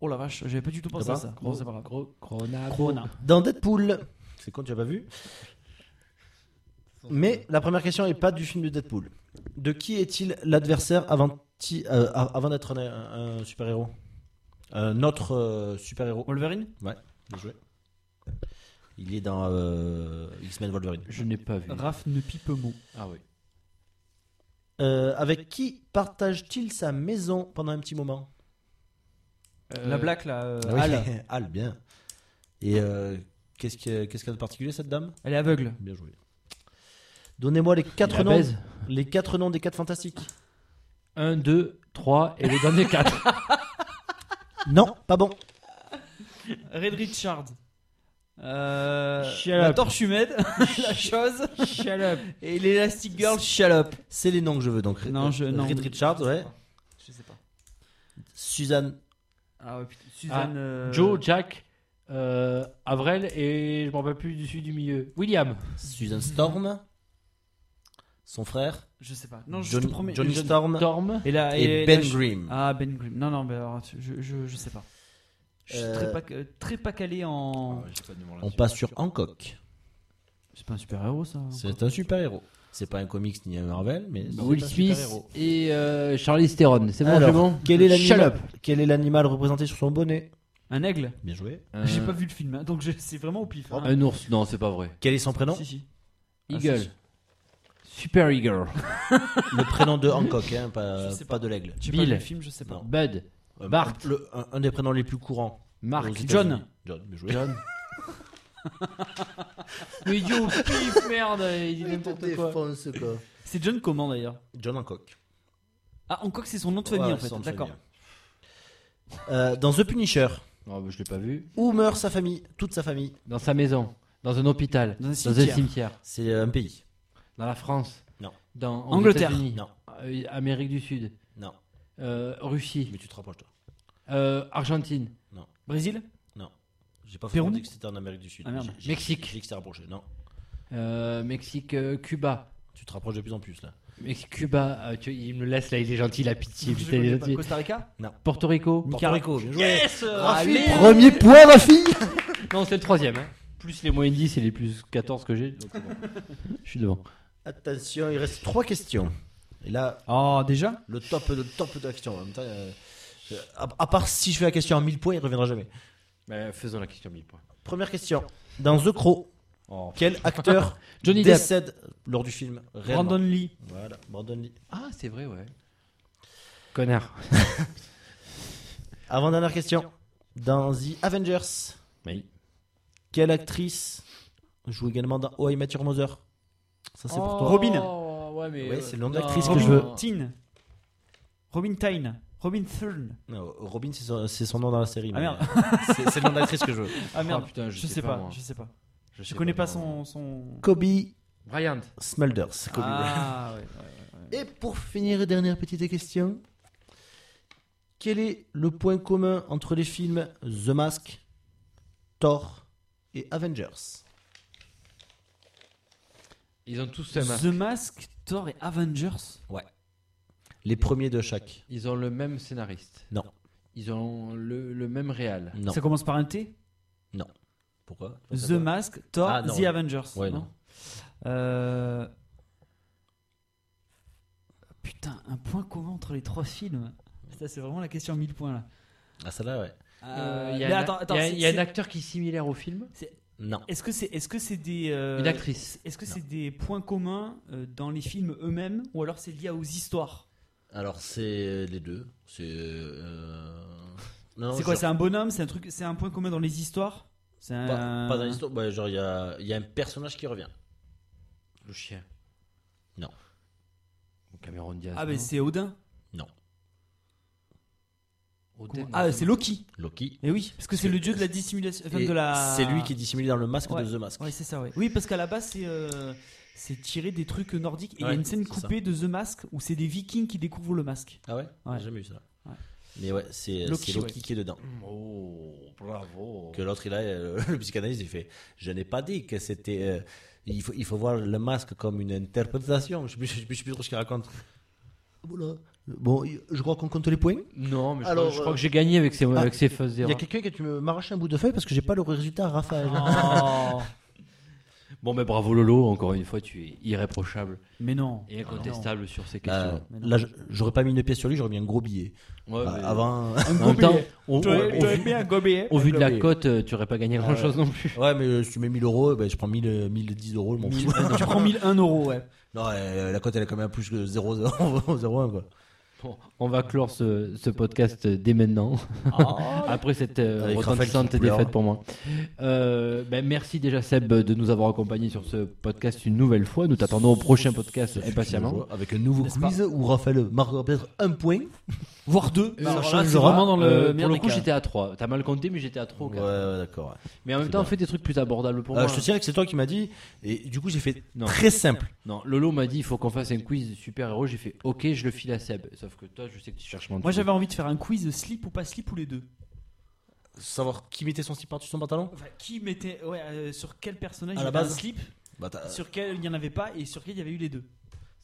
S2: Oh la vache, j'avais pas du tout pensé
S7: T'as
S2: à
S7: pas
S2: ça.
S7: Gros-
S2: Bon, c'est pas grave.
S6: Gros. Corona.
S2: Crona.
S7: Dans Deadpool. C'est con, tu as pas vu Mais la première question est pas du film de Deadpool. De qui est-il l'adversaire avant, ti- euh, a- avant d'être un, un- un super-héros Euh, Notre euh, super-héros.
S2: Wolverine
S7: Bien joué. Il est dans euh, X-Men Wolverine.
S6: Je n'ai pas vu.
S2: Raph ne pipe mot.
S6: Ah oui.
S7: Euh, avec qui partage-t-il sa maison pendant un petit moment
S2: La blague là, euh,
S7: Ah oui,
S2: Al,
S7: Al, bien. Et euh, qu'est-ce que- qu'est-ce qu'elle a de particulier cette dame
S2: elle est aveugle.
S7: Bien joué. Donnez-moi les quatre
S6: la
S7: noms,
S6: baise.
S7: les quatre noms des quatre fantastiques.
S6: 1, 2, 3 et les derniers 4.
S7: Non, pas bon.
S2: Red Richard. Euh,
S6: Shut
S2: la
S6: up.
S2: torche humide, la chose. Et l'Elastic Girl, shallop.
S7: C'est les noms que je veux donc.
S2: Non, je- non.
S7: Reed Richards, ouais.
S2: Je sais pas.
S7: Suzanne.
S2: Ah ouais, putain, Suzanne. euh,
S6: Joe, Jack, euh, Avrel et je m'en rappelle plus du sud du milieu. William.
S7: Susan Storm. Son frère.
S2: Je sais pas. Non, je
S7: Johnny-
S2: te promets.
S7: Johnny
S2: je-
S7: Storm.
S6: Torm.
S2: Et, là, là,
S7: Et Ben
S2: je-
S7: Grimm.
S2: Ah, Ben Grimm. Non, non, mais alors, je, je, je sais pas. Je suis
S7: Euh, Ah,
S2: très, pas, très pas calé en.
S7: On passe sur Hancock.
S2: C'est pas un super héros ça.
S7: C'est un super héros. C'est pas un comics ni un Marvel,
S2: Bah
S7: mais c'est
S6: Will
S7: un
S6: Smith
S7: super-héros.
S6: et euh, Charlie Theron. C'est bon,
S7: Alors,
S6: c'est bon.
S7: quel est l'animal
S6: Shut
S7: Quel est l'animal représenté sur son bonnet
S2: Un aigle
S7: Bien joué.
S6: up.
S2: J'ai pas vu le film, hein, donc je- c'est vraiment au pif. hein.
S6: Euh, Un ours. Non, c'est pas vrai.
S7: Quel est son prénom
S2: Si, si. Ah,
S6: Eagle.
S2: c'est-
S6: Super Eagle.
S7: Le prénom de Hancock, hein, pas,
S2: Je sais
S7: pas de l'aigle.
S2: J'ai
S6: Bill.
S2: pas vu le film, je sais pas.
S7: Non.
S6: Bud.
S7: Euh,
S6: Bart.
S7: le- un, un des prénoms les plus courants. aux
S6: Marc.
S7: États-Unis.
S2: John.
S7: John, bien joué.
S6: Mais yo, pif, merde. Il dit n'importe quoi.
S10: défonce, quoi.
S2: C'est John comment d'ailleurs
S7: John Hancock.
S2: Ah, encore que c'est son nom de famille
S7: Ouais,
S2: en fait.
S7: son nom de
S2: D'accord.
S7: famille. Euh, dans The Punisher,
S6: Non, mais je l'ai pas vu.
S7: où meurt sa famille, toute sa famille
S6: Dans sa maison. Dans un hôpital.
S2: Dans un
S6: Dans un
S2: cimetière.
S6: cimetière.
S7: C'est un pays.
S6: Dans la France.
S7: Non.
S6: Dans aux
S2: Angleterre.
S6: États-Unis.
S7: Non.
S6: Euh, Amérique du Sud.
S7: Non,
S6: Euh, Russie.
S7: mais tu te rapproches toi.
S6: Euh, Argentine.
S2: Brésil
S7: J'ai pas
S2: Pérou
S7: dit que c'était en Amérique du Sud.
S2: Ah, merde.
S7: J'ai- j'ai-
S6: Mexique.
S7: J'ai dit que c'était rapproché. Non,
S6: Euh, Mexique. euh, Cuba.
S7: tu te rapproches de plus en plus là.
S6: Mexique, Cuba. euh, tu- il me laisse là, il est gentil, il a pitié.
S2: Je
S6: putain, il est
S2: connais
S6: Euh,
S2: pas.
S6: gentil.
S2: Costa Rica
S6: Porto Rico. Ah,
S7: Puerto Rico, bien joué.
S2: Yes Allez
S10: Premier point, ma fille
S6: Non, c'est le troisième. hein. Plus les moins 10 et les plus 14 que j'ai. donc c'est bon. Je suis devant.
S7: Attention, il reste trois questions. Et là,
S2: Oh, déjà
S7: le top, le top de la question. En même temps, euh, euh, à, à part si je fais la question à 1000 points, il reviendra jamais.
S6: faisons la question 1000 points.
S7: Première question. Dans The Crow,
S6: Oh.
S7: quel acteur
S6: Johnny Depp.
S7: décède lors du film réellement
S2: Brandon Lee.
S7: Voilà, Brandon Lee.
S6: Ah, c'est vrai, ouais. Connard.
S7: Avant dernière question. Dans The Avengers,
S6: Oui.
S7: quelle actrice joue également dans Oh I Met Your Mother Ça c'est
S2: Oh.
S7: pour toi.
S2: Robin.
S6: Oh, Ouais, mais.
S7: Ouais,
S6: euh,
S7: c'est le nom de
S6: non.
S7: l'actrice que
S2: Robin
S7: je veux.
S2: Tyne. Robin Tyne. Robin Thurn.
S7: Non, Robin, c'est son, c'est son nom dans la série.
S2: Ah,
S7: mais
S2: merde.
S7: c'est c'est le nom de l'actrice que je veux.
S2: Ah merde,
S6: putain, je sais
S2: sais
S6: pas,
S2: pas.
S6: moi.
S2: je sais pas.
S7: sais
S2: Je connais pas
S7: vraiment.
S2: son. son...
S7: Kobe
S6: Bryant.
S7: Smulders. Kobe
S2: Ah ouais.
S7: Et pour finir, dernière petite question. Quel est le point commun entre les films The Mask, Thor et Avengers
S6: Ils ont tous le masque.
S2: The Mask, Thor et Avengers.
S7: Les premiers de chaque.
S6: Ils ont le même scénariste.
S7: Non.
S6: Ils ont le, le même réal.
S7: Non.
S2: Ça commence par un T
S7: Pourquoi
S2: The Mask, Thor,
S7: Ah, non,
S2: The
S7: ouais.
S2: Avengers.
S7: Ouais, non.
S2: Euh, Putain, un point commun entre les trois films Ça, c'est vraiment la question à 1000 points là.
S7: Ah, celle-là, ouais.
S6: Euh, Il y
S2: mais
S6: a, un-
S2: attends, attends,
S6: il y a-
S2: c'est-
S6: il y a
S2: c'est-
S6: un acteur qui est similaire au film.
S7: Non.
S2: Est-ce que c'est est-ce que c'est des euh,
S6: Une actrice.
S2: Est-ce que c'est des points communs euh, dans les films eux-mêmes ou alors c'est lié aux histoires
S7: Alors, c'est les deux. C'est. euh, non,
S2: C'est quoi
S7: genre,
S2: C'est un bonhomme C'est un truc C'est un point commun dans les histoires C'est un...
S7: Pas, pas dans l'histoire. Ouais, genre, il y a, il y a un personnage qui revient.
S6: Le chien.
S7: Non.
S6: Cameron Diaz.
S2: Ah mais
S6: non
S2: c'est Odin.
S7: Non.
S6: Odin, non,
S2: Ah c'est Loki.
S7: Loki.
S2: Et oui, parce que c'est le dieu de la dissimulation. enfin,
S7: Et
S2: de la.
S7: C'est lui qui est dissimulé dans le masque
S2: Ouais.
S7: de The Mask.
S2: Ouais, c'est ça, ouais. Oui, parce qu'à la base, c'est euh, c'est tiré des trucs nordiques. Et il y a
S7: Ouais,
S2: une scène
S7: c'est ça.
S2: coupée de The Mask où c'est des vikings qui découvrent le masque.
S7: Ah ouais,
S2: Ouais.
S7: J'ai jamais vu ça.
S2: Ouais.
S7: Mais ouais, c'est c'est
S2: Loki,
S7: Loki,
S2: ouais.
S7: qui est dedans.
S6: Oh, bravo.
S7: Que l'autre, il a, euh, le psychanalyste, il fait Je n'ai pas dit que c'était. euh, il, faut, il faut voir le masque comme une interprétation. Je ne sais plus- je sais plus je sais plus trop ce qu'il raconte. Voilà. Bon, je crois qu'on compte les points.
S6: Non, mais je,
S10: Alors,
S6: crois, je crois
S10: euh,
S6: que j'ai gagné avec ces,
S2: ah,
S6: avec ces fausses
S7: Il y a
S6: erreurs.
S7: quelqu'un qui a dû me- m'arracher un bout de feuille parce que j'ai pas le résultat, Raphaël.
S6: Bon, mais bravo Lolo, encore une fois, tu es irréprochable
S2: Mais non. Ah,
S6: et
S2: non. Bah,
S6: incontestable sur ces
S7: Là,
S6: questions.
S2: Mais non.
S7: Bah, là, je- j'aurais pas mis une pièce sur lui, j'aurais mis un gros billet.
S6: Ouais,
S7: Bah,
S6: mais-
S7: Avant.
S6: en même temps, au, au- au
S2: T'aurais
S6: vu,
S2: bien gobelet.
S6: au vu de la cote, euh, tu aurais pas gagné grand chose non plus.
S7: Ah ouais, mais euh, si tu mets 1000 euros, ben, je prends 1000, euh, 1010 euros, je m'en fous.
S2: Tu prends 1001 euros, ouais.
S7: Non, euh, la cote, elle est quand même à plus que 0, 0,01 quoi.
S6: Bon, on va clore ce, ce podcast euh, dès maintenant.
S7: Ah.
S6: Après cette euh,
S7: Avec
S6: retentissante
S7: Raphaël qui hein. pleure.
S6: défaite pour moi. Euh, ben, merci déjà Seb de nous avoir accompagnés sur ce podcast une nouvelle fois. Nous t'attendons au prochain podcast impatiemment.
S7: Avec un nouveau quiz où Raphaël marquera peut-être un point.
S2: Voire deux.
S6: Euh,
S2: Bah, alors
S6: ça
S2: là, c'est
S6: changera.
S2: vraiment dans le.
S6: Euh, pour
S2: merde
S6: le
S2: des
S6: coup,
S2: cas.
S6: j'étais à 3. T'as mal compté, mais j'étais à 3 ou
S7: Ouais,
S6: quatre.
S7: ouais, d'accord. ouais.
S6: Mais en même
S7: C'est
S6: temps,
S7: bien.
S6: fais des trucs plus abordables pour
S7: Euh,
S6: moi. hein.
S7: je te dirais que c'est toi qui m'as dit, et du coup j'ai fait
S6: Non.
S7: très simple.
S6: Non, Lolo m'a dit il faut qu'on fasse un quiz de super-héros. J'ai fait ok, je le file à Seb. Sauf que toi, je sais que tu cherches mon
S2: Moi,
S6: truc.
S2: j'avais envie de faire un quiz de slip ou pas slip ou les deux.
S7: savoir qui mettait son slip par-dessus son pantalon
S2: Enfin, qui mettait. Ouais, euh, sur quel personnage
S7: À
S2: il
S7: la
S2: y avait
S7: base.
S2: un slip
S7: Bah, t'as-
S2: Sur quel il n'y en avait pas et sur quel il y avait eu les deux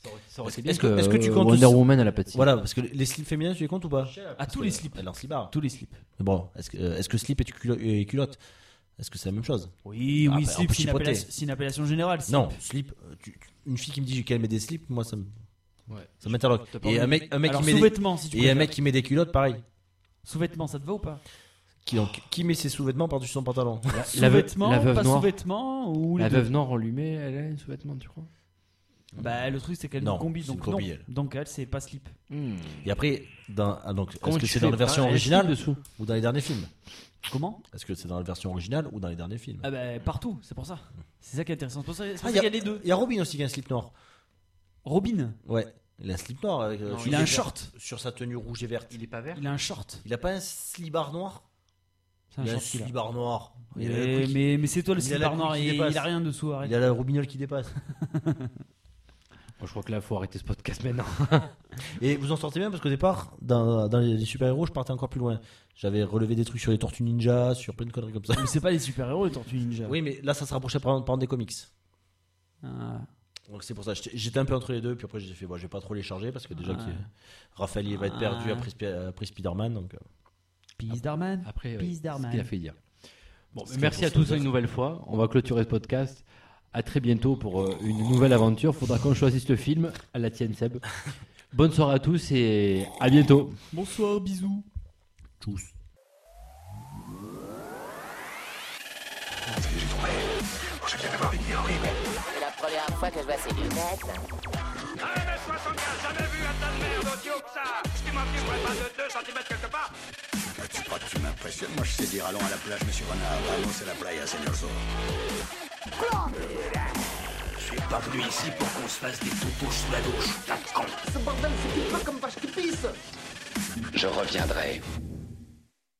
S7: Est-ce
S6: Est-ce
S7: que, est-ce que tu comptes
S6: euh, Wonder
S7: aussi-
S6: Woman à la pâtisserie
S7: Voilà, parce que les slips féminins, tu les comptes ou pas
S2: À tous les slips.
S7: Elle est en slipard.
S2: Tous les slips.
S7: Bon, est-ce que, euh, est-ce que slip et tu culo- et culotte Est-ce que c'est la même chose
S2: Oui,
S7: Ah,
S2: oui,
S7: bah, on
S2: slip,
S7: peut
S2: c'est une,
S7: chipoter.
S2: appellation- c'est une appellation générale. slip.
S7: Non, slip. euh, tu- tu- une fille qui me dit j'ai qu'elle met des slips, moi ça me-
S6: Ouais.
S7: ça m'interroge.
S6: T'as pas
S7: Et
S6: envie
S7: un
S6: de
S7: mec, un mec
S2: Alors,
S7: qui met des,
S2: sous-vêtements, si tu
S7: et un
S2: préfères.
S7: mec qui met des culottes, pareil.
S2: Sous-vêtements, ça te va ou pas
S7: Qui donc qui met ses sous-vêtements par-dessus son pantalon
S6: La veuve-
S2: Sous-vêtements,
S6: la veuve
S2: pas
S6: noire.
S2: sous-vêtements ou les
S6: La
S2: deux
S6: veuve noire, on lui met, elle a un sous-vêtement, tu crois
S2: Bah, le truc, c'est qu'elle
S7: Non,
S2: nous combi,
S7: c'est
S2: donc
S7: une combi,
S2: non.
S7: elle.
S2: Donc elle, c'est pas slip.
S7: Et après, dans, ah, donc est-ce
S6: Hmm. Comment
S7: que
S6: tu
S7: c'est dans
S6: fais
S7: la version
S6: Ah, elle
S7: originale
S6: slip dessous.
S7: ou dans les derniers films
S2: Comment
S7: Est-ce que c'est dans la version originale ou dans les derniers films
S2: Ah bah, partout, c'est pour ça. C'est ça qui est intéressant. C'est pour ça, c'est pour
S7: Ah,
S2: ça qu'il y a les deux.
S7: Il y a Robin aussi qui a un slip noir.
S2: Robin,
S7: Ouais, il a un slip noir. avec, euh, sur
S2: il a
S7: ses
S2: un
S7: ver-
S2: short.
S7: Sur sa tenue rouge et verte.
S6: Il est pas vert
S2: Il a un short.
S7: Il a pas un slibard noir
S2: C'est un
S7: Il a un
S2: short qu'il a.
S7: slibard noir. Il a le
S2: Mais,
S7: truc-
S2: mais, mais c'est toi le
S7: Il a
S2: slip
S7: la
S2: noir
S7: couille
S2: et
S7: qui
S2: il
S7: dépasse.
S2: a rien dessous, arrête.
S7: Il a la robignole qui dépasse.
S6: Je crois que là, faut arrêter ce podcast maintenant.
S7: Et vous en sortez bien parce qu'au départ, dans, dans les, les super-héros, je partais encore plus loin. J'avais relevé des trucs sur les tortues ninja, sur plein de conneries comme ça.
S2: Mais c'est pas les super-héros, les Tortues Ninja.
S7: Oui, mais là, ça se rapprochait par, par des comics.
S2: Ah.
S7: Donc c'est pour ça, j'étais j'étais un peu entre les deux, puis après j'ai fait, bon, je vais pas trop les charger parce que déjà,
S2: Ouais.
S7: qu'il- Raphaël il va être perdu
S2: Ah.
S7: après, Spi- après Spider-Man. Donc, euh.
S2: Peace
S7: Ah,
S2: Darman.
S6: Après,
S2: Peace
S6: oui, ce
S2: Darman.
S6: qu'il a fait hier. Bon,
S7: Ce qu'il
S6: merci
S7: a
S6: à
S7: fait
S6: tous
S7: hier.
S6: une nouvelle fois. On va clôturer ce podcast. À très bientôt pour euh, une nouvelle aventure. Faudra qu'on choisisse le film. À la tienne, Seb. Bonne soirée à tous et à bientôt.
S2: Bonsoir, bisous.
S3: C'est la première fois que je vois ces lunettes.
S12: Un mètre 75, jamais vu un tas de merde aussi haut que ça Excuse-moi, tu vois pas de 2 cm quelque part
S13: Tu crois que tu m'impressionnes Moi, je sais dire allons à la plage, monsieur Renard. Allons à la playa, señor Zorro. Je suis pas venu ici pour qu'on se fasse des toutous sous la douche, tas de cons.
S14: Ce bordel, c'est pas comme vache qui pisse
S13: Je reviendrai.